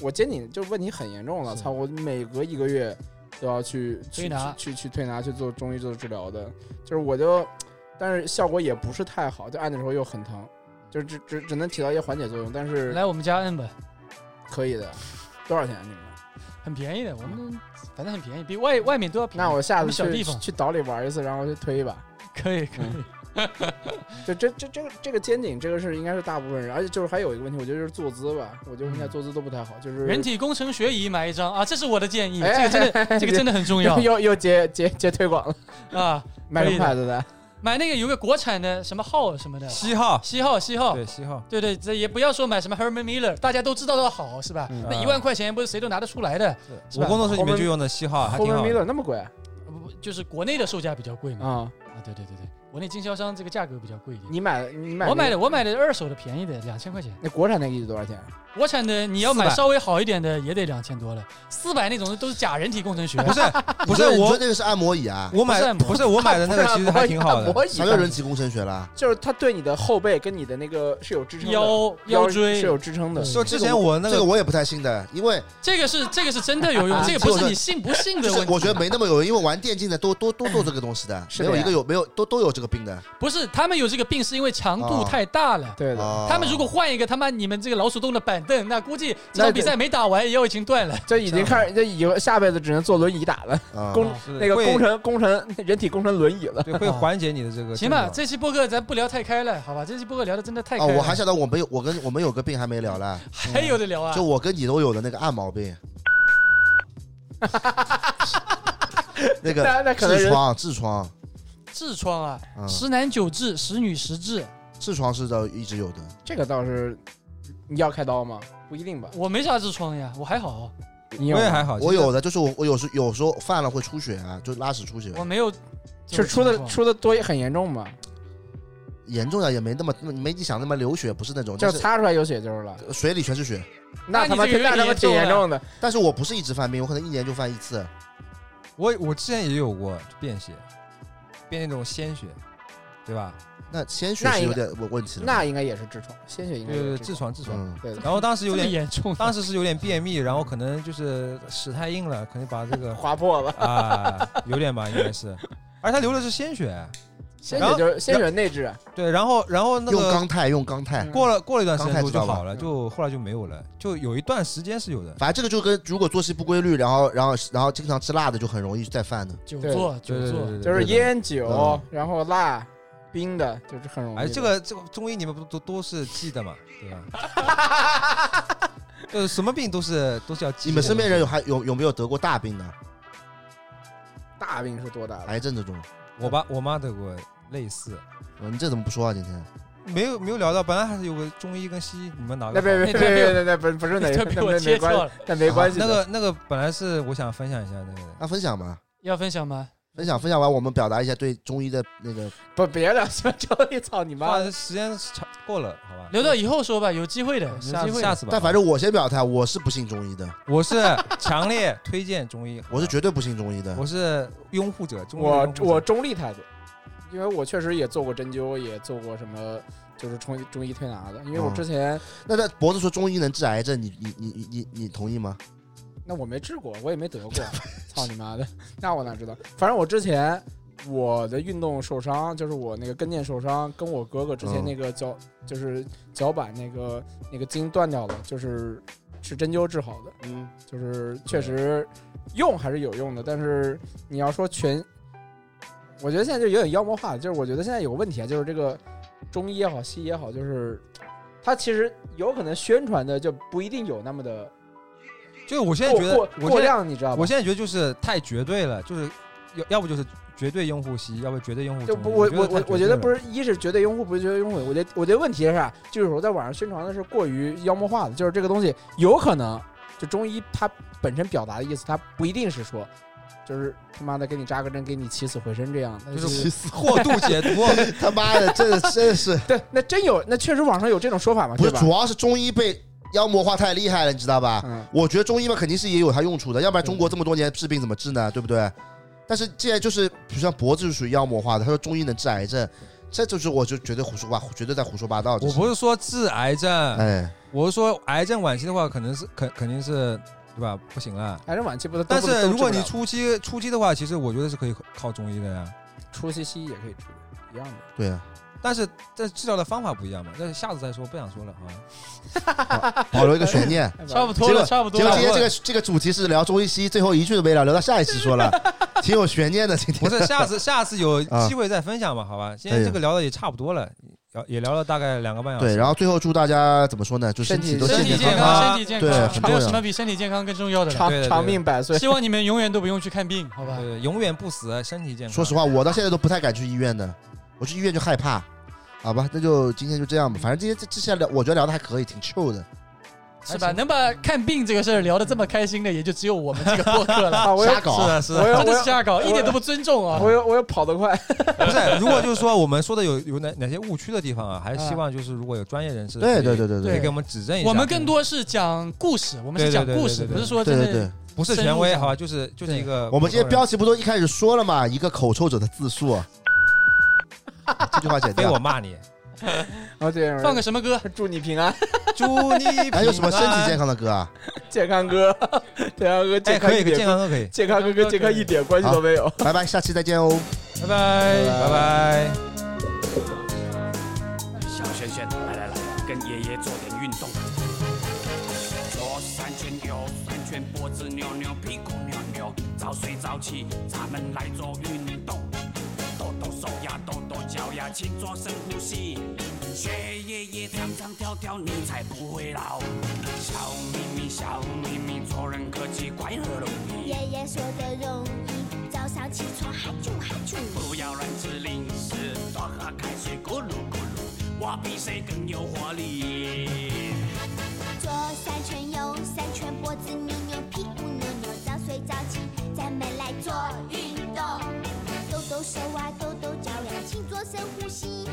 [SPEAKER 5] 我肩颈就问题很严重了，
[SPEAKER 3] 是
[SPEAKER 5] 操！我每隔一个月都要去
[SPEAKER 3] 推
[SPEAKER 5] 去
[SPEAKER 3] 拿
[SPEAKER 5] 去去去推拿去做中医做治疗的，就是我就，但是效果也不是太好，就按的时候又很疼，就是只只只能起到一些缓解作用，但是
[SPEAKER 3] 来我们家摁吧，
[SPEAKER 5] 可以的，多少钱啊你们？
[SPEAKER 3] 很便宜的，我们反正很便宜，比外外面都要便宜。
[SPEAKER 5] 嗯那我下次
[SPEAKER 3] 嗯小地
[SPEAKER 5] 去
[SPEAKER 3] 方
[SPEAKER 5] 去岛里玩一次，然后去推一把。
[SPEAKER 3] 可以可
[SPEAKER 5] 嗯
[SPEAKER 3] 以，嗯
[SPEAKER 5] 就这这这个这个肩颈这个是应该是大部分人，而且就是还有一个问题，我觉得就是坐姿吧，我觉得现在坐姿都不太好，就是
[SPEAKER 3] 嗯人体工程学椅买一张啊，这是我的建议，这个
[SPEAKER 5] 哎
[SPEAKER 3] 真的这个
[SPEAKER 5] *laughs*
[SPEAKER 3] 真的很重要
[SPEAKER 5] 又又接接接推广了，
[SPEAKER 3] 啊！
[SPEAKER 5] 卖
[SPEAKER 3] 可
[SPEAKER 5] 什
[SPEAKER 3] 以
[SPEAKER 5] 么
[SPEAKER 3] 的
[SPEAKER 5] 牌子的？
[SPEAKER 3] 买那个有个国产的什么号什么的，
[SPEAKER 1] 西号，
[SPEAKER 3] 西号西号，
[SPEAKER 1] 啊对西号，
[SPEAKER 3] 对对，这也不要说买什么 Herman Miller，大家都知道的好是吧？
[SPEAKER 5] 嗯
[SPEAKER 3] 那一万块钱不是谁都拿得出来的，是
[SPEAKER 1] 是
[SPEAKER 3] 吧
[SPEAKER 1] 啊我工作室里面
[SPEAKER 5] Holman-
[SPEAKER 1] 就用的西号，还
[SPEAKER 5] 后
[SPEAKER 1] 挺
[SPEAKER 5] 面
[SPEAKER 1] 好
[SPEAKER 5] 没
[SPEAKER 1] 的。
[SPEAKER 5] 有那么贵啊？
[SPEAKER 3] 不不就是国内的售价比较贵嘛？啊，对对对对，国内经销商这个价格比较贵一点。
[SPEAKER 5] 你买的你买
[SPEAKER 3] 我买
[SPEAKER 5] 的
[SPEAKER 3] 的我买的二手的便宜的，两千块钱。
[SPEAKER 5] 那国产那个一直多少钱啊？
[SPEAKER 3] 国产的你要买
[SPEAKER 1] 400
[SPEAKER 3] 稍微好一点的也得两千多了，四百那种都是假人体工程学。
[SPEAKER 1] 不是
[SPEAKER 2] *laughs*
[SPEAKER 1] 不是
[SPEAKER 2] 你说
[SPEAKER 1] 啊我
[SPEAKER 2] 那个是按摩椅啊，
[SPEAKER 1] 我买
[SPEAKER 3] 不是按摩
[SPEAKER 1] 不是我买的那个其实还挺好的
[SPEAKER 5] *laughs* 按，摩椅
[SPEAKER 2] 啥叫人体工程学了？啊
[SPEAKER 5] 就是它对你的后背跟你的那个是有支撑的，
[SPEAKER 3] 腰
[SPEAKER 5] 腰
[SPEAKER 3] 椎
[SPEAKER 5] 是有支撑的。
[SPEAKER 3] 对
[SPEAKER 1] 就之前我那
[SPEAKER 2] 这个
[SPEAKER 1] 个
[SPEAKER 2] 我也不太信的，因为
[SPEAKER 3] 这个是这个是真的有用，这个不是你信不信
[SPEAKER 2] 就
[SPEAKER 3] 的
[SPEAKER 2] 是
[SPEAKER 3] 问题。
[SPEAKER 2] 我觉得没那么有用，因为玩电竞的都都都做这个东西的，
[SPEAKER 5] 是
[SPEAKER 2] 没
[SPEAKER 5] 的
[SPEAKER 2] 有
[SPEAKER 5] 呀
[SPEAKER 2] 一个有没有都都有这个病的。
[SPEAKER 3] 不是他们有这个病是因为强度
[SPEAKER 2] 哦
[SPEAKER 3] 太大了。
[SPEAKER 5] 对的，
[SPEAKER 2] 哦
[SPEAKER 3] 他们如果换一个他妈你们这个老鼠洞的板凳，那估计这
[SPEAKER 5] 那
[SPEAKER 3] 场
[SPEAKER 5] 就
[SPEAKER 3] 比赛没打完腰已经断了。
[SPEAKER 5] 就已经开始，就以后下辈子只能坐轮椅打了。
[SPEAKER 2] 啊
[SPEAKER 5] 工
[SPEAKER 3] 啊
[SPEAKER 1] 是
[SPEAKER 5] 那个
[SPEAKER 1] 会
[SPEAKER 5] 工程工程人体工程轮椅了。
[SPEAKER 1] 对会缓解你的这个
[SPEAKER 3] 行
[SPEAKER 1] 症
[SPEAKER 3] 吧
[SPEAKER 1] 状。，
[SPEAKER 3] 这期播客咱不聊太开了，好吧？这期播客聊的真的太
[SPEAKER 2] 啊，
[SPEAKER 3] 开了，
[SPEAKER 2] 我还想到我们有我跟我们有个病还没聊呢，
[SPEAKER 3] 还有的聊啊
[SPEAKER 2] 就。我跟你都有的那个暗毛病，那个
[SPEAKER 5] 那那可能
[SPEAKER 2] 痔
[SPEAKER 5] 人
[SPEAKER 2] 疮痔疮，
[SPEAKER 3] 痔疮啊，
[SPEAKER 2] 嗯，
[SPEAKER 3] 十男九痔，十女十痔，
[SPEAKER 2] 痔疮是倒一直有的，
[SPEAKER 5] 这个倒是，你要开刀吗？不一定吧。
[SPEAKER 3] 我没啥痔疮呀，我还好，
[SPEAKER 5] 你有
[SPEAKER 1] 我也
[SPEAKER 5] 吗
[SPEAKER 1] 还好，
[SPEAKER 2] 我有的就是我我有时有时候犯了会出血啊，就拉屎出血，
[SPEAKER 5] 哦
[SPEAKER 3] 我没有。
[SPEAKER 5] 是出的出的多很严重吗？
[SPEAKER 2] 严重点也没那么没你想那么流血，不是那种，
[SPEAKER 5] 就
[SPEAKER 2] 但
[SPEAKER 5] 是
[SPEAKER 2] 是
[SPEAKER 5] 擦出来有血就是了。
[SPEAKER 2] 水里全是血。
[SPEAKER 5] 那他妈
[SPEAKER 3] 那你这个
[SPEAKER 5] 那他妈挺
[SPEAKER 3] 有点
[SPEAKER 5] 严
[SPEAKER 3] 严重
[SPEAKER 5] 重的。
[SPEAKER 2] 但是我不是一直犯病，我可能一年就犯一次。
[SPEAKER 1] 我我之前也有过便血，便那种鲜血，对吧？
[SPEAKER 2] 那鲜血
[SPEAKER 5] 那
[SPEAKER 2] 是
[SPEAKER 5] 应
[SPEAKER 2] 有
[SPEAKER 5] 该
[SPEAKER 2] 点我问题了。
[SPEAKER 5] 那应该也是痔疮，鲜血应
[SPEAKER 1] 对
[SPEAKER 5] 该也
[SPEAKER 1] 对对，
[SPEAKER 5] 是
[SPEAKER 1] 痔
[SPEAKER 5] 痔
[SPEAKER 1] 疮痔疮。
[SPEAKER 2] 嗯，
[SPEAKER 1] *laughs*
[SPEAKER 5] 对的
[SPEAKER 1] 然后当时
[SPEAKER 3] 有
[SPEAKER 1] 有
[SPEAKER 3] 点
[SPEAKER 1] 点，
[SPEAKER 3] 严重，
[SPEAKER 1] 当时是有点便秘，然后可能就是屎太硬了，可能把这个
[SPEAKER 5] 划破了。
[SPEAKER 1] 啊，有点吧，应该是。而他流的是鲜血，
[SPEAKER 5] 鲜
[SPEAKER 1] 然
[SPEAKER 5] 血
[SPEAKER 1] 后
[SPEAKER 5] 就是鲜血内痔，
[SPEAKER 1] 对，然后然后那
[SPEAKER 2] 用
[SPEAKER 1] 个
[SPEAKER 2] 钢钛，用钢钛。
[SPEAKER 5] 嗯
[SPEAKER 1] 过了过了一段时
[SPEAKER 2] 刚才
[SPEAKER 1] 间
[SPEAKER 2] 知
[SPEAKER 1] 就
[SPEAKER 2] 道吧
[SPEAKER 1] 好了，就后来就没有了，就有一段时间是有的。
[SPEAKER 2] 反正这个就跟如果作息不规律，然后然后然后经常吃辣的，就很容易再犯的。
[SPEAKER 3] 久
[SPEAKER 5] 对
[SPEAKER 3] 坐
[SPEAKER 1] 对
[SPEAKER 3] 久
[SPEAKER 1] 对
[SPEAKER 3] 坐
[SPEAKER 1] 对，对，
[SPEAKER 5] 就是
[SPEAKER 1] 对的
[SPEAKER 5] 烟酒
[SPEAKER 2] 嗯，
[SPEAKER 5] 然后辣冰的，就是很容易的。
[SPEAKER 1] 哎，这个这个中医你们不都都是记的嘛，对吧？ *laughs* 呃，什么病都是都是要记的。
[SPEAKER 2] 你们身边人有还有有没有得过大病呢？
[SPEAKER 5] 大病是多大的？
[SPEAKER 2] 癌症这种？
[SPEAKER 1] 我爸我妈得过类似，
[SPEAKER 2] 嗯你这怎么不说话？今天
[SPEAKER 1] 没有没有聊到，本来还是有个中医跟西医，你们哪个
[SPEAKER 5] 那
[SPEAKER 1] 好？
[SPEAKER 5] 别别
[SPEAKER 3] 那
[SPEAKER 5] 别
[SPEAKER 3] 边
[SPEAKER 5] 别
[SPEAKER 3] 有
[SPEAKER 5] 别别，不不是那
[SPEAKER 3] 你 *laughs*
[SPEAKER 5] 个
[SPEAKER 3] 这
[SPEAKER 5] 那
[SPEAKER 3] 被
[SPEAKER 5] 那
[SPEAKER 3] 我
[SPEAKER 5] 没
[SPEAKER 3] 切
[SPEAKER 5] 关
[SPEAKER 3] 掉
[SPEAKER 5] 系，
[SPEAKER 3] 了，
[SPEAKER 5] 那没关系的。
[SPEAKER 1] 那个那个本来是我想分享一下那个的，
[SPEAKER 2] 那分享吧，
[SPEAKER 3] 要分享吗？
[SPEAKER 2] 分享分享完，我们表达一下对中医的那个
[SPEAKER 5] 不别 *laughs* 聊小周易，操你妈！
[SPEAKER 1] 啊，时间长过了，好吧？
[SPEAKER 3] 留到以后说吧，有机会的，有机
[SPEAKER 1] 下
[SPEAKER 3] 会的。
[SPEAKER 1] 下次吧。
[SPEAKER 2] 但反正我先表态，我是不信中医的，
[SPEAKER 1] 我是强烈推荐中医，
[SPEAKER 2] 我是
[SPEAKER 1] 觉
[SPEAKER 2] 绝对不信中医的
[SPEAKER 1] 我。是拥护者，中医的
[SPEAKER 5] 我
[SPEAKER 1] 拥护者
[SPEAKER 5] 我中立态度，因为我确实也做过针灸，也做过什么就是中医中医推拿的，因为我
[SPEAKER 2] 嗯
[SPEAKER 5] 之前
[SPEAKER 2] 那那脖子说中医能治癌症，你你你你你你同意吗？
[SPEAKER 5] 那我没治过，我也没得过， *laughs* 操你妈的！那我哪知道？反正我之前我的运动受伤，就是我那个跟腱受伤，跟我哥哥之前
[SPEAKER 2] 嗯
[SPEAKER 5] 那个脚、就是脚板那个那个筋断掉了，就是是针灸治好的，
[SPEAKER 2] 嗯，
[SPEAKER 5] 就是确实用还是有用的，但是你要说全，我觉得现在就有点妖魔化了，就是我觉得现在有个问题啊，就是这个中医也好，西医也好，就是它其实有可能宣传的就不一定有那么的
[SPEAKER 1] 就是我现在
[SPEAKER 5] 过
[SPEAKER 1] 觉得，
[SPEAKER 5] 过
[SPEAKER 1] 我
[SPEAKER 5] 过
[SPEAKER 1] 现在
[SPEAKER 5] 量，你知道吧？
[SPEAKER 1] 我现在觉得就是太绝对了，就是要要不就是绝对拥护西医，要不绝对拥护
[SPEAKER 5] 就
[SPEAKER 1] 中医
[SPEAKER 5] 不，我我我我觉得不，
[SPEAKER 1] 太绝对了
[SPEAKER 5] 是，一是绝对拥护，不是绝对拥护。我觉得我觉得问题是啥？就是我在网上宣传的是过于妖魔化的，就是这个东西有可能，就中医它本身表达的意思，它不一定是说，就是他妈的给你扎个针，给你起死回生这
[SPEAKER 1] *laughs*
[SPEAKER 5] 样的。
[SPEAKER 1] 就是是过度解读，
[SPEAKER 2] 他妈的，这真是
[SPEAKER 5] 对，那真有，那确实网上有这种说法嘛，
[SPEAKER 2] 不
[SPEAKER 5] 对
[SPEAKER 2] 是，
[SPEAKER 5] 吧？
[SPEAKER 2] 主要是中医被妖魔化太厉害了，你知道
[SPEAKER 1] 啊
[SPEAKER 2] 吧？
[SPEAKER 5] 嗯，
[SPEAKER 2] 我觉得中医嘛肯定是也有它用处的，要不然中国这么多年治病怎么治呢？对不对？但是既然就是，比如像脖子就属于妖魔化的，他说中医能治癌症，这就是我就绝对胡说八，绝对在胡说八道。这
[SPEAKER 1] 我
[SPEAKER 2] 是
[SPEAKER 1] 不是说治癌症，
[SPEAKER 2] 哎，
[SPEAKER 1] 我是说癌症晚期的话，可能是肯肯定是对吧？不行了。
[SPEAKER 5] 癌症晚期不都？
[SPEAKER 1] 但
[SPEAKER 5] 都不
[SPEAKER 1] 是
[SPEAKER 5] 都
[SPEAKER 1] 如果
[SPEAKER 5] 治不
[SPEAKER 1] 你
[SPEAKER 5] 了
[SPEAKER 1] 初期初期的话，其实我觉得是可以靠中医的呀。
[SPEAKER 5] 初期西医也可以治，一样的。
[SPEAKER 2] 对啊，
[SPEAKER 1] 但是这治疗的方法不一样嘛，但是下次再说，不想说了啊。
[SPEAKER 2] 保留一个悬念。
[SPEAKER 5] 哎
[SPEAKER 3] 差不多
[SPEAKER 2] 结果
[SPEAKER 3] 了，差不多
[SPEAKER 2] 结果今
[SPEAKER 3] 了。
[SPEAKER 2] 天这个这个主题是聊中医西医，最后一句都没聊，聊到下一期说了，挺有悬念的。今
[SPEAKER 1] 不
[SPEAKER 2] 天
[SPEAKER 1] 是，下
[SPEAKER 2] *laughs*
[SPEAKER 1] 次下次有
[SPEAKER 2] 啊
[SPEAKER 1] 机会再分享吧，好吧？今天这个聊的也差不多了，聊也聊了大概两个半小时。
[SPEAKER 2] 对，然后最后祝大家怎么说呢？就身体都
[SPEAKER 3] 身
[SPEAKER 2] 健
[SPEAKER 3] 体
[SPEAKER 2] 健
[SPEAKER 3] 健
[SPEAKER 2] 康
[SPEAKER 1] 康
[SPEAKER 3] 康，
[SPEAKER 1] 啊
[SPEAKER 3] 身体健
[SPEAKER 2] 对很
[SPEAKER 3] 康，
[SPEAKER 2] 重
[SPEAKER 3] 没
[SPEAKER 2] 要
[SPEAKER 3] 有什么比身体健康更重要的了。
[SPEAKER 5] 长
[SPEAKER 1] 对对对
[SPEAKER 5] 长命百岁，
[SPEAKER 3] 希望你们永远都不用去看病，好吧？
[SPEAKER 1] 对，呃永远不死，身体健康。
[SPEAKER 2] 说实话，我到现在都不太敢去医院的，我去医院就害怕。好吧，那就今天就这样吧。反正今天这这下聊，我觉得聊的还可以，挺 chill 的。
[SPEAKER 3] 是吧？能把看病这个事儿聊得这么开心的，也就只有我们这个播客了。
[SPEAKER 5] 啊，我又
[SPEAKER 2] 瞎搞
[SPEAKER 1] 是的，是
[SPEAKER 5] 我
[SPEAKER 1] 的，
[SPEAKER 5] 又
[SPEAKER 3] 真
[SPEAKER 5] *laughs* 我
[SPEAKER 3] 的是
[SPEAKER 5] 又
[SPEAKER 3] 瞎搞，一点都不尊重啊！
[SPEAKER 5] 我又我又跑得快，
[SPEAKER 1] 不是。如果就是说我们说的有有哪哪些误区的地方啊，还是希望就是啊如果有专业人士可以，
[SPEAKER 2] 对对对对
[SPEAKER 1] 可以
[SPEAKER 2] 对
[SPEAKER 1] 给我们指正一下。
[SPEAKER 3] 我们更多是讲故事，我们是
[SPEAKER 1] 对对
[SPEAKER 3] 讲
[SPEAKER 1] 对
[SPEAKER 3] 故
[SPEAKER 1] 对
[SPEAKER 3] 事，
[SPEAKER 1] 对对
[SPEAKER 3] 不是说
[SPEAKER 2] 对
[SPEAKER 3] 真
[SPEAKER 2] 对
[SPEAKER 3] 的
[SPEAKER 2] 对，
[SPEAKER 1] 不是权威，好吧？就是就是一个。
[SPEAKER 2] 我们今天标题不都一开始说了嘛，一个口臭者的自述。啊这句话剪
[SPEAKER 1] 被我
[SPEAKER 2] 掉。
[SPEAKER 1] 骂
[SPEAKER 2] *laughs*
[SPEAKER 1] 你，
[SPEAKER 5] 然后这样
[SPEAKER 3] 放个什么歌？
[SPEAKER 5] 祝你平安，
[SPEAKER 1] 祝你平安
[SPEAKER 2] 还哎有什么身体健？康的歌啊？
[SPEAKER 5] 健康哥，健康哥，
[SPEAKER 1] 哎，
[SPEAKER 5] 健康
[SPEAKER 1] 可以，可
[SPEAKER 5] 一
[SPEAKER 1] 以
[SPEAKER 5] 点
[SPEAKER 1] 健康都可以。
[SPEAKER 5] 健康哥跟健康一点关系都没有。
[SPEAKER 2] 拜拜，下期再见哦。
[SPEAKER 1] 拜哎拜，拜拜。
[SPEAKER 6] 小轩轩，来来来，跟爷爷做点运动。左三圈，右三圈，脖子扭扭，屁股扭扭，早睡早起，咱们来做运动。抖抖手呀，抖抖脚呀，请做深呼吸。学爷爷唱唱跳跳，你才不会老。小秘密，小秘密，做人客气，快乐容易。
[SPEAKER 7] 爷爷说的容易，早上起床哈啾哈啾，
[SPEAKER 6] 不要乱吃零我比谁更有活力。
[SPEAKER 7] 左三圈，右三圈，脖子扭扭，屁股扭扭，早睡早起，咱们来做运动，抖抖手啊，抖抖脚呀，请做深呼吸，